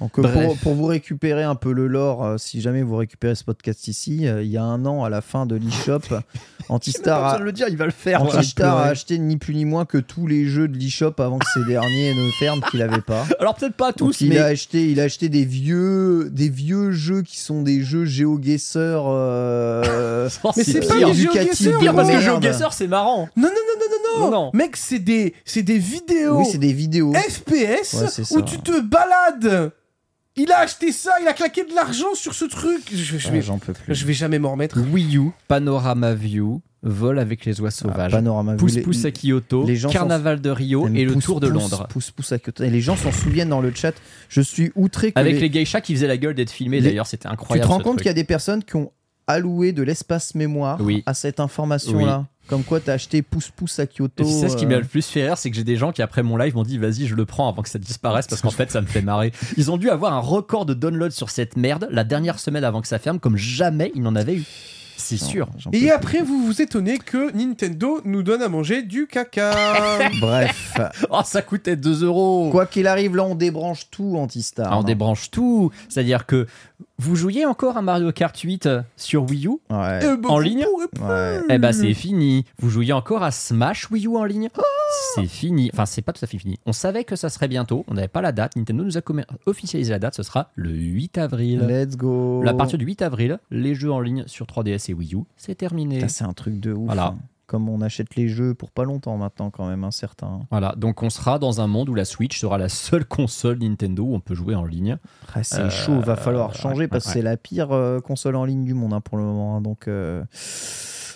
[SPEAKER 1] Donc, euh,
[SPEAKER 2] Bref.
[SPEAKER 1] pour, pour vous récupérer un peu le lore, euh, si jamais vous récupérez ce podcast ici, euh, il y a un an, à la fin de l'eShop, Antistar a,
[SPEAKER 2] le dire, il va le faire.
[SPEAKER 1] Antistar a acheté ni plus ni moins que tous les jeux de l'eShop avant que ces derniers ne ferment qu'il n'avait pas.
[SPEAKER 2] Alors peut-être pas
[SPEAKER 1] Donc,
[SPEAKER 2] tous,
[SPEAKER 1] il,
[SPEAKER 2] mais
[SPEAKER 1] hein, a acheté, il a acheté des vieux, des vieux jeux qui sont des jeux géoguesseurs. Euh,
[SPEAKER 3] Mais c'est pas
[SPEAKER 1] pire.
[SPEAKER 3] des
[SPEAKER 1] Éducatif
[SPEAKER 3] géoguesseurs,
[SPEAKER 1] de
[SPEAKER 2] pire parce que
[SPEAKER 1] merde.
[SPEAKER 2] GeoGuessr c'est marrant.
[SPEAKER 3] Non, non, non, non, non, non.
[SPEAKER 2] Non.
[SPEAKER 3] Mec, c'est des, c'est des vidéos
[SPEAKER 1] oui, c'est des
[SPEAKER 2] Eh,
[SPEAKER 1] vidéos. Ouais,
[SPEAKER 3] FPS
[SPEAKER 1] c'est ça.
[SPEAKER 3] où tu te balades. Il a acheté ça, il a claqué de l'argent sur ce truc. Je, je
[SPEAKER 1] Ah,
[SPEAKER 3] vais,
[SPEAKER 1] J'en peux plus.
[SPEAKER 3] je vais jamais m'en remettre.
[SPEAKER 2] Wii U, Panorama View, Vol avec les oies sauvages,
[SPEAKER 1] Ah, Panorama
[SPEAKER 2] Pousse
[SPEAKER 1] View,
[SPEAKER 2] Pousse
[SPEAKER 1] les-
[SPEAKER 2] à Kyoto,
[SPEAKER 1] les gens sont-
[SPEAKER 2] Carnaval de Rio
[SPEAKER 1] Mais
[SPEAKER 2] et le
[SPEAKER 1] pousse,
[SPEAKER 2] Tour de
[SPEAKER 1] pousse,
[SPEAKER 2] Londres.
[SPEAKER 1] pousse, pousse à Kyoto. Et les gens s'en souviennent dans le chat. Je suis outré que
[SPEAKER 2] Avec
[SPEAKER 1] les-
[SPEAKER 2] les geishas qui faisaient la gueule d'être filmés
[SPEAKER 1] Les-
[SPEAKER 2] d'ailleurs, c'était
[SPEAKER 1] Tu
[SPEAKER 2] incroyable.
[SPEAKER 1] te rends
[SPEAKER 2] ce
[SPEAKER 1] compte
[SPEAKER 2] truc.
[SPEAKER 1] qu'il y a des personnes qui ont alloué de l'espace mémoire
[SPEAKER 2] Oui.
[SPEAKER 1] à cette information-là. Comme quoi, t'as acheté pouce-pouce à Kyoto.
[SPEAKER 2] Et tu sais ce qui
[SPEAKER 1] euh,
[SPEAKER 2] m'a le plus fait rire, c'est que j'ai des gens qui après mon live m'ont dit vas-y je le prends avant que ça disparaisse parce qu'en fait ça me fait marrer. Ils ont dû avoir un record de download sur cette merde la dernière semaine avant que ça ferme comme jamais ils n'en avaient eu. C'est sûr.
[SPEAKER 1] j'en peux
[SPEAKER 3] Et après, vous vous étonnez que Nintendo nous donne à manger du caca.
[SPEAKER 1] plus. Bref.
[SPEAKER 2] Oh ça coûtait 2 euros.
[SPEAKER 1] Quoi qu'il arrive, là, on débranche tout, Antistar.
[SPEAKER 2] Ah, on
[SPEAKER 1] hein.
[SPEAKER 2] débranche tout. C'est-à-dire que vous jouiez encore à Mario Kart 8 euh, sur Wii U
[SPEAKER 1] Ouais.
[SPEAKER 3] Eh ben,
[SPEAKER 2] En
[SPEAKER 3] vous
[SPEAKER 2] ligne
[SPEAKER 3] pourrez
[SPEAKER 1] Ouais.
[SPEAKER 2] Eh ben c'est fini. Vous jouiez encore à Smash Wii U en ligne
[SPEAKER 1] Oh
[SPEAKER 2] C'est fini. Enfin, c'est pas tout à fait fini. On savait que ça serait bientôt. On n'avait pas la date. Nintendo nous a commer- officialisé la date. Ce sera le 8 avril.
[SPEAKER 1] Let's go.
[SPEAKER 2] À partir du 8 avril, les jeux en ligne sur 3DS et Wii U, c'est terminé.
[SPEAKER 1] Putain, C'est un truc de ouf.
[SPEAKER 2] Voilà.
[SPEAKER 1] hein. Comme on achète les jeux pour pas longtemps maintenant, quand même, hein, incertain.
[SPEAKER 2] Voilà, donc on sera dans un monde où la Switch sera la seule console Nintendo où on peut jouer en ligne.
[SPEAKER 1] Ah, c'est
[SPEAKER 2] Euh,
[SPEAKER 1] chaud, va falloir changer
[SPEAKER 2] ouais,
[SPEAKER 1] parce que
[SPEAKER 2] ouais.
[SPEAKER 1] c'est la pire euh, console en ligne du monde hein, pour le moment. hein, donc, euh,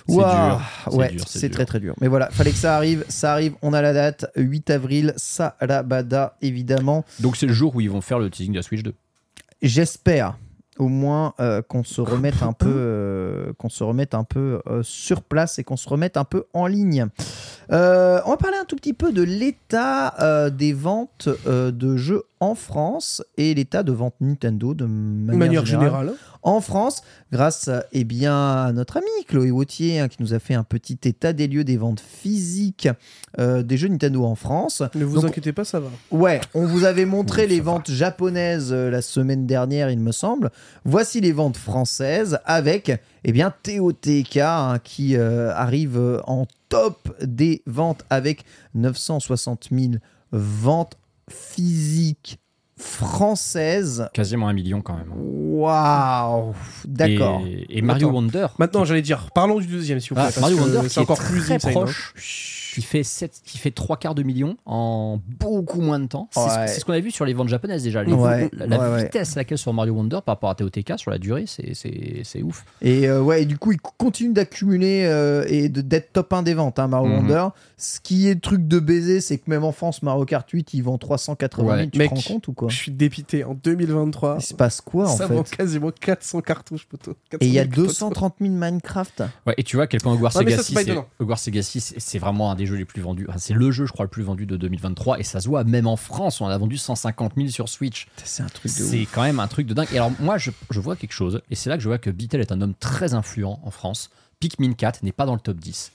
[SPEAKER 2] dur, c'est
[SPEAKER 1] ouais,
[SPEAKER 2] dur, c'est
[SPEAKER 1] c'est
[SPEAKER 2] dur.
[SPEAKER 1] très très dur. Mais voilà, fallait que ça arrive, ça arrive. On a la date, 8 avril, Sarabada évidemment.
[SPEAKER 2] Donc c'est le jour où ils vont faire le teasing de la Switch 2.
[SPEAKER 1] J'espère, au moins euh, qu'on se remette un peu, euh, qu'on se remette un peu euh, sur place et qu'on se remette un peu en ligne. Euh, on va parler un tout petit peu de l'état euh, des ventes euh, de jeux en France et l'état de vente Nintendo de manière,
[SPEAKER 3] De manière
[SPEAKER 1] générale
[SPEAKER 3] générale. hein.
[SPEAKER 1] en France, grâce euh, eh bien, à notre ami Chloé Wautier, hein, qui nous a fait un petit état des lieux des ventes physiques euh, des jeux Nintendo en France.
[SPEAKER 3] Ne vous
[SPEAKER 1] Donc,
[SPEAKER 3] inquiétez pas, ça va.
[SPEAKER 1] Ouais, on vous avait montré
[SPEAKER 2] Oui, ça
[SPEAKER 1] les
[SPEAKER 2] va.
[SPEAKER 1] ventes japonaises euh, la semaine dernière, il me semble. Voici les ventes françaises avec, eh bien, TOTK hein, qui euh, arrive euh, en top des ventes avec 960 000 ventes physiques françaises.
[SPEAKER 2] Quasiment un million quand même.
[SPEAKER 1] Waouh D'accord.
[SPEAKER 2] Et, et Mario
[SPEAKER 3] Attends.
[SPEAKER 2] Wonder.
[SPEAKER 3] Maintenant, j'allais dire, parlons du deuxième, si vous
[SPEAKER 2] Ah,
[SPEAKER 3] plaît. parce
[SPEAKER 2] Mario
[SPEAKER 3] que
[SPEAKER 2] Wonder qui
[SPEAKER 3] c'est
[SPEAKER 2] est
[SPEAKER 3] encore plus
[SPEAKER 2] très
[SPEAKER 3] insane, hein.
[SPEAKER 2] proche, qui fait, sept- qui fait trois quarts de million en beaucoup moins de temps. C'est ce-
[SPEAKER 1] Ouais.
[SPEAKER 2] c'est ce, qu'on a vu sur les ventes japonaises déjà. Les-
[SPEAKER 1] Ouais,
[SPEAKER 2] La, la
[SPEAKER 1] ouais, ouais.
[SPEAKER 2] vitesse à laquelle sur Mario Wonder par rapport à TOTK sur la durée, c'est- c'est c'est ouf.
[SPEAKER 1] Et euh, ouais, et du coup, il continue d'accumuler euh, et de- d'être top 1 des ventes, hein, Mario
[SPEAKER 2] Mhm.
[SPEAKER 1] Wonder. Ce qui est truc de baiser, c'est que même en France, Mario Kart 8, ils vendent 380 000.
[SPEAKER 2] Ouais.
[SPEAKER 1] Tu
[SPEAKER 3] Mec,
[SPEAKER 1] te rends compte ou quoi
[SPEAKER 3] Je suis dépité. En 2023,
[SPEAKER 1] Il se passe quoi en
[SPEAKER 3] ça vend
[SPEAKER 1] fait
[SPEAKER 3] quasiment 400 cartouches, poteau.
[SPEAKER 1] Et il y a
[SPEAKER 3] 400 poteau.
[SPEAKER 1] 230 000 Minecraft.
[SPEAKER 2] Ouais, et tu vois à quel point Hogwarts
[SPEAKER 3] Ah, mais ça,
[SPEAKER 2] Legacy,
[SPEAKER 3] c'est pas
[SPEAKER 2] c'est-
[SPEAKER 3] étonnant.
[SPEAKER 2] Hogwarts Legacy, c'est c'est vraiment un des jeux les plus vendus. Enfin, c'est le jeu, je crois, le plus vendu de 2023. Et ça se voit, même en France, on en a vendu 150 000 sur Switch.
[SPEAKER 1] C'est un truc de
[SPEAKER 2] C'est quand même un truc de dingue. Et alors, moi, je, je vois quelque chose, et c'est là que je vois que Bitel est un homme très influent en France. Pikmin 4 n'est pas dans le top 10.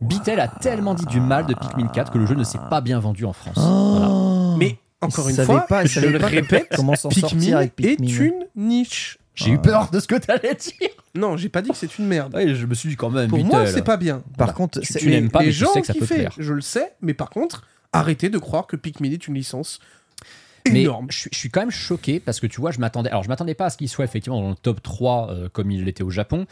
[SPEAKER 2] Bitel a tellement dit du mal de Pikmin 4 que le jeu ne s'est pas bien vendu en France. Voilà.
[SPEAKER 1] Oh
[SPEAKER 3] Mais encore une fois, je le répète,
[SPEAKER 1] comment s'en sortir
[SPEAKER 3] Pikmin
[SPEAKER 1] avec
[SPEAKER 3] est
[SPEAKER 1] Pikmin.
[SPEAKER 3] une niche.
[SPEAKER 2] J'ai eu peur de ce que t'allais dire.
[SPEAKER 3] Non, j'ai pas dit que c'est une merde.
[SPEAKER 2] Ouais, je me suis dit quand même,
[SPEAKER 3] Pour
[SPEAKER 2] Bitel.
[SPEAKER 3] moi, c'est pas bien.
[SPEAKER 1] Par contre,
[SPEAKER 2] Tu-
[SPEAKER 1] c'est-
[SPEAKER 2] tu n'aimes pas,
[SPEAKER 3] les
[SPEAKER 2] mais je
[SPEAKER 3] gens
[SPEAKER 2] sais que ça
[SPEAKER 3] qui
[SPEAKER 2] peut te
[SPEAKER 3] fait,
[SPEAKER 2] plaire.
[SPEAKER 3] Je le sais, mais par contre, arrêtez de croire que Pikmin est une licence
[SPEAKER 2] Mais
[SPEAKER 3] énorme.
[SPEAKER 2] je, suis- je suis quand même choqué parce que tu vois, je m'attendais. Alors, je m'attendais pas à ce qu'il soit effectivement dans le top 3 euh, comme il l'était au Japon.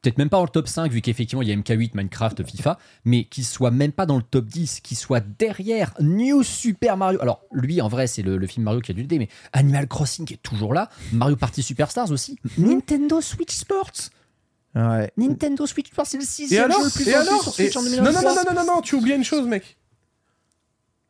[SPEAKER 2] Peut-être même pas dans le top 5, vu qu'effectivement il y a MK8, Minecraft, FIFA, mais qu'il soit même pas dans le top 10, qu'il soit derrière New Super Mario. Alors, lui, en vrai, c'est le, le film Mario qui a dû l'aider, mais Animal Crossing qui est toujours là, Mario Party Superstars aussi, Nintendo Switch Sports.
[SPEAKER 1] Ouais.
[SPEAKER 2] Nintendo Switch Sports, c'est le
[SPEAKER 3] Et
[SPEAKER 2] sixième
[SPEAKER 3] alors,
[SPEAKER 2] jeu le plus
[SPEAKER 3] et
[SPEAKER 2] vendu
[SPEAKER 3] alors
[SPEAKER 2] sur Switch
[SPEAKER 3] Et-
[SPEAKER 2] en
[SPEAKER 3] non, non,
[SPEAKER 2] 2023.
[SPEAKER 3] non, non, non, non, non, tu oublies une chose, mec.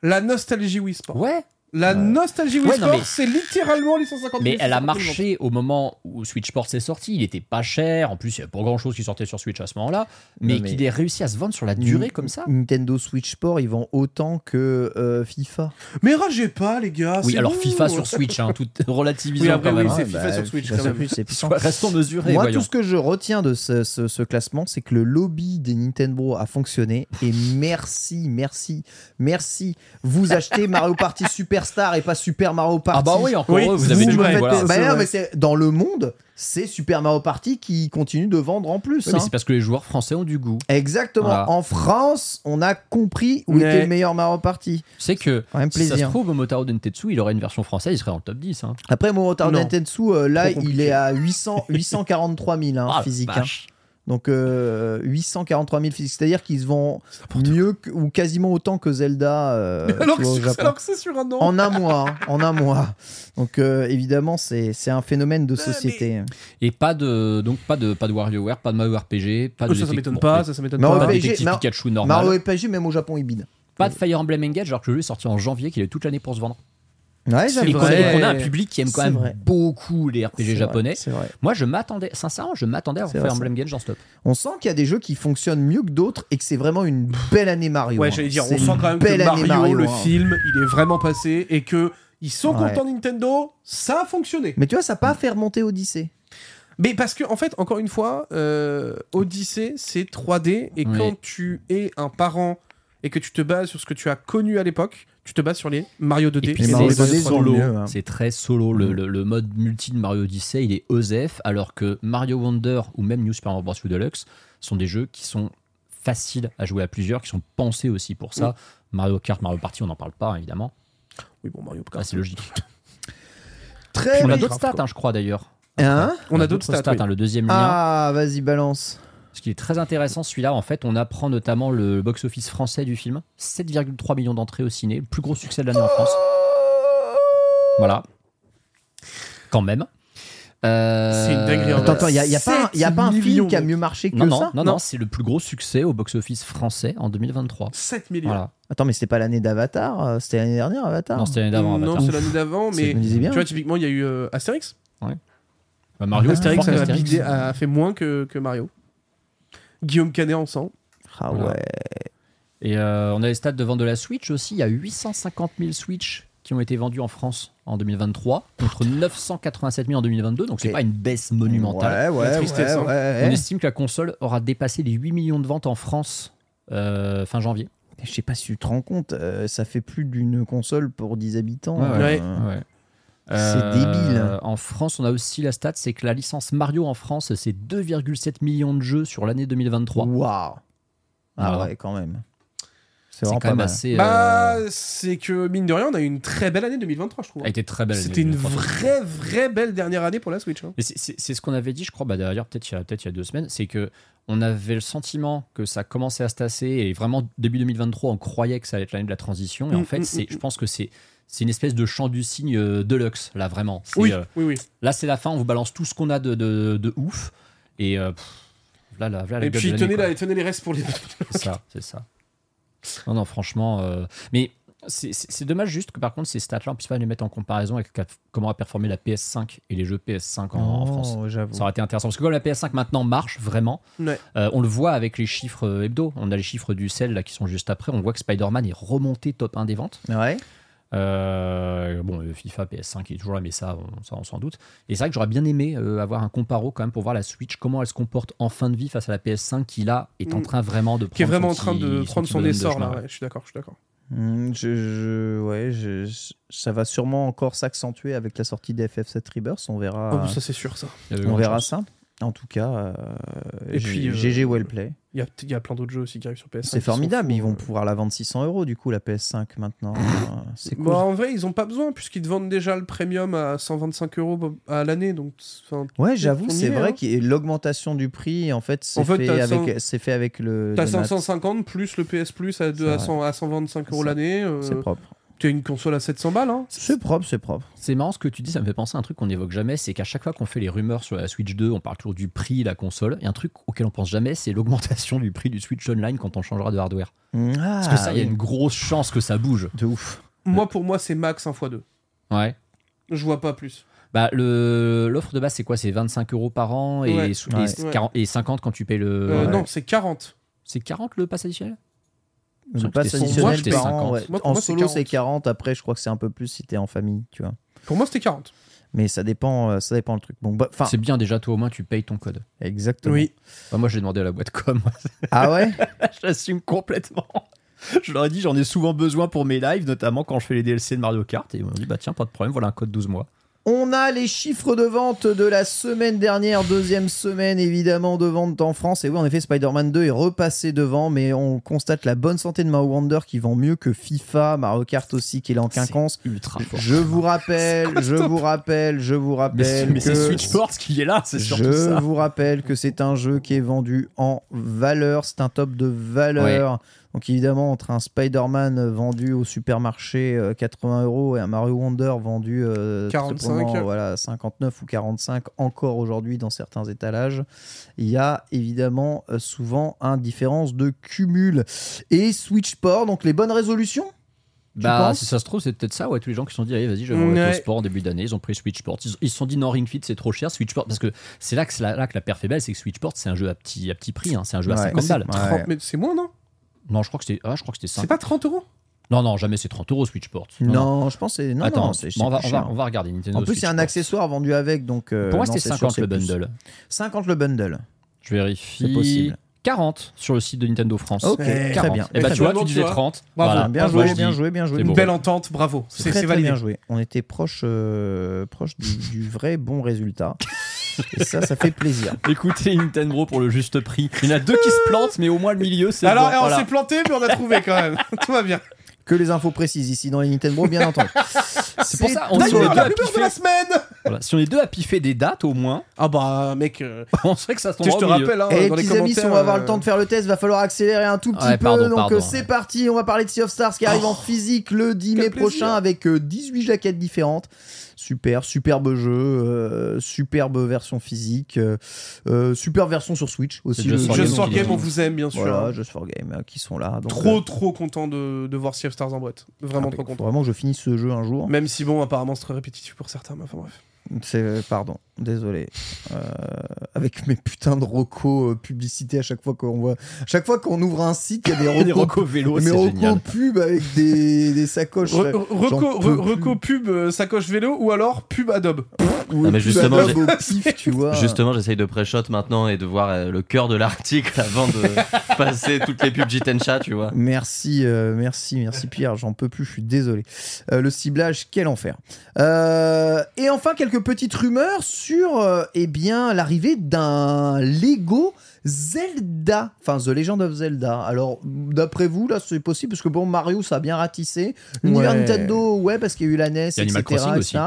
[SPEAKER 3] La nostalgie Wii Sport.
[SPEAKER 2] Ouais,
[SPEAKER 3] La nostalgie Wii
[SPEAKER 2] Ouais, non,
[SPEAKER 3] Sport,
[SPEAKER 2] mais-
[SPEAKER 3] c'est littéralement les 150
[SPEAKER 2] Mais elle a marché au moment où Switch Sports est sorti. Il était pas cher. En plus, il n'y avait pas grand chose qui sortait sur Switch à ce moment-là. Mais,
[SPEAKER 1] mais- Mm.
[SPEAKER 2] qu'il ait réussi à se vendre sur la durée comme ça.
[SPEAKER 1] Nintendo Switch Sport, ils vendent autant que euh, FIFA.
[SPEAKER 3] Mais ragez pas, les gars.
[SPEAKER 2] Oui,
[SPEAKER 3] Ah, c'est
[SPEAKER 2] alors
[SPEAKER 3] bon.
[SPEAKER 2] FIFA sur Switch, hein, tout relativisant
[SPEAKER 3] Oui, après,
[SPEAKER 2] quand même.
[SPEAKER 3] oui,
[SPEAKER 2] hein.
[SPEAKER 3] c'est FIFA sur Switch,
[SPEAKER 1] bah, FIFA
[SPEAKER 3] quand
[SPEAKER 1] sur
[SPEAKER 3] même.
[SPEAKER 1] Switch, c'est puissant.
[SPEAKER 2] Soit- Restons mesurés,
[SPEAKER 1] Moi,
[SPEAKER 2] voyons.
[SPEAKER 1] tout ce que je retiens de ce, ce- ce classement, c'est que le lobby des Nintendo a fonctionné. Et merci, merci, merci. Vous achetez Mario Party Superstar et pas Super Mario Party.
[SPEAKER 2] Ah bah oui, encore
[SPEAKER 3] Oui,
[SPEAKER 2] heureux, vous
[SPEAKER 3] vous
[SPEAKER 2] avez
[SPEAKER 3] me
[SPEAKER 2] du mal.
[SPEAKER 3] faites-
[SPEAKER 2] voilà.
[SPEAKER 3] bah,
[SPEAKER 1] Bah non,
[SPEAKER 3] vrai.
[SPEAKER 1] mais c'est- dans le monde, c'est Super Mario Party qui continue de vendre en plus.
[SPEAKER 2] Oui, mais
[SPEAKER 1] hein.
[SPEAKER 2] c'est parce que les joueurs français ont du goût.
[SPEAKER 1] Exactement.
[SPEAKER 2] Voilà.
[SPEAKER 1] En France, on a compris où
[SPEAKER 3] Ouais.
[SPEAKER 1] était le meilleur Mario Party.
[SPEAKER 2] Tu sais que
[SPEAKER 1] Quand même
[SPEAKER 2] si ça se
[SPEAKER 1] plaisir.
[SPEAKER 2] trouve, Momotaro Dentetsu, il aurait une version française, il serait dans le top 10. hein.
[SPEAKER 1] Après, mon retard
[SPEAKER 3] Non.
[SPEAKER 1] Dentetsu, euh, là, il
[SPEAKER 3] Trop compliqué.
[SPEAKER 1] est à 800, 843 000 hein,
[SPEAKER 2] Ah, la
[SPEAKER 1] physique. hein.
[SPEAKER 2] vache.
[SPEAKER 1] Donc euh, 843 000 physiques, c'est-à-dire qu'ils se vendent mieux que- ou quasiment autant que Zelda euh,
[SPEAKER 3] Alors
[SPEAKER 1] tu
[SPEAKER 3] que
[SPEAKER 1] vois, au
[SPEAKER 3] c'est-
[SPEAKER 1] Japon.
[SPEAKER 3] alors que c'est sur un an.
[SPEAKER 1] En un mois, hein, en un mois. Donc euh, évidemment, c'est c'est un phénomène de
[SPEAKER 3] mais-
[SPEAKER 1] société.
[SPEAKER 2] Et pas de, donc pas de, pas de WarioWare, pas de Mario RPG, pas de.
[SPEAKER 3] Oh, Ça, ça
[SPEAKER 2] détec-
[SPEAKER 3] m'étonne
[SPEAKER 2] bon,
[SPEAKER 3] pas, ça, ça m'étonne
[SPEAKER 1] Mais en
[SPEAKER 2] Pas
[SPEAKER 3] pas.
[SPEAKER 2] de
[SPEAKER 1] RPG,
[SPEAKER 2] détective
[SPEAKER 1] Mar-
[SPEAKER 2] Pikachu normal.
[SPEAKER 1] Mario RPG, même au Japon, il bide.
[SPEAKER 2] Pas de Fire Emblem Engage, alors que le jeu est sorti en janvier, qu'il a eu toute l'année pour se vendre.
[SPEAKER 1] Ouais,
[SPEAKER 3] C'est
[SPEAKER 1] j'avoue.
[SPEAKER 2] Et qu'on
[SPEAKER 3] vrai.
[SPEAKER 2] et qu'on a un public qui aime quand
[SPEAKER 1] C'est
[SPEAKER 2] même
[SPEAKER 1] vrai.
[SPEAKER 2] beaucoup les
[SPEAKER 1] C'est
[SPEAKER 2] RPG
[SPEAKER 1] vrai,
[SPEAKER 2] japonais.
[SPEAKER 1] c'est vrai.
[SPEAKER 2] Moi, je m'attendais, sincèrement, je m'attendais à
[SPEAKER 1] C'est
[SPEAKER 2] faire
[SPEAKER 1] vrai,
[SPEAKER 2] Emblem Gage en stop.
[SPEAKER 1] On sent qu'il y a des jeux qui fonctionnent mieux que d'autres et que c'est vraiment une belle année Mario.
[SPEAKER 3] Ouais,
[SPEAKER 1] hein.
[SPEAKER 3] j'allais dire,
[SPEAKER 1] C'est
[SPEAKER 3] on sent
[SPEAKER 1] une
[SPEAKER 3] quand même
[SPEAKER 1] belle
[SPEAKER 3] que Mario,
[SPEAKER 1] année
[SPEAKER 3] le
[SPEAKER 1] hein.
[SPEAKER 3] film, il est vraiment passé et que ils sont
[SPEAKER 1] Ouais.
[SPEAKER 3] contents Nintendo, ça a fonctionné.
[SPEAKER 1] Mais tu vois, ça n'a pas fait remonter Odyssey.
[SPEAKER 3] Mais parce que, en fait, encore une fois, euh, Odyssey, c'est 3D. Et
[SPEAKER 2] Oui.
[SPEAKER 3] quand tu es un parent et que tu te bases sur ce que tu as connu à l'époque, tu te bases sur les Mario 2D.
[SPEAKER 2] Et puis,
[SPEAKER 3] les
[SPEAKER 2] c'est
[SPEAKER 3] Mario
[SPEAKER 2] c'est
[SPEAKER 3] 3D.
[SPEAKER 2] solo.
[SPEAKER 1] mieux, hein.
[SPEAKER 2] C'est très solo. Le, le- le mode multi de Mario Odyssey, il est ESF, alors que Mario Wonder ou même New Super Mario Bros. U Deluxe sont des jeux qui sont faciles à jouer à plusieurs, qui sont pensés aussi pour ça. Mario Kart, Mario Party, on n'en parle pas, hein, évidemment.
[SPEAKER 3] Oui, bon, Mario Kart.
[SPEAKER 2] Ah,
[SPEAKER 1] Euh,
[SPEAKER 2] c'est logique.
[SPEAKER 1] Très
[SPEAKER 2] on a
[SPEAKER 1] bien.
[SPEAKER 2] d'autres stats, hein, je crois, d'ailleurs.
[SPEAKER 1] Hein
[SPEAKER 3] On a d'autres stats. oui.
[SPEAKER 2] hein, le deuxième lien.
[SPEAKER 1] Ah, vas-y, balance.
[SPEAKER 2] Ce qui est très intéressant, celui-là, en fait, on apprend notamment le box-office français du film. 7,3 millions d'entrées au ciné, le plus gros succès de l'année en France. Voilà. Quand même. Euh,
[SPEAKER 3] C'est une dinguerie, en vrai.
[SPEAKER 1] Attends, attends, il n'y a, y a pas un- y a pas un
[SPEAKER 3] 7
[SPEAKER 1] film qui a
[SPEAKER 3] millions.
[SPEAKER 1] mieux marché que
[SPEAKER 2] Non, non,
[SPEAKER 1] ça
[SPEAKER 2] non,
[SPEAKER 3] Non.
[SPEAKER 2] non, c'est le plus gros succès au box-office français en 2023.
[SPEAKER 3] 7 millions.
[SPEAKER 2] Voilà.
[SPEAKER 1] Attends, mais c'était pas l'année d'Avatar euh, C'était l'année dernière, Avatar
[SPEAKER 2] Non, c'était l'année d'avant.
[SPEAKER 3] Ah.
[SPEAKER 2] hein.
[SPEAKER 3] non,
[SPEAKER 2] Avatar.
[SPEAKER 3] c'est l'année d'avant,
[SPEAKER 1] C'est-
[SPEAKER 3] mais
[SPEAKER 1] je me disais
[SPEAKER 3] tu
[SPEAKER 1] bien.
[SPEAKER 3] vois, typiquement, il y a eu euh, Astérix.
[SPEAKER 2] Bah, Mario,
[SPEAKER 3] Astérix,
[SPEAKER 2] Franck
[SPEAKER 3] a,
[SPEAKER 2] Astérix.
[SPEAKER 3] bidé- a fait moins que, que Mario. Guillaume Canet en sang.
[SPEAKER 1] Ah
[SPEAKER 2] Voilà.
[SPEAKER 1] ouais.
[SPEAKER 2] Et euh, on a les stats de vente de la Switch aussi. Il y a 850 000 Switch qui ont été vendus en France en 2023 contre 987 000 en 2022. Donc c'est
[SPEAKER 1] Ok.
[SPEAKER 2] pas une baisse monumentale.
[SPEAKER 1] Ouais, ouais,
[SPEAKER 3] La tristesse,
[SPEAKER 1] ouais,
[SPEAKER 3] hein.
[SPEAKER 1] ouais, ouais.
[SPEAKER 2] On estime que la console aura dépassé les 8 millions de ventes en France euh, fin janvier.
[SPEAKER 1] Je sais pas si tu te rends compte, euh, ça fait plus d'une console pour 10 habitants.
[SPEAKER 2] Ouais,
[SPEAKER 3] ouais.
[SPEAKER 1] Euh,
[SPEAKER 2] Ouais. Euh,
[SPEAKER 1] C'est débile.
[SPEAKER 2] En France, on a aussi la stat, c'est que la licence Mario en France, c'est 2,7 millions de jeux sur l'année 2023.
[SPEAKER 1] Waouh Ah
[SPEAKER 2] Voilà.
[SPEAKER 1] ouais, quand même. C'est
[SPEAKER 2] C'est
[SPEAKER 1] vraiment pas
[SPEAKER 2] quand même
[SPEAKER 1] mal.
[SPEAKER 2] assez.
[SPEAKER 3] Bah,
[SPEAKER 2] euh,
[SPEAKER 3] c'est que mine de rien, on a eu une très belle année 2023, je trouve.
[SPEAKER 2] a été très belle.
[SPEAKER 3] C'était une
[SPEAKER 2] l'année 2023.
[SPEAKER 3] vraie, vraie belle dernière année pour la Switch. hein.
[SPEAKER 2] Mais c'est- C'est c'est ce qu'on avait dit, je crois, bah, d'ailleurs, peut-être il, y a- peut-être il y a deux semaines, c'est que on avait le sentiment que ça commençait à se tasser et vraiment, début 2023, on croyait que ça allait être l'année de la transition. Et en
[SPEAKER 3] Mm, mm,
[SPEAKER 2] fait, c'est-
[SPEAKER 3] mm,
[SPEAKER 2] je pense que c'est c'est une espèce de chant du signe euh, deluxe, là, vraiment. C'est,
[SPEAKER 3] Oui,
[SPEAKER 2] euh,
[SPEAKER 3] oui, oui.
[SPEAKER 2] là, c'est la fin, on vous balance tout ce qu'on a de, de, de ouf. Et euh, pff, voilà, la- voilà ah, la
[SPEAKER 3] Et
[SPEAKER 2] gueule
[SPEAKER 3] puis
[SPEAKER 2] de l'année,
[SPEAKER 3] tenez,
[SPEAKER 2] quoi.
[SPEAKER 3] la- tenez les restes pour les.
[SPEAKER 2] C'est ça, c'est ça. Non, non, franchement. euh, Mais c'est- c'est c'est dommage juste que par contre, ces stats-là, on puisse pas les mettre en comparaison avec qu'a- comment a performé la PS5 et les jeux PS5 en, en France.
[SPEAKER 1] Oh, j'avoue.
[SPEAKER 2] Ça aurait été intéressant. Parce que comme la PS5 maintenant marche vraiment,
[SPEAKER 3] Ouais.
[SPEAKER 2] euh, on le voit avec les chiffres euh, hebdo. On a les chiffres du sel là qui sont juste après. On voit que Spider-Man est remonté top 1 des ventes.
[SPEAKER 1] Ouais.
[SPEAKER 2] Euh, bon, euh, FIFA, PS5 il est toujours là, mais ça, on, ça, on s'en doute. Et c'est vrai que j'aurais bien aimé euh, avoir un comparo quand même pour voir la Switch, comment elle se comporte en fin de vie face à la PS5 qui là est en
[SPEAKER 3] Mm.
[SPEAKER 2] train vraiment de prendre
[SPEAKER 3] Qui est vraiment en
[SPEAKER 2] son
[SPEAKER 3] train de
[SPEAKER 2] petit-
[SPEAKER 3] prendre
[SPEAKER 2] petit
[SPEAKER 3] son
[SPEAKER 2] bonhomme de
[SPEAKER 3] essor
[SPEAKER 2] chemin,
[SPEAKER 3] là.
[SPEAKER 2] ouais.
[SPEAKER 3] ouais, je suis d'accord, je suis d'accord.
[SPEAKER 1] Mm, Je, je- ouais, je- je- ça va sûrement encore s'accentuer avec la sortie des FF7 Rebirth. On
[SPEAKER 2] Ah.
[SPEAKER 1] verra,
[SPEAKER 3] Oh, ça c'est sûr ça.
[SPEAKER 2] Il y avait
[SPEAKER 1] on
[SPEAKER 2] Euh, grande
[SPEAKER 1] verra
[SPEAKER 2] chance.
[SPEAKER 1] ça. En tout cas, euh,
[SPEAKER 3] Et
[SPEAKER 1] G-
[SPEAKER 3] puis, euh,
[SPEAKER 1] GG Wellplay.
[SPEAKER 3] Il y a, il y a plein d'autres jeux aussi qui arrivent sur PS5.
[SPEAKER 1] C'est
[SPEAKER 3] qui sont
[SPEAKER 1] formidable.
[SPEAKER 3] fous,
[SPEAKER 1] ils vont
[SPEAKER 3] euh.
[SPEAKER 1] pouvoir la vendre 600 euros du coup, la PS5 maintenant. Euh, C'est cool.
[SPEAKER 3] Bah, en vrai, ils ont pas besoin puisqu'ils te vendent déjà le premium à 125 euros bah, à l'année. Donc, enfin,
[SPEAKER 1] Ouais, j'avoue,
[SPEAKER 3] Ton
[SPEAKER 1] c'est
[SPEAKER 3] hiver, hein.
[SPEAKER 1] vrai que l'augmentation du prix, en fait, c'est
[SPEAKER 3] En fait,
[SPEAKER 1] fait,
[SPEAKER 3] t'as
[SPEAKER 1] avec, c'est fait avec le.
[SPEAKER 3] t'as
[SPEAKER 1] le mat.
[SPEAKER 3] 550 plus le PS Plus à, deux-
[SPEAKER 1] C'est
[SPEAKER 3] à,
[SPEAKER 1] vrai.
[SPEAKER 3] 100 à 125 euros
[SPEAKER 1] C'est-
[SPEAKER 3] l'année. euh,
[SPEAKER 1] C'est propre.
[SPEAKER 3] T'as une console à 700 balles. Hein.
[SPEAKER 1] C'est propre, c'est propre.
[SPEAKER 2] C'est marrant ce que tu dis, ça me fait penser à un truc qu'on n'évoque jamais, c'est qu'à chaque fois qu'on fait les rumeurs sur la Switch 2, on parle toujours du prix, la console, et un truc auquel on pense jamais, c'est l'augmentation du prix du Switch Online quand on changera de hardware.
[SPEAKER 1] Ah,
[SPEAKER 2] Parce que ça, il y a
[SPEAKER 1] oui.
[SPEAKER 2] une grosse chance que ça bouge.
[SPEAKER 1] De ouf.
[SPEAKER 3] Moi, pour moi, c'est max 1x2.
[SPEAKER 2] Ouais.
[SPEAKER 3] Je vois pas plus.
[SPEAKER 2] Bah, le- l'offre de base, c'est quoi C'est 25 euros par an et,
[SPEAKER 3] Ouais.
[SPEAKER 2] et
[SPEAKER 1] Ouais.
[SPEAKER 2] 40 et 50 quand tu payes le.
[SPEAKER 3] Euh,
[SPEAKER 1] Ouais.
[SPEAKER 3] Non, c'est 40.
[SPEAKER 2] C'est 40 le pass additionnel
[SPEAKER 1] Le
[SPEAKER 2] Sans
[SPEAKER 1] pass
[SPEAKER 2] quitter
[SPEAKER 3] moi,
[SPEAKER 1] additionnel
[SPEAKER 3] j'étais
[SPEAKER 1] par
[SPEAKER 2] 50.
[SPEAKER 1] an, ouais.
[SPEAKER 3] Moi, pour
[SPEAKER 1] En
[SPEAKER 3] moi, c'est
[SPEAKER 1] solo, c'est 40. Après, je crois que c'est un peu plus si t'es en famille, tu vois.
[SPEAKER 3] Pour moi, c'était 40.
[SPEAKER 1] Mais ça dépend, euh, ça dépend le truc. Bon, bah, enfin,
[SPEAKER 2] C'est bien déjà, toi au moins tu payes ton code.
[SPEAKER 1] exactement.
[SPEAKER 2] Bah, moi j'ai demandé à la boîte com,
[SPEAKER 1] Ah ouais
[SPEAKER 2] je l'assume complètement. Je leur ai dit j'en ai souvent besoin pour mes lives, notamment quand je fais les DLC de Mario Kart. Et ils m'ont dit bah tiens, pas de problème, voilà un code 12 mois.
[SPEAKER 1] On a les chiffres de vente de la semaine dernière, deuxième semaine évidemment de vente en France. Et oui, en effet, Spider-Man 2 est repassé devant, mais on constate la bonne santé de Mario Wonder qui vend mieux que FIFA, Mario Kart aussi qui est là en quinconce.
[SPEAKER 2] Ultra fort.
[SPEAKER 1] Je vous rappelle, je vous rappelle, je vous
[SPEAKER 2] Mais c'est
[SPEAKER 1] rappelle
[SPEAKER 2] mais c'est
[SPEAKER 1] que
[SPEAKER 2] Switch Sports qui est là, c'est surtout
[SPEAKER 1] je
[SPEAKER 2] ça.
[SPEAKER 1] vous rappelle que c'est un jeu qui est vendu en valeur, c'est un top de valeur. Donc évidemment, entre un Spider-Man vendu au supermarché euh, 80 euros et un Mario Wonder vendu euh,
[SPEAKER 3] 45.
[SPEAKER 1] simplement, voilà, 59 ou 45 encore aujourd'hui dans certains étalages, il y a évidemment euh, souvent un différence de cumul. Et Switch Sport, donc les bonnes résolutions tu
[SPEAKER 2] Bah
[SPEAKER 1] penses
[SPEAKER 2] si ça se trouve, c'est peut-être ça, ouais, tous les gens qui se sont dit allez vas-y, je vais me mettre
[SPEAKER 3] Ouais.
[SPEAKER 2] au sport en début d'année, ils ont pris Switch Sports. Ils ils se sont dit non, Ring Fit c'est trop cher, Switch Sports. Parce que c'est là que, c'est là, là que la perf est belle, c'est que Switch Sports c'est un jeu à petit, à petit prix, hein, c'est un jeu à
[SPEAKER 1] Ouais.
[SPEAKER 2] 50 balles.
[SPEAKER 1] Ouais.
[SPEAKER 3] 30, mais c'est moins, non
[SPEAKER 2] Non, je crois que c'était ah, je crois que c'était
[SPEAKER 3] C'est
[SPEAKER 2] 5.
[SPEAKER 3] pas 30 euros
[SPEAKER 2] Non, non, jamais c'est 30 euros Switch Sports.
[SPEAKER 1] non, je pense que c'est non,
[SPEAKER 2] Attends,
[SPEAKER 1] non, c'est- c'est
[SPEAKER 2] bon, on, va,
[SPEAKER 1] plus
[SPEAKER 2] on, va,
[SPEAKER 1] cher.
[SPEAKER 2] on va regarder
[SPEAKER 1] En
[SPEAKER 2] Nintendo
[SPEAKER 1] plus,
[SPEAKER 2] Switch
[SPEAKER 1] il y a un
[SPEAKER 2] Sports.
[SPEAKER 1] accessoire vendu avec, donc euh,
[SPEAKER 2] Pour moi,
[SPEAKER 1] non,
[SPEAKER 2] c'était
[SPEAKER 1] c'est sûr,
[SPEAKER 2] 50
[SPEAKER 1] c'est
[SPEAKER 2] le
[SPEAKER 1] plus.
[SPEAKER 2] bundle.
[SPEAKER 1] 50 le bundle.
[SPEAKER 2] Je vérifie.
[SPEAKER 1] C'est possible.
[SPEAKER 2] 40 sur le site de Nintendo France.
[SPEAKER 1] Ok,
[SPEAKER 3] Eh,
[SPEAKER 1] très
[SPEAKER 2] 40.
[SPEAKER 1] bien.
[SPEAKER 2] Et bah tu vois,
[SPEAKER 3] Finalement,
[SPEAKER 2] tu
[SPEAKER 3] tu
[SPEAKER 2] disais
[SPEAKER 3] vois.
[SPEAKER 2] 30.
[SPEAKER 3] Bravo.
[SPEAKER 2] Voilà.
[SPEAKER 1] bien,
[SPEAKER 2] Moi, je
[SPEAKER 1] joué, bien
[SPEAKER 2] dis-
[SPEAKER 1] joué, bien joué,
[SPEAKER 2] c'est
[SPEAKER 3] Une
[SPEAKER 2] bon.
[SPEAKER 3] belle entente, bravo.
[SPEAKER 1] C'est
[SPEAKER 3] C'est
[SPEAKER 1] très, très
[SPEAKER 3] c'est validé.
[SPEAKER 1] bien joué. On était proche, euh, proche du, du vrai bon résultat. Et ça, ça fait plaisir.
[SPEAKER 2] Écoutez Nintendo pour le juste prix. Il y en a deux qui se plantent, mais au moins le milieu, c'est
[SPEAKER 3] Alors,
[SPEAKER 2] bon.
[SPEAKER 3] eh, on
[SPEAKER 2] Voilà.
[SPEAKER 3] s'est planté, mais on a trouvé quand même. Tout va bien.
[SPEAKER 1] Que les infos précises ici dans les Nintendo, bien entendu. C'est
[SPEAKER 2] pour ça, on
[SPEAKER 1] tout.
[SPEAKER 2] dit-
[SPEAKER 3] D'ailleurs, la
[SPEAKER 2] deux à
[SPEAKER 3] rumeur de
[SPEAKER 2] piffer.
[SPEAKER 3] la semaine
[SPEAKER 2] Voilà. Si on est deux à piffer des dates, au moins,
[SPEAKER 3] Ah bah, mec, euh,
[SPEAKER 2] on serait que ça se
[SPEAKER 3] tu sais,
[SPEAKER 2] tombera
[SPEAKER 3] je
[SPEAKER 2] au
[SPEAKER 3] te
[SPEAKER 2] milieu.
[SPEAKER 3] rappelle, hein,
[SPEAKER 1] Eh,
[SPEAKER 3] dans les
[SPEAKER 1] petits amis,
[SPEAKER 3] commentaires.
[SPEAKER 1] si on va avoir
[SPEAKER 3] euh,
[SPEAKER 1] le temps de faire le test, va falloir accélérer un tout petit
[SPEAKER 2] Ah Ouais,
[SPEAKER 1] peu.
[SPEAKER 2] pardon,
[SPEAKER 1] donc
[SPEAKER 2] pardon,
[SPEAKER 1] euh, c'est
[SPEAKER 2] ouais.
[SPEAKER 1] parti, on va parler de Sea of Stars qui arrive en physique le 10 mai
[SPEAKER 3] Oh, quel plaisir.
[SPEAKER 1] prochain avec euh, 18 jaquettes différentes. Super, superbe jeu, euh, superbe version physique, euh, euh, super version sur Switch aussi.
[SPEAKER 2] C'est Just for
[SPEAKER 3] Just
[SPEAKER 2] Game,
[SPEAKER 3] for Game, on vous aime, bien sûr.
[SPEAKER 1] Voilà, Just for Game euh, qui sont là. donc,
[SPEAKER 3] Trop,
[SPEAKER 1] euh,
[SPEAKER 3] trop content de, de voir Sea of Stars en boîte. Vraiment
[SPEAKER 1] ah,
[SPEAKER 3] trop
[SPEAKER 1] faut
[SPEAKER 3] content.
[SPEAKER 1] Vraiment, que je finis ce jeu un jour.
[SPEAKER 3] Même si, bon, apparemment, c'est très répétitif pour certains, mais enfin bref.
[SPEAKER 1] C'est pardon, désolé. Euh, avec mes putains de recos euh, publicité à chaque fois qu'on voit, à chaque fois qu'on ouvre un site, il y a des recos,
[SPEAKER 2] Des recos vélo,
[SPEAKER 1] mes
[SPEAKER 2] c'est
[SPEAKER 1] recos
[SPEAKER 2] génial.
[SPEAKER 1] pub avec des, des sacoches.
[SPEAKER 3] Re-
[SPEAKER 1] J'en
[SPEAKER 3] reco,
[SPEAKER 1] peux
[SPEAKER 3] re-
[SPEAKER 1] plus.
[SPEAKER 3] reco pub euh, sacoche vélo ou alors pub Adobe.
[SPEAKER 1] Ou
[SPEAKER 4] Ah, mais
[SPEAKER 1] pub
[SPEAKER 4] justement,
[SPEAKER 1] Adobe
[SPEAKER 4] j'ai-
[SPEAKER 1] au pif, tu vois.
[SPEAKER 4] Justement, j'essaye de pré-shot maintenant et de voir euh, le cœur de l'article avant de passer toutes les pubs Jitensha, tu vois.
[SPEAKER 1] Merci, euh, merci, merci Pierre, j'en peux plus, je suis désolé. Euh, le ciblage, quel enfer. Euh, et enfin, quelques petites rumeurs sur euh, eh bien l'arrivée d'un Lego Zelda, enfin The Legend of Zelda. Alors, d'après vous, là, c'est possible, parce que bon, Mario, ça a bien ratissé. L'univers
[SPEAKER 3] Ouais.
[SPEAKER 1] Nintendo, ouais, parce qu'il y a eu la E NES,
[SPEAKER 2] Il y a
[SPEAKER 1] etc.
[SPEAKER 2] Animal Crossing
[SPEAKER 1] etc.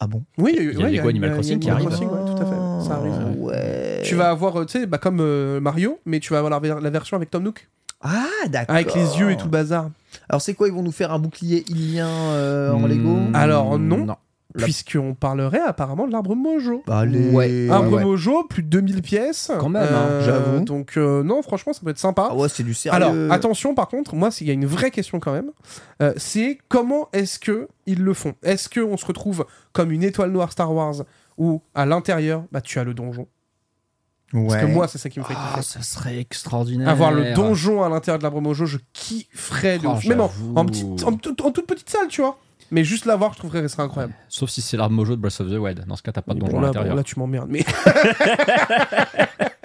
[SPEAKER 1] Ah bon
[SPEAKER 3] Oui, il
[SPEAKER 2] y a Lego Animal Crossing qui arrive.
[SPEAKER 3] Crossing, ouais, tout à fait. Ça arrive.
[SPEAKER 1] Ah, ouais.
[SPEAKER 3] Tu vas avoir, euh, tu sais, bah, comme euh, Mario, mais tu vas avoir la, ver- la version avec Tom Nook.
[SPEAKER 1] Ah, d'accord.
[SPEAKER 3] Avec les yeux et tout le bazar.
[SPEAKER 1] Alors, c'est quoi Ils vont nous faire un bouclier ilien euh, en
[SPEAKER 2] Hmm,
[SPEAKER 1] Lego
[SPEAKER 3] Alors, non.
[SPEAKER 2] non. La-
[SPEAKER 3] Puisqu'on parlerait apparemment de l'arbre Mojo.
[SPEAKER 1] Bah, Allez.
[SPEAKER 2] Ouais.
[SPEAKER 3] Arbre
[SPEAKER 1] ouais.
[SPEAKER 3] Mojo, plus de 2000 pièces.
[SPEAKER 2] Quand même, hein,
[SPEAKER 1] j'avoue.
[SPEAKER 3] Donc, euh, non, franchement, ça peut être sympa.
[SPEAKER 1] Ah ouais, c'est du sérieux.
[SPEAKER 3] Alors, attention, par contre, moi, il y a une vraie question quand même. Euh, c'est comment est-ce que ils le font Est-ce qu'on se retrouve comme une étoile noire Star Wars où à l'intérieur, bah, tu as le donjon Parce que moi, c'est ça qui me fait
[SPEAKER 2] Ah,
[SPEAKER 3] kiffer.
[SPEAKER 2] ça serait extraordinaire.
[SPEAKER 3] Avoir le donjon à l'intérieur de l'arbre mojo, je kifferais de
[SPEAKER 2] Oh,
[SPEAKER 3] ouf. Même en,
[SPEAKER 2] j'avoue.
[SPEAKER 3] en petite- en tout- en toute petite salle, tu vois. Mais juste l'avoir, je trouverais que ce serait incroyable.
[SPEAKER 2] Sauf si c'est l'arme mojo de Breath of the Wild. Dans ce cas, t'as pas de
[SPEAKER 3] Mais
[SPEAKER 2] donjon
[SPEAKER 3] bon,
[SPEAKER 2] à
[SPEAKER 3] là,
[SPEAKER 2] l'intérieur.
[SPEAKER 3] bon, là, tu m'emmerdes. Mais...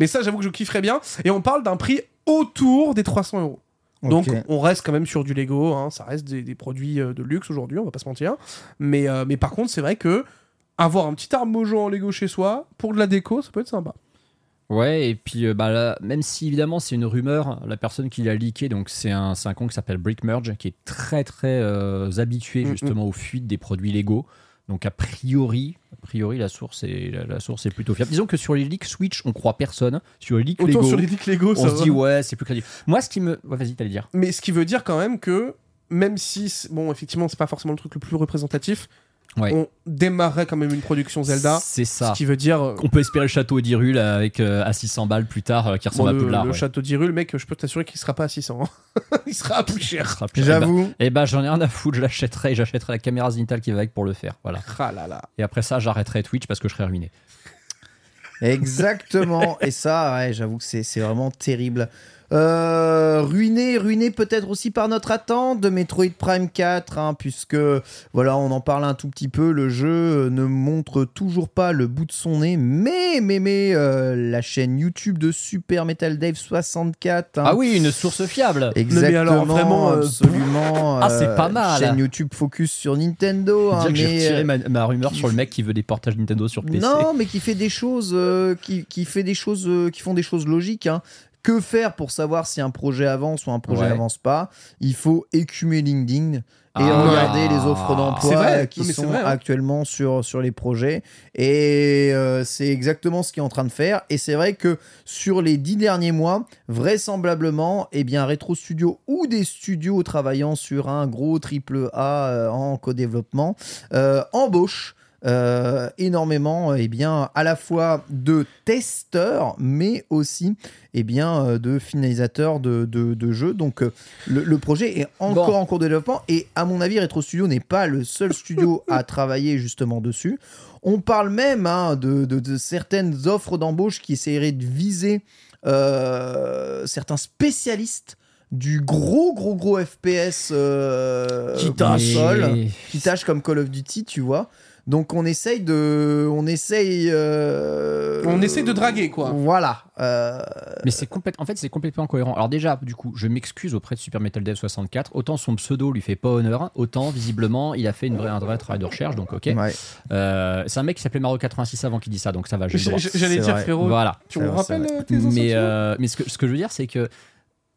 [SPEAKER 3] mais ça, j'avoue que je kifferais bien. Et on parle d'un prix autour des 300 euros. Donc on reste quand même sur du Lego, hein, ça reste des, des produits euh, de luxe aujourd'hui, on va pas se mentir. Mais, euh, mais par contre, c'est vrai que avoir un petit arbre mojo en Lego chez soi, pour de la déco, ça peut être sympa.
[SPEAKER 2] Ouais, et puis euh, bah, là, même si évidemment c'est une rumeur, la personne qui l'a leaké, donc c'est un, c'est un con qui s'appelle Brick Merge, qui est très très euh, habitué
[SPEAKER 3] Mm,
[SPEAKER 2] justement aux fuites des produits Lego. Donc a priori, a priori la source est la, la source est plutôt fiable. Disons que sur les leaks Switch, on croit personne. Sur les leaks
[SPEAKER 3] Autant
[SPEAKER 2] Lego,
[SPEAKER 3] sur les dix Lego,
[SPEAKER 2] on
[SPEAKER 3] ça
[SPEAKER 2] se
[SPEAKER 3] va.
[SPEAKER 2] dit ouais, c'est plus crédible. Moi, ce qui me, ouais, vas-y, t'allais dire.
[SPEAKER 3] Mais ce qui veut dire quand même que, même si, c'est- bon, effectivement, c'est pas forcément le truc le plus représentatif,
[SPEAKER 2] Ouais.
[SPEAKER 3] on démarrait quand même une production Zelda,
[SPEAKER 2] c'est
[SPEAKER 3] ce
[SPEAKER 2] ça.
[SPEAKER 3] qui veut dire... euh,
[SPEAKER 2] On peut espérer le château d'Irule avec euh, à 600 balles plus tard, euh, qui
[SPEAKER 3] bon,
[SPEAKER 2] ressemble à
[SPEAKER 3] le,
[SPEAKER 2] Poudlard.
[SPEAKER 3] le
[SPEAKER 2] ouais.
[SPEAKER 3] château d'Irule, mec, je peux t'assurer qu'il sera pas à 600. hein. Il sera plus cher.
[SPEAKER 2] Ah, putain,
[SPEAKER 1] J'avoue.
[SPEAKER 2] Eh ben, j'en ai rien à foutre, je l'achèterai et j'achèterai la caméra Zinital qui va avec pour le faire. Voilà.
[SPEAKER 3] Ah là là.
[SPEAKER 2] Et après ça, j'arrêterai Twitch parce que je serai ruiné.
[SPEAKER 1] Exactement. Et ça, ouais, j'avoue que c'est c'est vraiment terrible. Euh, ruiné, ruiné peut-être aussi par notre attente de Metroid Prime 4, hein, puisque voilà, on en parle un tout petit peu. Le jeu euh, ne montre toujours pas le bout de son nez, mais mais mais euh, la chaîne YouTube de Super Metal Dave 64. hein,
[SPEAKER 2] Ah oui, une source fiable.
[SPEAKER 1] Exactement,
[SPEAKER 3] Mais alors, vraiment, euh,
[SPEAKER 1] absolument.
[SPEAKER 2] Ah, c'est pas mal.
[SPEAKER 1] Chaîne YouTube focus sur Nintendo. hein,
[SPEAKER 2] Dire que j'ai
[SPEAKER 1] mais,
[SPEAKER 2] retiré
[SPEAKER 1] euh,
[SPEAKER 2] ma, ma rumeur sur le mec qui veut des portages Nintendo sur PC.
[SPEAKER 1] non, mais qui fait des choses, euh, qui, qui fait des choses, euh, qui font des choses logiques. hein. Que faire pour savoir si un projet avance ou un projet
[SPEAKER 2] Ouais.
[SPEAKER 1] n'avance pas Il faut écumer LinkedIn et
[SPEAKER 2] Ah.
[SPEAKER 1] regarder les offres
[SPEAKER 3] Ah. C'est
[SPEAKER 1] d'emploi
[SPEAKER 3] vrai.
[SPEAKER 1] euh, qui
[SPEAKER 3] Non, mais c'est
[SPEAKER 1] sont
[SPEAKER 3] vrai, hein.
[SPEAKER 1] actuellement sur, sur les projets. Et euh, c'est exactement ce qu'il est en train de faire. Et c'est vrai que sur les dix derniers mois, vraisemblablement, eh bien, Retro Studio ou des studios travaillant sur un gros triple A euh, en co-développement euh, embauchent euh, énormément, eh bien, à la fois de testeurs, mais aussi, eh bien, euh, de finalisateurs de, de- de jeux. Donc, euh, le, le projet est encore
[SPEAKER 2] Bon.
[SPEAKER 1] en cours de développement et, à mon avis, Retro Studio n'est pas le seul studio à travailler justement dessus. On parle même hein, de, de- de certaines offres d'embauche qui essaieraient de viser euh, certains spécialistes du gros, gros, gros FPS euh,
[SPEAKER 2] Qui
[SPEAKER 1] console
[SPEAKER 2] Mais-
[SPEAKER 1] qui tâche comme Call of Duty, tu vois. Donc on essaye de, on essaye, euh,
[SPEAKER 3] On essaye de draguer, quoi.
[SPEAKER 1] Voilà. Euh,
[SPEAKER 2] Mais c'est complète. En fait, c'est complètement incohérent. Alors déjà, du coup, je m'excuse auprès de Super Metal Dev 64. Autant son pseudo lui fait pas honneur, autant visiblement il a fait une vraie, un vrai travail de recherche. Donc ok.
[SPEAKER 1] ouais.
[SPEAKER 2] Euh, c'est un mec qui s'appelait Mario 86 avant qu'il dise ça, donc ça va. J'ai le droit.
[SPEAKER 3] J- J'allais
[SPEAKER 1] C'est
[SPEAKER 3] dire,
[SPEAKER 1] vrai.
[SPEAKER 3] frérot,
[SPEAKER 2] Voilà.
[SPEAKER 3] tu
[SPEAKER 1] C'est
[SPEAKER 3] me
[SPEAKER 1] vrai,
[SPEAKER 3] rappelles
[SPEAKER 1] c'est
[SPEAKER 3] euh, tes anciens
[SPEAKER 2] mais,
[SPEAKER 3] souvenirs
[SPEAKER 2] euh, mais ce, que, ce que je veux dire, c'est que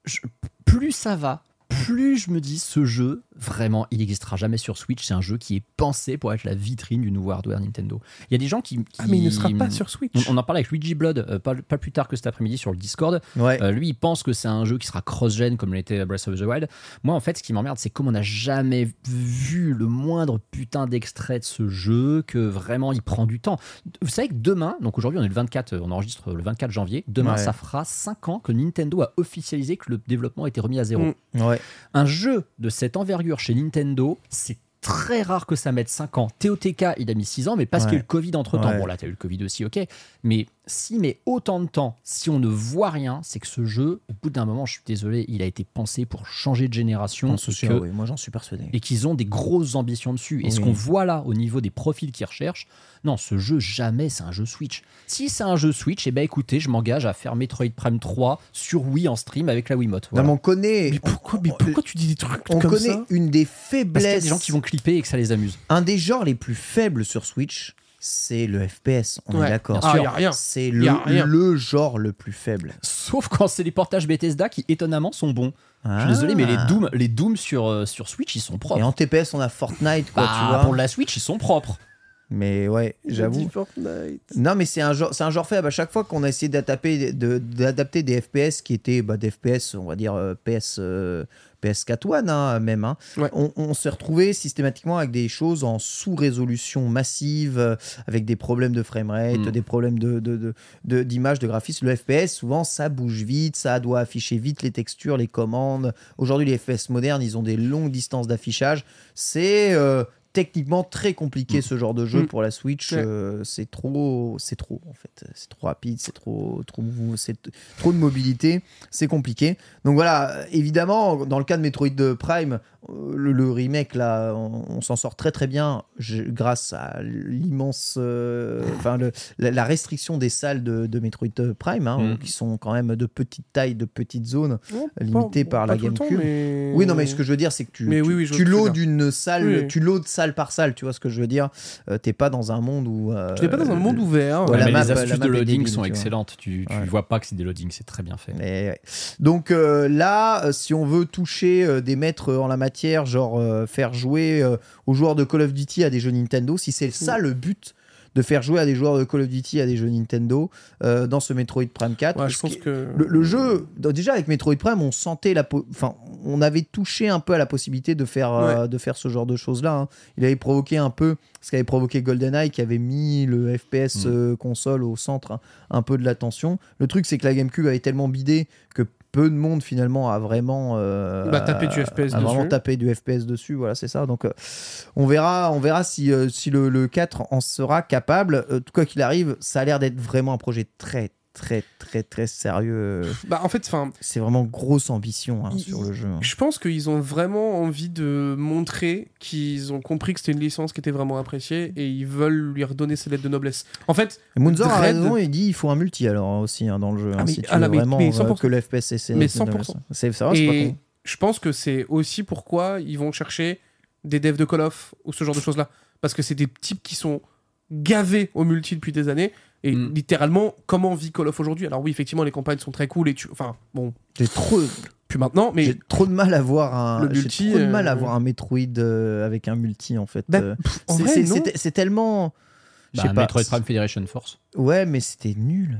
[SPEAKER 2] je- plus ça va, plus je me dis ce jeu, vraiment, il n'existera jamais sur Switch. C'est un jeu qui est pensé pour être la vitrine du nouveau hardware Nintendo. Il y a des gens qui.
[SPEAKER 3] Ah, mais il ne
[SPEAKER 2] qui-
[SPEAKER 3] sera pas sur Switch.
[SPEAKER 2] On, on en parlait avec Luigi Blood, euh, pas, pas plus tard que cet après-midi sur le Discord.
[SPEAKER 1] Ouais.
[SPEAKER 2] Euh, lui, il pense que c'est un jeu qui sera cross-gen comme l'était Breath of the Wild. Moi, en fait, ce qui m'emmerde, c'est comme on n'a jamais vu le moindre putain d'extrait de ce jeu, que vraiment il prend du temps. Vous savez que demain, donc aujourd'hui on est le 24, euh, on enregistre le 24 janvier, demain
[SPEAKER 1] Ouais.
[SPEAKER 2] ça fera 5 ans que Nintendo a officialisé que le développement a été remis à zéro.
[SPEAKER 3] Mm.
[SPEAKER 1] ouais.
[SPEAKER 2] Un jeu de cette envergure chez Nintendo, c'est très rare que ça mette 5 ans. TOTK, il a mis 6 ans, mais parce
[SPEAKER 1] Ouais.
[SPEAKER 2] qu'il y a eu le Covid entre temps.
[SPEAKER 1] Ouais.
[SPEAKER 2] Bon, là, t'as eu le Covid aussi, ok. Mais s'il met autant de temps, si on ne voit rien, c'est que ce jeu, au bout d'un moment, je suis désolé, il a été pensé pour changer de génération.
[SPEAKER 1] Sans
[SPEAKER 2] et
[SPEAKER 1] souci,
[SPEAKER 2] que-
[SPEAKER 1] ah oui, moi j'en suis persuadé.
[SPEAKER 2] et qu'ils ont des grosses ambitions dessus. Et ce
[SPEAKER 1] Oui.
[SPEAKER 2] qu'on voit là au niveau des profils qu'ils recherchent, non, ce jeu, jamais c'est un jeu Switch. Si c'est un jeu Switch, eh ben écoutez, je m'engage à faire Metroid Prime 3 sur Wii en stream avec la Wiimote.
[SPEAKER 1] Non,
[SPEAKER 2] Voilà.
[SPEAKER 1] mais on connaît,
[SPEAKER 3] Mais pourquoi, mais pourquoi tu dis des trucs
[SPEAKER 1] on
[SPEAKER 3] comme
[SPEAKER 1] connaît
[SPEAKER 3] ça
[SPEAKER 1] une des
[SPEAKER 2] Parce qu'il y a
[SPEAKER 1] faiblesses.
[SPEAKER 2] des gens qui vont clipper et que ça les amuse.
[SPEAKER 1] Un des genres les plus faibles sur Switch, c'est le FPS. On
[SPEAKER 3] Ouais.
[SPEAKER 1] est d'accord.
[SPEAKER 3] Ah, y a rien.
[SPEAKER 1] C'est
[SPEAKER 3] Y a rien.
[SPEAKER 1] le, le genre le plus faible.
[SPEAKER 2] Sauf quand c'est les portages Bethesda qui étonnamment sont bons. Je
[SPEAKER 1] Ah.
[SPEAKER 2] suis désolé, mais les Doom, les Doom sur, euh, sur Switch, ils sont
[SPEAKER 1] Et
[SPEAKER 2] propres.
[SPEAKER 1] en TPS, on a Fortnite, quoi,
[SPEAKER 2] Bah,
[SPEAKER 1] tu vois.
[SPEAKER 2] pour la Switch, ils sont propres.
[SPEAKER 1] Mais ouais, j'avoue. Non, mais c'est un genre, c'est un genre faible. À chaque fois qu'on a essayé d'adapter, de- d'adapter des FPS qui étaient bah, des FPS, on va dire euh, PS, euh, PS4 One hein, même, hein,
[SPEAKER 3] Ouais.
[SPEAKER 1] on, on s'est retrouvé systématiquement avec des choses en sous-résolution massive, euh, avec des problèmes de framerate,
[SPEAKER 2] Mm.
[SPEAKER 1] des problèmes de, de, de, de- d'image, de graphisme. Le FPS, souvent, ça bouge vite, ça doit afficher vite les textures, les commandes. Aujourd'hui, les FPS modernes, ils ont des longues distances d'affichage. C'est euh, techniquement très compliqué ce genre de jeu
[SPEAKER 3] Mm.
[SPEAKER 1] pour la Switch.
[SPEAKER 3] Ouais.
[SPEAKER 1] Euh, c'est trop, c'est trop en fait. C'est trop rapide, c'est trop, trop, mou- c'est t- trop de mobilité. C'est compliqué. Donc voilà, euh, évidemment, dans le cas de Metroid Prime, euh, le, le remake là, on, on s'en sort très très bien je- grâce à l'immense, euh, enfin le- la, la restriction des salles de, de Metroid Prime, hein,
[SPEAKER 2] Mm.
[SPEAKER 1] qui sont quand même de petite taille, de petites zones.
[SPEAKER 3] Non,
[SPEAKER 1] Limité par la
[SPEAKER 3] tout le temps,
[SPEAKER 1] GameCube.
[SPEAKER 3] mais-
[SPEAKER 1] Oui, non, mais ce que je veux dire, c'est que tu,
[SPEAKER 3] Mais
[SPEAKER 1] tu,
[SPEAKER 3] oui, oui, je
[SPEAKER 1] tu
[SPEAKER 3] vois ce que tu
[SPEAKER 1] loads
[SPEAKER 3] veux
[SPEAKER 1] d'une salle,
[SPEAKER 3] Oui, oui.
[SPEAKER 1] tu loads salle par salle, tu vois ce que je veux dire. Euh, t'es pas dans un monde où. euh,
[SPEAKER 3] Tu n'es pas dans un monde ouvert.
[SPEAKER 1] Ouais,
[SPEAKER 2] Ouais,
[SPEAKER 1] la
[SPEAKER 2] mais
[SPEAKER 1] map-
[SPEAKER 2] les
[SPEAKER 1] la
[SPEAKER 2] astuces
[SPEAKER 1] map
[SPEAKER 2] de
[SPEAKER 1] est
[SPEAKER 2] loading
[SPEAKER 1] débile,
[SPEAKER 2] sont
[SPEAKER 1] tu vois.
[SPEAKER 2] excellentes. Tu, tu
[SPEAKER 1] Ouais.
[SPEAKER 2] vois pas que c'est des loadings, c'est très bien fait.
[SPEAKER 1] Mais ouais. Donc euh, là, euh, si on veut toucher euh, des maîtres en la matière, genre euh, faire jouer euh, aux joueurs de Call of Duty à des jeux Nintendo, si c'est ça le but de faire jouer à des joueurs de Call of Duty à des jeux Nintendo euh, dans ce Metroid Prime 4,
[SPEAKER 3] Ouais,
[SPEAKER 1] ce
[SPEAKER 3] je pense
[SPEAKER 1] qui-
[SPEAKER 3] que.
[SPEAKER 1] le, le jeu, donc déjà avec Metroid Prime, on sentait la, po- enfin, on avait touché un peu à la possibilité de faire, euh, de faire ce genre de choses là. Il avait provoqué un peu ce qu'avait provoqué GoldenEye, qui avait mis le FPS
[SPEAKER 2] Mm.
[SPEAKER 1] euh, console au centre hein, un peu de l'attention. Le truc, c'est que la GameCube avait tellement bidé que peu de monde finalement a vraiment euh,
[SPEAKER 3] Bah, tapé du FPS
[SPEAKER 1] a vraiment
[SPEAKER 3] dessus.
[SPEAKER 1] tapé du FPS dessus. Voilà, c'est ça. Donc euh, on verra, on verra si, euh, si le, le 4 en sera capable. Euh, quoi qu'il arrive, ça a l'air d'être vraiment un projet très très très très sérieux
[SPEAKER 3] Bah, en fait, enfin.
[SPEAKER 1] c'est vraiment grosse ambition hein,
[SPEAKER 3] Il-
[SPEAKER 1] sur le jeu. hein.
[SPEAKER 3] Je pense qu'ils ont vraiment envie de montrer qu'ils ont compris que c'était une licence qui était vraiment appréciée et ils veulent lui redonner ses lettres de noblesse. En fait,
[SPEAKER 1] Et Munzor a
[SPEAKER 3] Dread-
[SPEAKER 1] raison, il dit il faut un multi alors hein, aussi hein, dans le jeu.
[SPEAKER 3] Ah,
[SPEAKER 1] hein,
[SPEAKER 3] mais-
[SPEAKER 1] si tu
[SPEAKER 3] ah, là,
[SPEAKER 1] veux
[SPEAKER 3] mais-
[SPEAKER 1] vraiment
[SPEAKER 3] mais
[SPEAKER 1] euh,
[SPEAKER 3] 100%.
[SPEAKER 1] que le FPS essaie.
[SPEAKER 3] Mais
[SPEAKER 1] de donner
[SPEAKER 3] 100%.
[SPEAKER 1] ça. C'est ça, c'est pas
[SPEAKER 3] et
[SPEAKER 1] con.
[SPEAKER 3] je pense que c'est aussi pourquoi ils vont chercher des devs de Call of ou ce genre de choses-là. Parce que c'est des types qui sont gavés au multi depuis des années. Et
[SPEAKER 2] Mm.
[SPEAKER 3] littéralement, comment vit Call of aujourd'hui Alors oui, effectivement, les campagnes sont très cool et tu... Enfin, bon,
[SPEAKER 1] J'ai trop,
[SPEAKER 3] plus maintenant, mais...
[SPEAKER 1] j'ai trop de mal à voir un.
[SPEAKER 3] Le
[SPEAKER 1] j'ai
[SPEAKER 3] multi,
[SPEAKER 1] trop de mal à
[SPEAKER 3] euh,
[SPEAKER 1] voir un Metroid euh, avec un multi en fait.
[SPEAKER 3] Bah,
[SPEAKER 1] Euh,
[SPEAKER 3] pff, en
[SPEAKER 1] c'est-
[SPEAKER 3] vrai,
[SPEAKER 1] c'est-
[SPEAKER 3] non.
[SPEAKER 1] c'est- c'est tellement. Je
[SPEAKER 2] Bah,
[SPEAKER 1] sais pas.
[SPEAKER 2] Metroid Prime Federation Force.
[SPEAKER 1] Ouais, mais c'était nul.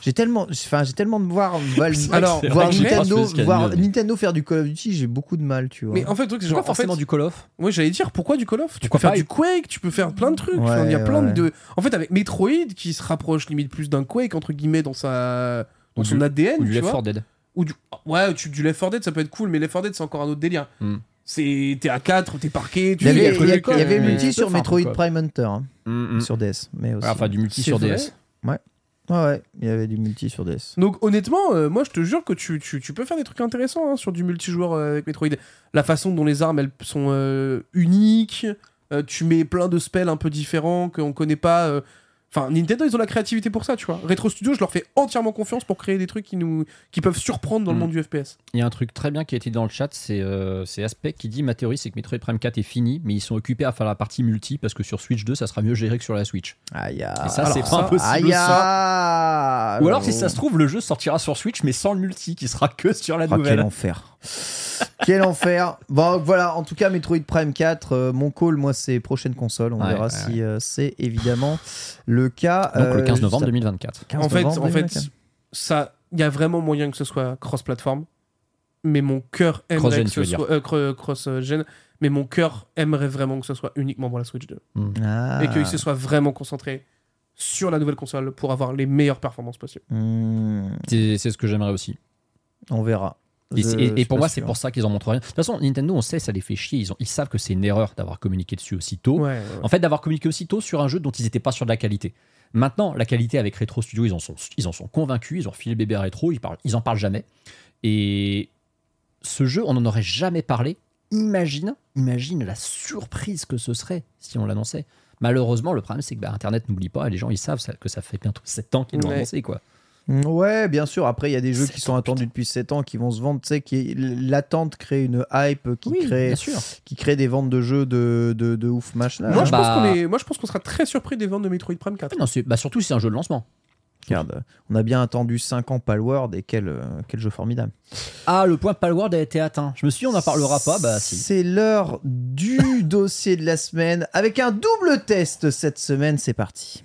[SPEAKER 1] J'ai tellement, enfin, j'ai tellement de voir, voir-
[SPEAKER 3] Alors,
[SPEAKER 2] c'est
[SPEAKER 1] voir
[SPEAKER 2] vrai que je pense
[SPEAKER 1] Nintendo,
[SPEAKER 2] que c'est ce qu'il y a de
[SPEAKER 1] voir
[SPEAKER 2] mieux, mais-
[SPEAKER 1] Nintendo faire du Call of Duty, j'ai beaucoup de mal, tu vois.
[SPEAKER 3] Mais en fait, le truc, c'est
[SPEAKER 2] Pourquoi
[SPEAKER 3] genre, en fait,
[SPEAKER 2] forcément du Call of
[SPEAKER 3] moi j'allais dire pourquoi du Call of Tu
[SPEAKER 2] Pourquoi
[SPEAKER 3] peux faire
[SPEAKER 2] pas
[SPEAKER 3] du Quake, tu peux faire plein de trucs.
[SPEAKER 1] Ouais,
[SPEAKER 3] Enfin, Il y a plein
[SPEAKER 1] ouais.
[SPEAKER 3] de. En fait, avec Metroid qui se rapproche limite plus d'un Quake entre guillemets dans sa dans
[SPEAKER 2] Ou
[SPEAKER 3] son
[SPEAKER 2] du-
[SPEAKER 3] ADN,
[SPEAKER 2] Ou du
[SPEAKER 3] tu
[SPEAKER 2] Left
[SPEAKER 3] vois.
[SPEAKER 2] 4 Dead
[SPEAKER 3] Ou du ouais, ou tu- du Left 4 Dead, ça peut être cool, mais Left 4 Dead c'est encore un autre délire.
[SPEAKER 2] Hmm.
[SPEAKER 3] C'est t'es à 4, t'es parqué, tu
[SPEAKER 1] il y
[SPEAKER 3] fais
[SPEAKER 1] avait,
[SPEAKER 3] des
[SPEAKER 1] il y a-
[SPEAKER 3] trucs,
[SPEAKER 1] il y avait
[SPEAKER 3] euh,
[SPEAKER 2] mais-
[SPEAKER 1] multi sur
[SPEAKER 2] Enfin,
[SPEAKER 1] Metroid
[SPEAKER 2] quoi.
[SPEAKER 1] Prime Hunter, hein,
[SPEAKER 2] Mm, mm.
[SPEAKER 1] sur DS, mais aussi.
[SPEAKER 2] Ouais, Enfin, du multi
[SPEAKER 3] C'est
[SPEAKER 2] sur
[SPEAKER 3] vrai
[SPEAKER 2] DS.
[SPEAKER 1] Ouais, ouais, il y avait du multi sur DS.
[SPEAKER 3] Donc honnêtement, euh, moi je te jure que tu, tu, tu peux faire des trucs intéressants hein, sur du multijoueur euh, avec Metroid. La façon dont les armes elles sont euh, uniques, euh, tu mets plein de spells un peu différents qu'on connaît pas. euh. Enfin, Nintendo ils ont la créativité pour ça, tu vois. Retro Studio, je leur fais entièrement confiance pour créer des trucs qui nous qui peuvent surprendre dans le
[SPEAKER 1] Hmm.
[SPEAKER 2] Mm.
[SPEAKER 3] monde du FPS.
[SPEAKER 2] Il y a un truc très bien qui a été dit dans le chat, c'est euh, c'est Aspect qui dit Ma théorie, c'est que Metroid Prime 4 est fini, mais ils sont occupés à faire la partie multi parce que sur Switch 2, ça sera mieux géré que sur la Switch.
[SPEAKER 1] Aïe,
[SPEAKER 2] Et ça, c'est
[SPEAKER 3] alors
[SPEAKER 2] pas
[SPEAKER 3] ça,
[SPEAKER 2] impossible.
[SPEAKER 1] Aïe,
[SPEAKER 2] ça.
[SPEAKER 1] aïe.
[SPEAKER 2] Ou alors, si ça se trouve, le jeu sortira sur Switch, mais sans le multi, qui sera que sur la
[SPEAKER 1] Ah, quel
[SPEAKER 2] nouvelle.
[SPEAKER 1] enfer. quel enfer. Bon, voilà, en tout cas, Metroid Prime 4, euh, mon call, moi, c'est prochaine console. On
[SPEAKER 2] Ouais,
[SPEAKER 1] verra
[SPEAKER 2] ouais,
[SPEAKER 1] si euh, c'est évidemment le cas.
[SPEAKER 2] Donc, le
[SPEAKER 1] euh,
[SPEAKER 2] 15 novembre
[SPEAKER 1] juste
[SPEAKER 2] 2024.
[SPEAKER 1] à- 15
[SPEAKER 3] en fait,
[SPEAKER 1] novembre
[SPEAKER 3] en fait,
[SPEAKER 1] 2024.
[SPEAKER 3] ça, il y a vraiment moyen que ce soit cross-platform, mais mon cœur aimerait
[SPEAKER 2] Cross-gen,
[SPEAKER 3] que ce
[SPEAKER 2] tu veux
[SPEAKER 3] soit cross-gen, mais mon cœur aimerait vraiment que ce soit uniquement pour la Switch 2.
[SPEAKER 1] Ah.
[SPEAKER 3] et qu'ils se soient vraiment concentrés sur la nouvelle console pour avoir les meilleures performances possibles.
[SPEAKER 1] Hmm,
[SPEAKER 2] C'est c'est ce que j'aimerais aussi.
[SPEAKER 1] on verra.
[SPEAKER 2] Et,
[SPEAKER 1] Je-
[SPEAKER 2] et- et
[SPEAKER 1] je suis
[SPEAKER 2] pour
[SPEAKER 1] pas
[SPEAKER 2] moi,
[SPEAKER 1] sûr.
[SPEAKER 2] c'est pour ça qu'ils en montrent rien. De toute façon, Nintendo, on sait, ça les fait chier. Ils, ont- ils savent que c'est une erreur d'avoir communiqué dessus aussitôt.
[SPEAKER 3] Ouais, ouais.
[SPEAKER 2] En fait, d'avoir communiqué aussitôt sur un jeu dont ils n'étaient pas sûrs de la qualité. Maintenant, la qualité avec Retro Studio, ils en sont, ils en sont convaincus. Ils ont refilé le bébé à Retro. Ils, parlent, ils en parlent jamais. Et ce jeu, on n'en aurait jamais parlé. Imagine, imagine la surprise que ce serait si on l'annonçait. Malheureusement, le problème, c'est que bah, Internet n'oublie pas. Et les gens, ils savent ça- que ça fait bientôt 7 ans qu'ils l'ont
[SPEAKER 3] Ouais.
[SPEAKER 2] annoncé, quoi.
[SPEAKER 1] Hmm, Ouais, bien sûr. Après, il y a des jeux qui
[SPEAKER 2] Sept
[SPEAKER 1] sont
[SPEAKER 2] ans,
[SPEAKER 1] attendus depuis 7 ans, qui vont se vendre. Tu sais, qui- l'attente crée une hype euh, qui, crée,
[SPEAKER 2] bien sûr.
[SPEAKER 1] qui crée des ventes de jeux de, de, de ouf, machin.
[SPEAKER 3] Moi, je pense
[SPEAKER 2] Bah.
[SPEAKER 3] qu'on est- moi, je pense qu'on sera très surpris des ventes de Metroid Prime 4.
[SPEAKER 2] Non, c'est- bah, surtout, c'est un jeu de lancement.
[SPEAKER 1] Regarde, euh, on a bien attendu 5 ans Palworld et quel, euh, quel jeu formidable.
[SPEAKER 2] Ah, le point Palworld a été atteint. Je me suis dit, on n'en parlera pas. Bah, si.
[SPEAKER 1] C'est l'heure du dossier de la semaine avec un double test cette semaine. C'est parti.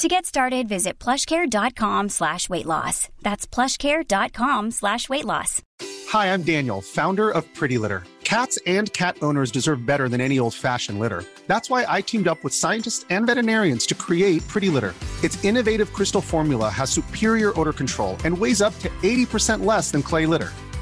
[SPEAKER 6] To get started, visit plushcare.com slash weight loss. That's plushcare.com slash weight loss.
[SPEAKER 7] Hi, I'm Daniel, founder of Pretty Litter. Cats and cat owners deserve better than any old fashioned litter. That's why I teamed up with scientists and veterinarians to create Pretty Litter. Its innovative crystal formula has superior odor control and weighs up to 80% less than clay litter.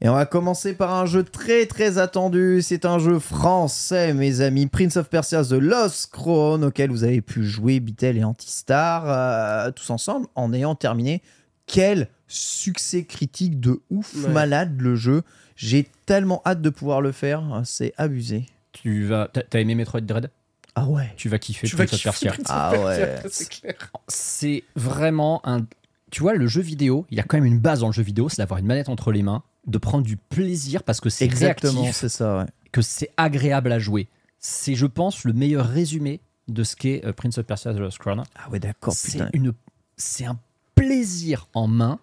[SPEAKER 1] Et on va commencer par un jeu très très attendu. C'est un jeu français, mes amis. Prince of Persia The Lost Crown, auquel vous avez pu jouer Bitel et Antistar euh, tous ensemble en ayant terminé. Quel succès critique de ouf,
[SPEAKER 3] Ouais.
[SPEAKER 1] malade le jeu. J'ai tellement hâte de pouvoir le faire. hein, C'est abusé.
[SPEAKER 2] Tu vas, t'as- t'as aimé Metroid Dread
[SPEAKER 1] Ah ouais.
[SPEAKER 2] Tu vas kiffer
[SPEAKER 3] Tu vas
[SPEAKER 2] Prince of
[SPEAKER 3] kiffer
[SPEAKER 2] Persia.
[SPEAKER 3] Prince of
[SPEAKER 1] Ah
[SPEAKER 3] Persia,
[SPEAKER 1] ouais.
[SPEAKER 3] c'est clair.
[SPEAKER 2] C'est vraiment un. Tu vois, le jeu vidéo, il y a quand même une base dans le jeu vidéo, c'est d'avoir une manette entre les mains, de prendre du plaisir parce que c'est
[SPEAKER 1] Exactement,
[SPEAKER 2] réactif,
[SPEAKER 1] c'est ça. ouais.
[SPEAKER 2] que c'est agréable à jouer. C'est, je pense, le meilleur résumé de ce qu'est euh, Prince of Persia The Lost Crown.
[SPEAKER 1] Ah ouais, d'accord,
[SPEAKER 2] c'est
[SPEAKER 1] putain.
[SPEAKER 2] une c'est un plaisir en main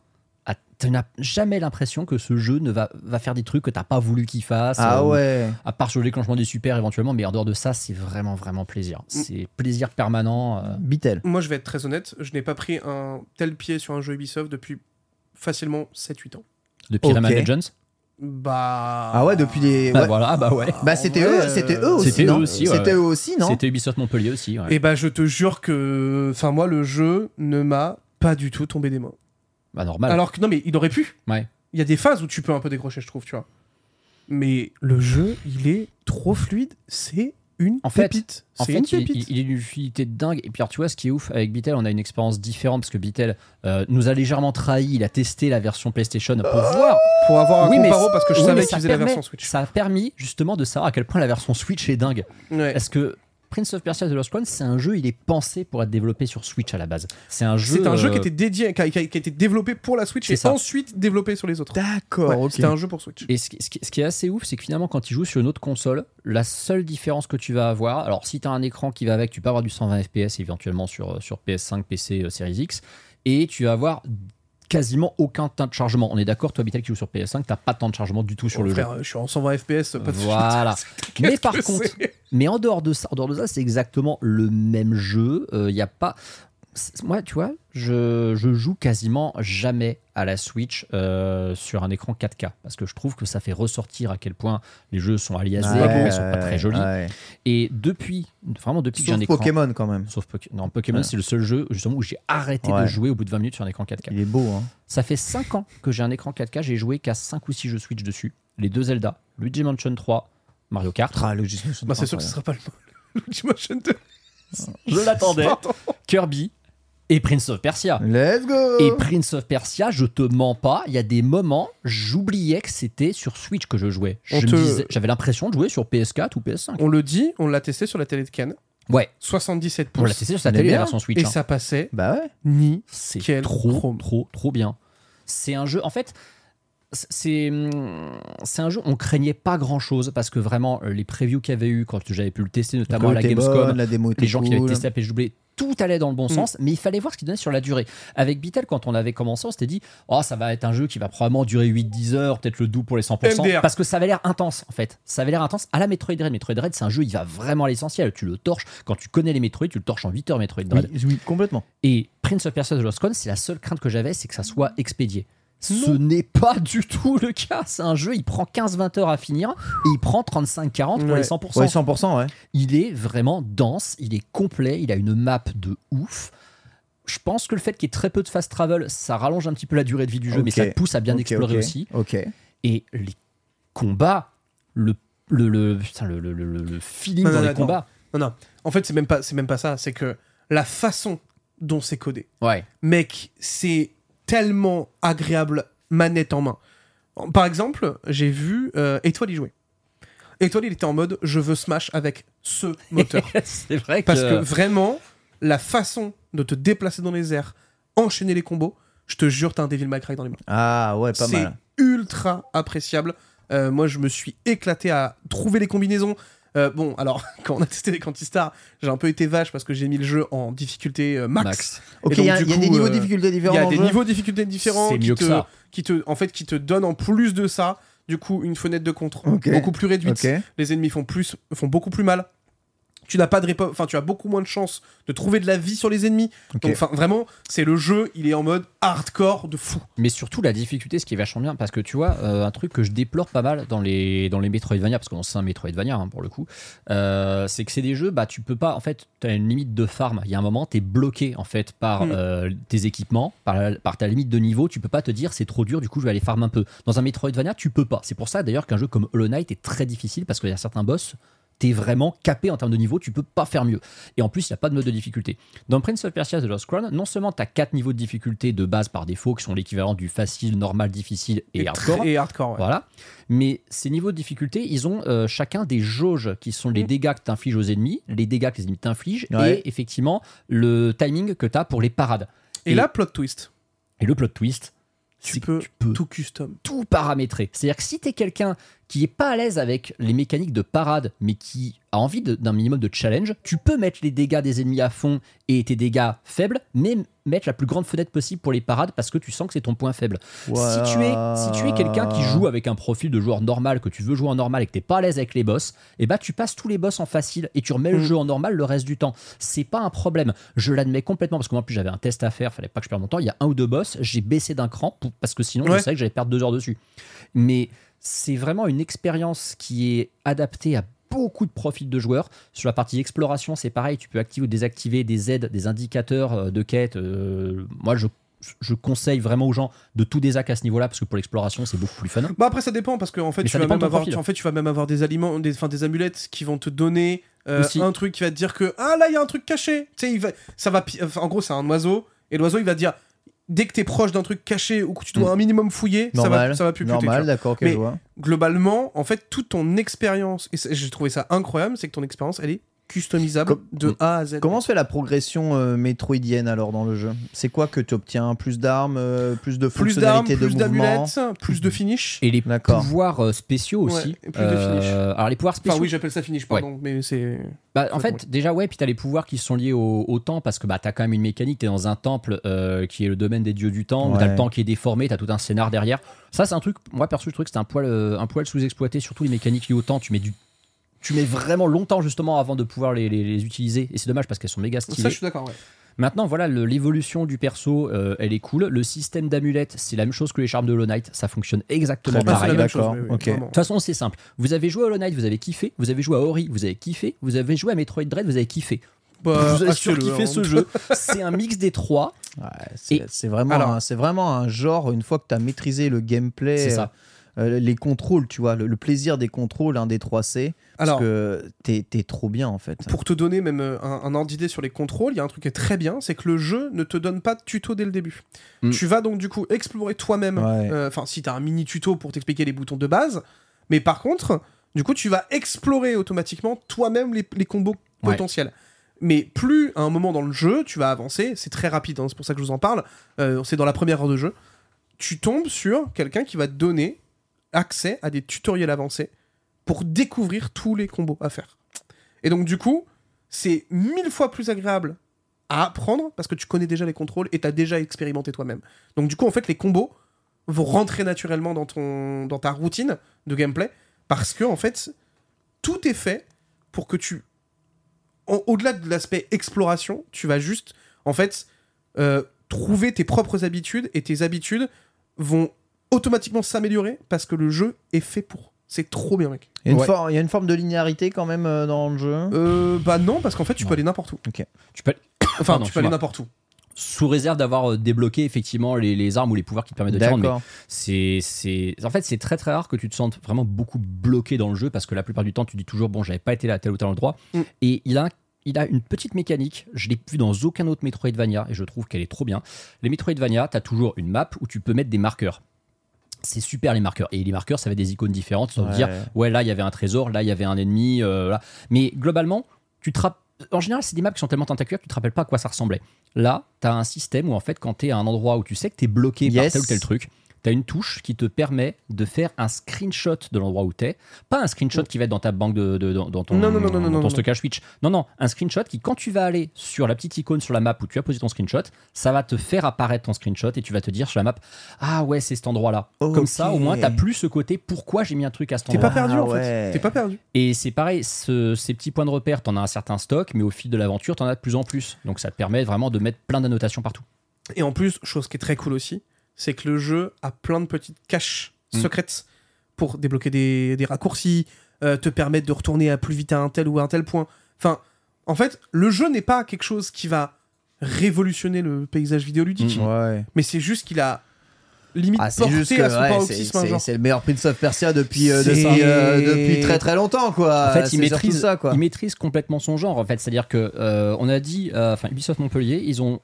[SPEAKER 2] à- tu n'as jamais l'impression que ce jeu ne va, va faire des trucs que t'as pas voulu qu'il fasse
[SPEAKER 1] Ah
[SPEAKER 2] euh, ou-
[SPEAKER 1] ouais.
[SPEAKER 2] à part sur le déclenchement des super éventuellement mais en dehors de ça c'est vraiment vraiment
[SPEAKER 1] Mm.
[SPEAKER 2] plaisir c'est plaisir permanent euh,
[SPEAKER 1] Bitel.
[SPEAKER 3] Moi, je vais être très honnête, je n'ai pas pris un tel pied sur un jeu Ubisoft depuis facilement 7-8 ans.
[SPEAKER 2] de Pyramid
[SPEAKER 1] Ok.
[SPEAKER 2] Legends
[SPEAKER 3] Bah.
[SPEAKER 1] Ah ouais, depuis les.
[SPEAKER 2] bah
[SPEAKER 1] ouais.
[SPEAKER 2] voilà bah ouais
[SPEAKER 1] Bah c'était
[SPEAKER 3] En vrai,
[SPEAKER 1] eux, c'était eux
[SPEAKER 3] euh,
[SPEAKER 1] aussi.
[SPEAKER 2] c'était eux
[SPEAKER 1] non
[SPEAKER 2] aussi, ouais.
[SPEAKER 1] C'était eux aussi, non
[SPEAKER 2] c'était Ubisoft Montpellier aussi ouais.
[SPEAKER 3] Et bah, je te jure que. Enfin, moi, le jeu ne m'a pas du tout tombé des mains.
[SPEAKER 2] bah normal
[SPEAKER 3] Alors que non, mais il aurait pu.
[SPEAKER 2] Ouais.
[SPEAKER 3] Il y a des phases où tu peux un peu décrocher, je trouve, tu vois. Mais le jeu, il est trop fluide. C'est une
[SPEAKER 2] En fait-
[SPEAKER 3] pépite.
[SPEAKER 2] En
[SPEAKER 3] C'est
[SPEAKER 2] fait,
[SPEAKER 3] une
[SPEAKER 2] il,
[SPEAKER 3] pépite.
[SPEAKER 2] il- il est d'une fluidité de dingue. Et puis, alors, tu vois, ce qui est ouf avec Bitel, on a une expérience différente parce que Bitel euh, nous a légèrement trahi. Il a testé la version PlayStation pour
[SPEAKER 1] Ah,
[SPEAKER 2] voir.
[SPEAKER 3] Pour avoir un
[SPEAKER 2] Oui, mais
[SPEAKER 3] comparo, parce que je
[SPEAKER 2] oui, mais
[SPEAKER 3] savais
[SPEAKER 2] ça
[SPEAKER 3] qu'il faisait la
[SPEAKER 2] permet-
[SPEAKER 3] version Switch.
[SPEAKER 2] Ça a permis justement de savoir à quel point la version Switch est dingue.
[SPEAKER 3] Ouais.
[SPEAKER 2] Parce que Prince of Persia The Lost Crown, c'est un jeu, il est pensé pour être développé sur Switch à la base. C'est un jeu.
[SPEAKER 3] C'est un jeu
[SPEAKER 2] euh,
[SPEAKER 3] qui était dédié, qui a, qui a- qui a été développé pour la Switch
[SPEAKER 2] C'est
[SPEAKER 3] et
[SPEAKER 2] ça.
[SPEAKER 3] ensuite développé sur les autres.
[SPEAKER 1] D'accord,
[SPEAKER 3] Ouais,
[SPEAKER 1] ok.
[SPEAKER 3] C'était un jeu pour Switch.
[SPEAKER 2] Et ce qui, ce qui- ce qui est assez ouf, c'est que finalement, quand tu joues sur une autre console, la seule différence que tu vas avoir, alors si tu as un écran qui va avec, tu peux avoir du 120 FPS éventuellement sur, euh, sur PS5, PC, euh, Series X, et tu vas avoir quasiment aucun temps de chargement. On est d'accord, toi, Bitel, qui joue sur PS5, t'as pas de temps de chargement du tout sur
[SPEAKER 3] Bon,
[SPEAKER 2] le jeu.
[SPEAKER 3] frère, euh, Je suis en 120 FPS, pas de
[SPEAKER 2] Voilà. Mais par
[SPEAKER 3] que
[SPEAKER 2] contre,
[SPEAKER 3] c'est
[SPEAKER 2] mais en dehors de ça, en dehors de ça, c'est exactement le même jeu. Il n'y a pas. c'est- Moi, tu vois, je, je joue quasiment jamais à la Switch euh, sur un écran 4K parce que je trouve que ça fait ressortir à quel point les jeux sont aliasés, à quel point ils sont pas très jolis.
[SPEAKER 1] ouais.
[SPEAKER 2] Et depuis, vraiment depuis que j'ai un
[SPEAKER 1] Sauf
[SPEAKER 2] écran.
[SPEAKER 1] Pokémon quand même.
[SPEAKER 2] Sauf Poké- non, Pokémon,
[SPEAKER 1] Ouais.
[SPEAKER 2] c'est le seul jeu justement où j'ai arrêté de
[SPEAKER 1] Ouais.
[SPEAKER 2] jouer au bout de 20 minutes sur un écran 4K.
[SPEAKER 1] Il est beau, hein.
[SPEAKER 2] Ça fait 5 ans que j'ai un écran 4K, j'ai joué qu'à 5 ou 6 jeux Switch dessus. Les deux Zelda, Luigi Mansion 3, Mario Kart.
[SPEAKER 1] Ah, le Jason Statham,
[SPEAKER 3] Bah, c'est sûr que ce
[SPEAKER 1] incroyable.
[SPEAKER 3] sera pas le Luigi Mansion 2.
[SPEAKER 2] Je l'attendais.
[SPEAKER 3] Pardon.
[SPEAKER 2] Kirby et Prince of Persia.
[SPEAKER 1] Let's go
[SPEAKER 2] Et Prince of Persia, je te mens pas, il y a des moments, j'oubliais que c'était sur Switch que je jouais. Je
[SPEAKER 3] On
[SPEAKER 2] me
[SPEAKER 3] te-
[SPEAKER 2] disais- J'avais l'impression de jouer sur PS4 ou PS5.
[SPEAKER 3] On le dit, on l'a testé sur la télé de Cannes.
[SPEAKER 2] Ouais.
[SPEAKER 3] 77 pouces.
[SPEAKER 2] Voilà, c'est sûr, ça télé, la version Switch,
[SPEAKER 3] Et
[SPEAKER 2] hein.
[SPEAKER 3] ça passait.
[SPEAKER 1] Bah ouais.
[SPEAKER 3] Ni.
[SPEAKER 2] C'est
[SPEAKER 3] Quel
[SPEAKER 2] trop,
[SPEAKER 3] chrome.
[SPEAKER 2] trop, trop bien. C'est un jeu. En fait, c'est c'est un jeu. On craignait pas grand chose parce que vraiment euh, les previews qu'il y avait eu quand j'avais pu le tester, notamment à
[SPEAKER 1] La
[SPEAKER 2] la
[SPEAKER 1] était
[SPEAKER 2] Gamescom,
[SPEAKER 1] bonne, la démo était
[SPEAKER 2] les gens qui avaient
[SPEAKER 1] cool. Mm.
[SPEAKER 2] testé la PSW, tout allait dans le bon sens, mais il fallait voir ce qu'il donnait sur la durée. Avec Bitel, quand on avait commencé, on s'était dit Oh, ça va être un jeu qui va probablement durer 8-10 heures, peut-être le doux pour les 100%.
[SPEAKER 3] MDR.
[SPEAKER 2] Parce que ça avait l'air intense, en fait. Ça avait l'air intense à la Metroid Dread. Metroid Dread, c'est un jeu, il va vraiment à l'essentiel. Tu le torches. Quand tu connais les Metroid, tu le torches en 8 heures, Metroid Dread.
[SPEAKER 1] Oui, oui, complètement.
[SPEAKER 2] Et Prince of Persia The Lost Coin, c'est la seule crainte que j'avais, c'est que ça soit expédié. Ce n'est pas du tout le cas. C'est un jeu, il prend 15-20 heures à finir et il prend 35-40 pour
[SPEAKER 3] Ouais.
[SPEAKER 2] les 100%.
[SPEAKER 1] Ouais, 100%, ouais.
[SPEAKER 2] Il est vraiment dense, il est complet, il a une map de ouf. Je pense que le fait qu'il y ait très peu de fast travel, ça rallonge un petit peu la durée de vie du jeu, mais
[SPEAKER 1] Ok.
[SPEAKER 2] ça te pousse à bien
[SPEAKER 1] Ok,
[SPEAKER 2] explorer
[SPEAKER 1] ok,
[SPEAKER 2] aussi.
[SPEAKER 1] Ok.
[SPEAKER 2] Et les combats, le, le, le, putain, le, le- le- le- le feeling
[SPEAKER 3] Non, non,
[SPEAKER 2] dans les
[SPEAKER 3] attends.
[SPEAKER 2] combats.
[SPEAKER 3] Non, non. En fait, c'est même pas, c'est même pas ça. C'est que la façon dont c'est codé,
[SPEAKER 2] Ouais.
[SPEAKER 3] mec, c'est tellement agréable manette en main. Par exemple, j'ai vu euh, Étoile y jouer. Étoile, il était en mode je veux Smash avec ce moteur.
[SPEAKER 2] c'est vrai que.
[SPEAKER 3] Parce que vraiment, la façon de te déplacer dans les airs, enchaîner les combos, je te jure, t'as un Devil May Cry dans les mains.
[SPEAKER 1] Ah ouais, pas
[SPEAKER 3] C'est
[SPEAKER 1] mal.
[SPEAKER 3] ultra appréciable. Euh, moi, je me suis éclaté à trouver les combinaisons. Euh, bon, alors, quand on a testé les Quantistars, j'ai un peu été vache parce que j'ai mis le jeu en difficulté euh, max.
[SPEAKER 2] Max.
[SPEAKER 1] Ok,
[SPEAKER 3] Et
[SPEAKER 1] il
[SPEAKER 3] donc,
[SPEAKER 1] y a,
[SPEAKER 3] du
[SPEAKER 1] il y a
[SPEAKER 3] coup,
[SPEAKER 1] des niveaux de
[SPEAKER 3] euh,
[SPEAKER 1] difficulté
[SPEAKER 3] Il
[SPEAKER 1] différents.
[SPEAKER 3] y a
[SPEAKER 1] dans
[SPEAKER 3] des
[SPEAKER 1] le jeu
[SPEAKER 3] niveaux de difficulté différents
[SPEAKER 2] C'est
[SPEAKER 3] qui,
[SPEAKER 2] mieux
[SPEAKER 3] te,
[SPEAKER 2] que ça.
[SPEAKER 3] qui te, en fait, qui te donnent en plus de ça, du coup, une fenêtre de contrôle
[SPEAKER 1] Ok.
[SPEAKER 3] beaucoup plus réduite.
[SPEAKER 1] Ok.
[SPEAKER 3] Les ennemis font plus, font beaucoup plus mal. Tu n'as pas de répo- enfin, tu as beaucoup moins de chances de trouver de la vie sur les ennemis.
[SPEAKER 1] Ok.
[SPEAKER 3] Donc, enfin, vraiment, c'est le jeu. Il est en mode hardcore de fou.
[SPEAKER 2] Mais surtout la difficulté, ce qui est vachement bien, parce que tu vois, euh, un truc que je déplore pas mal dans les, dans les Metroidvania, parce qu'on sait un Metroidvania hein, pour le coup, euh, c'est que c'est des jeux, bah tu peux pas, en fait, tu as une limite de farm. Il y a un moment, tu es bloqué en fait par
[SPEAKER 3] Mm.
[SPEAKER 2] euh, tes équipements, par, la- par ta limite de niveau, tu peux pas te dire c'est trop dur, du coup je vais aller farm un peu. Dans un Metroidvania, tu peux pas. C'est pour ça d'ailleurs qu'un jeu comme Hollow Knight est très difficile, parce qu'il y a certains boss, t'es vraiment capé en termes de niveau, tu peux pas faire mieux. Et en plus, il n'y a pas de mode de difficulté. Dans Prince of Persia The Lost Crown, non seulement tu as 4 niveaux de difficulté de base par défaut, qui sont l'équivalent du facile, normal, difficile et, hardcore.
[SPEAKER 3] très- et hardcore, ouais.
[SPEAKER 2] Voilà. Mais ces niveaux de difficulté, ils ont euh, chacun des jauges qui sont
[SPEAKER 3] Mmh.
[SPEAKER 2] les dégâts que t'infliges aux ennemis, les dégâts que les ennemis t'infligent
[SPEAKER 1] Ouais.
[SPEAKER 2] et effectivement le timing que t'as pour les parades.
[SPEAKER 3] Et, là, plot twist.
[SPEAKER 2] et le plot twist,
[SPEAKER 3] Tu
[SPEAKER 2] c'est que
[SPEAKER 3] peux,
[SPEAKER 2] tu peux
[SPEAKER 3] tout custom.
[SPEAKER 2] tout paramétrer. C'est-à-dire que si t'es quelqu'un qui est pas à l'aise avec les mécaniques de parade, mais qui a envie de- d'un minimum de challenge, tu peux mettre les dégâts des ennemis à fond et tes dégâts faibles, mais mettre la plus grande fenêtre possible pour les parades parce que tu sens que c'est ton point faible.
[SPEAKER 1] Ouah.
[SPEAKER 2] Si tu es, si tu es quelqu'un qui joue avec un profil de joueur normal, que tu veux jouer en normal et que t'es pas à l'aise avec les boss, et bah tu passes tous les boss en facile et tu remets le jeu en normal le reste du temps. C'est pas un problème. Je l'admets complètement parce que moi en plus j'avais un test à faire, fallait pas que je perde mon temps. Il y a un ou deux boss, j'ai baissé d'un cran pour- parce que sinon je
[SPEAKER 3] Ouais.
[SPEAKER 2] savais que j'allais perdre deux heures dessus. Mais c'est vraiment une expérience qui est adaptée à beaucoup de profils de joueurs. Sur la partie exploration, c'est pareil, tu peux activer ou désactiver des aides, des indicateurs euh, de quête. Euh, moi, je, je conseille vraiment aux gens de tout désac à ce niveau-là, parce que pour l'exploration, c'est beaucoup plus fun.
[SPEAKER 3] Bah après ça dépend parce que en fait
[SPEAKER 2] Mais
[SPEAKER 3] tu
[SPEAKER 2] ça
[SPEAKER 3] vas
[SPEAKER 2] dépend de
[SPEAKER 3] même
[SPEAKER 2] ton
[SPEAKER 3] avoir
[SPEAKER 2] profil.
[SPEAKER 3] en fait tu vas même avoir des aliments des enfin, des amulettes qui vont te donner euh,
[SPEAKER 2] Aussi.
[SPEAKER 3] un truc qui va te dire que ah là il y a un truc caché tu sais il va ça va pi- enfin, en gros c'est un oiseau et l'oiseau il va dire dès que t'es proche d'un truc caché ou que tu dois
[SPEAKER 2] Mm.
[SPEAKER 3] un minimum fouiller ça va
[SPEAKER 1] Normal.
[SPEAKER 3] ça va plus
[SPEAKER 1] Normal, d'accord, que
[SPEAKER 3] Mais-
[SPEAKER 1] je vois.
[SPEAKER 3] globalement en fait toute ton expérience et c'est- j'ai trouvé ça incroyable c'est que ton expérience elle est customisable
[SPEAKER 1] Com-
[SPEAKER 2] mm.
[SPEAKER 3] de A à Z
[SPEAKER 1] Comment se fait la progression euh, métroidienne alors dans le jeu C'est quoi que tu obtiens Plus d'armes, euh, plus de
[SPEAKER 3] plus d'armes
[SPEAKER 1] fonctionnalités
[SPEAKER 3] plus
[SPEAKER 1] de mouvement
[SPEAKER 3] d'amulettes plus
[SPEAKER 2] Mm.
[SPEAKER 3] de finish
[SPEAKER 2] Et les
[SPEAKER 1] D'accord.
[SPEAKER 2] pouvoirs euh, spéciaux aussi. euh,
[SPEAKER 3] Ouais, et plus de finish.
[SPEAKER 2] alors les pouvoirs spéciaux,
[SPEAKER 3] enfin oui j'appelle ça finish pardon mais c'est
[SPEAKER 2] Bah, en
[SPEAKER 3] Complètement.
[SPEAKER 2] fait, déjà, ouais, puis t'as les pouvoirs qui sont liés au, au temps parce que bah, t'as quand même une mécanique. T'es dans un temple euh, qui est le domaine des dieux du temps, où t'as
[SPEAKER 1] Ouais.
[SPEAKER 2] le temps qui est déformé, t'as tout un scénar derrière. Ça, c'est un truc, moi perso, je trouve que c'est un poil, euh, un poil sous-exploité, surtout les mécaniques liées au temps. Tu mets, du, tu mets vraiment longtemps justement avant de pouvoir les, les- les utiliser et c'est dommage parce qu'elles sont méga stylées.
[SPEAKER 3] ça je suis d'accord ouais.
[SPEAKER 2] Maintenant, voilà, le- l'évolution du perso, euh, elle est cool. Le système d'amulettes, c'est la même chose que les charmes de Hollow Knight, ça fonctionne exactement
[SPEAKER 1] Très bien.
[SPEAKER 3] Ah, c'est
[SPEAKER 2] pareil.
[SPEAKER 3] la même
[SPEAKER 1] Bah, d'accord,
[SPEAKER 3] chose mais oui,
[SPEAKER 1] ok.
[SPEAKER 3] vraiment.
[SPEAKER 2] De toute façon, c'est simple. Vous avez joué à Hollow Knight, vous avez kiffé. Vous avez joué à Ori, vous avez kiffé. Vous avez joué à Metroid Dread, vous avez kiffé.
[SPEAKER 3] Bah,
[SPEAKER 2] vous avez
[SPEAKER 3] achetez-le,
[SPEAKER 2] surkiffé
[SPEAKER 3] hein.
[SPEAKER 2] ce jeu. C'est un mix des trois.
[SPEAKER 1] Ouais, c'est
[SPEAKER 2] Et-
[SPEAKER 1] c'est vraiment,
[SPEAKER 3] Alors-
[SPEAKER 1] un- c'est vraiment un genre, une fois que tu as maîtrisé le gameplay,
[SPEAKER 2] C'est ça.
[SPEAKER 1] euh, les contrôles, tu vois, le, le plaisir des contrôles, un des 3C, parce
[SPEAKER 3] alors
[SPEAKER 1] que t'es t'es trop bien en fait.
[SPEAKER 3] Pour te donner même euh, un, un ordre d'idée sur les contrôles, il y a un truc qui est très bien, c'est que le jeu ne te donne pas de tuto dès le début.
[SPEAKER 2] Mm.
[SPEAKER 3] Tu vas donc du coup explorer toi-même,
[SPEAKER 1] Ouais.
[SPEAKER 3] euh, enfin si t'as un mini tuto pour t'expliquer les boutons de base, mais par contre, du coup tu vas explorer automatiquement toi-même les, les combos
[SPEAKER 2] Ouais.
[SPEAKER 3] potentiels. mais plus à un moment dans le jeu, tu vas avancer, c'est très rapide, hein, c'est pour ça que je vous en parle, euh, c'est dans la première heure de jeu, tu tombes sur quelqu'un qui va te donner accès à des tutoriels avancés pour découvrir tous les combos à faire. Et donc du coup, c'est mille fois plus agréable à apprendre parce que tu connais déjà les contrôles et t'as déjà expérimenté toi-même. Donc du coup, en fait, les combos vont rentrer naturellement dans, ton, dans ta routine de gameplay parce que en fait, tout est fait pour que tu en- au-delà de l'aspect exploration, tu vas juste, en fait, euh, trouver tes propres habitudes et tes habitudes vont automatiquement s'améliorer parce que le jeu est fait pour. C'est trop bien, mec.
[SPEAKER 1] Il y, a une for- il y a une forme de linéarité quand même euh, dans le jeu.
[SPEAKER 3] Euh, bah non, parce qu'en fait, tu peux aller n'importe où.
[SPEAKER 1] Ok.
[SPEAKER 2] Tu peux, Pardon,
[SPEAKER 3] Enfin, tu peux aller
[SPEAKER 2] excuse-moi.
[SPEAKER 3] n'importe où.
[SPEAKER 2] sous réserve d'avoir euh, débloqué effectivement les, les armes ou les pouvoirs qui te permettent de t'y rendre. mais
[SPEAKER 1] D'accord.
[SPEAKER 2] c'est c'est en fait c'est très très rare que tu te sentes vraiment beaucoup bloqué dans le jeu parce que la plupart du temps tu dis toujours bon j'avais pas été là à tel ou tel endroit
[SPEAKER 3] Mm.
[SPEAKER 2] et il a il a une petite mécanique, je l'ai vu dans aucun autre Metroidvania et je trouve qu'elle est trop bien. Les Metroidvania, tu as toujours une map où tu peux mettre des marqueurs. C'est super les marqueurs. Et les marqueurs, ça va être des icônes différentes. Ça veut
[SPEAKER 1] Ouais.
[SPEAKER 2] dire, ouais, là, il y avait un trésor, là, il y avait un ennemi. euh, là. Mais globalement, tu te rapp- en général, c'est des maps qui sont tellement tentaculaires que tu te rappelles pas à quoi ça ressemblait. Là, tu as un système où, en fait, quand tu es à un endroit où tu sais que tu es bloqué par
[SPEAKER 1] Yes.
[SPEAKER 2] tel ou tel truc, tu as une touche qui te permet de faire un screenshot de l'endroit où tu es. Pas un screenshot qui va être dans ta banque, de, de- dans, dans ton,
[SPEAKER 3] Non, non, non, non,
[SPEAKER 2] dans
[SPEAKER 3] non,
[SPEAKER 2] ton
[SPEAKER 3] non.
[SPEAKER 2] stockage Switch. Non, non, un screenshot qui, quand tu vas aller sur la petite icône sur la map où tu as posé ton screenshot, ça va te faire apparaître ton screenshot et tu vas te dire sur la map Ah ouais, c'est cet endroit-là. Comme
[SPEAKER 1] Ok.
[SPEAKER 2] ça, au moins, tu plus ce côté pourquoi j'ai mis un truc à cet
[SPEAKER 3] T'es
[SPEAKER 2] endroit.
[SPEAKER 3] pas perdu, en
[SPEAKER 1] Ah ouais.
[SPEAKER 3] fait. T'es pas perdu.
[SPEAKER 2] Et c'est pareil, ce- ces petits points de repère, t'en as un certain stock, mais au fil de l'aventure, t'en as de plus en plus. Donc ça te permet vraiment de mettre plein d'annotations partout.
[SPEAKER 3] Et en plus, chose qui est très cool aussi, c'est que le jeu a plein de petites caches
[SPEAKER 2] Mm.
[SPEAKER 3] secrètes pour débloquer des, des raccourcis, euh, te permettre de retourner à plus vite à un tel ou à un tel point. Enfin, en fait, le jeu n'est pas quelque chose qui va révolutionner le paysage vidéoludique,
[SPEAKER 1] Ouais.
[SPEAKER 3] mais c'est juste qu'il a limite
[SPEAKER 1] Mm. Ah, c'est
[SPEAKER 3] porté
[SPEAKER 1] juste que
[SPEAKER 3] à son
[SPEAKER 1] ouais, c'est-
[SPEAKER 3] paroxysme un
[SPEAKER 1] c'est
[SPEAKER 3] genre.
[SPEAKER 1] c'est le meilleur Prince of Persia depuis, euh,
[SPEAKER 3] C'est
[SPEAKER 1] depuis,
[SPEAKER 3] ça.
[SPEAKER 1] euh, depuis très très longtemps quoi.
[SPEAKER 2] en fait,
[SPEAKER 1] Ah, C'est
[SPEAKER 2] il maîtrise,
[SPEAKER 1] surtout ça quoi.
[SPEAKER 2] il maîtrise complètement son genre. En fait, c'est-à-dire que euh, on a dit, euh, enfin Ubisoft Montpellier, ils ont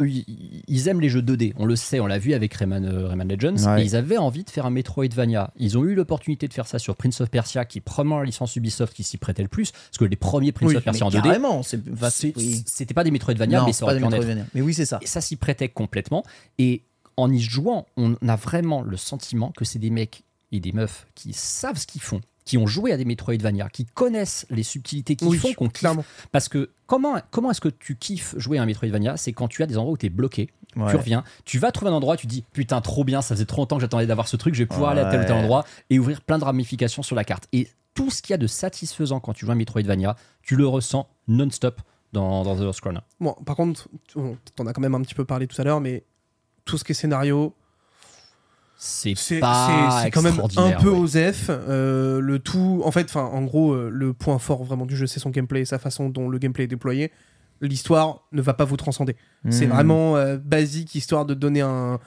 [SPEAKER 2] ils ils aiment les jeux 2D, on le sait, on l'a vu avec Rayman, euh, Rayman Legends,
[SPEAKER 1] Ouais.
[SPEAKER 2] et ils avaient envie de faire un Metroidvania. Ils ont eu l'opportunité de faire ça sur Prince of Persia, qui est probablement la licence Ubisoft qui s'y prêtait le plus, parce que les premiers Prince
[SPEAKER 1] Oui,
[SPEAKER 2] of Persia
[SPEAKER 1] mais
[SPEAKER 2] en 2D,
[SPEAKER 1] carrément, c'est enfin,
[SPEAKER 2] c'est-
[SPEAKER 1] oui.
[SPEAKER 2] c'était pas des Metroidvania,
[SPEAKER 1] Non,
[SPEAKER 2] mais
[SPEAKER 1] c'est
[SPEAKER 2] ça
[SPEAKER 1] pas
[SPEAKER 2] aurait
[SPEAKER 1] des
[SPEAKER 2] pu en être.
[SPEAKER 1] Metroidvania. Mais oui, c'est ça.
[SPEAKER 2] Et ça s'y prêtait complètement. Et en y jouant, on a vraiment le sentiment que c'est des mecs et des meufs qui savent ce qu'ils font, qui ont joué à des Metroidvania, qui connaissent les subtilités qui
[SPEAKER 3] Oui,
[SPEAKER 2] font qu'on kiffe.
[SPEAKER 3] clairement.
[SPEAKER 2] Parce que comment, comment est-ce que tu kiffes jouer à un Metroidvania C'est quand tu as des endroits où tu es bloqué,
[SPEAKER 1] Ouais.
[SPEAKER 2] tu reviens, tu vas trouver un endroit, tu dis putain, trop bien, ça faisait trop longtemps que j'attendais d'avoir ce truc, je vais pouvoir aller à tel ou tel
[SPEAKER 1] Ouais.
[SPEAKER 2] endroit et ouvrir plein de ramifications sur la carte. Et tout ce qu'il y a de satisfaisant quand tu joues à un Metroidvania, tu le ressens non-stop dans, dans The Lost Crown.
[SPEAKER 3] Bon, par contre, tu- on- t'en as quand même un petit peu parlé tout à l'heure, mais tout ce qui est scénario,
[SPEAKER 2] C'est
[SPEAKER 3] c'est
[SPEAKER 2] pas
[SPEAKER 3] c'est- c'est quand même un
[SPEAKER 2] extraordinaire,
[SPEAKER 3] peu
[SPEAKER 2] ouais.
[SPEAKER 3] OZEF. euh, le tout, en fait, enfin, en gros, euh, le point fort vraiment du jeu, c'est son gameplay et sa façon dont le gameplay est déployé. L'histoire ne va pas vous transcender. C'est
[SPEAKER 2] Hmm.
[SPEAKER 1] Mm.
[SPEAKER 3] vraiment euh, basique, histoire de donner un,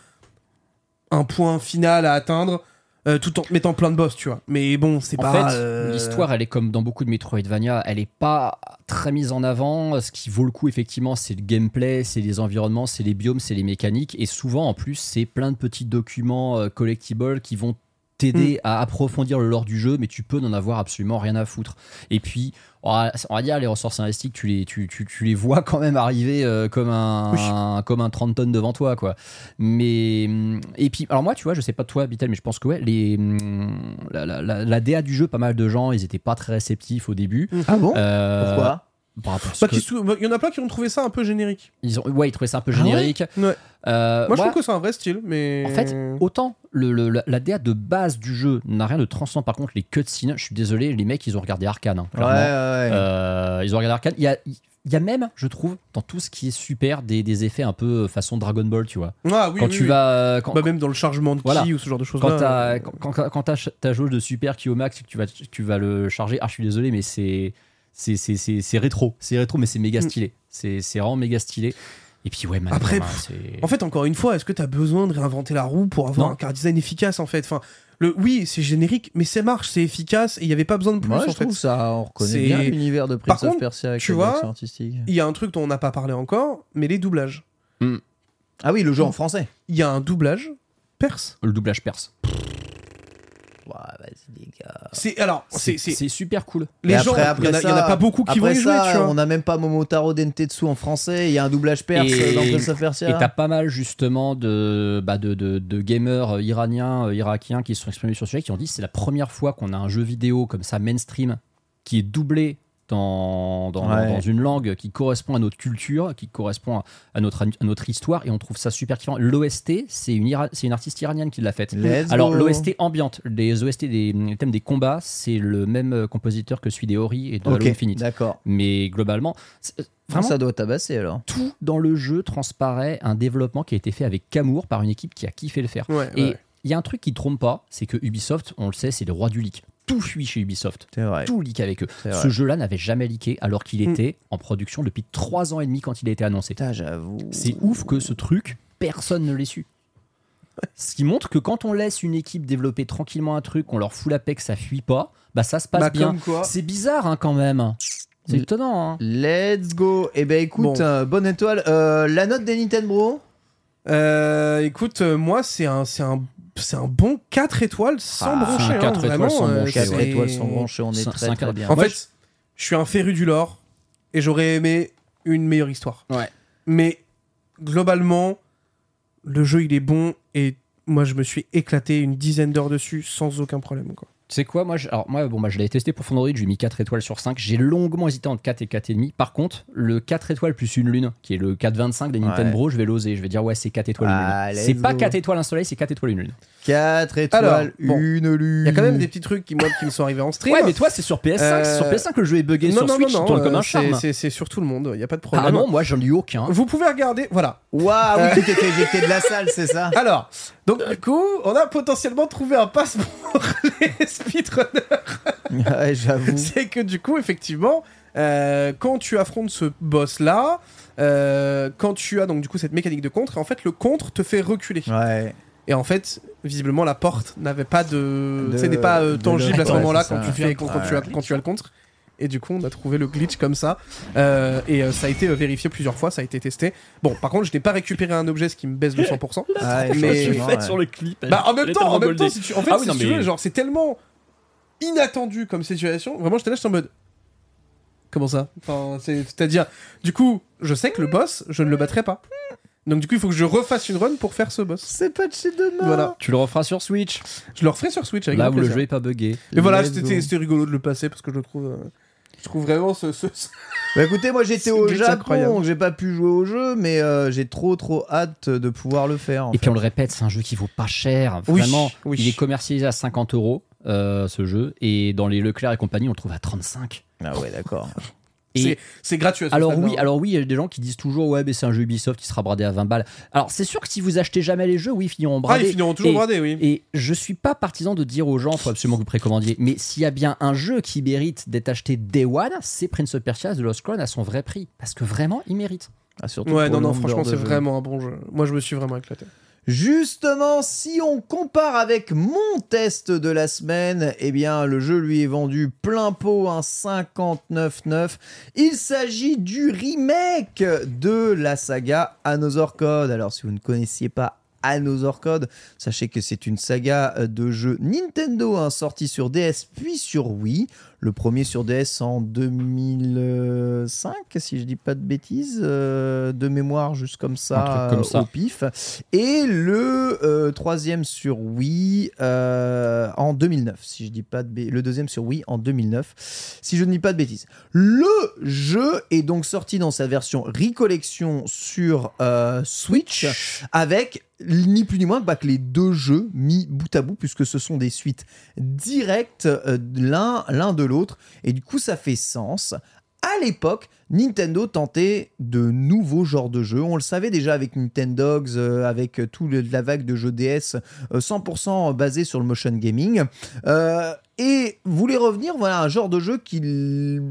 [SPEAKER 3] un point final à atteindre, euh, tout en mettant plein de boss, tu vois. Mais bon, c'est
[SPEAKER 2] En
[SPEAKER 3] pas.
[SPEAKER 2] fait,
[SPEAKER 3] euh,
[SPEAKER 2] l'histoire, elle est comme dans beaucoup de Metroidvania, elle est pas très mise en avant. Ce qui vaut le coup, effectivement, c'est le gameplay, c'est les environnements, c'est les biomes, c'est les mécaniques. Et souvent, en plus, c'est plein de petits documents euh, collectibles qui vont t'aider
[SPEAKER 3] Mm.
[SPEAKER 2] à approfondir le lore du jeu, mais tu peux n'en avoir absolument rien à foutre. Et puis, on va, on va dire, les ressources investiques, tu les, tu, tu- tu les vois quand même arriver euh, comme, un,
[SPEAKER 3] Oui.
[SPEAKER 2] un- comme un 30 tonnes devant toi, quoi. Mais hum, et puis alors moi tu vois je sais pas toi Bitel mais je pense que ouais les hum, la, la- la- la DA du jeu pas mal de gens ils étaient pas très réceptifs au début.
[SPEAKER 1] Ah bon
[SPEAKER 2] Euh,
[SPEAKER 1] Pourquoi
[SPEAKER 2] bah, parce
[SPEAKER 3] bah,
[SPEAKER 2] que
[SPEAKER 3] qui sou- bah, Il y en a plein qui ont trouvé ça un peu générique.
[SPEAKER 2] ils ont ouais ils trouvaient ça un peu
[SPEAKER 1] Ah ouais
[SPEAKER 2] générique.
[SPEAKER 3] Ouais.
[SPEAKER 2] Euh,
[SPEAKER 3] Moi, je
[SPEAKER 2] moi,
[SPEAKER 3] trouve que c'est euh, un vrai style, mais.
[SPEAKER 2] en fait, autant le, le- la, la DA de base du jeu n'a rien de transcendant, par contre les cutscenes, je suis désolé, les mecs ils ont regardé Arcane. hein,
[SPEAKER 1] Ouais, ouais,
[SPEAKER 2] clairement.
[SPEAKER 1] ouais.
[SPEAKER 2] Euh, ils ont regardé Arcane. Il y a, il y a même, je trouve, dans tout ce qui est super, des, des effets un peu euh, façon Dragon Ball, tu vois.
[SPEAKER 3] Ah, oui,
[SPEAKER 2] quand
[SPEAKER 3] oui,
[SPEAKER 2] tu
[SPEAKER 3] oui.
[SPEAKER 2] vas, euh, quand,
[SPEAKER 3] Bah, même dans le chargement de
[SPEAKER 2] Voilà.
[SPEAKER 3] ki ou ce genre de choses-là.
[SPEAKER 2] quand t'as
[SPEAKER 3] euh,
[SPEAKER 2] quand, quand- quand t'as ch- ta jauge de super qui est au max et que tu vas tu vas le charger ah je suis désolé mais c'est c'est c'est- c'est c'est rétro c'est rétro mais c'est méga
[SPEAKER 3] Mm.
[SPEAKER 2] stylé c'est c'est vraiment méga stylé et puis ouais man,
[SPEAKER 3] Après,
[SPEAKER 2] vraiment,
[SPEAKER 3] pff,
[SPEAKER 2] c'est
[SPEAKER 3] En fait, encore une fois, est-ce que t'as besoin de réinventer la roue pour avoir
[SPEAKER 2] Non.
[SPEAKER 3] un car design efficace en fait enfin, le, Oui, c'est générique, mais ça marche, c'est efficace et il n'y avait pas besoin de plus.
[SPEAKER 1] Moi,
[SPEAKER 3] en
[SPEAKER 1] je
[SPEAKER 3] fait.
[SPEAKER 1] trouve ça, on reconnaît
[SPEAKER 3] C'est-
[SPEAKER 1] bien l'univers de Prince
[SPEAKER 3] Par contre,
[SPEAKER 1] of Persia avec
[SPEAKER 3] tu
[SPEAKER 1] la
[SPEAKER 3] vois,
[SPEAKER 1] direction artistique.
[SPEAKER 3] Il y a un truc dont on n'a pas parlé encore, mais les doublages.
[SPEAKER 1] Ah oui, le jeu en français.
[SPEAKER 3] Il y a un doublage perse.
[SPEAKER 2] le doublage perse
[SPEAKER 1] Ouah, vas-y, les gars.
[SPEAKER 3] C'est alors c'est
[SPEAKER 2] c'est super cool.
[SPEAKER 3] Les
[SPEAKER 1] Et
[SPEAKER 3] gens,
[SPEAKER 1] après- après
[SPEAKER 3] il y en a- il y en a
[SPEAKER 1] ça-
[SPEAKER 3] pas beaucoup qui vont
[SPEAKER 1] après
[SPEAKER 3] y jouer,
[SPEAKER 1] ça,
[SPEAKER 3] tu vois.
[SPEAKER 1] On n'a même pas Momotaro Dentetsu en français. Il y a un doublage perse dans Prince of Persia.
[SPEAKER 2] et t'as pas mal justement de, bah, de, de- de gamers euh, iraniens, euh, irakiens qui se sont exprimés sur ce sujet, qui ont dit c'est la première fois qu'on a un jeu vidéo comme ça mainstream qui est doublé dans, dans,
[SPEAKER 1] Ouais.
[SPEAKER 2] dans une langue qui correspond à notre culture, qui correspond à- à notre, à notre histoire, et on trouve ça super kiffant. L'OST, c'est une, Ira- c'est une artiste iranienne qui l'a faite.
[SPEAKER 1] Let's
[SPEAKER 2] Alors
[SPEAKER 1] go.
[SPEAKER 2] l'OST ambiante, les OST des les thèmes des combats, c'est le même euh, compositeur que celui des Ori et de
[SPEAKER 1] Ok,
[SPEAKER 2] Halo Infinite.
[SPEAKER 1] d'accord.
[SPEAKER 2] Mais globalement, c'est- euh, vraiment,
[SPEAKER 1] ça doit tabasser alors.
[SPEAKER 2] tout dans le jeu transparaît un développement qui a été fait avec Camour par une équipe qui a kiffé le faire.
[SPEAKER 1] Ouais, ouais,
[SPEAKER 2] et il
[SPEAKER 1] ouais.
[SPEAKER 2] y a un truc qui ne trompe pas, c'est que Ubisoft, on le sait, c'est le roi du leak. Tout fuit chez Ubisoft. Tout leak avec eux.
[SPEAKER 1] C'est
[SPEAKER 2] Ce
[SPEAKER 1] vrai.
[SPEAKER 2] jeu-là n'avait jamais leaké alors qu'il
[SPEAKER 1] Mm.
[SPEAKER 2] était en production depuis 3 ans et demi quand il a été annoncé.
[SPEAKER 1] j'avoue.
[SPEAKER 2] C'est ouf que ce truc, personne ne l'ait su. Ce qui montre que quand on laisse une équipe développer tranquillement un truc, on leur fout la paix que ça fuit pas, bah ça se passe
[SPEAKER 1] Bah,
[SPEAKER 2] bien.
[SPEAKER 1] comme quoi.
[SPEAKER 2] C'est bizarre hein, quand même. C'est
[SPEAKER 1] L-
[SPEAKER 2] étonnant. hein.
[SPEAKER 1] Let's go. Eh ben écoute,
[SPEAKER 2] Bon.
[SPEAKER 1] euh, bonne étoile. Euh, la note des Nintendo
[SPEAKER 3] Euh, écoute, euh, moi, c'est un, c'est un, c'est un bon 4 étoiles sans
[SPEAKER 1] Ah,
[SPEAKER 3] broncher.
[SPEAKER 1] c'est un
[SPEAKER 3] hein,
[SPEAKER 1] quatre étoiles
[SPEAKER 3] vraiment,
[SPEAKER 1] sans
[SPEAKER 3] euh,
[SPEAKER 1] broncher,
[SPEAKER 3] c'est-
[SPEAKER 1] ouais. étoiles sans broncher, on est
[SPEAKER 2] Cin-
[SPEAKER 1] très,
[SPEAKER 2] cinq-
[SPEAKER 1] très bien.
[SPEAKER 3] En
[SPEAKER 1] Moi,
[SPEAKER 3] fait, je suis un féru du lore et j'aurais aimé une meilleure histoire. Mais globalement, le jeu, il est bon et moi, je me suis éclaté une dizaine d'heures dessus sans aucun problème. Quoi.
[SPEAKER 2] Tu sais quoi, moi, je, alors, moi, bon, bah, je l'avais testé pour Fondroid, je lui ai mis 4 étoiles sur 5. J'ai longuement hésité entre 4 et 4,5. Par contre, le 4 étoiles plus une lune, qui est le 4,25 des Nintendo, je vais l'oser. Je vais dire, ouais, c'est 4 étoiles
[SPEAKER 1] Ah,
[SPEAKER 2] une lune.
[SPEAKER 1] let's
[SPEAKER 2] C'est pas
[SPEAKER 1] go.
[SPEAKER 2] 4 étoiles un soleil, c'est 4 étoiles une lune.
[SPEAKER 1] 4 étoiles,
[SPEAKER 3] Alors, bon.
[SPEAKER 1] une lune.
[SPEAKER 3] Il y a quand même des petits trucs qui, moi, qui me sont arrivés en stream.
[SPEAKER 2] Ouais, mais toi, c'est sur PS5. C'est sur PS5 que le jeu est buggé.
[SPEAKER 3] Euh, non,
[SPEAKER 2] Sur
[SPEAKER 3] non,
[SPEAKER 2] Switch,
[SPEAKER 3] non,
[SPEAKER 2] il tourne
[SPEAKER 3] non,
[SPEAKER 2] comme un
[SPEAKER 3] euh, c'est-
[SPEAKER 2] charme.
[SPEAKER 3] C'est c'est sur tout le monde, il n'y a pas de problème.
[SPEAKER 2] Ah non, moi, j'en ai eu aucun.
[SPEAKER 3] Vous pouvez regarder, voilà.
[SPEAKER 1] Waouh,
[SPEAKER 3] Euh.
[SPEAKER 1] oui, t'étais éjecté de la salle, c'est ça
[SPEAKER 3] Alors, donc du coup, on a potentiellement trouvé un passe pour les speedrunners.
[SPEAKER 1] Ouais, j'avoue.
[SPEAKER 3] C'est que du coup, effectivement, euh, quand tu affrontes ce boss-là, euh, quand tu as donc du coup cette mécanique de contre, en fait, le contre te fait reculer.
[SPEAKER 1] Ouais.
[SPEAKER 3] Et en fait, visiblement, la porte n'avait pas de,
[SPEAKER 1] De-
[SPEAKER 3] ce n'est pas euh,
[SPEAKER 1] de
[SPEAKER 3] tangible à
[SPEAKER 1] lock,
[SPEAKER 3] ce
[SPEAKER 1] ouais,
[SPEAKER 3] moment-là
[SPEAKER 1] c'est
[SPEAKER 3] quand
[SPEAKER 1] ça.
[SPEAKER 3] tu fais quand, quand tu as quand tu as le contre. Et du coup, on a trouvé le glitch comme ça. Euh, et euh, ça a été euh, vérifié plusieurs fois, ça a été testé. Bon, par contre, je n'ai pas récupéré un objet, ce qui me baisse de 100%.
[SPEAKER 1] Ouais,
[SPEAKER 3] mais
[SPEAKER 1] effectivement, ouais.
[SPEAKER 2] le clip.
[SPEAKER 3] bah, en même temps, en même temps, si tu, en fait,
[SPEAKER 2] Ah oui,
[SPEAKER 3] si
[SPEAKER 2] non,
[SPEAKER 3] tu
[SPEAKER 2] mais-
[SPEAKER 3] veux, genre, c'est tellement inattendu comme situation. Vraiment, j'étais là, j'étais en mode. Comment ça Enfin, c'est- C'est-à-dire, du coup, je sais que le boss, je ne le battrai pas. Donc, du coup, il faut que je refasse une run pour faire ce boss.
[SPEAKER 1] C'est pas de chez demain.
[SPEAKER 3] Voilà.
[SPEAKER 2] Tu le referas sur Switch,
[SPEAKER 3] Je le referai sur Switch avec
[SPEAKER 2] là
[SPEAKER 3] grand
[SPEAKER 2] où le
[SPEAKER 3] plaisir.
[SPEAKER 2] jeu est pas buggé.
[SPEAKER 3] Et voilà,
[SPEAKER 1] Let's
[SPEAKER 3] c'était
[SPEAKER 1] go.
[SPEAKER 3] c'était rigolo de le passer parce que je le trouve. euh, Je trouve vraiment ce. ce- ce-
[SPEAKER 1] Bah écoutez, moi j'étais
[SPEAKER 3] C'est
[SPEAKER 1] au
[SPEAKER 3] glitch
[SPEAKER 1] Japon,
[SPEAKER 3] incroyable.
[SPEAKER 1] donc j'ai pas pu jouer au jeu, mais euh, j'ai trop trop hâte de pouvoir le faire. en
[SPEAKER 2] Et
[SPEAKER 1] fait.
[SPEAKER 2] puis on le répète, c'est un jeu qui vaut pas cher.
[SPEAKER 3] Oui,
[SPEAKER 2] Vraiment,
[SPEAKER 3] oui.
[SPEAKER 2] il est commercialisé à 50 euros euh, ce jeu, et dans les Leclerc et compagnie, on le trouve à 35.
[SPEAKER 1] Ah ouais, d'accord.
[SPEAKER 2] Et-
[SPEAKER 3] c'est- C'est gratuit. à ce
[SPEAKER 2] Alors
[SPEAKER 3] stade-là,
[SPEAKER 2] oui,
[SPEAKER 3] hein.
[SPEAKER 2] alors oui, il y a des gens qui disent toujours ouais, mais c'est un jeu Ubisoft qui sera bradé à 20 balles. Alors c'est sûr que si vous achetez jamais les jeux, oui, ils finiront
[SPEAKER 3] Ah,
[SPEAKER 2] bradés.
[SPEAKER 3] ils finiront toujours
[SPEAKER 2] Et-
[SPEAKER 3] bradés, oui.
[SPEAKER 2] Et je suis pas partisan de dire aux gens faut absolument que vous précommandiez. Mais s'il y a bien un jeu qui mérite d'être acheté Day One, c'est Prince of Persia The Lost Crown à son vrai prix, parce que vraiment, il mérite.
[SPEAKER 1] Ah, surtout pour
[SPEAKER 3] Ouais, non,
[SPEAKER 1] le
[SPEAKER 3] non,
[SPEAKER 1] nombre
[SPEAKER 3] franchement,
[SPEAKER 1] d'heures de
[SPEAKER 3] c'est
[SPEAKER 1] jeu.
[SPEAKER 3] vraiment un bon jeu. Moi, je me suis vraiment éclaté.
[SPEAKER 1] Justement, si on compare avec mon test de la semaine, eh bien, le jeu lui est vendu plein pot, un 59,9. Il s'agit du remake de la saga Another Code. Alors, si vous ne connaissiez pas Another Code, sachez que c'est une saga euh, de jeux Nintendo hein, sortie sur DS puis sur Wii. Le premier sur DS en 2005, si je dis pas de bêtises, euh, de mémoire, juste comme ça,
[SPEAKER 2] Un truc comme
[SPEAKER 1] euh,
[SPEAKER 2] ça.
[SPEAKER 1] au pif. Et le euh, troisième sur Wii euh, en 2009, si je dis pas de bé- le deuxième sur Wii en 2009, si je ne dis pas de bêtises. Le jeu est donc sorti dans sa version recollection sur euh, Switch avec ni plus ni moins que, bah, que les deux jeux mis bout à bout puisque ce sont des suites directes euh, l'un l'un de l'autre et du coup ça fait sens. À l'époque, Nintendo tentait de nouveaux genres de jeux. On le savait déjà avec Nintendogs, euh, avec euh, tout le- la vague de jeux DS euh, 100% basé sur le motion gaming. Euh, et voulait revenir voilà, à un genre de jeu qui l-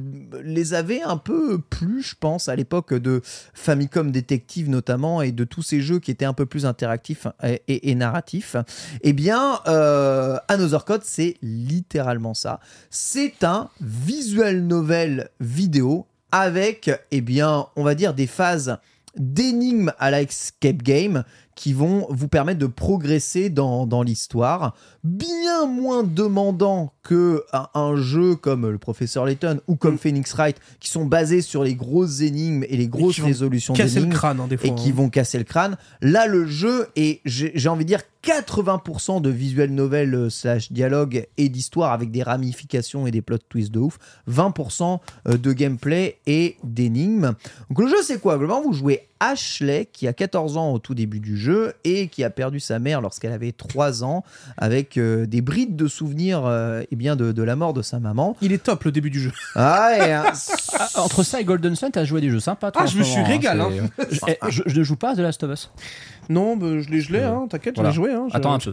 [SPEAKER 1] les avait un peu plus, je pense, à l'époque de Famicom Detective notamment et de tous ces jeux qui étaient un peu plus interactifs hein, et, et- et narratifs. Eh bien, euh, Another Code, c'est littéralement ça. C'est un visual novel vidéo avec, eh bien, on va dire des phases d'énigmes à la escape game qui vont vous permettre de progresser dans, dans l'histoire. Bien moins demandant que un, un jeu comme le Professeur Layton ou
[SPEAKER 3] Mm.
[SPEAKER 1] comme Phoenix Wright, qui sont basés sur les grosses énigmes et les grosses
[SPEAKER 3] vont
[SPEAKER 1] résolutions
[SPEAKER 3] casser le
[SPEAKER 1] d'énigmes
[SPEAKER 3] crâne, hein, des fois,
[SPEAKER 1] et qui
[SPEAKER 3] hein.
[SPEAKER 1] vont casser le crâne. Là, le jeu est, j'ai j'ai envie de dire, 80% de visuel novel euh, slash dialogue et d'histoire avec des ramifications et des plot twists de ouf, 20% euh, de gameplay et d'énigmes. Donc le jeu, c'est quoi Globalement, vous jouez Ashley, qui a 14 ans au tout début du jeu et qui a perdu sa mère lorsqu'elle avait 3 ans, avec euh, des brides de souvenirs euh, eh bien de, de la mort de sa maman.
[SPEAKER 3] Il est top le début du jeu.
[SPEAKER 1] Ah, et, hein,
[SPEAKER 2] Ah, Entre ça et Golden Sun, t'as joué des jeux sympas. toi, en
[SPEAKER 3] Ah, je
[SPEAKER 2] ce
[SPEAKER 3] me suis
[SPEAKER 2] moment, hein,
[SPEAKER 3] régalé,
[SPEAKER 2] c'est- Eh, je, je ne joue pas à The Last of Us.
[SPEAKER 3] Non, bah, je l'ai gelé, hein, t'inquiète,
[SPEAKER 2] Voilà.
[SPEAKER 3] je l'ai joué. Hein, je-
[SPEAKER 2] Attends un peu.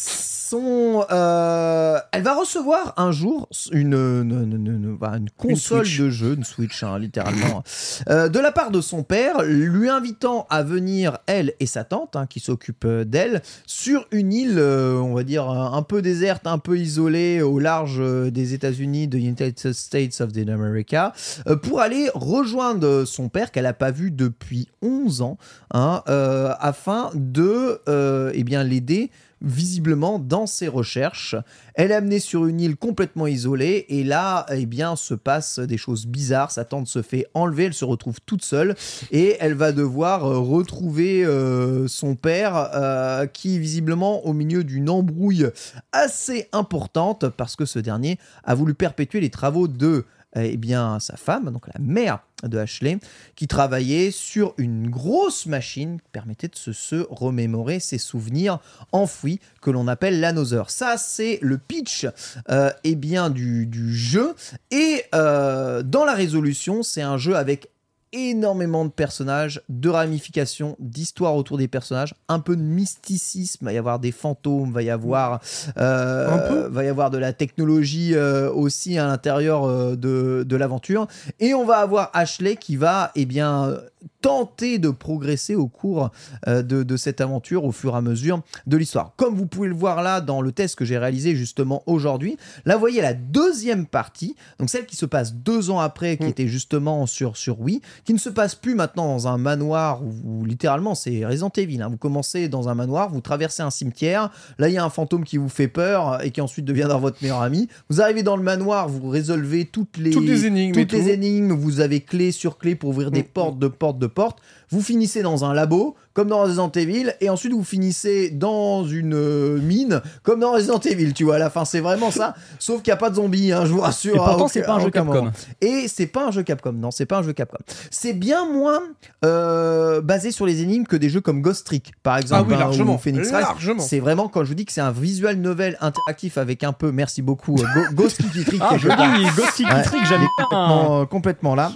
[SPEAKER 1] son, euh, elle va recevoir un jour une, une, une- une- bah, une console
[SPEAKER 3] Switch.
[SPEAKER 1] de jeu, une Switch, hein, littéralement, euh, de la part de son père, lui invitant à venir, elle et sa tante, hein, qui s'occupe euh, d'elle, sur une île, euh, on va dire, un un peu déserte, un peu isolée, au large euh, des États-Unis, de United States of the America, euh, pour aller rejoindre son père, qu'elle n'a pas vu depuis 11 ans, hein, euh, afin de euh, eh bien l'aider visiblement dans ses recherches. Elle est amenée sur une île complètement isolée et là, eh bien, se passe des choses bizarres. Sa tante se fait enlever, elle se retrouve toute seule et elle va devoir euh, retrouver euh, son père euh, qui, visiblement, au milieu d'une embrouille assez importante parce que ce dernier a voulu perpétuer les travaux de euh, eh bien, sa femme, donc la mère de Ashley, qui travaillait sur une grosse machine qui permettait de se, se remémorer ses souvenirs enfouis que l'on appelle l'anosaur. Ça, c'est le pitch euh, eh bien, du, du jeu. Et euh, dans la résolution, c'est un jeu avec énormément de personnages, de ramifications, d'histoires autour des personnages, un peu de mysticisme, va y avoir des fantômes, va y avoir, euh,
[SPEAKER 3] Un peu.
[SPEAKER 1] va y avoir de la technologie euh, aussi à l'intérieur euh, de, de l'aventure, et on va avoir Ashley qui va eh bien euh, tenter de progresser au cours euh, de, de cette aventure au fur et à mesure de l'histoire. Comme vous pouvez le voir là dans le test que j'ai réalisé justement aujourd'hui, là vous voyez la deuxième partie, donc celle qui se passe deux ans après,
[SPEAKER 3] Mm.
[SPEAKER 1] qui était justement sur, sur Wii, qui ne se passe plus maintenant dans un manoir où, où littéralement c'est Resident Evil. hein. Vous commencez dans un manoir, vous traversez un cimetière, là il y a un fantôme qui vous fait peur et qui ensuite deviendra votre meilleur ami. Vous arrivez dans le manoir, vous résolvez toutes les,
[SPEAKER 3] Toutes les énigmes
[SPEAKER 1] toutes
[SPEAKER 3] et
[SPEAKER 1] les
[SPEAKER 3] tout.
[SPEAKER 1] énigmes, vous avez clé sur clé pour ouvrir des
[SPEAKER 2] Mm,
[SPEAKER 1] portes de portes de portes. Vous finissez dans un labo, comme dans Resident Evil, et ensuite vous finissez dans une euh, mine, comme dans Resident Evil, tu vois, à la fin, c'est vraiment ça. Sauf qu'il n'y a pas de zombies, hein, je vous rassure.
[SPEAKER 2] Et pourtant,
[SPEAKER 1] à aucun-
[SPEAKER 2] c'est pas un
[SPEAKER 1] à
[SPEAKER 2] jeu
[SPEAKER 1] aucun
[SPEAKER 2] Capcom.
[SPEAKER 1] moment. Et c'est pas un jeu Capcom, non, c'est pas un jeu Capcom. C'est bien moins euh, basé sur les énigmes que des jeux comme Ghost Trick,
[SPEAKER 2] Ah
[SPEAKER 1] par exemple,
[SPEAKER 3] oui,
[SPEAKER 1] hein,
[SPEAKER 3] largement,
[SPEAKER 1] ou Phoenix Wright.
[SPEAKER 3] largement.
[SPEAKER 1] C'est vraiment quand je vous dis que c'est un visual novel interactif avec un peu, merci beaucoup, euh, Go- Ghost Trick Trick.
[SPEAKER 2] Ah,
[SPEAKER 1] et
[SPEAKER 2] je
[SPEAKER 1] je-
[SPEAKER 2] dis, Ghost Trick,
[SPEAKER 1] Ouais,
[SPEAKER 2] Trick,
[SPEAKER 1] il
[SPEAKER 2] j'aime
[SPEAKER 1] est
[SPEAKER 2] bien.
[SPEAKER 1] Ah, complètement, euh, complètement là.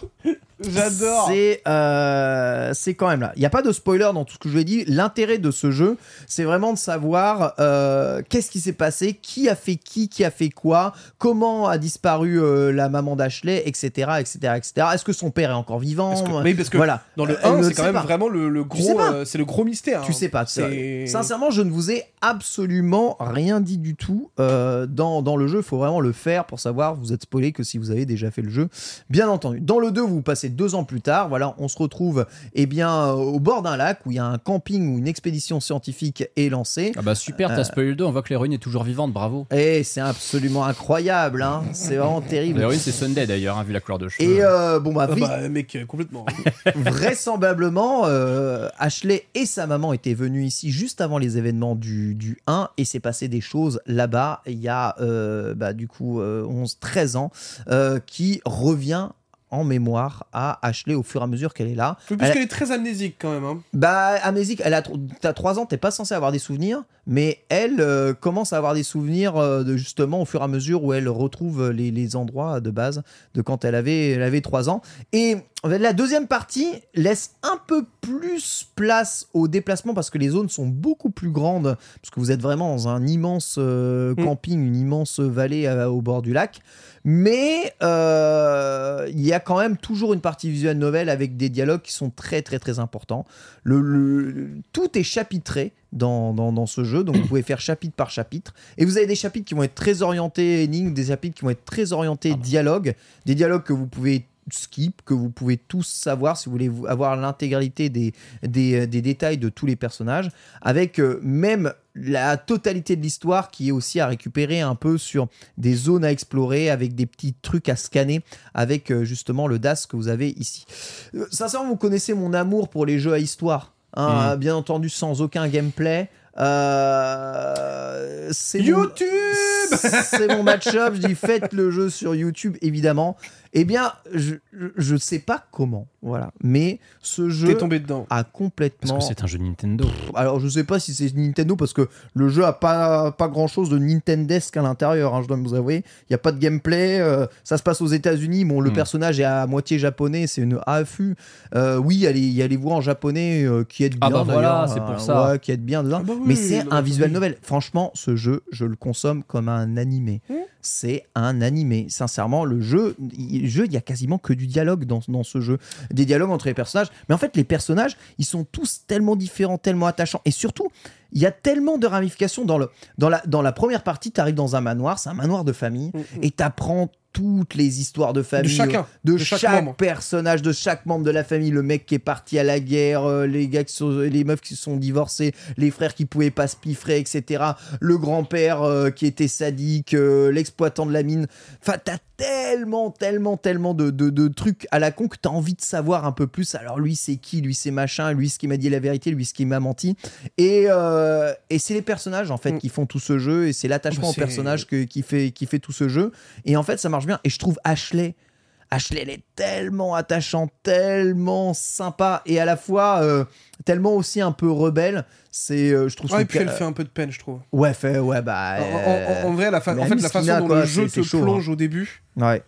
[SPEAKER 3] J'adore.
[SPEAKER 1] C'est euh, c'est quand même là. Il n'y a pas de spoiler dans tout ce que je vous ai dit. L'intérêt de ce jeu, c'est vraiment de savoir euh, qu'est-ce qui s'est passé, qui a fait qui, qui a fait quoi, comment a disparu euh, la maman d'Ashley, etc., etc., etc. Est-ce que son père est encore vivant
[SPEAKER 3] Parce que- oui, parce que
[SPEAKER 1] voilà.
[SPEAKER 3] Dans le
[SPEAKER 1] Euh,
[SPEAKER 3] 1,
[SPEAKER 1] ne
[SPEAKER 3] c'est
[SPEAKER 1] le
[SPEAKER 3] quand
[SPEAKER 1] sait
[SPEAKER 3] même
[SPEAKER 1] pas.
[SPEAKER 3] vraiment le, le
[SPEAKER 1] Tu sais
[SPEAKER 3] gros.
[SPEAKER 1] pas.
[SPEAKER 3] euh, c'est le gros mystère.
[SPEAKER 1] Tu
[SPEAKER 3] hein.
[SPEAKER 1] sais pas. tu sais
[SPEAKER 3] C'est-
[SPEAKER 1] pas. Sincèrement, je ne vous ai absolument rien dit du tout euh, dans, dans le jeu. Il faut vraiment le faire pour savoir. Vous êtes spoilé que si vous avez déjà fait le jeu, bien entendu. Dans le 2, vous passez deux ans plus tard. Voilà, on se retrouve eh bien, euh, au bord d'un lac où il y a un camping où une expédition scientifique est lancée.
[SPEAKER 2] Ah bah super, t'as spoilé le 2, on voit que l'héroïne est toujours vivante, bravo.
[SPEAKER 3] Ah.
[SPEAKER 1] Et c'est absolument incroyable. hein. C'est vraiment terrible.
[SPEAKER 2] L'héroïne Bah c'est Sunday d'ailleurs, hein, vu la couleur de cheveux.
[SPEAKER 1] Et euh, bon, bah,
[SPEAKER 3] Ah
[SPEAKER 1] vi-
[SPEAKER 3] bah, mec, euh, complètement.
[SPEAKER 1] vraisemblablement, euh, Ashley et sa maman étaient venus ici juste avant les événements du, du 1 et s'est passé des choses là-bas il y a euh, bah, du coup 11-13 ans euh, qui revient en mémoire à Ashley au fur et à mesure qu'elle est là.
[SPEAKER 3] Oui,
[SPEAKER 1] Elle-
[SPEAKER 3] Parce qu'elle est très amnésique quand même. hein.
[SPEAKER 1] bah, Amnésique, elle a, tro- t'as 3 ans, t'es pas censé avoir des souvenirs, mais elle euh, commence à avoir des souvenirs euh, de, justement au fur et à mesure où elle retrouve les, les endroits de base de quand elle avait, elle avait 3 ans. Et la deuxième partie laisse un peu plus place au déplacement parce que les zones sont beaucoup plus grandes, parce que vous êtes vraiment dans un immense euh,
[SPEAKER 3] Mm.
[SPEAKER 1] camping, une immense vallée euh, au bord du lac. Mais euh, il y a quand même toujours une partie visuelle novel avec des dialogues qui sont très très très importants. Le, le- tout est chapitré dans, dans, dans ce jeu, donc vous pouvez faire chapitre par chapitre. Et vous avez des chapitres qui vont être très orientés énigmes, des chapitres qui vont être très orientés dialogue, des dialogues que vous pouvez skip que vous pouvez tous savoir si vous voulez vous- avoir l'intégralité des, des, euh, des détails de tous les personnages, avec euh, même la totalité de l'histoire qui est aussi à récupérer un peu sur des zones à explorer avec des petits trucs à scanner avec euh, justement le DAS que vous avez ici. Euh, Sincèrement, vous connaissez mon amour pour les jeux à histoire, hein, bien entendu sans aucun gameplay. Euh, c'est YouTube C'est mon match-up, je dis faites le jeu sur YouTube, évidemment. Eh bien, je ne sais pas comment, voilà. Mais ce jeu
[SPEAKER 3] T'es tombé dedans.
[SPEAKER 1] a complètement...
[SPEAKER 2] Parce que c'est un jeu Nintendo.
[SPEAKER 1] Pff, Alors je sais pas si c'est Nintendo parce que le jeu a pas pas grand chose de Nintendesque à l'intérieur. hein, je dois vous avouer, il y a pas de gameplay. euh, ça se passe aux États-Unis. Bon, le
[SPEAKER 2] Mm.
[SPEAKER 1] personnage est à moitié japonais, c'est une AFU. Euh, oui, il y a les- il y a les voix en japonais euh, qui aident bien.
[SPEAKER 2] Ah bah voilà,
[SPEAKER 1] d'ailleurs,
[SPEAKER 2] c'est pour
[SPEAKER 1] euh,
[SPEAKER 2] ça. Ah
[SPEAKER 1] ouais, qui aident bien dedans.
[SPEAKER 3] bah oui,
[SPEAKER 1] Mais c'est
[SPEAKER 3] non,
[SPEAKER 1] un
[SPEAKER 3] mais
[SPEAKER 1] visuel
[SPEAKER 3] oui.
[SPEAKER 1] novel. Franchement, ce jeu, je le consomme comme un animé. C'est un animé. Sincèrement, le jeu, il jeu, il y a quasiment que du dialogue dans, dans ce jeu. Des dialogues entre les personnages. Mais en fait, les personnages, ils sont tous tellement différents, tellement attachants. Et surtout, il y a tellement de ramifications dans, le, dans, la, dans la première partie. Tu arrives dans un manoir, c'est un manoir de famille, et tu apprends toutes les histoires de famille oh.
[SPEAKER 3] chacun,
[SPEAKER 1] de,
[SPEAKER 3] de chaque
[SPEAKER 1] chaque,
[SPEAKER 3] membre.
[SPEAKER 1] personnage de chaque membre de la famille le mec qui est parti à la guerre euh, les gars qui sont, les meufs qui se sont divorcés les frères qui pouvaient pas se piffrer etc le grand père qui était sadique euh, l'exploitant de la mine enfin t'as tellement tellement tellement de, de, de trucs à la con que t'as envie de savoir un peu plus alors lui c'est qui lui c'est machin lui ce qui m'a dit la vérité lui ce qui m'a menti et, euh, et c'est les personnages en fait
[SPEAKER 3] Mm.
[SPEAKER 1] qui font tout ce jeu et c'est l'attachement aux
[SPEAKER 3] Oh, bah, c'est-
[SPEAKER 1] personnages que- qui, fait, qui fait tout ce jeu et en fait ça marche bien et je trouve Ashley Ashley, elle est tellement attachante, tellement sympa et à la fois euh, tellement aussi un peu rebelle. C'est, euh, je trouve,
[SPEAKER 3] Ouais,
[SPEAKER 1] son
[SPEAKER 3] et puis
[SPEAKER 1] ca-
[SPEAKER 3] elle fait un peu de peine, je trouve.
[SPEAKER 1] ouais, fait, ouais, bah,
[SPEAKER 3] En-
[SPEAKER 1] euh,
[SPEAKER 3] en, en- en vrai, la fa-
[SPEAKER 1] mais
[SPEAKER 3] en fait, la
[SPEAKER 1] Miskina,
[SPEAKER 3] façon dont
[SPEAKER 1] quoi,
[SPEAKER 3] le jeu
[SPEAKER 1] c'est- c'est
[SPEAKER 3] te
[SPEAKER 1] chaud, hein.
[SPEAKER 3] plonge au début,
[SPEAKER 1] ouais,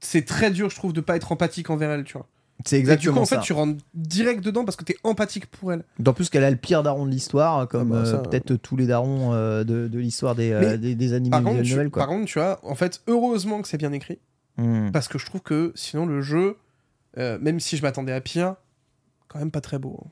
[SPEAKER 3] c'est très dur, je trouve, de pas être empathique envers elle, tu vois.
[SPEAKER 1] c'est
[SPEAKER 3] Et du
[SPEAKER 1] exactement
[SPEAKER 3] coup, en fait,
[SPEAKER 1] ça.
[SPEAKER 3] tu rentres direct dedans parce que t'es empathique pour elle.
[SPEAKER 1] D'en plus qu'elle a le pire daron de l'histoire, comme
[SPEAKER 3] Ah bah, ça,
[SPEAKER 1] euh, peut-être tous les darons euh, de, de l'histoire des, euh,
[SPEAKER 3] Mais,
[SPEAKER 1] des, des animés
[SPEAKER 3] Par
[SPEAKER 1] visuels
[SPEAKER 3] contre, tu,
[SPEAKER 1] nouvelles,
[SPEAKER 3] par
[SPEAKER 1] quoi.
[SPEAKER 3] contre, tu vois, en fait, heureusement que c'est bien écrit
[SPEAKER 1] Hmm.
[SPEAKER 3] parce que je trouve que sinon, le jeu, euh, même si je m'attendais à pire, quand même pas très beau. hein.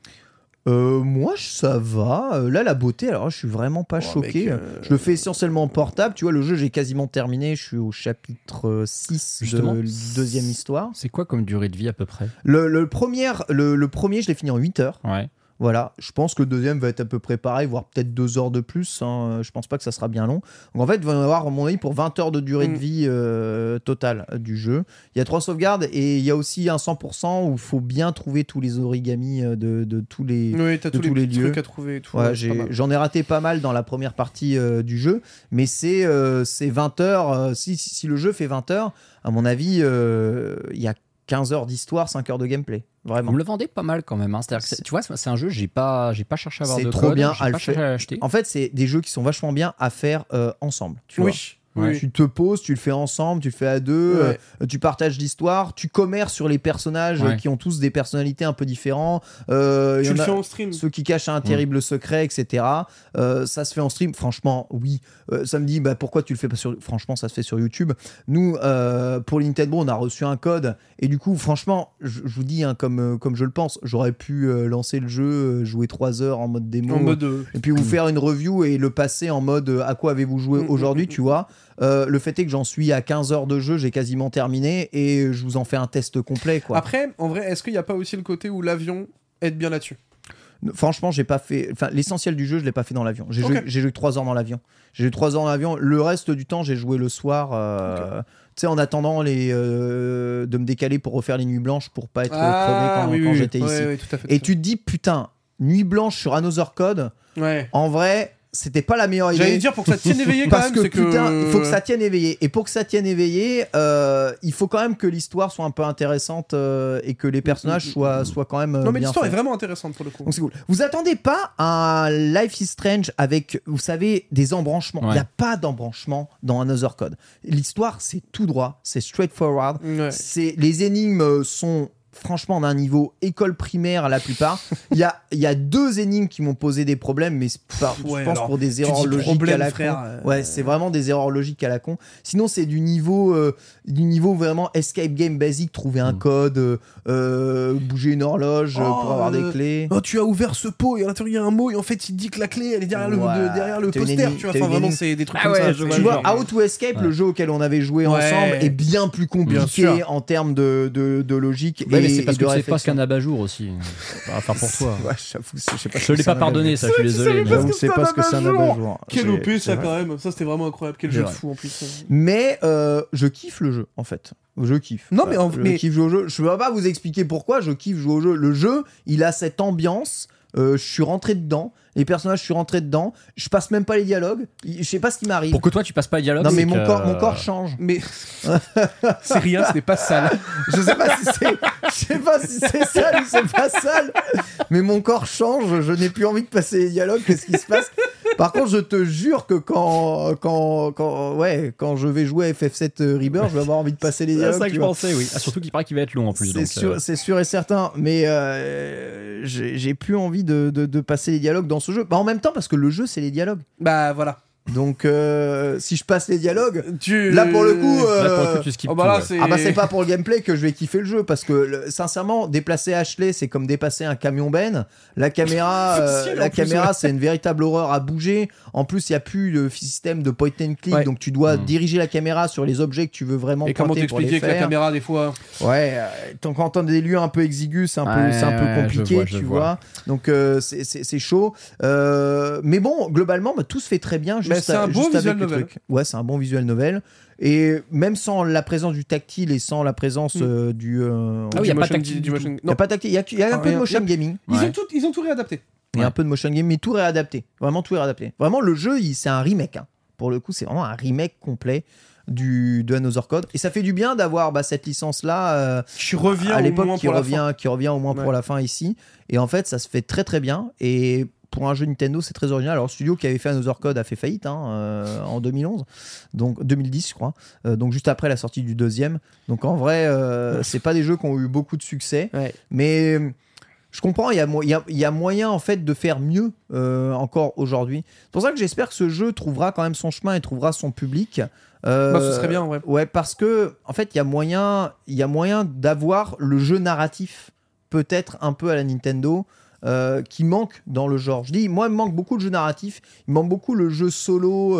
[SPEAKER 1] Euh, moi, je- ça va. Euh, Là, la beauté, alors je suis vraiment pas
[SPEAKER 3] Oh,
[SPEAKER 1] choqué.
[SPEAKER 3] mec, euh,
[SPEAKER 1] Je le fais essentiellement en portable. Tu vois, le jeu, j'ai quasiment terminé. Je suis au chapitre euh, 6
[SPEAKER 2] Justement.
[SPEAKER 1] de la deuxième histoire.
[SPEAKER 2] C'est quoi comme durée de vie à peu près
[SPEAKER 1] Le, le premier, le, le premier, je l'ai fini en 8 heures.
[SPEAKER 2] Ouais.
[SPEAKER 1] Voilà, je pense que le deuxième va être à peu près pareil, voire peut-être 2 heures de plus. hein. Je pense pas que ça sera bien long. Donc en fait, on va avoir, à mon avis, pour 20 heures de durée
[SPEAKER 3] Mm.
[SPEAKER 1] de vie euh, totale euh, du jeu. Il y a trois sauvegardes et il y a aussi un 100% où il faut bien trouver tous les origamis euh, de, de tous les.
[SPEAKER 3] Oui, t'as
[SPEAKER 1] de
[SPEAKER 3] tous les,
[SPEAKER 1] tous les
[SPEAKER 3] petits
[SPEAKER 1] lieux.
[SPEAKER 3] trucs à trouver et tout.
[SPEAKER 1] Ouais,
[SPEAKER 3] c'est
[SPEAKER 1] j'ai-
[SPEAKER 3] pas mal.
[SPEAKER 1] J'en ai, raté pas mal dans la première partie euh, du jeu, mais c'est euh, c'est 20 heures. euh, si, si- si le jeu fait 20 heures, à mon avis, euh, il y a 15 heures d'histoire, 5 heures de gameplay. Vraiment.
[SPEAKER 2] On me le vendait pas mal quand même. hein. C'est-à-dire que c'est- tu vois, c'est c'est un jeu, j'ai pas, j'ai pas cherché à avoir
[SPEAKER 1] C'est
[SPEAKER 2] de
[SPEAKER 1] trop
[SPEAKER 2] code,
[SPEAKER 1] bien
[SPEAKER 2] j'ai
[SPEAKER 1] à
[SPEAKER 2] pas
[SPEAKER 1] le
[SPEAKER 2] cherché à l'acheter.
[SPEAKER 1] En fait, c'est des jeux qui sont vachement bien à faire euh, ensemble. Tu vois.
[SPEAKER 3] Oui. oui, oui.
[SPEAKER 1] Tu te poses, tu le fais ensemble, tu le fais à deux,
[SPEAKER 3] Ouais.
[SPEAKER 1] euh, tu partages l'histoire, tu commerces sur les personnages euh,
[SPEAKER 2] Ouais.
[SPEAKER 1] qui ont tous des personnalités un peu différentes. Euh, il y
[SPEAKER 3] Tu
[SPEAKER 1] en
[SPEAKER 3] le
[SPEAKER 1] a-
[SPEAKER 3] fais en stream.
[SPEAKER 1] ceux qui cachent un terrible secret, etc. Euh, ça se fait en stream, franchement, oui. Euh, ça me dit, bah, pourquoi tu le fais pas sur. Franchement, ça se fait sur YouTube. Nous, euh, pour Nintendo, on a reçu un code. Et du coup, franchement, je je vous dis, hein, comme, euh, comme je le pense, j'aurais pu euh, lancer le jeu, euh, jouer 3 heures en mode démo.
[SPEAKER 3] En mode. euh,
[SPEAKER 1] Et puis vous faire une review et le passer en mode euh, à quoi avez-vous joué
[SPEAKER 3] Mm, mm,
[SPEAKER 1] aujourd'hui,
[SPEAKER 3] mm,
[SPEAKER 1] tu vois. Euh, le fait est que j'en suis à 15 heures de jeu, j'ai quasiment terminé et je vous en fais un test complet, quoi.
[SPEAKER 3] Après, en vrai, est-ce qu'il n'y a pas aussi le côté où l'avion aide bien là-dessus
[SPEAKER 1] Franchement, j'ai pas fait. Enfin, l'essentiel du jeu, je l'ai pas fait dans l'avion. J'ai
[SPEAKER 3] Ok.
[SPEAKER 1] joué- j'ai joué 3 heures dans l'avion. J'ai joué 3 heures dans l'avion. Le reste du temps, j'ai joué le soir. euh, Tu sais, en attendant les, euh, de me décaler pour refaire les nuits blanches pour pas être crevé quand,
[SPEAKER 3] Ah, oui,
[SPEAKER 1] quand
[SPEAKER 3] oui,
[SPEAKER 1] j'étais
[SPEAKER 3] oui.
[SPEAKER 1] ici.
[SPEAKER 3] Ouais, ouais, tout à fait,
[SPEAKER 1] Et
[SPEAKER 3] tout
[SPEAKER 1] tu te dis, putain, nuit blanche sur Another Code,
[SPEAKER 3] à fait. Ouais.
[SPEAKER 1] en vrai, c'était pas la meilleure idée.
[SPEAKER 3] J'allais dire pour que ça tienne éveillé quand
[SPEAKER 1] Parce
[SPEAKER 3] même.
[SPEAKER 1] que
[SPEAKER 3] c'est
[SPEAKER 1] putain, il faut que ça tienne éveillé. Et pour que ça tienne éveillé, euh, il faut quand même que l'histoire soit un peu intéressante euh, et que les
[SPEAKER 3] Mm,
[SPEAKER 1] personnages soient, soient quand même. euh,
[SPEAKER 3] Non, mais
[SPEAKER 1] bien
[SPEAKER 3] l'histoire est
[SPEAKER 1] faits.
[SPEAKER 3] vraiment intéressante pour le coup.
[SPEAKER 1] Donc c'est cool. Vous attendez pas un Life is Strange avec, vous savez, des embranchements. Il
[SPEAKER 2] Ouais.
[SPEAKER 1] n'y a pas d'embranchement dans Another Code. L'histoire, c'est tout droit, c'est straightforward.
[SPEAKER 3] Ouais.
[SPEAKER 1] C'est Les énigmes euh, sont franchement d'un niveau école primaire la plupart. Il y a, il y a deux énigmes qui m'ont posé des problèmes, mais c'est pas-
[SPEAKER 3] Ouais,
[SPEAKER 1] je pense
[SPEAKER 3] alors,
[SPEAKER 1] pour des
[SPEAKER 3] tu
[SPEAKER 1] erreurs
[SPEAKER 3] dis
[SPEAKER 1] logiques
[SPEAKER 3] problème,
[SPEAKER 1] à la
[SPEAKER 3] frère,
[SPEAKER 1] con.
[SPEAKER 3] euh,
[SPEAKER 1] Ouais, c'est vraiment des erreurs logiques à la con. Sinon, c'est du niveau, euh, du niveau vraiment escape game basique, trouver
[SPEAKER 2] Hmm.
[SPEAKER 1] un code, euh, euh, bouger une horloge euh, pour avoir des clés.
[SPEAKER 3] Oh, tu as ouvert ce pot et à l'intérieur il y a un mot et en fait il te dit que la clé elle est derrière le,
[SPEAKER 1] Ouais,
[SPEAKER 3] de- derrière le
[SPEAKER 1] t'as une
[SPEAKER 3] poster.
[SPEAKER 1] énigme-
[SPEAKER 3] Tu vois,
[SPEAKER 1] t'as
[SPEAKER 3] enfin,
[SPEAKER 1] une
[SPEAKER 3] vraiment
[SPEAKER 1] énigme.
[SPEAKER 3] c'est des trucs
[SPEAKER 1] Ah
[SPEAKER 3] comme
[SPEAKER 1] ouais,
[SPEAKER 3] ça. Bah je
[SPEAKER 1] tu
[SPEAKER 3] vois,
[SPEAKER 1] vois,
[SPEAKER 3] le genre.
[SPEAKER 1] Out to Escape, le jeu auquel on avait joué
[SPEAKER 3] Ouais.
[SPEAKER 1] ensemble, est bien plus
[SPEAKER 3] Bien
[SPEAKER 1] compliqué
[SPEAKER 3] sûr.
[SPEAKER 1] en termes de, de, de logique.
[SPEAKER 2] Ouais,
[SPEAKER 1] et,
[SPEAKER 2] mais c'est parce
[SPEAKER 1] et de
[SPEAKER 2] que c'est pas
[SPEAKER 1] réflexion.
[SPEAKER 2] qu'un abat-jour aussi. Ça va faire pour toi.
[SPEAKER 1] Ouais, j'avoue, c'est- je sais pas
[SPEAKER 2] Je
[SPEAKER 1] ce
[SPEAKER 2] te
[SPEAKER 1] que
[SPEAKER 2] l'ai
[SPEAKER 1] c'est
[SPEAKER 2] pas
[SPEAKER 1] un
[SPEAKER 2] pardonné,
[SPEAKER 1] abat-jour.
[SPEAKER 2] ça, je suis
[SPEAKER 1] Tu sais
[SPEAKER 2] désolé.
[SPEAKER 1] pas ce que c'est un abat-jour.
[SPEAKER 3] Quel
[SPEAKER 1] hein. C'est-
[SPEAKER 3] OP
[SPEAKER 1] c'est
[SPEAKER 3] ça
[SPEAKER 1] vrai.
[SPEAKER 3] quand même. Ça c'était vraiment incroyable. Quel
[SPEAKER 1] C'est
[SPEAKER 3] jeu de
[SPEAKER 1] vrai.
[SPEAKER 3] fou en plus.
[SPEAKER 1] Mais euh, je kiffe le jeu, en fait. Je kiffe.
[SPEAKER 3] Non, mais en-
[SPEAKER 1] je
[SPEAKER 3] mais-
[SPEAKER 1] kiffe jouer au jeu. Je peux pas vous expliquer pourquoi je kiffe jouer au jeu. Le jeu, il a cette ambiance. euh, je suis rentré dedans. Les personnages, je suis rentré dedans. Je passe même pas les dialogues. Je sais pas ce qui m'arrive.
[SPEAKER 2] Pour que toi, tu passes pas le dialogue.
[SPEAKER 1] Non, mais
[SPEAKER 2] c'est
[SPEAKER 1] mon
[SPEAKER 2] que- euh,
[SPEAKER 1] corps, mon corps change.
[SPEAKER 3] Mais c'est rien, ce n'est pas sale.
[SPEAKER 1] Je sais pas si c'est, je sais pas si c'est sale ou c'est pas sale, mais mon corps change. Je n'ai plus envie de passer les dialogues. Qu'est-ce qui se passe Par contre, je te jure que quand, quand, quand, ouais, quand je vais jouer à FF7 euh, Rebirth, je vais avoir envie de passer les
[SPEAKER 2] C'est
[SPEAKER 1] dialogues.
[SPEAKER 2] ça que
[SPEAKER 1] tu
[SPEAKER 2] je
[SPEAKER 1] vois.
[SPEAKER 2] pensais, oui. Ah, surtout qu'il paraît qu'il va être long en plus.
[SPEAKER 1] C'est
[SPEAKER 2] donc,
[SPEAKER 1] sûr,
[SPEAKER 2] euh,
[SPEAKER 1] c'est sûr et certain, mais euh, j'ai j'ai plus envie de, de- de passer les dialogues dans ce jeu. Bah, en même temps, parce que le jeu, c'est les dialogues.
[SPEAKER 3] Bah voilà.
[SPEAKER 1] Donc, euh, si je passe les dialogues,
[SPEAKER 3] Tu...
[SPEAKER 1] là pour le coup,
[SPEAKER 2] là, pour
[SPEAKER 1] euh,
[SPEAKER 2] le coup, tu skippes
[SPEAKER 3] oh, bah
[SPEAKER 2] tout,
[SPEAKER 3] là,
[SPEAKER 2] ouais.
[SPEAKER 3] c'est-
[SPEAKER 1] ah bah c'est pas pour le gameplay que je vais kiffer le jeu parce que le- sincèrement déplacer Ashley c'est comme dépasser un camion Ben la caméra euh,
[SPEAKER 3] Facile, en
[SPEAKER 1] la
[SPEAKER 3] plus,
[SPEAKER 1] caméra
[SPEAKER 3] ouais.
[SPEAKER 1] c'est une véritable horreur à bouger en plus il y a plus le système de point and click
[SPEAKER 3] Ouais.
[SPEAKER 1] donc tu dois
[SPEAKER 3] Hmm.
[SPEAKER 2] Mm.
[SPEAKER 1] diriger la caméra sur les objets que tu veux vraiment
[SPEAKER 3] Et comment
[SPEAKER 1] pointer pour les
[SPEAKER 3] t'expliquer que la
[SPEAKER 1] faire. Ah
[SPEAKER 3] caméra des fois
[SPEAKER 1] ouais euh, tant- quand t'as des lieux un peu exigus c'est un peu
[SPEAKER 2] Ouais,
[SPEAKER 1] c'est un peu
[SPEAKER 2] ouais, je
[SPEAKER 1] compliqué
[SPEAKER 2] vois, je
[SPEAKER 1] tu vois,
[SPEAKER 2] vois.
[SPEAKER 1] donc euh, c'est- c'est c'est chaud Euh, mais bon globalement bah, tout se fait très bien juste,
[SPEAKER 3] Mais c'est
[SPEAKER 1] à-
[SPEAKER 3] un bon
[SPEAKER 1] juste
[SPEAKER 3] visual
[SPEAKER 1] avec le
[SPEAKER 3] novel.
[SPEAKER 1] truc ouais c'est un bon visual novel et même sans la présence du tactile et sans la présence
[SPEAKER 3] Mm.
[SPEAKER 1] euh, du. euh,
[SPEAKER 2] Ah oui,
[SPEAKER 3] Du
[SPEAKER 2] y a pas
[SPEAKER 3] motion-
[SPEAKER 2] tactile
[SPEAKER 3] du
[SPEAKER 2] du
[SPEAKER 3] motion-
[SPEAKER 1] Il y a
[SPEAKER 3] Non,
[SPEAKER 1] pas tactile. Il y a, il y a un
[SPEAKER 3] Ah,
[SPEAKER 1] peu de
[SPEAKER 3] rien.
[SPEAKER 1] motion gaming.
[SPEAKER 3] ils
[SPEAKER 2] Ouais.
[SPEAKER 3] ont tout, ils ont tout réadapté.
[SPEAKER 1] Il y a un peu de motion gaming, mais tout réadapté. Vraiment tout réadapté. Vraiment, le jeu, il- c'est un remake. hein. Pour le coup, c'est vraiment un remake complet du, de Another Code. Et ça fait du bien d'avoir bah, cette licence-là. euh,
[SPEAKER 3] Qui revient
[SPEAKER 1] à
[SPEAKER 3] au
[SPEAKER 1] l'époque
[SPEAKER 3] moins
[SPEAKER 1] qui
[SPEAKER 3] pour la
[SPEAKER 1] revient qui revient au moins
[SPEAKER 3] Ouais.
[SPEAKER 1] pour la fin ici et en fait ça se fait très très bien et pour un jeu Nintendo c'est très original alors le studio qui avait fait Another Code a fait faillite hein, euh, en 2011 donc 2010 je crois Euh, donc juste après la sortie du deuxième donc en vrai euh, c'est pas des jeux qui ont eu beaucoup de succès
[SPEAKER 3] Ouais.
[SPEAKER 1] mais euh, je comprends, il y a, mo- il y a- il y a moyen en fait de faire mieux euh, encore aujourd'hui. C'est pour ça que j'espère que ce jeu trouvera quand même son chemin et trouvera son public. Euh,
[SPEAKER 3] Bah, ce serait bien, ouais.
[SPEAKER 1] Ouais, parce que en fait, il y a moyen, il y a moyen d'avoir le jeu narratif peut-être un peu à la Nintendo euh, qui manque dans le genre. Je dis, moi, il me manque beaucoup le jeu narratif. Il me manque beaucoup le jeu solo,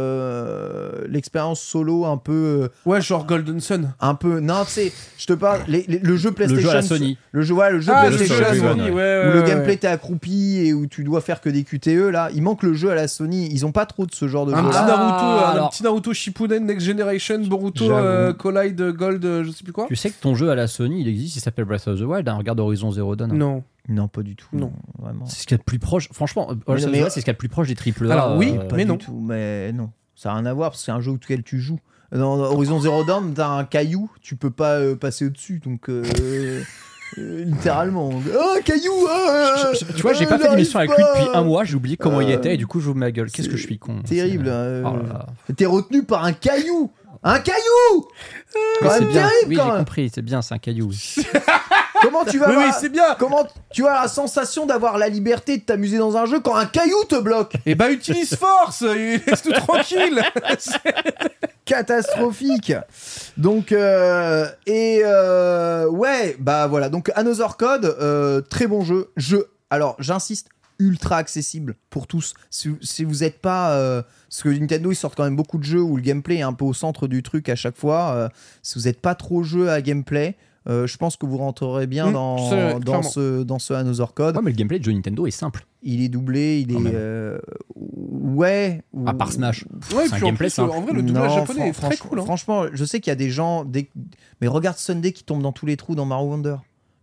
[SPEAKER 1] euh, l'expérience solo un peu,
[SPEAKER 3] Ouais, genre Golden Sun.
[SPEAKER 1] un peu. Non, tu sais, je te parle les- les- le jeu
[SPEAKER 2] Le
[SPEAKER 1] PlayStation.
[SPEAKER 2] jeu à la Sony.
[SPEAKER 1] Le jeu, ouais, le jeu
[SPEAKER 3] Ah,
[SPEAKER 2] le
[SPEAKER 3] c'est
[SPEAKER 1] PlayStation.
[SPEAKER 2] jeu à la Sony,
[SPEAKER 3] ouais,
[SPEAKER 2] ouais.
[SPEAKER 3] ouais,
[SPEAKER 1] Où le
[SPEAKER 3] ouais.
[SPEAKER 1] gameplay t'es accroupi et où tu dois faire que des QTE là, il manque le jeu à la Sony, ils ont pas trop de ce genre de jeu
[SPEAKER 3] Un petit,
[SPEAKER 1] là.
[SPEAKER 2] Ah,
[SPEAKER 3] Naruto, un
[SPEAKER 2] alors.
[SPEAKER 3] petit Naruto Shippuden Next Generation, Boruto
[SPEAKER 1] J'avoue.
[SPEAKER 3] euh, Collide Gold, euh, je sais plus quoi.
[SPEAKER 2] Tu sais que ton jeu à la Sony, il existe, il s'appelle Breath of the Wild. hein, regarde Horizon Zero Dawn. hein.
[SPEAKER 3] Non.
[SPEAKER 1] Non, pas du tout.
[SPEAKER 3] Non.
[SPEAKER 1] vraiment.
[SPEAKER 2] C'est ce qu'il y a de plus proche. Franchement, Breath of the
[SPEAKER 1] mais-
[SPEAKER 2] Wild, c'est ce qu'il y a de plus proche des triple A. euh,
[SPEAKER 3] Alors, oui,
[SPEAKER 1] Pas
[SPEAKER 3] mais
[SPEAKER 1] du
[SPEAKER 3] non.
[SPEAKER 1] tout, mais non. Ça n'a rien à voir parce que c'est un jeu auquel tu joues. Dans Horizon Zero Dawn, t'as un caillou, tu peux pas euh, passer au-dessus, donc euh, euh, littéralement. Ah, caillou ah,
[SPEAKER 2] Je- je- tu vois, j'ai
[SPEAKER 1] euh,
[SPEAKER 2] pas fait
[SPEAKER 1] j'arrive
[SPEAKER 2] d'émission avec
[SPEAKER 1] pas.
[SPEAKER 2] lui depuis un mois, j'ai oublié comment il
[SPEAKER 1] Euh,
[SPEAKER 2] était et du coup, j'ouvre ma gueule. Qu'est-ce que je suis con.
[SPEAKER 1] Terrible.
[SPEAKER 2] c'est-
[SPEAKER 1] euh,
[SPEAKER 2] Oh là là.
[SPEAKER 1] T'es retenu par un caillou Un caillou
[SPEAKER 2] Oui,
[SPEAKER 1] Quand
[SPEAKER 2] c'est
[SPEAKER 1] même
[SPEAKER 2] bien.
[SPEAKER 1] terrible
[SPEAKER 2] Oui,
[SPEAKER 1] quand
[SPEAKER 2] j'ai
[SPEAKER 1] même.
[SPEAKER 2] compris, c'est bien, c'est un caillou.
[SPEAKER 1] Comment tu vas
[SPEAKER 3] Oui,
[SPEAKER 1] avoir-
[SPEAKER 3] oui, c'est bien.
[SPEAKER 1] Comment tu as la sensation d'avoir la liberté de t'amuser dans un jeu quand un caillou te bloque
[SPEAKER 3] Et bah utilise force, euh, laisse-nous tranquille.
[SPEAKER 1] Catastrophique Donc, euh, et euh, ouais, bah voilà. Donc, Another Code, euh, très bon jeu. Jeu, alors j'insiste, ultra accessible pour tous. Si, si vous n'êtes pas. euh, parce que Nintendo, ils sortent quand même beaucoup de jeux où le gameplay est un peu au centre du truc à chaque fois. euh, si vous n'êtes pas trop jeu à gameplay. euh, je pense que vous rentrerez bien
[SPEAKER 3] Mm, c'est-
[SPEAKER 1] dans, dans,
[SPEAKER 3] clairement.
[SPEAKER 1] ce, dans ce Another Code.
[SPEAKER 2] Ouais, mais le gameplay de jeu Nintendo est simple.
[SPEAKER 1] Il est doublé, il
[SPEAKER 2] Quand
[SPEAKER 1] est.
[SPEAKER 2] même.
[SPEAKER 1] euh, ouais.
[SPEAKER 2] À part Smash.
[SPEAKER 3] Ouais,
[SPEAKER 2] C'est un
[SPEAKER 3] puis en
[SPEAKER 2] gameplay
[SPEAKER 3] plus, euh,
[SPEAKER 2] simple.
[SPEAKER 3] en vrai, le doublage
[SPEAKER 1] Non,
[SPEAKER 3] japonais est
[SPEAKER 1] fran-
[SPEAKER 3] très
[SPEAKER 1] franch-
[SPEAKER 3] cool. hein.
[SPEAKER 1] Franchement, je sais qu'il y a des gens. Des... Mais regarde Sunday qui tombe dans tous les trous dans Mario Wonder.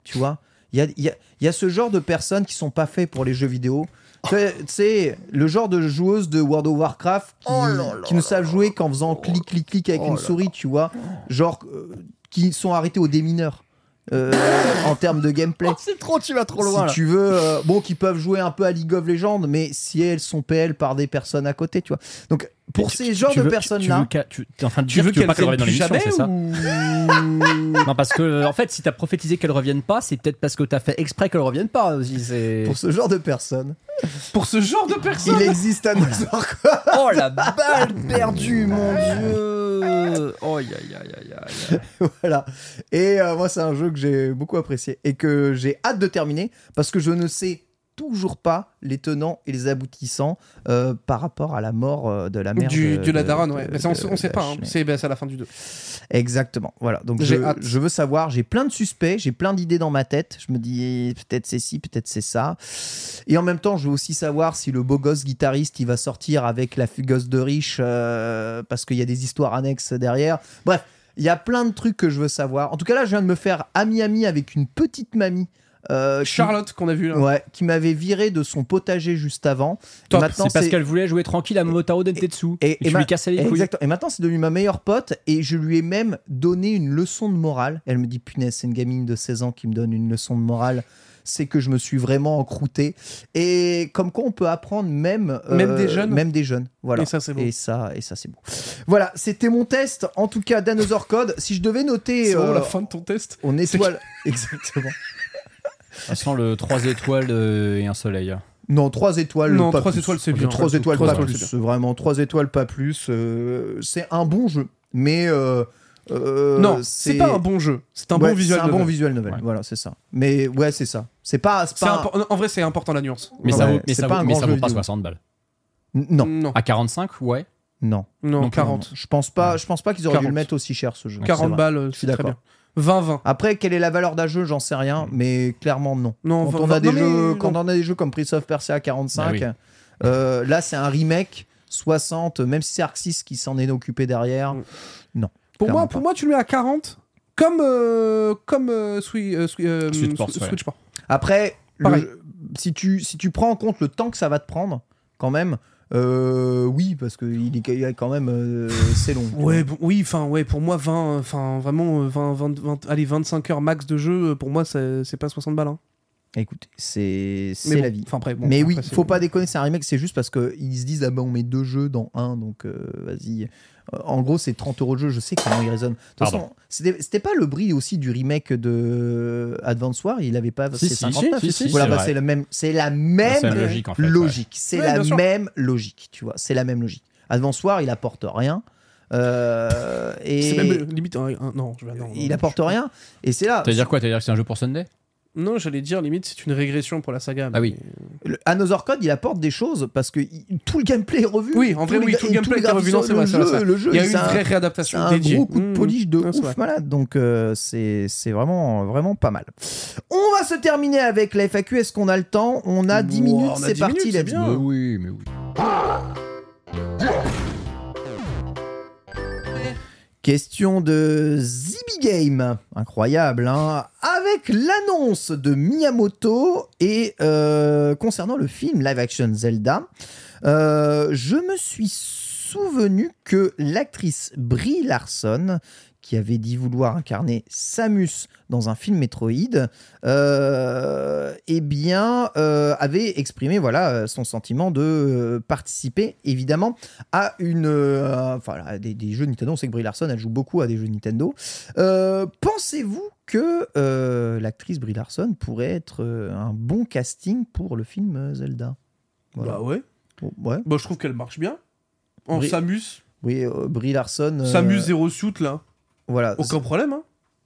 [SPEAKER 1] Tu vois Il y a, il y a- il y a ce genre de personnes qui sont pas faits pour les jeux vidéo. Tu sais- tu sais, le genre de joueuse de World of Warcraft qui,
[SPEAKER 2] Oh
[SPEAKER 1] qui ne savent jouer qu'en faisant clic, clic, clic avec une souris, tu vois Genre, euh, qui sont arrêtés au démineur. euh, en termes de gameplay.
[SPEAKER 4] c'est trop, tu vas trop
[SPEAKER 1] si Oh, tu veux, euh, bon, qui peuvent jouer un peu à League of Legends, mais si elles sont PL par des personnes à côté, tu vois. Donc, pour ces genres
[SPEAKER 2] tu
[SPEAKER 1] de
[SPEAKER 2] veux-
[SPEAKER 1] personnes-là,
[SPEAKER 2] Tu, tu veux qu'elle- tu- t'es en train de
[SPEAKER 3] Tu
[SPEAKER 2] dire
[SPEAKER 3] veux
[SPEAKER 2] que tu veux pas
[SPEAKER 3] qu'elle
[SPEAKER 2] qu'elle revienne dans
[SPEAKER 3] vienne
[SPEAKER 2] l'émission,
[SPEAKER 3] plus
[SPEAKER 2] c'est ça Non, parce que, en fait, si t'as prophétisé qu'elle revienne pas, c'est peut-être parce que t'as fait exprès qu'elle revienne pas aussi. C'est.
[SPEAKER 1] pour ce genre de personnes,
[SPEAKER 3] Pour ce genre de personne
[SPEAKER 1] il existe un autre
[SPEAKER 2] Oh la balle
[SPEAKER 1] perdu, mon
[SPEAKER 2] Dieu Oh, aïe, aïe, aïe, aïe, aïe.
[SPEAKER 1] voilà. Et euh, moi, c'est un jeu que j'ai beaucoup apprécié et que j'ai hâte de terminer parce que je ne sais toujours pas les tenants et les aboutissants euh, par rapport à la mort euh, de la mère
[SPEAKER 3] du,
[SPEAKER 1] de,
[SPEAKER 3] de la
[SPEAKER 1] de-
[SPEAKER 3] daronne, ouais.
[SPEAKER 1] de-
[SPEAKER 3] Bah, ça, on, sait-
[SPEAKER 1] de-
[SPEAKER 3] on sait
[SPEAKER 1] de
[SPEAKER 3] pas, hein.
[SPEAKER 1] Ashley.
[SPEAKER 3] c'est bah, c'est à la fin du 2.
[SPEAKER 1] Exactement. Voilà. Donc je,
[SPEAKER 3] J'ai hâte.
[SPEAKER 1] je veux savoir. J'ai plein de suspects. J'ai plein d'idées dans ma tête. Je me dis eh, peut-être c'est ci, peut-être c'est ça. Et en même temps, je veux aussi savoir si le beau gosse guitariste il va sortir avec la fille gosse de riche euh, parce qu'il y a des histoires annexes derrière. Bref, il y a plein de trucs que je veux savoir. En tout cas, là, je viens de me faire ami ami avec une petite mamie. euh, qui-
[SPEAKER 3] Charlotte qu'on a vu là.
[SPEAKER 1] Ouais, qui m'avait viré de son potager juste avant. Et
[SPEAKER 2] Top,
[SPEAKER 1] maintenant,
[SPEAKER 2] c'est parce qu'elle voulait jouer tranquille à Momotaro Dentetsu. Et, tu
[SPEAKER 1] ma-
[SPEAKER 2] lui cassais les couilles.
[SPEAKER 1] exactement. Et maintenant, c'est devenu ma meilleure pote et je lui ai même donné une leçon de morale. Elle me dit punaise, c'est une gamine de 16 ans qui me donne une leçon de morale. C'est que je me suis vraiment encrouté. Et comme quoi, on peut apprendre même, euh,
[SPEAKER 3] Même des jeunes.
[SPEAKER 1] Même des jeunes. Voilà.
[SPEAKER 3] Et ça, c'est beau.
[SPEAKER 1] Et ça, et ça, c'est bon. Voilà, c'était mon test. En tout cas, Danosaur Code. Si je devais noter.
[SPEAKER 3] C'est vraiment
[SPEAKER 1] euh,
[SPEAKER 3] la fin de ton test.
[SPEAKER 1] on étoile. Exactement.
[SPEAKER 2] Ça sent le 3 étoiles euh, et un soleil.
[SPEAKER 1] Non, 3 étoiles.
[SPEAKER 3] Non,
[SPEAKER 1] pas
[SPEAKER 3] trois
[SPEAKER 1] plus.
[SPEAKER 3] étoiles, c'est
[SPEAKER 1] Le
[SPEAKER 3] bien.
[SPEAKER 1] trois étoiles,
[SPEAKER 3] Trois
[SPEAKER 1] pas
[SPEAKER 3] étoiles,
[SPEAKER 1] plus.
[SPEAKER 3] c'est
[SPEAKER 1] Vraiment, 3 étoiles, pas plus. Euh, c'est un bon jeu, mais. euh, euh,
[SPEAKER 3] non, c'est pas un bon jeu, c'est un
[SPEAKER 1] Ouais,
[SPEAKER 3] bon visuel.
[SPEAKER 1] C'est un
[SPEAKER 3] novel.
[SPEAKER 1] bon visual novel.
[SPEAKER 2] Ouais.
[SPEAKER 1] Voilà, c'est ça. Mais ouais, c'est ça. C'est pas.
[SPEAKER 3] C'est
[SPEAKER 1] pas un-
[SPEAKER 3] impor- En vrai, c'est important la nuance.
[SPEAKER 2] Mais
[SPEAKER 1] Ah Ouais,
[SPEAKER 2] ça vaut, mais
[SPEAKER 1] c'est
[SPEAKER 2] ça
[SPEAKER 1] pas
[SPEAKER 2] vaut,
[SPEAKER 1] un
[SPEAKER 2] mais
[SPEAKER 1] grand
[SPEAKER 2] ça
[SPEAKER 1] jeu
[SPEAKER 2] vaut pas
[SPEAKER 1] vidéo.
[SPEAKER 2] 60 balles.
[SPEAKER 1] Non,
[SPEAKER 3] Non,
[SPEAKER 2] À 45, ouais.
[SPEAKER 1] non.
[SPEAKER 3] non,
[SPEAKER 2] non,
[SPEAKER 3] 40.
[SPEAKER 1] Je pense pas. Je pense pas qu'ils auraient dû
[SPEAKER 3] 40.
[SPEAKER 1] le mettre aussi cher ce jeu. C'est
[SPEAKER 3] 40
[SPEAKER 1] vrai.
[SPEAKER 3] balles, euh,
[SPEAKER 1] Je suis
[SPEAKER 3] c'est très
[SPEAKER 1] d'accord.
[SPEAKER 3] bien. 20-20.
[SPEAKER 1] Après, quelle est la valeur d'un jeu J'en sais
[SPEAKER 2] Mm.
[SPEAKER 1] rien, mais clairement non.
[SPEAKER 3] Non,
[SPEAKER 1] quand
[SPEAKER 3] vingt-
[SPEAKER 1] on a des
[SPEAKER 3] non, mais
[SPEAKER 1] jeux,
[SPEAKER 3] non.
[SPEAKER 1] quand on a des jeux comme Prince of Persia 45,
[SPEAKER 2] Ah oui.
[SPEAKER 1] euh, là c'est un remake 60. Même si c'est Arc 6 qui s'en est occupé derrière,
[SPEAKER 3] Mm.
[SPEAKER 1] non.
[SPEAKER 3] Pour moi,
[SPEAKER 1] clairement
[SPEAKER 3] pour
[SPEAKER 1] pas.
[SPEAKER 3] moi, tu le mets à 40 comme euh, comme euh, Swi- euh, Swi- euh,
[SPEAKER 2] Switch
[SPEAKER 3] Swi-
[SPEAKER 2] Sports, ouais.
[SPEAKER 3] Switch Sports.
[SPEAKER 1] Après, le-
[SPEAKER 3] Pareil.
[SPEAKER 1] si, tu, si tu prends en compte le temps que ça va te prendre, quand même, euh, oui, parce que il est, il est quand même, euh, c'est long. tu vois.
[SPEAKER 3] Ouais, bon, oui, enfin ouais, pour moi 20 euh, enfin vraiment euh, 20, 20, 20 allez 25 heures max de jeu euh, pour moi c'est c'est pas 60 balles hein.
[SPEAKER 1] Écoute, c'est
[SPEAKER 3] Mais
[SPEAKER 1] c'est
[SPEAKER 3] bon,
[SPEAKER 1] la vie.
[SPEAKER 3] Enfin après bon,
[SPEAKER 1] mais
[SPEAKER 3] après,
[SPEAKER 1] oui,
[SPEAKER 3] c'est-
[SPEAKER 1] faut pas déconner, c'est un remake, c'est juste parce qu'ils se disent, ah ben on met deux jeux dans un, donc euh, vas-y. Euh, En gros, c'est 30 euros de jeu, je sais comment ils raisonnent. De toute
[SPEAKER 2] Pardon.
[SPEAKER 1] façon, c'était c'était pas le prix aussi du remake de Advance War, il avait pas.
[SPEAKER 2] Si,
[SPEAKER 1] c'est
[SPEAKER 2] si,
[SPEAKER 1] 59.
[SPEAKER 2] si, si, si,
[SPEAKER 1] voilà,
[SPEAKER 2] c'est
[SPEAKER 1] bah,
[SPEAKER 2] vrai.
[SPEAKER 1] c'est la même, c'est la même,
[SPEAKER 2] la même logique, en fait,
[SPEAKER 1] logique. C'est
[SPEAKER 3] Ouais,
[SPEAKER 1] la
[SPEAKER 3] bien sûr.
[SPEAKER 1] même logique, tu vois, c'est la même logique. Advance War, il apporte rien. euh,
[SPEAKER 3] c'est
[SPEAKER 1] et
[SPEAKER 3] même euh, limite un- un- non, je vais non, non,
[SPEAKER 1] il
[SPEAKER 3] je-
[SPEAKER 1] apporte rien. Et c'est là.
[SPEAKER 2] T'as dire quoi T'as dire que c'est un jeu pour Sunday
[SPEAKER 3] Non, j'allais dire limite c'est une régression pour la saga.
[SPEAKER 2] Ah
[SPEAKER 3] mais-
[SPEAKER 2] oui.
[SPEAKER 1] Le- Another Code, il apporte des choses parce que il- tout le gameplay est revu.
[SPEAKER 3] Oui, en vrai,
[SPEAKER 1] le
[SPEAKER 3] oui,
[SPEAKER 1] ga-
[SPEAKER 3] tout
[SPEAKER 1] et
[SPEAKER 3] le gameplay
[SPEAKER 1] tous
[SPEAKER 3] est
[SPEAKER 1] les
[SPEAKER 3] revenu, non,
[SPEAKER 1] graphismes,
[SPEAKER 3] c'est vrai, c'est
[SPEAKER 1] Le
[SPEAKER 3] vrai,
[SPEAKER 1] jeu,
[SPEAKER 3] c'est
[SPEAKER 1] le jeu,
[SPEAKER 3] Il y a eu
[SPEAKER 1] c'est
[SPEAKER 3] une
[SPEAKER 1] un-
[SPEAKER 3] vraie
[SPEAKER 1] c'est
[SPEAKER 3] réadaptation
[SPEAKER 1] un
[SPEAKER 3] dédiée.
[SPEAKER 1] gros coup de
[SPEAKER 3] Mmh.
[SPEAKER 1] polish de
[SPEAKER 3] Ouais, c'est
[SPEAKER 1] ouf
[SPEAKER 3] vrai.
[SPEAKER 1] malade. Donc euh, c'est c'est vraiment vraiment pas mal. On va se terminer avec la FAQ. Est-ce qu'on a le temps On a 10
[SPEAKER 3] Wow,
[SPEAKER 1] minutes,
[SPEAKER 3] on a
[SPEAKER 1] c'est
[SPEAKER 3] 10
[SPEAKER 1] parti,
[SPEAKER 3] minutes, c'est
[SPEAKER 1] let's go.
[SPEAKER 3] bien.
[SPEAKER 2] Mais oui, mais oui.
[SPEAKER 1] Question de Zibi Game, incroyable, hein, avec l'annonce de Miyamoto et euh, concernant le film live action Zelda, euh, je me suis souvenu que l'actrice Brie Larson, qui avait dit vouloir incarner Samus dans un film Metroid, euh, eh bien, euh, avait exprimé voilà euh, son sentiment de euh, participer évidemment à une, euh, enfin à des, des jeux Nintendo. On sait que Brie Larson elle joue beaucoup à des jeux Nintendo. Euh, Pensez-vous que euh, l'actrice Brie Larson pourrait être euh, un bon casting pour le film euh, Zelda Voilà.
[SPEAKER 3] Bah ouais.
[SPEAKER 1] Bon, ouais.
[SPEAKER 3] Bah je trouve qu'elle marche bien. En
[SPEAKER 1] Bri-
[SPEAKER 3] Samus,
[SPEAKER 1] Oui, euh, Brie Larson. euh,
[SPEAKER 3] Samus zéro suit là,
[SPEAKER 1] Voilà.
[SPEAKER 3] aucun problème hein.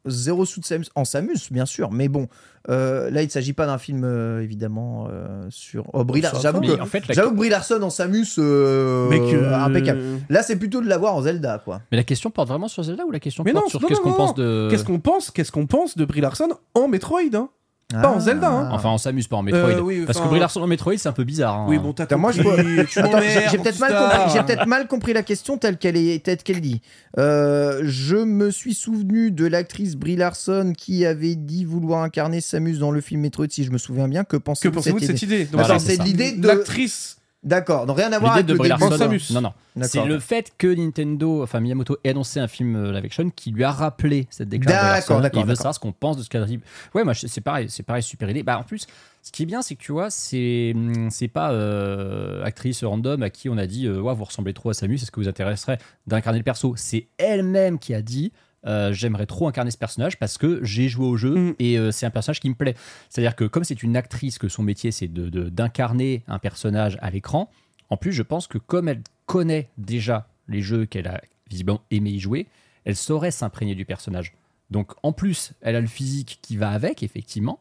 [SPEAKER 1] Zéro sous de Samus. En Samus, bien sûr. Mais bon, euh, là, il ne s'agit pas d'un film, euh, évidemment, euh, sur. Oh, Brie
[SPEAKER 3] Ça
[SPEAKER 1] Larson.
[SPEAKER 3] va.
[SPEAKER 1] J'avoue
[SPEAKER 2] Mais
[SPEAKER 1] que,
[SPEAKER 2] en fait, la,
[SPEAKER 1] j'avoue que Brie Larson en Samus, euh,
[SPEAKER 3] Mec, euh,
[SPEAKER 1] impeccable. Là, c'est plutôt de l'avoir en Zelda, quoi.
[SPEAKER 2] mais la question porte vraiment sur Zelda ou la question
[SPEAKER 3] Mais
[SPEAKER 2] porte
[SPEAKER 3] non,
[SPEAKER 2] sur
[SPEAKER 3] non,
[SPEAKER 2] qu'est-ce
[SPEAKER 3] non,
[SPEAKER 2] qu'on
[SPEAKER 3] non.
[SPEAKER 2] pense de.
[SPEAKER 3] Qu'est-ce qu'on pense Qu'est-ce qu'on pense de Brie Larson en Metroid hein Pas en
[SPEAKER 1] Ah.
[SPEAKER 3] Zelda, hein.
[SPEAKER 2] Enfin, on s'amuse pas en Metroid.
[SPEAKER 3] Euh, oui,
[SPEAKER 2] Parce que
[SPEAKER 3] enfin-
[SPEAKER 2] Brie Larson en Metroid, c'est un peu bizarre. hein.
[SPEAKER 3] Oui, bon t'as
[SPEAKER 1] Attends, moi, je
[SPEAKER 3] compris,
[SPEAKER 1] peux-
[SPEAKER 3] tu
[SPEAKER 1] Attends, j'ai-
[SPEAKER 3] m'emmerdes,
[SPEAKER 1] j'ai peut-être mal,
[SPEAKER 3] star.
[SPEAKER 1] compris- j'ai peut-être mal compris la question telle qu'elle est, telle qu'elle dit. Euh, je me suis souvenu de l'actrice Brie Larson qui avait dit vouloir incarner Samus dans le film Metroid, si je me souviens bien. Que
[SPEAKER 3] Que
[SPEAKER 1] pensez-vous de
[SPEAKER 3] pensez-vous
[SPEAKER 1] cette
[SPEAKER 3] de cette
[SPEAKER 1] idée
[SPEAKER 3] idée Donc,
[SPEAKER 1] Attends,
[SPEAKER 2] Voilà,
[SPEAKER 3] c'est-
[SPEAKER 1] c'est
[SPEAKER 2] ça.
[SPEAKER 1] l'idée de
[SPEAKER 3] L'actrice
[SPEAKER 1] D'accord, donc rien à voir
[SPEAKER 2] L'idée
[SPEAKER 1] avec
[SPEAKER 2] de
[SPEAKER 1] le
[SPEAKER 2] Brie
[SPEAKER 1] début.
[SPEAKER 2] Larson, hein. Non, non.
[SPEAKER 1] D'accord.
[SPEAKER 2] C'est le fait que Nintendo, enfin Miyamoto, ait annoncé un film euh, live action qui lui a rappelé cette
[SPEAKER 1] D'accord,
[SPEAKER 2] déclaration. de Brie Larson.
[SPEAKER 1] d'accord,
[SPEAKER 2] Il veut
[SPEAKER 1] d'accord.
[SPEAKER 2] savoir ce qu'on pense de ce qu'elle dit. Ouais, moi, je- c'est pareil, c'est pareil, super idée. Bah, en plus, ce qui est bien, c'est que tu vois, c'est hum, c'est pas euh, actrice random à qui on a dit, euh, Ouah, vous ressemblez trop à Samus, est-ce que vous intéresserait d'incarner le perso C'est elle-même qui a dit. euh, J'aimerais trop incarner ce personnage parce que j'ai joué au jeu et euh, c'est un personnage qui me plaît. C'est-à-dire que comme c'est une actrice que son métier c'est de- de- d'incarner un personnage à l'écran, en plus, je pense que comme elle connaît déjà les jeux qu'elle a visiblement aimé y jouer, elle saurait s'imprégner du personnage. Donc en plus, elle a le physique qui va avec, effectivement.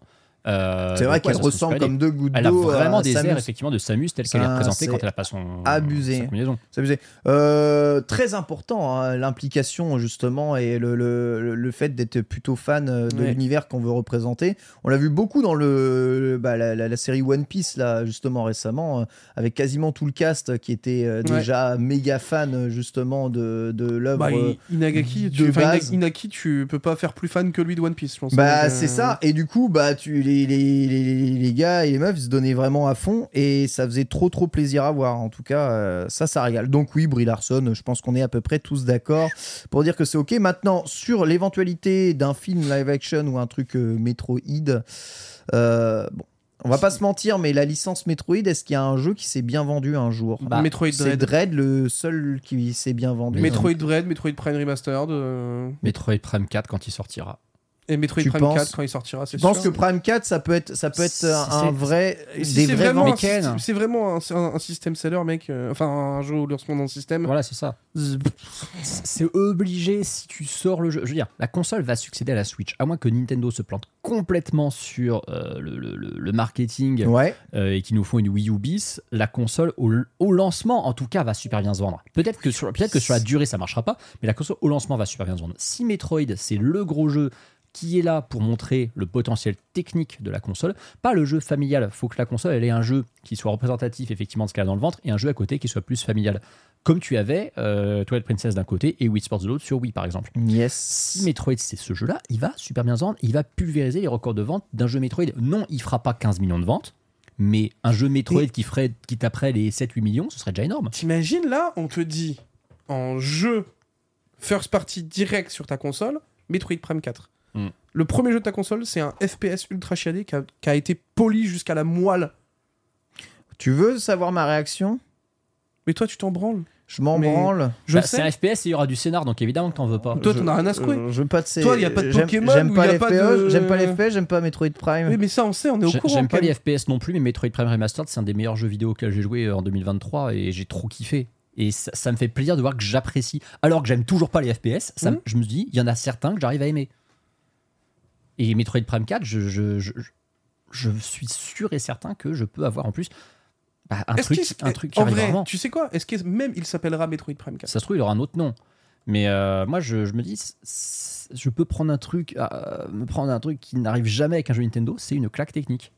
[SPEAKER 2] Euh,
[SPEAKER 1] C'est vrai
[SPEAKER 2] donc, ouais,
[SPEAKER 1] qu'elle
[SPEAKER 2] ça se
[SPEAKER 1] ressemble
[SPEAKER 2] trouve pas
[SPEAKER 1] comme
[SPEAKER 2] les-
[SPEAKER 1] deux gouttes
[SPEAKER 2] Elle a
[SPEAKER 1] d'eau hein, à
[SPEAKER 2] vraiment des
[SPEAKER 1] Samus.
[SPEAKER 2] airs, effectivement, de Samus telle qu'elle est
[SPEAKER 1] Ah,
[SPEAKER 2] représentée quand
[SPEAKER 1] c'est
[SPEAKER 2] elle a pas son
[SPEAKER 1] abusé.
[SPEAKER 2] sa combinaison.
[SPEAKER 1] C'est abusé. Euh, très important, hein, l'implication justement et le, le- le fait d'être plutôt fan euh, de
[SPEAKER 8] Ouais.
[SPEAKER 1] l'univers qu'on veut représenter. On l'a vu beaucoup dans le, le- bah, la, la- la série One Piece, là, justement récemment, euh, avec quasiment tout le cast qui était euh,
[SPEAKER 3] Ouais.
[SPEAKER 1] déjà méga fan euh, justement de, de l'œuvre.
[SPEAKER 3] Bah,
[SPEAKER 1] euh,
[SPEAKER 3] I- Inagaki,
[SPEAKER 1] de
[SPEAKER 3] tu, enfin, Ina-
[SPEAKER 1] base.
[SPEAKER 3] Inaki, tu peux pas faire plus fan que lui de One Piece, je pense.
[SPEAKER 1] Bah
[SPEAKER 3] Donc, euh,
[SPEAKER 1] c'est ça et du coup bah tu les, les, les, les gars et les meufs ils se donnaient vraiment à fond et ça faisait trop trop plaisir à voir en tout cas euh, ça ça régale donc oui Brie Larson je pense qu'on est à peu près tous d'accord pour dire que c'est ok maintenant sur l'éventualité d'un film live action ou un truc euh, Metroid euh, bon on va pas se mentir mais la licence Metroid est-ce qu'il y a un jeu qui s'est bien vendu un jour
[SPEAKER 3] Bah, Metroid
[SPEAKER 1] c'est
[SPEAKER 3] Dread.
[SPEAKER 1] Dread le seul qui s'est bien vendu
[SPEAKER 3] Metroid Dread, Metroid Prime Remastered euh,
[SPEAKER 2] Metroid Prime 4 quand il sortira.
[SPEAKER 3] et Metroid
[SPEAKER 1] Tu
[SPEAKER 3] Prime
[SPEAKER 1] penses-
[SPEAKER 3] 4 quand il sortira, c'est
[SPEAKER 1] je
[SPEAKER 3] sûr.
[SPEAKER 1] pense que Prime 4 ça peut être ça peut être
[SPEAKER 2] Si
[SPEAKER 1] un
[SPEAKER 2] c'est-
[SPEAKER 1] vrai
[SPEAKER 3] Et si
[SPEAKER 1] des
[SPEAKER 3] c'est
[SPEAKER 1] vrais
[SPEAKER 3] vraiment, un,
[SPEAKER 1] ventes.
[SPEAKER 3] syst- c'est vraiment un, c'est un- un système seller, mec. euh, enfin, un jeu où lancement dans le système.
[SPEAKER 2] Voilà, c'est ça. C'est obligé si tu sors le jeu. Je veux dire, la console va succéder à la Switch, à moins que Nintendo se plante complètement sur euh, le, le- le- le marketing
[SPEAKER 1] Ouais.
[SPEAKER 2] euh, et qu'ils nous font une Wii U bis. La console au, au lancement, en tout cas, va super bien se vendre. Peut-être que sur, peut-être que sur la durée, ça marchera pas, mais la console au lancement va super bien se vendre. Si Metroid, c'est le gros jeu qui est là pour montrer le potentiel technique de la console, pas le jeu familial. Faut que la console, elle ait un jeu qui soit représentatif effectivement de ce qu'elle a dans le ventre et un jeu à côté qui soit plus familial. Comme tu avais euh, Twilight Princess d'un côté et Wii Sports de l'autre sur Wii par exemple.
[SPEAKER 1] Yes.
[SPEAKER 2] Si Metroid c'est ce jeu-là, il va super bien se vendre, il va pulvériser les records de vente d'un jeu Metroid. Non, il fera pas 15 millions de ventes, mais un jeu Metroid qui ferait qui taperait les 7-8 millions, ce serait déjà énorme.
[SPEAKER 3] T'imagines là, on te dit en jeu first party direct sur ta console, Metroid Prime 4.
[SPEAKER 2] Mm.
[SPEAKER 3] Le premier jeu de ta console, c'est un FPS ultra chiadé qui a, qui a été poli jusqu'à la moelle.
[SPEAKER 1] Tu veux savoir ma réaction
[SPEAKER 3] Mais toi, tu t'en branles.
[SPEAKER 1] Je m'en
[SPEAKER 3] Mais-
[SPEAKER 1] branle.
[SPEAKER 3] Je
[SPEAKER 2] Bah, c'est un
[SPEAKER 3] sais.
[SPEAKER 2] FPS et il y aura du scénar, donc évidemment que t'en veux pas.
[SPEAKER 3] Toi,
[SPEAKER 1] Je-
[SPEAKER 3] t'en as rien à secouer.
[SPEAKER 1] euh, Je veux pas de ces.
[SPEAKER 3] Toi, y a pas de
[SPEAKER 1] j'aime-
[SPEAKER 3] Pokémon
[SPEAKER 1] J'aime
[SPEAKER 3] ou
[SPEAKER 1] pas
[SPEAKER 3] y a
[SPEAKER 1] les
[SPEAKER 3] pas
[SPEAKER 1] FPS,
[SPEAKER 3] de-
[SPEAKER 1] j'aime pas les FPS, j'aime pas Metroid Prime.
[SPEAKER 3] Oui, mais ça, on sait, on est au
[SPEAKER 2] J'ai-
[SPEAKER 3] courant.
[SPEAKER 2] J'aime pas
[SPEAKER 3] quand
[SPEAKER 2] les
[SPEAKER 3] même.
[SPEAKER 2] FPS non plus, mais Metroid Prime Remastered, c'est un des meilleurs jeux vidéo auxquels j'ai joué euh, en 2023 et j'ai trop kiffé. Et ça, ça me fait plaisir de voir que j'apprécie. Alors que j'aime toujours pas les FPS, ça,
[SPEAKER 3] Hmm
[SPEAKER 2] me- je me dis, il y en a certains que j'arrive à aimer. Et Metroid Prime 4, je, je, je, je- je suis sûr et certain que je peux avoir en plus bah, un,
[SPEAKER 3] Est-ce
[SPEAKER 2] truc,
[SPEAKER 3] qu'il s-
[SPEAKER 2] un truc qui
[SPEAKER 3] en
[SPEAKER 2] arrive
[SPEAKER 3] vrai,
[SPEAKER 2] rarement.
[SPEAKER 3] tu sais quoi Est-ce que même il s'appellera Metroid Prime 4
[SPEAKER 2] Ça se trouve, il aura un autre nom. Mais euh, moi, je, je me dis, c- c- je peux prendre un truc, euh, me prendre un truc qui n'arrive jamais avec un jeu Nintendo, c'est une claque technique.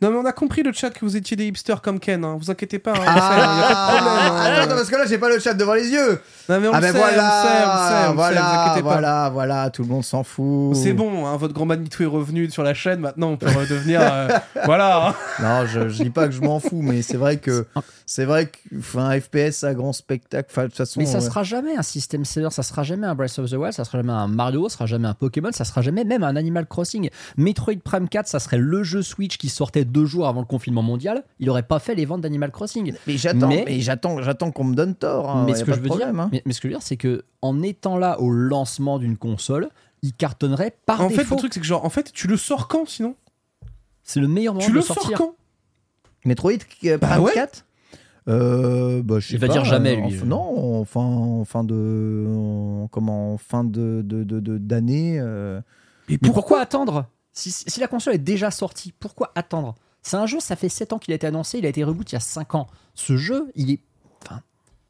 [SPEAKER 3] Non, mais on a compris le chat que vous étiez des hipsters comme Ken. hein. Vous inquiétez pas. hein, on le sait, hein, y a pas de problème,
[SPEAKER 1] Ah,
[SPEAKER 3] hein.
[SPEAKER 1] attends, attends, parce que là j'ai pas le chat devant les yeux.
[SPEAKER 3] Non, mais on
[SPEAKER 1] ah
[SPEAKER 3] le
[SPEAKER 1] ben
[SPEAKER 3] sait,
[SPEAKER 1] voilà,
[SPEAKER 3] on le sait, on le sait, on le sait, vous
[SPEAKER 1] voilà,
[SPEAKER 3] inquiétez pas.
[SPEAKER 1] voilà, voilà, tout le monde s'en fout.
[SPEAKER 3] C'est bon, hein, votre grand Manitou est revenu sur la chaîne, maintenant on peut redevenir... euh, voilà, hein.
[SPEAKER 1] Non, je, je dis pas que je m'en fous, mais c'est vrai que
[SPEAKER 3] Ah.
[SPEAKER 1] c'est vrai qu'un FPS à grand spectacle, enfin, de toute façon. euh,
[SPEAKER 2] Mais ça
[SPEAKER 1] ouais.
[SPEAKER 2] sera jamais un système seller, ça sera jamais un Breath of the Wild, ça sera jamais un Mario, ça sera jamais un Pokémon, ça sera jamais même un Animal Crossing. Metroid Prime 4, ça serait le jeu Switch qui sortait deux jours avant le confinement mondial, il aurait pas fait les ventes d'Animal Crossing.
[SPEAKER 1] Mais j'attends,
[SPEAKER 2] Mais-
[SPEAKER 1] mais j'attends, j'attends qu'on me donne tort. hein,
[SPEAKER 2] mais,
[SPEAKER 1] y a
[SPEAKER 2] ce que
[SPEAKER 1] pas
[SPEAKER 2] je
[SPEAKER 1] de
[SPEAKER 2] veux
[SPEAKER 1] problème,
[SPEAKER 2] dire,
[SPEAKER 1] hein.
[SPEAKER 2] mais, mais ce que je veux dire, c'est que en étant là au lancement d'une console, il cartonnerait par
[SPEAKER 3] En fait,
[SPEAKER 2] défaut.
[SPEAKER 3] le truc, c'est que genre, en fait, tu le sors quand, sinon
[SPEAKER 2] c'est le meilleur moment
[SPEAKER 3] Tu
[SPEAKER 2] de
[SPEAKER 3] le sors
[SPEAKER 2] sortir.
[SPEAKER 3] quand
[SPEAKER 1] Metroid euh, Prime
[SPEAKER 3] ouais.
[SPEAKER 1] 4 euh, bah, je sais
[SPEAKER 2] Il va
[SPEAKER 1] pas,
[SPEAKER 2] dire jamais,
[SPEAKER 1] en-
[SPEAKER 2] lui.
[SPEAKER 1] non, en fin, en fin de. en- comment En fin de d'année. De, de- d'année, euh.
[SPEAKER 2] Mais pourquoi, attendre si, si la console est déjà sortie, pourquoi attendre C'est un jeu, ça fait 7 ans qu'il a été annoncé, il a été reboot il y a 5 ans. Ce jeu, il est. Enfin,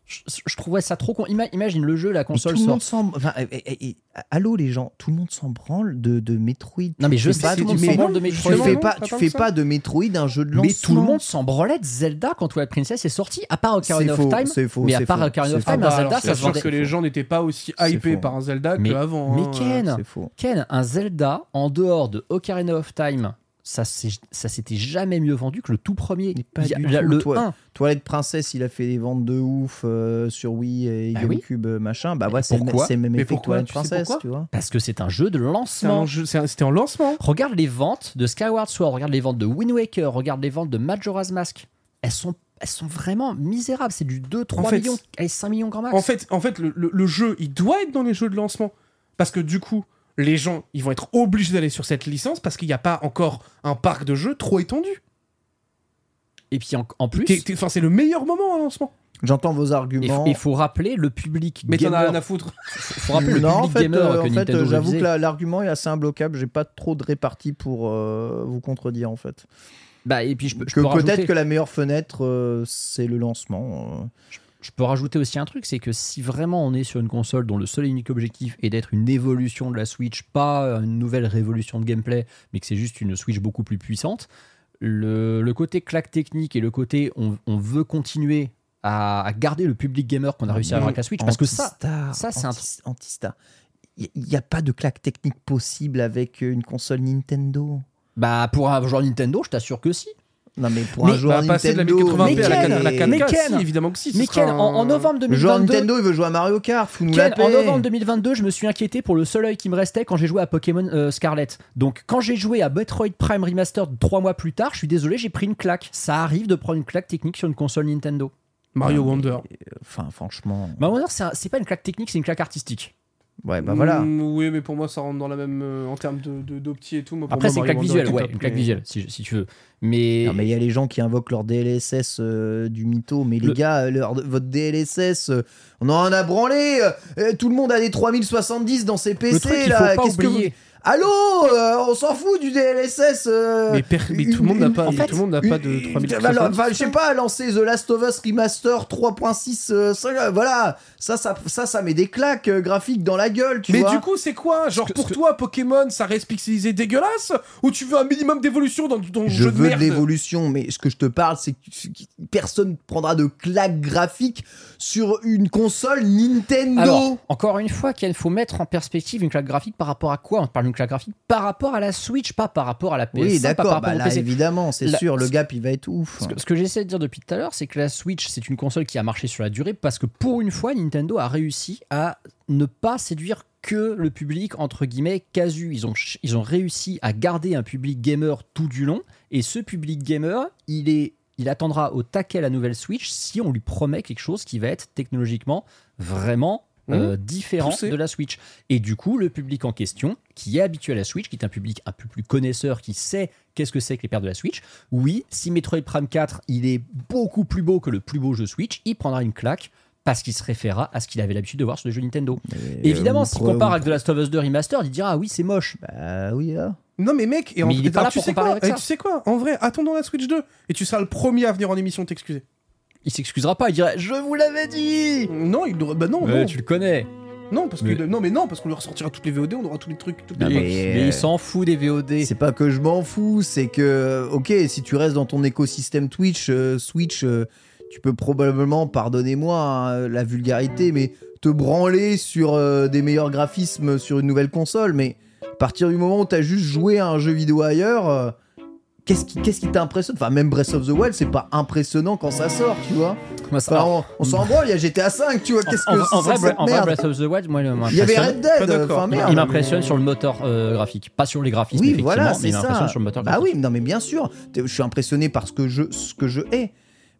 [SPEAKER 2] je, je trouvais ça trop con. Ima- imagine le jeu, la
[SPEAKER 1] Mais
[SPEAKER 2] console
[SPEAKER 1] tout le
[SPEAKER 2] sort.
[SPEAKER 1] monde s'en. Enfin, eh, eh, eh, allô, les gens, tout le monde s'en branle de, de Metroid.
[SPEAKER 2] Non, mais je
[SPEAKER 1] Tu
[SPEAKER 2] sais,
[SPEAKER 1] fais pas
[SPEAKER 2] tout le monde
[SPEAKER 1] du-
[SPEAKER 2] s'en
[SPEAKER 1] mais-
[SPEAKER 2] branle de
[SPEAKER 1] Tu
[SPEAKER 2] Metroid.
[SPEAKER 1] fais,
[SPEAKER 3] Non,
[SPEAKER 1] pas,
[SPEAKER 3] non,
[SPEAKER 1] tu
[SPEAKER 3] pas
[SPEAKER 1] fais
[SPEAKER 3] tant
[SPEAKER 1] pas de Metroid un jeu de lancement.
[SPEAKER 2] Mais tout le monde s'en branlait de Zelda quand Twilight Princess est sorti, à part Ocarina
[SPEAKER 1] C'est
[SPEAKER 2] of
[SPEAKER 1] faux,
[SPEAKER 2] Time.
[SPEAKER 1] c'est faux,
[SPEAKER 2] mais à
[SPEAKER 1] c'est
[SPEAKER 2] part
[SPEAKER 1] faux,
[SPEAKER 2] Ocarina of
[SPEAKER 1] c'est
[SPEAKER 2] Time,
[SPEAKER 1] faux.
[SPEAKER 2] un
[SPEAKER 1] Ah bah
[SPEAKER 2] Zelda, ça
[SPEAKER 3] alors, c'est
[SPEAKER 2] se
[SPEAKER 3] sûr
[SPEAKER 2] vendait.
[SPEAKER 3] que les gens n'étaient pas aussi
[SPEAKER 1] C'est
[SPEAKER 3] hypés
[SPEAKER 1] faux.
[SPEAKER 3] par un Zelda
[SPEAKER 2] Mais-
[SPEAKER 3] qu'avant.
[SPEAKER 2] mais
[SPEAKER 3] hein.
[SPEAKER 2] Ken,
[SPEAKER 1] C'est faux.
[SPEAKER 2] Ken, un Zelda en dehors de Ocarina of Time ça s'est- ça s'était jamais mieux vendu que le tout premier.
[SPEAKER 1] Pas
[SPEAKER 2] Il y a-
[SPEAKER 1] du
[SPEAKER 2] la-
[SPEAKER 1] tout.
[SPEAKER 2] le
[SPEAKER 1] Toi-
[SPEAKER 2] 1.
[SPEAKER 1] Toilette Princesse, il a fait des ventes de ouf euh, sur Wii et
[SPEAKER 2] Bah oui.
[SPEAKER 1] GameCube, euh, machin. Bah ouais, c'est le même-
[SPEAKER 2] Pourquoi
[SPEAKER 1] c'est le même
[SPEAKER 2] Mais
[SPEAKER 1] effet que
[SPEAKER 2] pourquoi
[SPEAKER 1] Toilette
[SPEAKER 2] Tu sais
[SPEAKER 1] Princesse,
[SPEAKER 2] pourquoi
[SPEAKER 1] tu vois.
[SPEAKER 2] Parce que c'est un jeu de
[SPEAKER 3] C'est
[SPEAKER 2] lancement.
[SPEAKER 3] un jeu- c'est un- C'était en lancement.
[SPEAKER 2] Regarde les ventes de Skyward Sword, regarde les ventes de Wind Waker, regarde les ventes de Majora's Mask. Elles sont, elles sont vraiment misérables. C'est du 2, 3
[SPEAKER 3] En fait,
[SPEAKER 2] millions, allez, 5 millions grand max.
[SPEAKER 3] En fait, en fait le, le- le jeu, il doit être dans les jeux de lancement. Parce que du coup, les gens, ils vont être obligés d'aller sur cette licence parce qu'il n'y a pas encore un parc de jeux trop étendu.
[SPEAKER 2] Et puis en, en plus,
[SPEAKER 3] T'es- t'es- Enfin, c'est le meilleur moment en lancement.
[SPEAKER 1] J'entends vos
[SPEAKER 2] il faut,
[SPEAKER 1] arguments.
[SPEAKER 2] il faut rappeler le public
[SPEAKER 3] Mais t'en as
[SPEAKER 2] gamer.
[SPEAKER 3] rien à foutre.
[SPEAKER 2] faut rappeler le
[SPEAKER 1] non, en
[SPEAKER 2] public
[SPEAKER 1] fait,
[SPEAKER 2] gamer
[SPEAKER 1] euh,
[SPEAKER 2] que
[SPEAKER 1] en fait,
[SPEAKER 2] Nintendo
[SPEAKER 1] euh, j'avoue
[SPEAKER 2] visait.
[SPEAKER 1] que la- l'argument est assez imbloquable. J'ai pas trop de répartie pour euh, vous contredire, en fait.
[SPEAKER 2] Bah, et puis je, peux- je
[SPEAKER 1] que
[SPEAKER 2] peux
[SPEAKER 1] peut-être
[SPEAKER 2] rajouter,
[SPEAKER 1] que la meilleure fenêtre, euh, c'est le lancement. euh.
[SPEAKER 2] je peux rajouter aussi un truc, c'est que si vraiment on est sur une console dont le seul et unique objectif est d'être une évolution de la Switch, pas une nouvelle révolution de gameplay, mais que c'est juste une Switch beaucoup plus puissante, le, le côté claque technique et le côté on, on veut continuer à, à garder le public gamer qu'on a réussi à avoir avec la Switch, parce que ça,
[SPEAKER 1] Antistar,
[SPEAKER 2] ça, c'est un
[SPEAKER 1] anti- antistar. Il n'y a pas de claque technique possible avec une console Nintendo.
[SPEAKER 2] bah pour un joueur Nintendo, je t'assure que si.
[SPEAKER 1] Non, mais pour un
[SPEAKER 3] On
[SPEAKER 2] bah,
[SPEAKER 1] joueur
[SPEAKER 3] va passer de la
[SPEAKER 1] Nintendo.
[SPEAKER 3] 1080p à la,
[SPEAKER 1] Ken,
[SPEAKER 3] quatre- la 4K,
[SPEAKER 1] mais
[SPEAKER 3] si,
[SPEAKER 2] Ken,
[SPEAKER 3] évidemment que si. ce
[SPEAKER 2] Mais
[SPEAKER 3] sera
[SPEAKER 2] Ken, en, en
[SPEAKER 3] un-
[SPEAKER 2] novembre
[SPEAKER 1] Le joueur
[SPEAKER 2] 2022,
[SPEAKER 1] Nintendo, il veut jouer à Mario Kart. Fous-nous
[SPEAKER 2] Ken,
[SPEAKER 1] la paix.
[SPEAKER 2] en novembre 2022, je me suis inquiété pour le seul œil qui me restait quand j'ai joué à Pokémon euh, Scarlet. Donc, quand j'ai joué à Metroid Prime Remastered trois mois plus tard, je suis désolé, j'ai pris une claque. Ça arrive de prendre une claque technique sur une console Nintendo.
[SPEAKER 3] Mario Wonder.
[SPEAKER 1] Enfin, franchement.
[SPEAKER 2] Bah, Wonder, c'est un- c'est pas une claque technique, c'est une claque artistique. Eh
[SPEAKER 1] Ouais,
[SPEAKER 2] ben
[SPEAKER 1] bah voilà.
[SPEAKER 3] Mm, oui, mais pour moi, ça rentre dans la même. euh, en termes de, de, d'opti et tout. Moi, pour
[SPEAKER 2] Après,
[SPEAKER 3] moi,
[SPEAKER 2] c'est une
[SPEAKER 3] Mario
[SPEAKER 2] claque
[SPEAKER 3] Wonder
[SPEAKER 2] visuelle,
[SPEAKER 3] était
[SPEAKER 2] ouais,
[SPEAKER 3] top,
[SPEAKER 2] une claque
[SPEAKER 3] mais-
[SPEAKER 2] visuelle, si, je- si tu veux. Mais,
[SPEAKER 1] Non, mais il y a les gens qui invoquent leur DLSS euh, du mytho, mais les
[SPEAKER 2] Le-
[SPEAKER 1] gars, euh, leur- votre DLSS, euh, on en a branlé. euh, euh, tout le monde a des 3070 dans ses PC
[SPEAKER 2] le truc qu'il faut
[SPEAKER 1] là.
[SPEAKER 2] pas
[SPEAKER 1] Qu'est-ce que vous-
[SPEAKER 2] oublier.
[SPEAKER 1] Allô, euh, on s'en fout du DLSS. euh,
[SPEAKER 3] Mais, per- mais
[SPEAKER 1] une-
[SPEAKER 3] tout le monde
[SPEAKER 1] une-
[SPEAKER 3] n'a pas,
[SPEAKER 1] en
[SPEAKER 3] tout
[SPEAKER 1] fait,
[SPEAKER 3] le monde n'a pas de
[SPEAKER 1] une-
[SPEAKER 3] 3000
[SPEAKER 1] bah, alors, Enfin, je sais pas, lancer The Last of Us Remaster 3.6, euh, ça, euh, voilà, ça, ça, ça, ça met des claques euh, graphiques dans la gueule, tu
[SPEAKER 3] mais
[SPEAKER 1] vois.
[SPEAKER 3] du coup, c'est quoi Genre, pour toi, Pokémon, ça reste pixelisé dégueulasse Ou tu veux un minimum d'évolution dans ton
[SPEAKER 1] je
[SPEAKER 3] jeu de
[SPEAKER 1] veux de
[SPEAKER 3] merde
[SPEAKER 1] l'évolution, mais ce que je te parle, c'est que tu- personne prendra de claques graphiques sur une console Nintendo.
[SPEAKER 2] Alors, encore une fois, Ken, faut mettre en perspective une claque graphique par rapport à quoi On parle d'une claque graphique par rapport à la Switch, pas par rapport à la PS5,
[SPEAKER 1] oui,
[SPEAKER 2] pas par
[SPEAKER 1] d'accord,
[SPEAKER 2] rapport
[SPEAKER 1] bah
[SPEAKER 2] au
[SPEAKER 1] là,
[SPEAKER 2] PC.
[SPEAKER 1] évidemment, c'est
[SPEAKER 2] La-
[SPEAKER 1] sûr, le gap, il va être ouf. hein,
[SPEAKER 2] Ce que, ce que j'essaie de dire depuis tout à l'heure, c'est que la Switch, c'est une console qui a marché sur la durée parce que pour une fois, Nintendo a réussi à ne pas séduire que le public, entre guillemets, casu. Ils ont, ch- ils ont réussi à garder un public gamer tout du long et ce public gamer, il est. Il attendra au taquet la nouvelle Switch si on lui promet quelque chose qui va être technologiquement vraiment
[SPEAKER 1] Mmh.
[SPEAKER 2] euh, différent
[SPEAKER 3] Poussé.
[SPEAKER 2] de la Switch. Et du coup, le public en question, qui est habitué à la Switch, qui est un public un peu plus connaisseur, qui sait qu'est-ce que c'est que les paires de la Switch, oui, si Metroid Prime 4, il est beaucoup plus beau que le plus beau jeu Switch, il prendra une claque parce qu'il se référera à ce qu'il avait l'habitude de voir sur les jeux Nintendo.
[SPEAKER 1] Et,
[SPEAKER 2] Évidemment,
[SPEAKER 1] euh,
[SPEAKER 2] s'il
[SPEAKER 1] pro-
[SPEAKER 2] compare avec The Last of Us 2 Remastered, il dira ah oui, c'est moche.
[SPEAKER 1] Bah oui, là.
[SPEAKER 3] Non, mais mec, et en-
[SPEAKER 2] Mais il est pas
[SPEAKER 3] alors,
[SPEAKER 2] là
[SPEAKER 3] tu
[SPEAKER 2] pour
[SPEAKER 3] sais
[SPEAKER 2] comparer
[SPEAKER 3] quoi
[SPEAKER 2] avec
[SPEAKER 3] Eh,
[SPEAKER 2] ça.
[SPEAKER 3] Tu sais quoi En vrai, attendons la Switch 2 et tu seras le premier à venir en émission t'excuser.
[SPEAKER 2] Il s'excusera pas, il dira je vous l'avais dit.
[SPEAKER 3] Non, il devrait- bah non,
[SPEAKER 2] Ouais,
[SPEAKER 3] non,
[SPEAKER 2] tu le connais.
[SPEAKER 3] non, parce que
[SPEAKER 2] Mais-
[SPEAKER 3] non, mais non, parce qu'on lui ressortira toutes les VOD, on aura tous les trucs, toutes
[SPEAKER 1] Ah,
[SPEAKER 3] les-
[SPEAKER 1] mais,
[SPEAKER 2] Mais
[SPEAKER 1] euh,
[SPEAKER 2] il s'en fout des VOD.
[SPEAKER 1] C'est pas que je m'en fous, c'est que, ok, si tu restes dans ton écosystème Twitch, euh, Switch, euh, tu peux probablement, pardonnez-moi hein, la vulgarité, mais te branler sur euh, des meilleurs graphismes sur une nouvelle console. Mais à partir du moment où t'as juste joué à un jeu vidéo ailleurs, euh, qu'est-ce qui qu'est-ce qui t'impressionne Enfin, même Breath of the Wild, c'est pas impressionnant quand ça sort, tu vois.
[SPEAKER 2] Moi, ça-
[SPEAKER 1] Enfin, on, on s'en branle, il y a GTA 5, tu vois, qu'est-ce
[SPEAKER 2] en,
[SPEAKER 1] que
[SPEAKER 2] en- en
[SPEAKER 1] c'est
[SPEAKER 2] vrai,
[SPEAKER 1] que cette
[SPEAKER 2] en vrai,
[SPEAKER 1] merde
[SPEAKER 2] Breath of the Wild, moi, il
[SPEAKER 1] Il y avait
[SPEAKER 2] m'impressionne.
[SPEAKER 1] Red Dead,
[SPEAKER 3] Pas d'accord.
[SPEAKER 1] enfin
[SPEAKER 2] Il-
[SPEAKER 1] merde.
[SPEAKER 2] Il m'impressionne sur le moteur euh, graphique, pas sur les graphismes
[SPEAKER 1] Oui,
[SPEAKER 2] effectivement,
[SPEAKER 1] voilà,
[SPEAKER 2] mais
[SPEAKER 1] c'est
[SPEAKER 2] il
[SPEAKER 1] ça.
[SPEAKER 2] m'impressionne sur le moteur
[SPEAKER 1] bah
[SPEAKER 2] graphique.
[SPEAKER 1] oui, non, mais bien sûr. T'es- Je suis impressionné par ce que je, ce que je hais.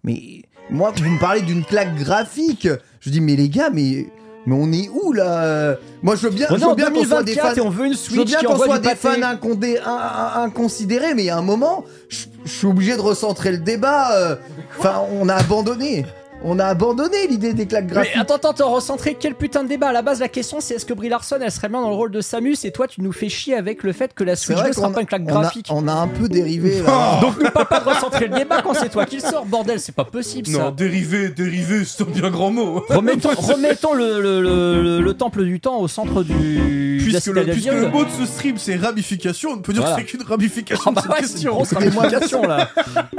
[SPEAKER 1] Mais moi, vous me parlez d'une claque graphique. Je dis, mais les gars, mais, mais on est où là Moi, je veux bien,
[SPEAKER 2] Oh On
[SPEAKER 1] je
[SPEAKER 2] est en
[SPEAKER 1] veux bien qu'on soit des
[SPEAKER 2] 2024
[SPEAKER 1] fans.
[SPEAKER 2] et on veut une
[SPEAKER 1] Je veux
[SPEAKER 2] Switch
[SPEAKER 1] bien
[SPEAKER 2] qui
[SPEAKER 1] qu'on
[SPEAKER 2] envoie
[SPEAKER 1] soit
[SPEAKER 2] du
[SPEAKER 1] des
[SPEAKER 2] pâté.
[SPEAKER 1] fans incondé- in- in- inconsidérés, mais à un moment, je je suis obligé de recentrer le débat. euh. Enfin, on a abandonné. On a abandonné l'idée des claques
[SPEAKER 2] Mais
[SPEAKER 1] graphiques.
[SPEAKER 2] attends, attends, attends, recentrer quel putain de débat À la base, la question c'est est-ce que Brie Larson elle serait bien dans le rôle de Samus et toi tu nous fais chier avec le fait que la
[SPEAKER 1] C'est
[SPEAKER 2] Switch
[SPEAKER 1] vrai
[SPEAKER 2] 2 sera
[SPEAKER 1] qu'on
[SPEAKER 2] pas une claque
[SPEAKER 1] on a-
[SPEAKER 2] graphique.
[SPEAKER 1] on a un peu dérivé là.
[SPEAKER 2] Donc ne parle pas de recentrer le débat quand c'est toi qui le sors, bordel, c'est pas possible
[SPEAKER 3] Non,
[SPEAKER 2] ça.
[SPEAKER 3] dérivé, dérivé, c'est un bien grand mot. hein.
[SPEAKER 2] Remettons, remettons le, le- le- le- le temple du temps au centre du. de la
[SPEAKER 3] Puisque le,
[SPEAKER 2] citadelle
[SPEAKER 3] puisque le
[SPEAKER 2] viole.
[SPEAKER 3] mot de ce stream c'est ramification, on peut dire
[SPEAKER 2] Voilà.
[SPEAKER 3] que c'est qu'une ramification
[SPEAKER 2] Ah bah
[SPEAKER 3] de cette
[SPEAKER 2] ouais, c'est une
[SPEAKER 3] question.
[SPEAKER 2] grosse
[SPEAKER 1] Écoutez-moi,
[SPEAKER 2] ramification là.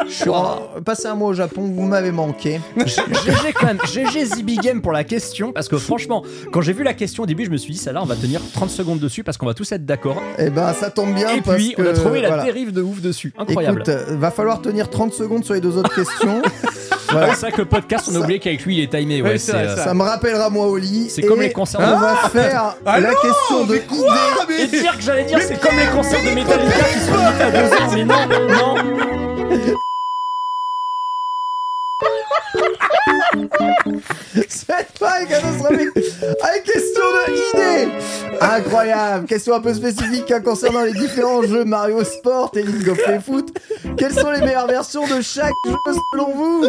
[SPEAKER 1] Je suis en- Passez un mois au Japon, vous m'avez manqué.
[SPEAKER 2] Je- GG quand même, GG Zibi Game pour la question, parce que franchement, quand j'ai vu la question au début, je me suis dit, ça là, on va tenir 30 secondes dessus parce qu'on va tous être d'accord.
[SPEAKER 1] Et ben, ça tombe bien
[SPEAKER 2] Et
[SPEAKER 1] parce
[SPEAKER 2] puis, on a
[SPEAKER 1] que,
[SPEAKER 2] trouvé la
[SPEAKER 1] voilà.
[SPEAKER 2] dérive de ouf dessus. Incroyable.
[SPEAKER 1] Écoute, euh, va falloir tenir 30 secondes sur les deux autres questions.
[SPEAKER 2] Ah, C'est vrai que le podcast, on a oublié qu'avec lui, il est timé. Ouais, c'est, euh,
[SPEAKER 1] Ça me rappellera moi au lit.
[SPEAKER 2] C'est
[SPEAKER 1] et
[SPEAKER 2] comme les concerts de-
[SPEAKER 1] On va
[SPEAKER 2] Ah
[SPEAKER 1] faire
[SPEAKER 2] Ah
[SPEAKER 1] la
[SPEAKER 2] non,
[SPEAKER 1] question de
[SPEAKER 2] mais quoi
[SPEAKER 3] Ah,
[SPEAKER 1] idée.
[SPEAKER 2] Et dire que j'allais dire, c'est comme les concerts de Metallica qui sont limités à deux heures, mais non, non.
[SPEAKER 1] C'est pas catastrophique. Allez, question de idée. Incroyable. Question un peu spécifique hein, concernant les différents jeux Mario Sport, Tennis, Golf et Foot. Quelles sont les meilleures versions de chaque jeu selon vous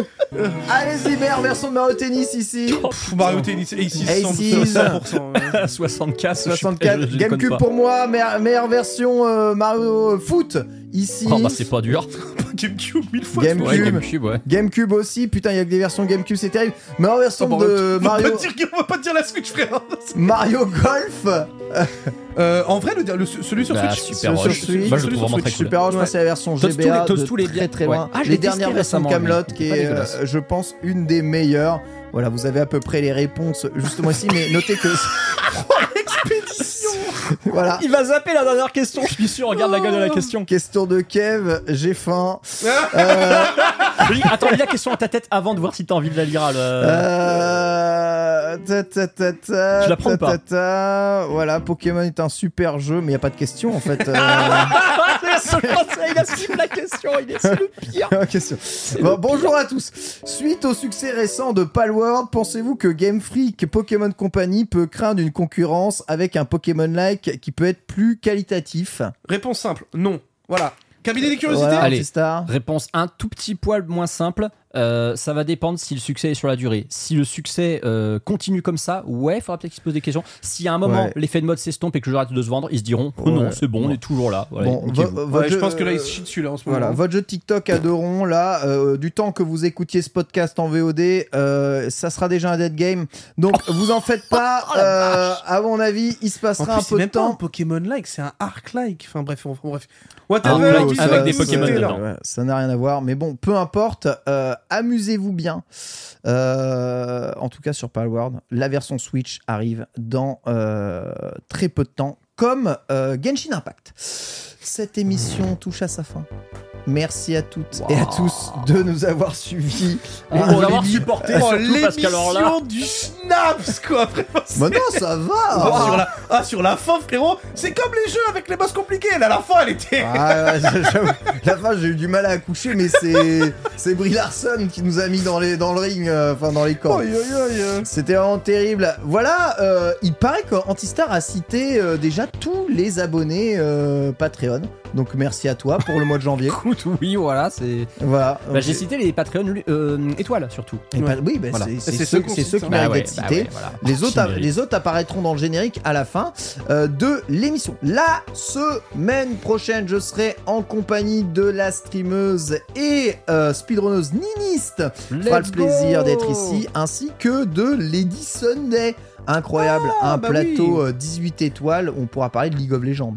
[SPEAKER 1] Allez-y, meilleure version de Mario Tennis ici.
[SPEAKER 3] Pff, Mario Tennis, Aces, 100%.
[SPEAKER 1] Aces.
[SPEAKER 3] 100%, ouais.
[SPEAKER 2] 64,
[SPEAKER 1] 64. Gamecube pour moi, meilleure, meilleure version euh, Mario Foot ici.
[SPEAKER 2] Oh bah c'est pas dur.
[SPEAKER 3] Gamecube, mille fois.
[SPEAKER 1] Gamecube.
[SPEAKER 2] Ouais, Gamecube, ouais.
[SPEAKER 1] Gamecube aussi, putain, il y a que des versions Gamecube, c'est terrible. Mais en version
[SPEAKER 3] Bon,
[SPEAKER 1] de
[SPEAKER 3] on, va
[SPEAKER 1] Mario,
[SPEAKER 3] pas dire, on va pas dire la Switch, frère.
[SPEAKER 1] Mario Golf,
[SPEAKER 3] Euh, en vrai, le, le- celui sur
[SPEAKER 2] Bah,
[SPEAKER 3] Switch.
[SPEAKER 2] Super
[SPEAKER 1] sur- sur
[SPEAKER 2] Rush.
[SPEAKER 1] Switch.
[SPEAKER 2] Moi, je le trouve
[SPEAKER 3] Celui sur
[SPEAKER 2] vraiment très
[SPEAKER 3] Switch,
[SPEAKER 2] cool.
[SPEAKER 1] Super Rush, moi, c'est la version
[SPEAKER 2] Toast tous
[SPEAKER 1] GBA
[SPEAKER 2] les- toast
[SPEAKER 1] de
[SPEAKER 2] tous les
[SPEAKER 1] très
[SPEAKER 2] bières.
[SPEAKER 1] très loin.
[SPEAKER 2] Ouais. Ah, je l'ai
[SPEAKER 1] les
[SPEAKER 2] testé
[SPEAKER 1] dernières versions de
[SPEAKER 2] récemment,
[SPEAKER 1] Camelot,
[SPEAKER 2] mais
[SPEAKER 1] qui
[SPEAKER 2] pas
[SPEAKER 1] est, euh,
[SPEAKER 2] dégueulasse.
[SPEAKER 1] je pense, une des meilleures. Voilà, vous avez à peu près les réponses justement ici, mais notez que voilà.
[SPEAKER 2] Ah. Il va zapper la dernière question, je suis sûr. Regarde la gueule de la question.
[SPEAKER 1] Question de Kev, j'ai faim. Euh,
[SPEAKER 2] Oui, attends, lis la question à ta tête avant de voir si t'as envie de la lire. à la-
[SPEAKER 1] Euh, ta, ta, ta, ta,
[SPEAKER 2] Je la prends
[SPEAKER 1] ta,
[SPEAKER 2] ou pas
[SPEAKER 1] ta, ta. Voilà, Pokémon est un super jeu, mais il n'y a pas de question en fait. euh,
[SPEAKER 2] Ah, c'est la seule pensée, il a suivi la question, il est c'est le pire.
[SPEAKER 1] Euh, question. Bon, bonjour à tous. Suite au succès récent de Palworld, pensez-vous que Game Freak Pokémon Company peut craindre une concurrence avec un Pokémon-like qui peut être plus qualitatif
[SPEAKER 3] Réponse simple, non. Voilà. Cabinet des curiosités
[SPEAKER 1] Voilà,
[SPEAKER 2] Allez.
[SPEAKER 1] Antistar.
[SPEAKER 2] Réponse un tout petit poil moins simple. Euh, ça va dépendre si le succès est sur la durée. Si le succès euh, continue comme ça, ouais, faudra peut-être qu'ils se posent des questions. Si à un moment
[SPEAKER 1] Ouais.
[SPEAKER 2] l'effet de mode s'estompe et que le jeu arrête de se vendre, ils se diront oh
[SPEAKER 1] Ouais.
[SPEAKER 2] non, c'est bon, on est toujours là. Voilà,
[SPEAKER 1] Bon,
[SPEAKER 2] niquez-vous.
[SPEAKER 1] vo-
[SPEAKER 3] Ouais,
[SPEAKER 1] votre
[SPEAKER 3] je
[SPEAKER 1] jeu-
[SPEAKER 3] pense que là, il se chie dessus, là, en ce moment.
[SPEAKER 1] Voilà, votre jeu de TikTok à deux ronds, là, euh, du temps que vous écoutiez ce podcast en VOD, euh, ça sera déjà un dead game. Donc, vous en faites pas. euh, à mon avis, il se
[SPEAKER 3] Oh En
[SPEAKER 1] passera
[SPEAKER 3] plus,
[SPEAKER 1] un
[SPEAKER 3] c'est
[SPEAKER 1] peu de
[SPEAKER 3] même pas un
[SPEAKER 1] temps.
[SPEAKER 3] Pokémon-like, c'est un Arc-like. Enfin bref, on- bref. Ah,
[SPEAKER 2] Un
[SPEAKER 3] Whatever.
[SPEAKER 2] Arc-like
[SPEAKER 3] il se
[SPEAKER 2] avec
[SPEAKER 3] passe,
[SPEAKER 2] des
[SPEAKER 3] c'est
[SPEAKER 2] Pokémon
[SPEAKER 3] là.
[SPEAKER 2] dedans.
[SPEAKER 1] Ouais, ça n'a rien à voir, mais bon, peu importe. euh, Amusez-vous bien. Euh, en tout cas, sur Palworld, la version Switch arrive dans euh, très peu de temps, comme euh, Genshin Impact. Cette émission
[SPEAKER 3] Mmh.
[SPEAKER 1] touche à sa fin. Merci à toutes et à tous de nous avoir suivis.
[SPEAKER 3] Ah,
[SPEAKER 2] Et pour l'avoir supporté,
[SPEAKER 3] Oh,
[SPEAKER 2] surtout parce qu'alors là.
[SPEAKER 3] l'émission du Snaps, quoi, frérot. c'est-
[SPEAKER 1] Mais non, ça va.
[SPEAKER 3] Ah, sur la... ah, sur la fin, frérot, c'est comme les jeux avec les boss compliqués. Là, la fin, elle était.
[SPEAKER 1] Ah, ouais, ouais, j'avoue. la fin, j'ai eu du mal à accoucher, mais c'est c'est Brie Larson qui nous a mis dans les dans le ring, euh, enfin dans les corps.
[SPEAKER 3] Aïe, aïe, aïe, euh.
[SPEAKER 1] C'était vraiment terrible. Voilà, euh, il paraît qu'Antistar a cité euh, déjà tous les abonnés euh, Patreon. Donc merci à toi pour le mois de janvier.
[SPEAKER 2] Écoute, oui, voilà, c'est.
[SPEAKER 1] Voilà.
[SPEAKER 2] Bah, j'ai cité les Patreon euh, étoiles surtout.
[SPEAKER 1] Et pas- oui, bah,
[SPEAKER 2] Voilà.
[SPEAKER 1] c'est- c'est
[SPEAKER 3] C'est
[SPEAKER 1] ceux,
[SPEAKER 3] ceux qu'on
[SPEAKER 1] c'est
[SPEAKER 3] cite,
[SPEAKER 1] ceux qui
[SPEAKER 3] hein.
[SPEAKER 1] méritent
[SPEAKER 2] Bah ouais,
[SPEAKER 1] d'être
[SPEAKER 2] bah
[SPEAKER 1] cités.
[SPEAKER 2] ouais, voilà.
[SPEAKER 1] Les autres,
[SPEAKER 2] Qui
[SPEAKER 1] app-
[SPEAKER 2] méritent.
[SPEAKER 1] les autres apparaîtront dans le générique à la fin euh, de l'émission. La semaine prochaine, je serai en compagnie de la streameuse et euh, speedrunneuse Niniste. Pas le
[SPEAKER 2] Let's
[SPEAKER 1] plaisir
[SPEAKER 2] go
[SPEAKER 1] d'être ici, ainsi que de Lady Sunday. Incroyable, un
[SPEAKER 3] bah
[SPEAKER 1] plateau euh, 18 étoiles. On pourra parler de League of Legends.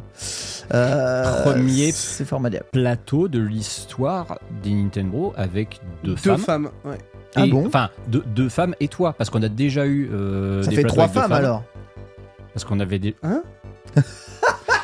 [SPEAKER 1] Euh,
[SPEAKER 2] Premier-
[SPEAKER 1] c'est formidable.
[SPEAKER 2] Plateau de l'histoire des Nintendo avec deux,
[SPEAKER 3] Deux
[SPEAKER 2] femmes.
[SPEAKER 3] femmes, ouais.
[SPEAKER 1] Ah
[SPEAKER 2] Et-
[SPEAKER 1] bon
[SPEAKER 2] Enfin, deux, deux femmes et toi, parce qu'on a déjà eu. euh,
[SPEAKER 1] Ça
[SPEAKER 2] des
[SPEAKER 1] fait
[SPEAKER 2] plateaux
[SPEAKER 1] trois
[SPEAKER 2] avec deux
[SPEAKER 1] femmes, alors.
[SPEAKER 2] Parce qu'on avait des.
[SPEAKER 3] Hein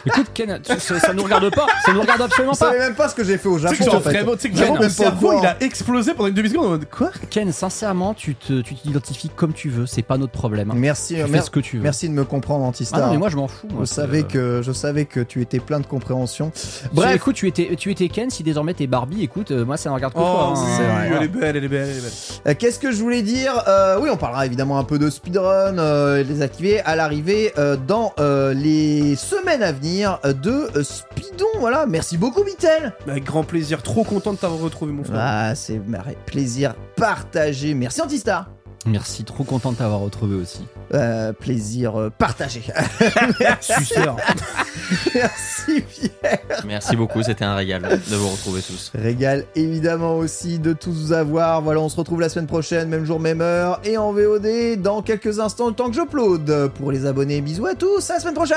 [SPEAKER 2] Écoute, Ken, tu- ça, ça nous regarde pas, ça nous regarde absolument
[SPEAKER 1] Vous
[SPEAKER 2] pas.
[SPEAKER 1] savez même pas ce que j'ai fait au
[SPEAKER 3] Tu
[SPEAKER 1] Japon.
[SPEAKER 3] sais que,
[SPEAKER 1] en
[SPEAKER 3] genre,
[SPEAKER 1] fait.
[SPEAKER 3] vraiment, tu sais que
[SPEAKER 1] Vraiment,
[SPEAKER 3] vraiment, le
[SPEAKER 1] même pas au
[SPEAKER 3] cerveau,
[SPEAKER 1] courant.
[SPEAKER 3] il a explosé pendant une demi-seconde en mode quoi
[SPEAKER 2] Ken, sincèrement, tu te- tu t'identifies comme tu veux, c'est pas notre problème. hein.
[SPEAKER 1] Merci,
[SPEAKER 2] Tu
[SPEAKER 1] euh,
[SPEAKER 2] fais
[SPEAKER 1] mer-
[SPEAKER 2] ce que tu veux.
[SPEAKER 1] merci de me comprendre,
[SPEAKER 2] Ah
[SPEAKER 1] Antistar.
[SPEAKER 2] non, mais moi je m'en fous.
[SPEAKER 1] je
[SPEAKER 2] moi, c'est- euh,
[SPEAKER 1] savais que je savais que tu étais plein de compréhension.
[SPEAKER 2] Bref,
[SPEAKER 1] Bref,
[SPEAKER 2] écoute, tu étais, tu étais Ken, si désormais t'es Barbie, écoute, euh, moi ça ne regarde que toi.
[SPEAKER 3] Oh,
[SPEAKER 2] hein.
[SPEAKER 3] oui,
[SPEAKER 1] vrai.
[SPEAKER 3] elle est belle, elle est belle, elle est belle.
[SPEAKER 1] euh, qu'est-ce que je voulais dire Euh, Oui, on parlera évidemment un peu de speedrun, euh, et de les activer à l'arrivée euh, dans euh, les semaines à venir euh, de euh, Speedon. Voilà, merci beaucoup, Mitel.
[SPEAKER 3] Bah, Avec grand plaisir, trop content de t'avoir retrouvé, mon frère.
[SPEAKER 1] Ah, c'est marré, plaisir partagé. Merci Antistar.
[SPEAKER 2] Merci, trop content de t'avoir retrouvé aussi.
[SPEAKER 1] Euh, plaisir euh, partagé. Ah,
[SPEAKER 2] Suceur.
[SPEAKER 1] merci Pierre.
[SPEAKER 4] Merci beaucoup, c'était un régal de vous retrouver tous.
[SPEAKER 1] Régal évidemment aussi de tous vous avoir. Voilà, on se retrouve la semaine prochaine, même jour, même heure, et en VOD dans quelques instants, le temps que j'upload. Pour les abonnés, bisous à tous, à la semaine prochaine